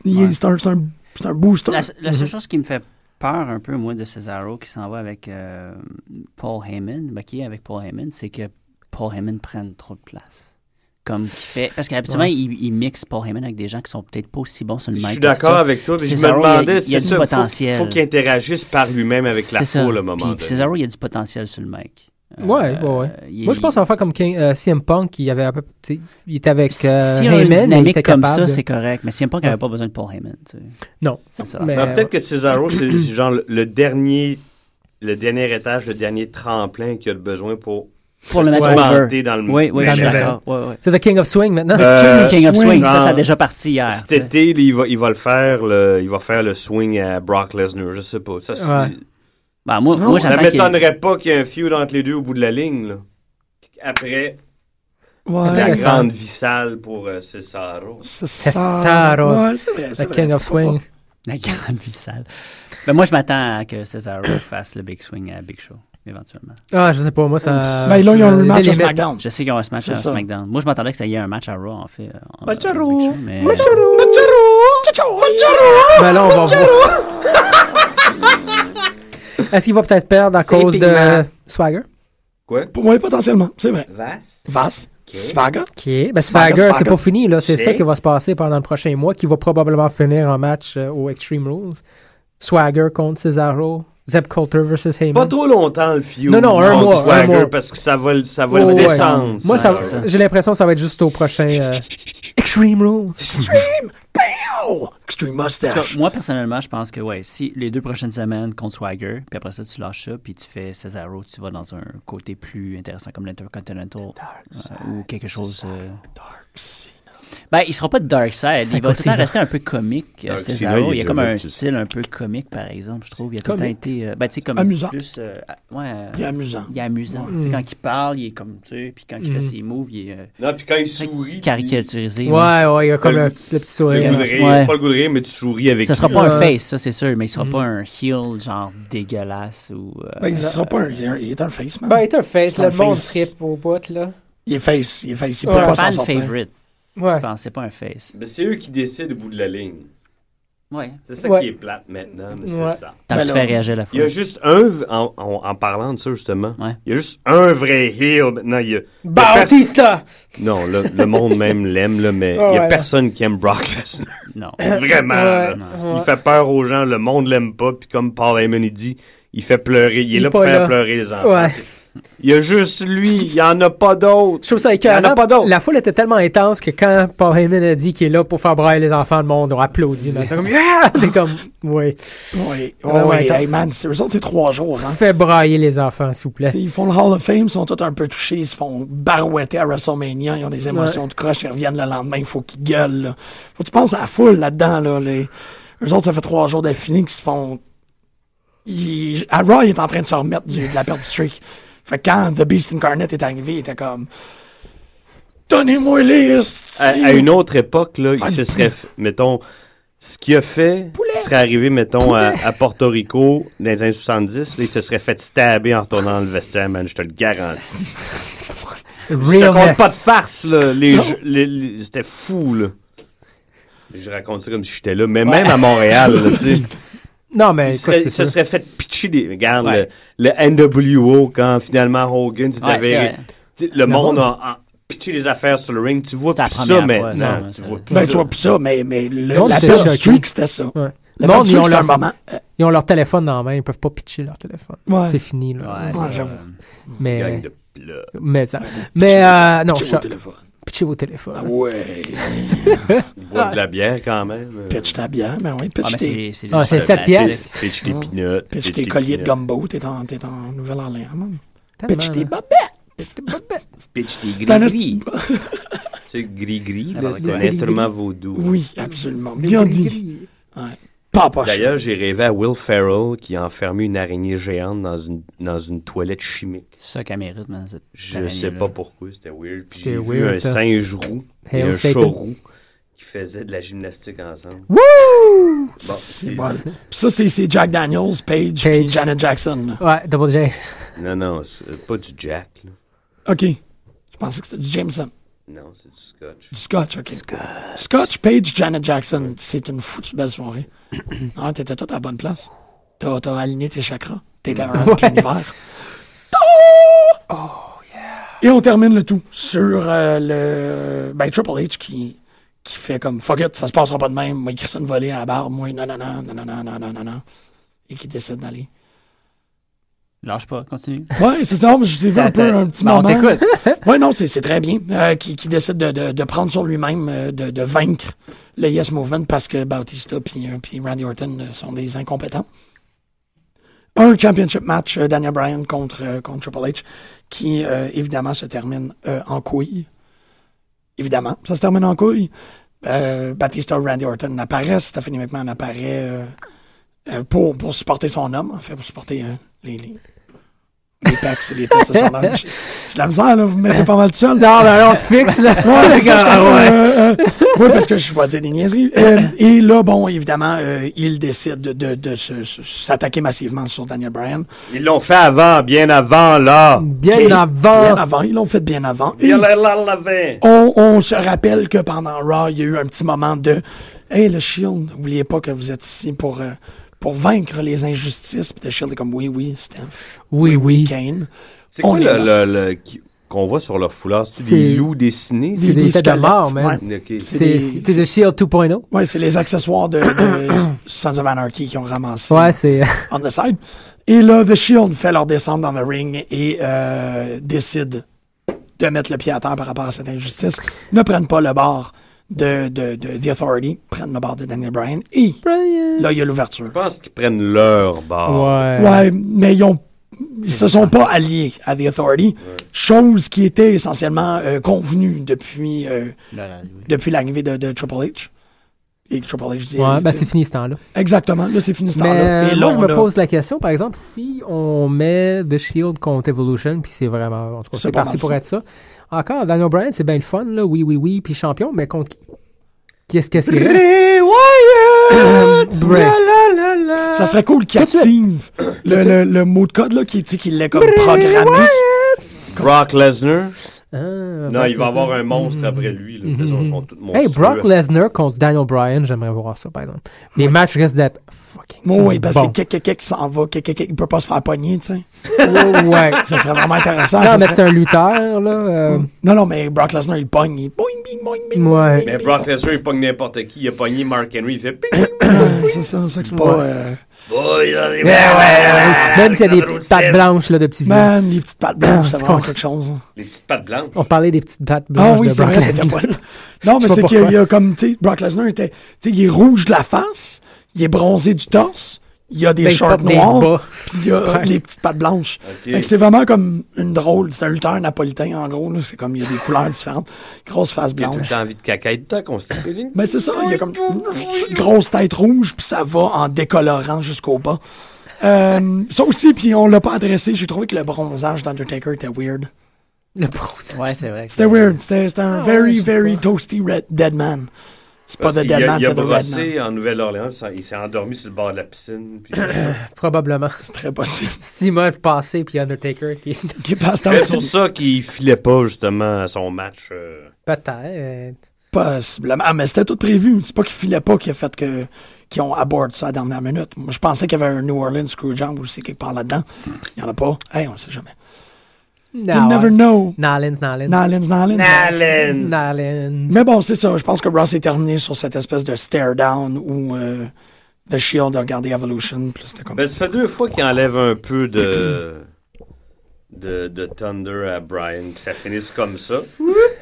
Speaker 8: il est- c'est un, c'est un, c'est un booster.
Speaker 6: La, la
Speaker 5: Mm-hmm.
Speaker 6: seule chose qui me fait peur un peu, moi, de Cesaro qui s'en va avec euh, Paul Heyman, ben, qui est avec Paul Heyman, c'est que Paul Heyman prenne trop de place. Comme qu'il fait. Parce qu'habituellement,
Speaker 5: Ouais.
Speaker 6: il, il mixe Paul Heyman avec des gens qui sont peut-être pas aussi bons sur le
Speaker 7: Je
Speaker 6: mic.
Speaker 7: suis
Speaker 6: que
Speaker 7: d'accord
Speaker 6: ça.
Speaker 7: avec toi, mais je me
Speaker 6: Cesaro, il y a-
Speaker 7: demandais,
Speaker 6: il y a
Speaker 7: c'est
Speaker 6: du
Speaker 7: ça,
Speaker 6: potentiel.
Speaker 7: Faut, faut qu'il interagisse par lui-même avec la
Speaker 6: C'est ça.
Speaker 7: foule à un moment.
Speaker 6: Puis
Speaker 7: donné.
Speaker 6: Cesaro, il y a du potentiel sur le mic. Euh,
Speaker 5: Ouais, ouais, ouais.
Speaker 6: il-
Speaker 5: Moi, je pense qu'on va faire comme King- euh, CM Punk, qui avait un peu, tu sais, il était avec
Speaker 6: Si-
Speaker 5: euh,
Speaker 6: S'il y a une
Speaker 5: Heyman, il
Speaker 6: dynamique
Speaker 5: était
Speaker 6: comme
Speaker 5: capable
Speaker 6: ça,
Speaker 5: de-
Speaker 6: c'est correct. Mais CM Punk
Speaker 5: Ouais.
Speaker 6: n'avait pas besoin de Paul Heyman. tu sais.
Speaker 5: Non.
Speaker 6: C'est ça.
Speaker 5: Mais-
Speaker 7: Mais Ben, peut-être que Cesaro, c'est c'est genre le, le dernier le dernier étage, le dernier tremplin qu'il a le besoin pour
Speaker 6: Pour le
Speaker 7: se
Speaker 6: mettre
Speaker 7: cimenter
Speaker 6: over.
Speaker 7: dans le Ben,
Speaker 6: Oui, oui,
Speaker 7: main
Speaker 6: je suis
Speaker 7: event.
Speaker 6: d'accord. Ouais, ouais.
Speaker 5: C'est The King of Swing
Speaker 6: Ben,
Speaker 5: maintenant.
Speaker 7: Euh,
Speaker 6: King of Swing, ça,
Speaker 7: genre,
Speaker 6: ça a déjà parti hier.
Speaker 7: euh, Cet
Speaker 6: tu sais.
Speaker 7: été, là, il, va, il va le faire, le, il va faire le swing à Brock Lesnar, je sais pas. Ça, c'est-
Speaker 5: Ouais.
Speaker 6: Ben, moi,
Speaker 8: Non,
Speaker 6: moi
Speaker 7: Ça
Speaker 6: j'attends qu'il-
Speaker 7: m'étonnerait pas qu'il y ait un feud entre les deux au bout de la ligne. Là. Après, la
Speaker 8: Ouais,
Speaker 5: Intéressant.
Speaker 7: grande vie sale pour euh, Cesaro.
Speaker 8: c'est
Speaker 5: Cesaro.
Speaker 8: Ouais, c'est vrai, c'est
Speaker 5: The
Speaker 8: vrai.
Speaker 5: King of Swing.
Speaker 6: La grande vie sale. Ben, moi, je m'attends à que Cesaro fasse le Big Swing à Big Show, éventuellement.
Speaker 5: Ah, je sais pas, moi, ça.
Speaker 8: Ben là, il y a un
Speaker 5: je-
Speaker 8: rematch à
Speaker 5: les mettre-
Speaker 8: SmackDown.
Speaker 6: Je sais qu'on va se match
Speaker 8: C'est
Speaker 6: à
Speaker 8: ça.
Speaker 6: SmackDown. Moi, je m'attendais que ça y ait un match à Raw, en fait. euh, en-
Speaker 7: Match à
Speaker 6: euh, Big
Speaker 7: Raw.
Speaker 6: Show, mais-
Speaker 5: Ben là, on va voir. Est-ce qu'il va peut-être perdre à cause de ben, Swagger?
Speaker 7: Quoi?
Speaker 8: Pour moi, potentiellement, c'est vrai.
Speaker 7: Vaste.
Speaker 8: Vas, Svaga.
Speaker 5: Ok. Ben,
Speaker 8: Swagger,
Speaker 5: Swagger, c'est
Speaker 8: Swagger.
Speaker 5: pas fini, là. C'est
Speaker 7: Ok.
Speaker 5: ça qui va se passer pendant le prochain mois, qui va probablement finir en match euh, au Extreme Rules. Swagger contre Cesaro. Zeb Coulter versus Heyman.
Speaker 7: Pas trop longtemps le feud.
Speaker 5: Non, non, un
Speaker 7: contre
Speaker 5: mois, un
Speaker 7: Swagger,
Speaker 5: mois. Oh,
Speaker 7: Parce que ça va, le- ça va
Speaker 5: Ouais,
Speaker 7: le
Speaker 5: ouais.
Speaker 7: descendre.
Speaker 5: Moi, ça,
Speaker 7: Cesaro.
Speaker 5: j'ai l'impression que ça va être juste au prochain euh, Extreme Rules.
Speaker 8: Wow! Extreme
Speaker 9: En tout
Speaker 8: mustache.
Speaker 9: cas, moi, personnellement, je pense que, ouais, si les deux prochaines semaines contre Swagger, puis après ça, tu lâches ça, puis tu fais Cesaro, tu vas dans un côté plus intéressant comme l'Intercontinental euh, ou quelque chose. euh, Ben, il sera pas de Dark Side. Il va tout le temps rester un peu comique, euh,
Speaker 7: Dark Side,
Speaker 9: Cesaro.
Speaker 7: il est
Speaker 9: Il y a
Speaker 7: déjà
Speaker 9: comme
Speaker 7: là,
Speaker 9: un
Speaker 7: tu sais.
Speaker 9: style un peu comique, par exemple, je trouve. Il a tout le temps
Speaker 5: Comique.
Speaker 9: été. euh, ben, tu sais, comme.
Speaker 8: Amusant.
Speaker 9: Plus, euh, ah, ouais. euh,
Speaker 8: Puis amusant.
Speaker 9: il est amusant. Tu sais, quand il parle, il est comme, tu sais, puis quand il fait ses moves, il est euh,
Speaker 7: Non, puis quand il sourit.
Speaker 9: caricaturisé.
Speaker 5: Ouais, ouais, il y a comme
Speaker 7: Le-
Speaker 5: un petit, le petit
Speaker 7: tu-
Speaker 5: sourire.
Speaker 7: le goût de
Speaker 9: Ouais.
Speaker 7: rire,
Speaker 9: Ouais.
Speaker 7: Pas le goût de rire, mais tu souris avec
Speaker 9: Ça sera
Speaker 7: lui.
Speaker 9: pas un
Speaker 5: Ouais.
Speaker 9: face, ça, c'est sûr, mais il sera pas un heel, genre, dégueulasse ou. euh,
Speaker 8: Ben, il sera pas un. il est un- Il est un face, man.
Speaker 11: Ben, il est un face,
Speaker 8: C'est
Speaker 11: le
Speaker 8: un
Speaker 11: monde
Speaker 8: face.
Speaker 11: trip au bout, là.
Speaker 8: Il est face. Il est face. Il
Speaker 11: Ouais.
Speaker 8: pourrait
Speaker 9: un
Speaker 8: pas
Speaker 9: fan
Speaker 8: s'en sortir.
Speaker 9: favorite,
Speaker 11: Ouais.
Speaker 9: je pense. C'est pas un face.
Speaker 7: Mais c'est eux qui décident au bout de la ligne.
Speaker 9: Ouais.
Speaker 7: C'est ça
Speaker 11: Ouais.
Speaker 7: qui est plate maintenant, mais
Speaker 11: Ouais.
Speaker 7: c'est ça.
Speaker 9: Tant
Speaker 8: Ben
Speaker 9: que tu
Speaker 8: là,
Speaker 9: fais réagir la
Speaker 7: Il
Speaker 9: foule.
Speaker 7: y a juste un, v- en, en- en parlant de ça justement,
Speaker 9: Ouais.
Speaker 7: il y a juste un vrai heel maintenant. Il y a-
Speaker 5: Bah,
Speaker 11: Bautista!
Speaker 7: non, le, le monde même l'aime, là, mais
Speaker 11: Ah
Speaker 7: il y a
Speaker 11: ouais.
Speaker 7: personne qui aime Brock Lesnar.
Speaker 9: Non.
Speaker 7: Vraiment. là.
Speaker 11: Ouais.
Speaker 7: Il fait peur aux gens, le monde l'aime pas, puis comme Paul Heyman il dit, il fait pleurer, il est
Speaker 11: Il
Speaker 7: là
Speaker 11: est
Speaker 7: pour
Speaker 11: pas
Speaker 7: faire
Speaker 11: là.
Speaker 7: pleurer les enfants.
Speaker 11: Ouais.
Speaker 7: Il y a juste lui, il y en a pas d'autres.
Speaker 5: Je trouve ça
Speaker 7: Il y en a
Speaker 5: écœurant.
Speaker 7: pas d'autres.
Speaker 5: La foule était tellement intense que quand Paul Heyman a dit qu'il est là pour faire brailler les enfants, le monde a applaudi. là. C'est comme, yeah! T'es comme, oui.
Speaker 8: Oui.
Speaker 5: Ouais, ouais,
Speaker 8: Hey,
Speaker 5: intense.
Speaker 8: man, c'est eux autres, c'est trois jours, hein.
Speaker 5: Fais brailler les enfants, s'il vous plaît.
Speaker 8: Ils font le Hall of Fame, ils sont tous un peu touchés, ils se font barouetter à WrestleMania, ils ont des émotions de croche, ils reviennent le lendemain, il faut qu'ils gueulent. là. Faut que tu penses à la foule là-dedans. Là, les... Eux autres, ça fait trois jours d'affilée qu'ils se font... Ils... À Raw, il est en train de se remettre du- de la perte du streak. Fait que quand The Beast Incarnate est arrivé, il était comme... Donnez-moi les... hosties!
Speaker 7: À, à une autre époque, là, il
Speaker 8: Ah,
Speaker 7: se
Speaker 8: le
Speaker 7: serait, f- mettons, ce qu'il a fait serait arrivé, mettons, à, à Porto Rico dans les années 70, là, il se serait fait stabber en retournant dans le vestiaire, man, je te le garantis. Je te raconte
Speaker 5: Realness.
Speaker 7: pas de farce, là. Les jeux- les- les- C'était fou, là. Je raconte ça comme si j'étais là, mais même à Montréal, là, tu sais.
Speaker 5: Non,
Speaker 9: Ben,
Speaker 5: mais
Speaker 7: Il
Speaker 5: écoute,
Speaker 7: serait-
Speaker 5: c'est
Speaker 7: se
Speaker 5: sûr.
Speaker 7: serait fait pitcher des. Regarde,
Speaker 9: Ouais.
Speaker 7: le, le NWO, quand finalement Hogan s'est
Speaker 9: Ouais, c'est
Speaker 7: avéré.
Speaker 9: vrai.
Speaker 7: Tu sais, Le monde a, a pitché les affaires sur le ring. Tu vois
Speaker 9: C'est la
Speaker 7: plus ça
Speaker 9: première fois,
Speaker 7: maintenant.
Speaker 9: ça, ouais,
Speaker 7: tu
Speaker 9: c'est
Speaker 7: vois
Speaker 9: vrai.
Speaker 7: plus
Speaker 8: Ben,
Speaker 7: ça.
Speaker 8: tu vois plus ça, mais, mais le,
Speaker 5: Non,
Speaker 8: la
Speaker 5: c'est
Speaker 8: perte
Speaker 5: ça,
Speaker 8: du streak, c'était ça.
Speaker 5: Ouais.
Speaker 8: La
Speaker 5: Non,
Speaker 8: perte du
Speaker 5: ils ont
Speaker 8: streak, c'était un
Speaker 5: leur-
Speaker 8: moment.
Speaker 5: Ils ont leur téléphone dans la main, ils peuvent pas pitcher leur téléphone.
Speaker 8: Ouais.
Speaker 5: C'est fini,
Speaker 9: Ouais, Ah,
Speaker 5: là.
Speaker 8: Ouais,
Speaker 9: c'est-
Speaker 8: j'avoue.
Speaker 5: mais,
Speaker 7: Gang de plats.
Speaker 5: mais ça. Mais, euh, non,
Speaker 8: Pitcher au
Speaker 5: Choc,
Speaker 8: téléphone.
Speaker 5: pitchez vos
Speaker 7: Ah
Speaker 5: téléphones.
Speaker 8: Ah Ouais.
Speaker 7: Ils boivent de la bière quand même. euh, ben,
Speaker 8: Pitch ta bière, ben oui, pitch
Speaker 9: Ah, mais
Speaker 8: tes
Speaker 9: c'est- c'est
Speaker 5: Ah, c'est sept
Speaker 9: c'est-
Speaker 5: pièces.
Speaker 7: Pitch tes peanuts.
Speaker 8: Pitch
Speaker 7: pitch
Speaker 8: tes colliers de
Speaker 9: euh,
Speaker 7: peanuts,
Speaker 8: gumbo, t'es en, t'es en Nouvelle-Orléans. man.
Speaker 9: Ah,
Speaker 5: Tellement,
Speaker 8: Pitch tes
Speaker 5: là.
Speaker 8: babettes.
Speaker 7: Pitch tes
Speaker 8: C'est un
Speaker 7: gris-gris.
Speaker 8: esti-
Speaker 7: C'est gris-gris,
Speaker 9: Ah,
Speaker 7: là,
Speaker 9: bah,
Speaker 7: c'est un
Speaker 9: ouais.
Speaker 7: instrument vaudou.
Speaker 8: Oui, ah, absolument. Bien dit. Ouais. Pas poche.
Speaker 7: D'ailleurs, j'ai rêvé à Will Ferrell qui a enfermé une araignée géante dans une, dans une toilette chimique.
Speaker 9: C'est ça qu'elle mérite, man. cette
Speaker 7: Je
Speaker 9: araignée-là.
Speaker 7: sais pas pourquoi, c'était weird. Puis
Speaker 5: C'était
Speaker 7: j'ai vu
Speaker 5: weird,
Speaker 7: un
Speaker 5: ça. Ben
Speaker 7: singe roux et
Speaker 5: Hail
Speaker 7: un chat
Speaker 5: Satan.
Speaker 7: roux qui faisaient de la gymnastique ensemble. Wouh! Bon, c'est-
Speaker 8: C'est bon. Puis ça, c'est, c'est Jack Daniels, Page,
Speaker 5: Page.
Speaker 8: puis Janet Jackson. là.
Speaker 5: Ouais, Double J.
Speaker 7: Non, non, c'est pas du Jack. là.
Speaker 8: OK. Je pensais que c'était du Jameson.
Speaker 7: Non, c'est du Scotch.
Speaker 8: Du Scotch, OK. Scotch. Page, Janet Jackson. C'est une foutue belle soirée. ah, t'étais tout à la bonne place. T'as, t'as aligné tes chakras. T'étais un avec l'univers. Oh! Et on termine le tout sur euh, le ben, Triple H qui, qui fait comme fuck it, ça se passera pas de même. Moi, il crie ça une volée à la barre. Moi, non, non, non, non, non, non, non, non, non, non. Et qui décide d'aller.
Speaker 9: Lâche pas, continue.
Speaker 8: Ouais, c'est ça. mais Je t'ai vu un peu un petit
Speaker 9: Bon, on
Speaker 8: moment.
Speaker 9: t'écoute.
Speaker 8: Oui, non, c'est c'est très bien. Euh, qui, qui décide de, de, de prendre sur lui-même, euh, de, de vaincre le Yes Movement parce que Bautista puis euh, puis Randy Orton euh, sont des incompétents. Un championship match, euh, Daniel Bryan contre, euh, contre Triple H, qui euh, évidemment se termine euh, en couille. Évidemment, ça se termine en couille. Euh, Batista, Randy Orton apparaissent, Stephanie McMahon apparaît euh, euh, pour, pour supporter son homme, en fait, pour supporter euh, les, les, les pecs et les tests de son homme. J'ai j'ai de la misère, là, vous me mettez pas mal de sol.
Speaker 5: Non, non, on te fixe, là.
Speaker 8: Ouais, c'est ça,
Speaker 5: Ah,
Speaker 8: comme,
Speaker 5: ouais.
Speaker 8: euh, euh, oui, parce que je vais dire des niaiseries. Euh, et là, bon, évidemment, euh, il décide de, de, de se- se- s'attaquer massivement sur Daniel Bryan.
Speaker 7: Ils l'ont fait avant, bien avant, là!
Speaker 5: Bien
Speaker 8: Et- Bien
Speaker 5: avant.
Speaker 8: avant, ils l'ont fait bien avant. Et
Speaker 7: Bien là, là, là, là.
Speaker 8: on, on se rappelle que pendant Raw, il y a eu un petit moment de « Hey, le Shield, n'oubliez pas que vous êtes ici pour, euh, pour vaincre les injustices. » Puis le Shield est comme « Oui, oui, Steph.
Speaker 5: Oui, oui.
Speaker 8: Kane. »
Speaker 7: C'est quoi
Speaker 8: On est
Speaker 7: le,
Speaker 8: là.
Speaker 7: le- le- qui- qu'on voit sur leur foulard? C'est
Speaker 5: C'est-
Speaker 7: des loups dessinés?
Speaker 5: C'est des têtes de
Speaker 8: squelettes,
Speaker 5: mort, man.
Speaker 7: Ok.
Speaker 8: C'est
Speaker 5: C'est
Speaker 8: des-
Speaker 5: c'est The Shield 2.0.
Speaker 8: Ouais, c'est les accessoires de, de Sons of Anarchy qui ont ramassé.
Speaker 5: Ouais, c'est.
Speaker 8: on the side. Et là, The Shield fait leur descente dans le ring et euh, décide de mettre le pied à terre par rapport à cette injustice. Ne prennent pas le bord de, de, de The Authority prennent le bord de Daniel Bryan. Et là, il y a l'ouverture.
Speaker 7: Je pense qu'ils prennent leur
Speaker 5: Ah.
Speaker 7: bord.
Speaker 5: Ouais.
Speaker 8: Ouais, mais ils ont ils se sont pas alliés à The Authority, chose qui était essentiellement euh, convenue depuis, euh, depuis l'arrivée de, de Triple H. Et que Triple H dit...
Speaker 5: Ouais, ben c'est fini ce temps-là.
Speaker 8: Exactement, là c'est fini ce temps-là.
Speaker 5: Mais euh,
Speaker 8: Et là,
Speaker 5: moi, je
Speaker 8: on
Speaker 5: me
Speaker 8: a-
Speaker 5: pose la question, par exemple, si on met The Shield contre Evolution, puis c'est vraiment. En tout cas,
Speaker 8: C'est
Speaker 5: c'est
Speaker 8: pas
Speaker 5: parti
Speaker 8: mal
Speaker 5: pour
Speaker 8: ça.
Speaker 5: être ça. Encore, Daniel Bryan, c'est bien le fun, là. Oui, oui, oui, puis champion, mais contre qui Qu'est-ce qu'est-ce qu'il reste? Euh, Bray.
Speaker 8: Ça serait cool qu'il active le, le, le mot de code là, qui, tu sais, qu'il l'ait comme programmé.
Speaker 7: Brock Lesnar.
Speaker 5: Ah, Brock
Speaker 7: Non, il va
Speaker 5: Lesnar.
Speaker 7: avoir un monstre
Speaker 5: Mhm.
Speaker 7: après lui. Là.
Speaker 5: Mhm.
Speaker 7: Les autres sont tous monstrueux.
Speaker 5: Hey, Brock Lesnar contre Daniel Bryan, j'aimerais voir ça, par exemple. Les matchs risquent d'être fucking.
Speaker 8: Moi, oui, parce
Speaker 5: bons.
Speaker 8: que quelqu'un qui s'en va, quelqu'un qui peut pas se faire pogner, tu sais.
Speaker 5: Ouais.
Speaker 8: Ça serait vraiment intéressant.
Speaker 5: Non,
Speaker 8: Ah, ça
Speaker 5: mais
Speaker 8: serait-
Speaker 5: c'est un lutteur, là. euh,
Speaker 8: Non, non, mais Brock Lesnar, il pogne, il boing, bing, boing, bing.
Speaker 5: Ouais.
Speaker 7: Mais Brock Lesnar, il pogne n'importe qui. Il a pogné Mark Henry. Il fait ping, ping, ping.
Speaker 8: Ouais, c'est ça, c'est ça que c'est pas. euh,
Speaker 7: Boy, là, les-
Speaker 5: Même s'il y a des
Speaker 7: Alexandre
Speaker 5: petites pattes
Speaker 7: Rousseff.
Speaker 5: blanches, là, de petits vieux.
Speaker 8: Man, les petites pattes blanches,
Speaker 5: Ah,
Speaker 8: c'est
Speaker 5: c'est
Speaker 8: vraiment
Speaker 5: con.
Speaker 8: quelque chose. hein.
Speaker 7: Les petites pattes blanches.
Speaker 5: On parlait des petites pattes
Speaker 8: Ah
Speaker 5: blanches
Speaker 8: oui,
Speaker 5: de
Speaker 8: c'est
Speaker 5: Brock
Speaker 8: vrai.
Speaker 5: Lesnar.
Speaker 8: c'était pas- Non, mais
Speaker 5: sais
Speaker 8: c'est
Speaker 5: pas
Speaker 8: qu'il y a-
Speaker 5: pourquoi.
Speaker 8: il y a comme, tu sais, Brock Lesnar était, tu sais, il est rouge de la face, il est bronzé du torse, il a des
Speaker 5: Ben, il
Speaker 8: shorts
Speaker 5: porte des
Speaker 8: noirs,
Speaker 5: bas.
Speaker 8: puis il y a
Speaker 5: Super.
Speaker 8: les petites pattes blanches.
Speaker 7: Ok.
Speaker 8: Fait que c'est vraiment comme une drôle, c'est un lutteur napolitain, en gros, là. C'est comme, il y a des couleurs différentes, grosse face
Speaker 7: Il a tout le
Speaker 8: blanche.
Speaker 7: temps envie de caca et de temps constipé. lui.
Speaker 8: Mais c'est ça, il y a comme une grosse tête rouge, puis ça va en décolorant jusqu'au bas. Euh, ça aussi, puis on l'a pas adressé, j'ai trouvé que le bronzage d'Undertaker était weird.
Speaker 5: Le bronze.
Speaker 9: Ouais, c'est vrai. que-
Speaker 8: C'était weird. C'était c'était un
Speaker 5: Ah ouais,
Speaker 8: very,
Speaker 5: je sais
Speaker 8: very
Speaker 5: pas.
Speaker 8: toasty red, dead man. C'est pas
Speaker 7: Parce
Speaker 8: de
Speaker 7: qu'il a-
Speaker 8: dead man,
Speaker 7: Il a
Speaker 8: c'est de red man.
Speaker 7: brossé en Nouvelle-Orléans. ça- Il s'est endormi sur le bord de la piscine. puis-
Speaker 5: Probablement.
Speaker 8: C'est très possible.
Speaker 5: Six mois passés, puis Undertaker qui.
Speaker 8: Qui passe dans
Speaker 7: C'est pour ça qu'il filait pas, justement, à son match. euh,
Speaker 5: Peut-être.
Speaker 8: Possiblement. Ah, mais c'était tout prévu. C'est pas qu'il filait pas qui a fait que qu'ils ont abordé ça à la dernière minute. Moi, je pensais qu'il y avait un New Orleans Screwjob aussi quelque part là-dedans. Il y en a pas. Hey, on sait jamais. you
Speaker 5: Non.
Speaker 8: never
Speaker 5: Ah ouais.
Speaker 8: know.
Speaker 5: Nalins, Nalins.
Speaker 8: Nalins, Nalins.
Speaker 7: Allen!
Speaker 5: Nalins.
Speaker 8: Mais bon, c'est ça. Je pense que Ross est terminé sur cette espèce de stare down où euh, The Shield a regardé Evolution. Puis là, c'était comme...
Speaker 7: Ben, ça fait deux fois qu'il enlève un peu de... De, de Thunder à Brian, que ça finisse comme ça.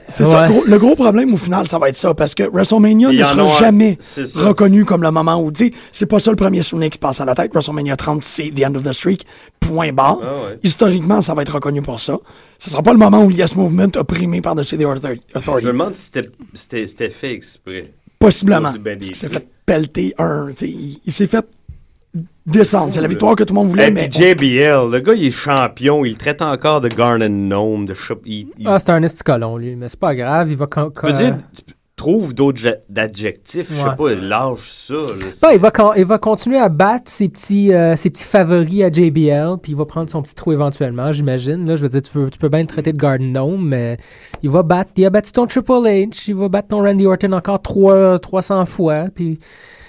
Speaker 8: C'est ça.
Speaker 5: Ouais.
Speaker 8: Ah gros- le gros problème au final, ça va être ça. Parce que WrestleMania
Speaker 7: Ils
Speaker 8: ne
Speaker 7: en ont un-
Speaker 8: sera jamais
Speaker 7: c'est ça.
Speaker 8: reconnu comme le moment où, tu sais, c'est pas ça le premier souvenir qui passe à la tête. WrestleMania 30, c'est The End of the Streak, point barre.
Speaker 7: Ah ouais.
Speaker 8: Historiquement, ça va être reconnu pour ça. Ce sera pas le moment où le Yes Movement a primé par-dessus The Author-
Speaker 7: Je me
Speaker 8: Authority.
Speaker 7: demande si c'était- c'était c'était fait exprès.
Speaker 8: Possiblement.
Speaker 7: C'est bien des
Speaker 8: Parce qu'il s'est
Speaker 7: prix.
Speaker 8: fait pelleter un, tu sais, il, il s'est fait descendre. C'est la victoire que tout le monde voulait,
Speaker 7: Hey,
Speaker 8: mais...
Speaker 7: puis JBL, le gars, il est champion. Il traite encore de Garden Gnome. De Shop- il, il-
Speaker 5: Ah, c'est un esticolon, lui, mais c'est pas grave, il va. con-
Speaker 7: Je
Speaker 5: con-
Speaker 7: veux dire, tu p- trouve d'autres ja- adjectifs. Je sais
Speaker 5: Ouais.
Speaker 7: pas, lâche ça. là.
Speaker 5: Bah, il, va con- il va continuer à battre ses petits, euh, ses petits favoris à JBL, puis il va prendre son petit trou éventuellement, j'imagine. Là, je veux dire, tu, veux- tu peux bien le traiter de Garden Gnome, mais il va battre. Il a battu ton Triple H, il va battre ton Randy Orton encore trois- 300 fois, puis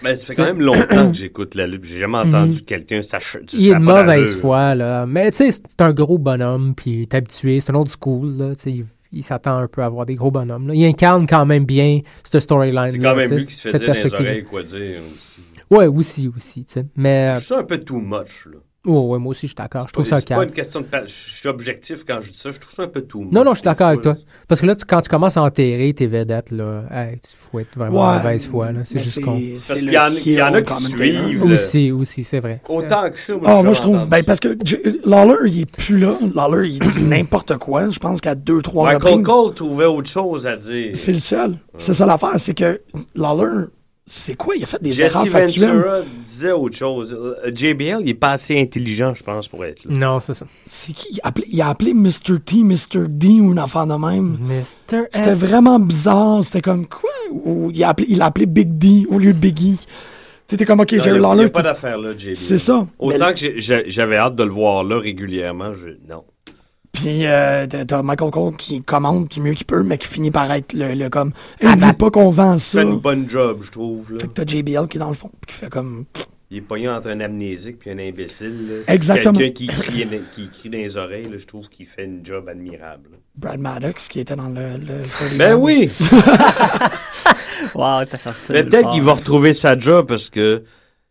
Speaker 7: Ben, ça fait quand même longtemps que j'écoute la lutte. J'ai jamais entendu quelqu'un s'ach-
Speaker 5: Mhm. il est
Speaker 7: ça
Speaker 5: de
Speaker 7: a pas
Speaker 5: mauvaise
Speaker 7: d'allure.
Speaker 5: foi, là. Mais tu sais, c'est un gros bonhomme, puis il est habitué, c'est un old school, là, tu sais, il, il s'attend un peu à avoir des gros bonhommes. là. Il incarne quand même bien cette storyline.
Speaker 7: C'est quand même lui qui se faisait dans les oreilles, quoi dire. aussi.
Speaker 5: Ouais, aussi, aussi, tu sais. Mais,
Speaker 7: Je suis un peu too much. Là.
Speaker 5: ouais, ouais, moi aussi, je suis d'accord. Je Ah. trouve
Speaker 7: C'est
Speaker 5: ça
Speaker 7: pas- C'est pas
Speaker 5: calme.
Speaker 7: une question de. pa- Je suis objectif quand je dis ça. Je trouve ça un peu too much.
Speaker 5: Non, non, je suis
Speaker 7: des
Speaker 5: d'accord avec
Speaker 7: fois,
Speaker 5: toi. Parce que là, tu- quand tu commences à enterrer tes vedettes, là, hey, tu faut être vraiment
Speaker 8: Ouais,
Speaker 5: de mauvaise foi. là. C'est
Speaker 8: mais
Speaker 5: juste
Speaker 8: c'est-
Speaker 5: con.
Speaker 8: c'est
Speaker 7: Parce
Speaker 8: le
Speaker 7: qu'il y en- il y en a
Speaker 8: heel
Speaker 7: qui
Speaker 8: commentator.
Speaker 7: suivent. le-
Speaker 5: Aussi, aussi, c'est vrai.
Speaker 7: là. Autant que ça. Moi,
Speaker 8: Ah, moi, je
Speaker 7: jamais
Speaker 8: trouve.
Speaker 7: entendu
Speaker 8: Ben,
Speaker 7: ça.
Speaker 8: parce que J- Lawler, il est plus là. Lawler, il dit n'importe quoi. Je pense qu'à deux, trois
Speaker 7: Michael
Speaker 8: reprises.
Speaker 7: Cole trouvait autre chose à dire.
Speaker 8: C'est le seul. C'est ça l'affaire. C'est que Lawler, c'est quoi? Il a fait des
Speaker 7: Jesse
Speaker 8: erreurs factuelles.
Speaker 7: Ventura disait autre chose. Euh, JBL, il est pas assez intelligent, je pense, pour être là.
Speaker 5: Non, c'est ça.
Speaker 8: C'est qui? Il a, appelé, il a appelé Mr. T, Mr. D ou une affaire de même.
Speaker 5: Mr.
Speaker 8: C'était vraiment bizarre. C'était comme quoi? Ou il a appelé, il a appelé Big D au lieu de Biggie. T'étais comme, OK,
Speaker 7: Il
Speaker 8: j'ai eu
Speaker 7: n'y a,
Speaker 8: Lawler.
Speaker 7: pas
Speaker 8: puis-
Speaker 7: d'affaire là, JBL.
Speaker 8: C'est ça.
Speaker 7: Autant
Speaker 8: Mais-
Speaker 7: que j'ai- j'ai- j'avais hâte de le voir là régulièrement, je... non.
Speaker 8: Puis euh, t'as- t'as Michael Cole qui commande du mieux qu'il peut, mais qui finit par être le, le comme. Ah, pas qu'on vend
Speaker 7: Il
Speaker 8: ça.
Speaker 7: fait une bonne job, je trouve. là.
Speaker 8: Fait que t'as JBL qui est dans le fond, puis qui fait comme.
Speaker 7: Il est pogné entre un amnésique et un imbécile. là.
Speaker 8: Exactement.
Speaker 7: Quelqu'un qui crie, qui crie dans les oreilles, là, je trouve qu'il fait une job admirable.
Speaker 8: Brad Maddox qui était dans le. le- le-
Speaker 7: Ben oui!
Speaker 9: Wow, t'as sorti ça.
Speaker 7: Mais
Speaker 9: nulle
Speaker 7: peut-être
Speaker 9: part.
Speaker 7: qu'il va retrouver sa job parce que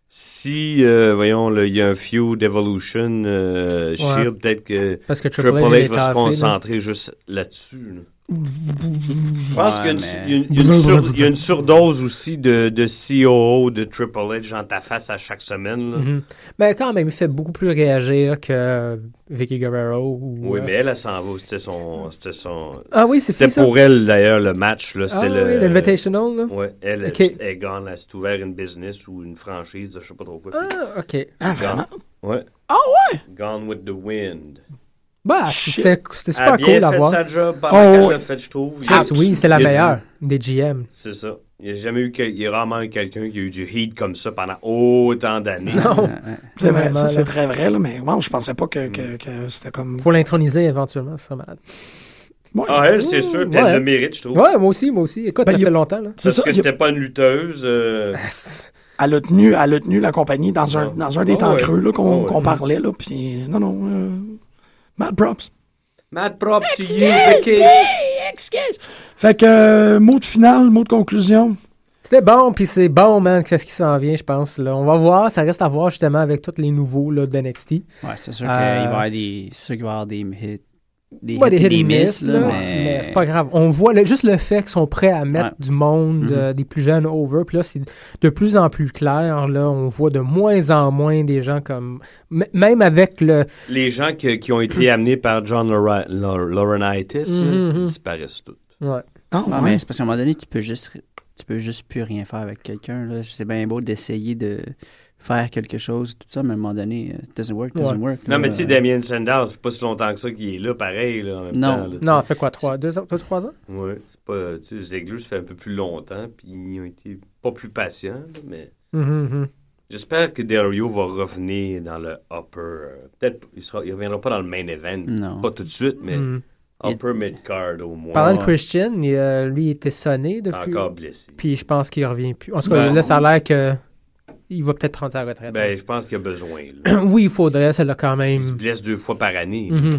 Speaker 7: si, euh, voyons, là, il y a un feud Evolution euh, Shield, peut-être que
Speaker 5: Parce que
Speaker 7: Triple
Speaker 5: Triple H, il
Speaker 7: H
Speaker 5: est
Speaker 7: va se
Speaker 5: tassé, là.
Speaker 7: concentrer juste là-dessus. là. Je pense qu'il y a une- il y a une- il y a une sur- il y a une surdose aussi de, de COO, de Triple H dans ta face à chaque semaine. là.
Speaker 5: Mhm. Mais quand même, il fait beaucoup plus réagir que Vicky Guerrero. Ou,
Speaker 7: Oui,
Speaker 5: euh,
Speaker 7: mais elle, elle s'en va. C'était son. C'était son.
Speaker 5: Ah oui, c'est
Speaker 7: C'était
Speaker 5: fini, ça?
Speaker 7: pour elle, d'ailleurs, le match. là, C'était
Speaker 5: Ah
Speaker 7: le.
Speaker 5: oui, l'Invitational, là?
Speaker 7: Ouais, elle,
Speaker 5: Ok.
Speaker 7: elle, elle gagne. Elle s'est ouvert une business ou une franchise de je sais pas trop quoi. puis-
Speaker 5: Ah, OK.
Speaker 8: Ah, vraiment?
Speaker 7: Ouais.
Speaker 8: Ah ouais?
Speaker 7: Gone with the wind.
Speaker 5: Bah, c'était c'était
Speaker 7: Elle a
Speaker 5: super
Speaker 7: bien
Speaker 5: cool
Speaker 7: fait
Speaker 5: à voir.
Speaker 7: sa job
Speaker 5: Oh,
Speaker 7: pendant qu'elle
Speaker 5: oui.
Speaker 7: l'a fait, je trouve. Il y a-
Speaker 5: Chris, oui, c'est la
Speaker 7: il y a du-
Speaker 5: meilleure des GM.
Speaker 7: C'est ça. Il n'y a jamais eu, quel- il y a rarement eu quelqu'un qui a eu du heat comme ça pendant autant d'années.
Speaker 5: Non,
Speaker 8: C'est vrai,
Speaker 5: Vraiment,
Speaker 8: ça, c'est
Speaker 5: là.
Speaker 8: très vrai, là, mais wow, je pensais pas que,
Speaker 7: Mm.
Speaker 8: que, que c'était comme.
Speaker 5: faut l'introniser éventuellement, ça, malade.
Speaker 8: Ouais.
Speaker 7: Ah, elle, c'est sûr, puis
Speaker 5: Ouais.
Speaker 7: elle le mérite, je trouve.
Speaker 5: Ouais, moi aussi, moi aussi. Écoute,
Speaker 8: Ben,
Speaker 5: ça
Speaker 8: il-
Speaker 5: fait longtemps, là.
Speaker 8: C'est
Speaker 7: Parce
Speaker 8: ça.
Speaker 7: que
Speaker 8: il y a-
Speaker 7: c'était pas une lutteuse. euh,
Speaker 8: Elle a, tenu, elle a tenu la compagnie dans un,
Speaker 7: Ah.
Speaker 8: dans un des
Speaker 7: Ah
Speaker 8: temps
Speaker 7: ouais.
Speaker 8: creux là, qu'on
Speaker 7: Ah ouais.
Speaker 8: qu'on parlait. Là, puis, non, non. euh, mad props.
Speaker 7: Mad props to you, Vicky.
Speaker 8: Fait que, euh, mot de finale, mot de conclusion.
Speaker 5: C'était bon, puis c'est bon, man, qu'est-ce qui s'en vient, je pense. Là. On va voir, ça reste à voir justement avec tous les nouveaux là, d'NXT.
Speaker 9: Ouais, c'est sûr
Speaker 5: Euh,
Speaker 9: qu'il va y avoir des, c'est sûr qu'il va y avoir des hits. Des
Speaker 5: Ouais,
Speaker 9: hits
Speaker 5: des
Speaker 9: et
Speaker 5: hit and miss, là, mais, c'est pas grave. On voit le- juste le fait qu'ils sont prêts à mettre du monde, euh, des plus jeunes over. Puis là, c'est de plus en plus clair. Là, on voit de moins en moins des gens comme. M- même avec le.
Speaker 7: Les gens que- qui ont été amenés par John Laura- La- Laurinaitis là,
Speaker 5: Mhm.
Speaker 7: disparaissent tous.
Speaker 5: Ouais.
Speaker 8: Ah,
Speaker 9: Ouais,
Speaker 8: ouais.
Speaker 5: hein.
Speaker 9: mais c'est parce qu'à un moment donné, tu peux juste, tu peux juste plus rien faire avec quelqu'un. là. C'est bien beau d'essayer de faire quelque chose, tout ça, mais à un moment donné, euh, it doesn't work, doesn't
Speaker 5: Ouais.
Speaker 9: work.
Speaker 7: Non,
Speaker 9: là.
Speaker 7: mais tu sais, Damien Sandow, c'est pas si longtemps que ça qu'il est là, pareil. Là, en même
Speaker 9: Non.
Speaker 7: temps, là, tu
Speaker 5: Non, ça
Speaker 7: sais.
Speaker 5: fait quoi, trois, deux, ans- deux, trois ans?
Speaker 7: Ouais, c'est pas. Tu sais, Ziegler, ça fait un peu plus longtemps, puis ils ont été pas plus patients, là, mais.
Speaker 5: Mhm, mhm.
Speaker 7: J'espère que Dario va revenir dans le upper. euh, Peut-être il sera- il reviendra pas dans le main event.
Speaker 9: Non.
Speaker 7: Pas tout de suite, mais
Speaker 5: Mhm.
Speaker 7: upper mid card au moins. Ah,
Speaker 5: Parlant de Christian, il, euh, lui, il était sonné depuis.
Speaker 7: Encore blessé.
Speaker 5: Puis je pense qu'il revient plus. En tout cas,
Speaker 7: Ben,
Speaker 5: là, ça a l'air que. Il va peut-être prendre sa retraite.
Speaker 7: Ben, je pense qu'il a besoin. là.
Speaker 5: oui, il faudrait, ça l'a quand
Speaker 7: Il se
Speaker 5: même.
Speaker 7: blesse deux fois par année.
Speaker 5: Mhm.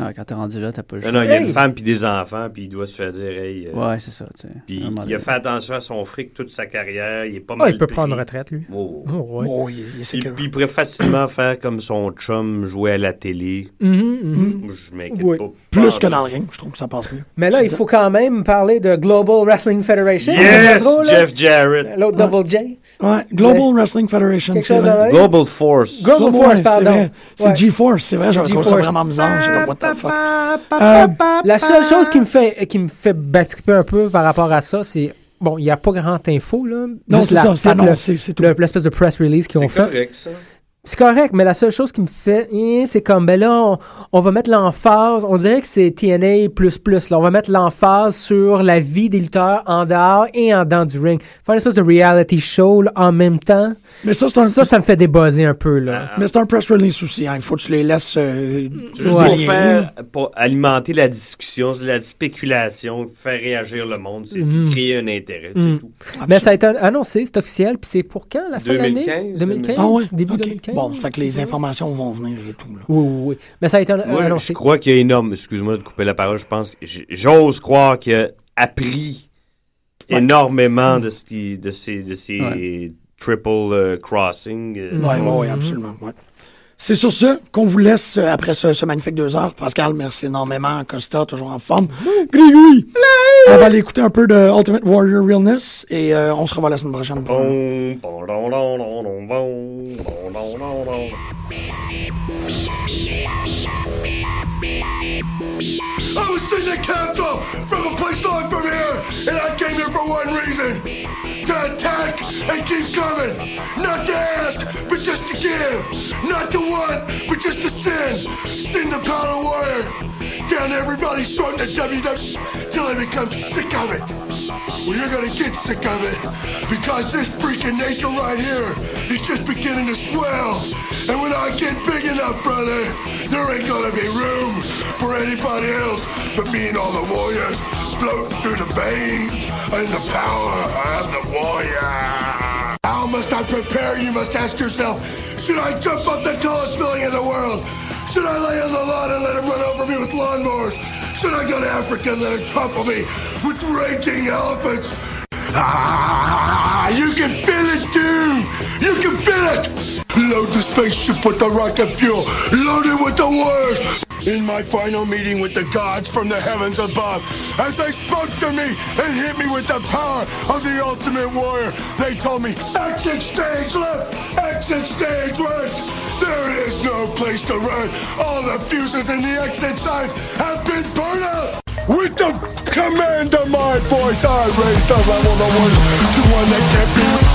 Speaker 9: Ah, quand t'es rendu là, t'as pas le
Speaker 7: Non,
Speaker 9: choix.
Speaker 7: non, il y a une
Speaker 5: Hey!
Speaker 7: femme puis des enfants, puis il doit se faire dire, hey. euh,
Speaker 9: Ouais, c'est ça, tu sais.
Speaker 7: Puis
Speaker 9: À un moment
Speaker 7: il a
Speaker 9: donné.
Speaker 7: fait attention à son fric toute sa carrière. Il est pas
Speaker 5: Ah,
Speaker 7: mal.
Speaker 5: il peut
Speaker 7: pris.
Speaker 5: prendre retraite, lui.
Speaker 7: Oh, oh.
Speaker 5: Oh, ouais.
Speaker 8: Oh, il, il est
Speaker 7: Il,
Speaker 8: sécure.
Speaker 7: puis il pourrait facilement faire comme son chum, jouer à la télé.
Speaker 5: Mhm,
Speaker 8: Mm-hmm.
Speaker 5: mhm.
Speaker 7: Je m'inquiète
Speaker 5: Oui.
Speaker 7: pas.
Speaker 8: Plus que dans le ring, je trouve que ça passe mieux.
Speaker 5: Mais là, il faut quand même parler de Global Wrestling Federation.
Speaker 7: Yes,
Speaker 5: Gros, là.
Speaker 7: Jeff Jarrett.
Speaker 5: L'autre Double J.
Speaker 8: Ouais, Global Wrestling Federation,
Speaker 5: Quelque
Speaker 8: c'est
Speaker 5: chose de
Speaker 8: vrai.
Speaker 5: même.
Speaker 7: Global Force.
Speaker 5: Global
Speaker 8: Ouais,
Speaker 5: Force,
Speaker 8: c'est
Speaker 5: pardon.
Speaker 8: vrai. C'est
Speaker 5: Ouais.
Speaker 8: G-Force, c'est vrai, j'avais trouvé ça
Speaker 5: G-Force.
Speaker 8: vraiment bizarre. J'ai comme, what the fuck. Euh,
Speaker 5: La seule chose qui me fait, qui me fait backtripper un peu par rapport à ça, c'est. Bon, il n'y a pas grande info, là.
Speaker 8: Non,
Speaker 5: Juste
Speaker 8: c'est ça, c'est
Speaker 5: l'article,
Speaker 8: annoncé, c'est tout.
Speaker 5: le- L'espèce de press release qu'ils ont
Speaker 7: C'est
Speaker 5: fait.
Speaker 7: correct, ça.
Speaker 5: C'est correct, mais la seule chose qui me fait, hein, c'est comme, ben là, on, on va mettre l'emphase, on dirait que c'est TNA++, là, on va mettre l'emphase sur la vie des lutteurs en dehors et en dedans du ring. Faire une espèce de reality show, là, en même temps.
Speaker 8: Mais ça, c'est un,
Speaker 5: Ça, ça me fait débuzzer un peu, là.
Speaker 8: mais c'est un press release aussi. hein. Il faut que tu les laisses euh,
Speaker 7: Juste
Speaker 5: Ouais.
Speaker 7: pour, faire, pour alimenter la discussion, la spéculation, faire réagir le monde, c'est
Speaker 5: Mhm.
Speaker 7: tout, créer un intérêt,
Speaker 5: Mhm.
Speaker 7: c'est tout.
Speaker 8: Ah,
Speaker 5: Mais ça a été annoncé, c'est officiel, puis c'est pour quand, la fin d'année?
Speaker 7: 2015,
Speaker 5: 2015?
Speaker 8: Ah ouais?
Speaker 5: Début
Speaker 8: ok.
Speaker 5: 2015?
Speaker 8: Bon, fait que les informations vont venir et tout. Là.
Speaker 5: Oui, oui, oui. Mais ça a été ah an-
Speaker 7: Moi, je
Speaker 5: annoncé.
Speaker 7: crois qu'il y a énorme, excuse-moi de couper la parole, je pense, j- j'ose croire qu'il a appris énormément de, ce qui- de ces, de ces triple euh, crossing. euh,
Speaker 8: Oui, oui, oui, absolument. ouais. C'est sur ce qu'on vous laisse euh, après ce, ce magnifique deux heures. Pascal, merci énormément. Costa, toujours en forme. Grégory, on va aller écouter un peu de Ultimate Warrior Realness et euh, on se revoit la semaine prochaine. pour-
Speaker 7: Bon, bon, don, don, don, don, bon, bon, don, don, don.
Speaker 4: I was sitting in a cab drove from a place not from here, and I came here for one reason to attack and keep coming. Not to ask, but just to give. Not to want, but just to sin. Sin the power of warrior. Down everybody's throat in the E. WWE till I become sick of it. Well, you're gonna get sick of it because this freaking nature right here is just beginning to swell. And when I get big enough, brother, there ain't gonna be room for anybody else but me and all the warriors floating through the veins and the power of the warrior. How must I prepare? You must ask yourself, should I jump off the tallest building in the world? Should I lay on the lawn and let him run over me with lawnmowers? Should I go to Africa and let him trample me with raging elephants? Ah, you can feel it, dude! You can feel it! Load the spaceship with the rocket fuel. Load it with the warriors.
Speaker 8: in my final meeting with the gods from the heavens above. As they spoke to me and hit me with the power of the ultimate warrior, they told me, exit stage left, exit stage right. There is no place to run. All the fuses and the exit signs have been burned out. With the command of my voice, I raise the level of the words to one that can't be reached.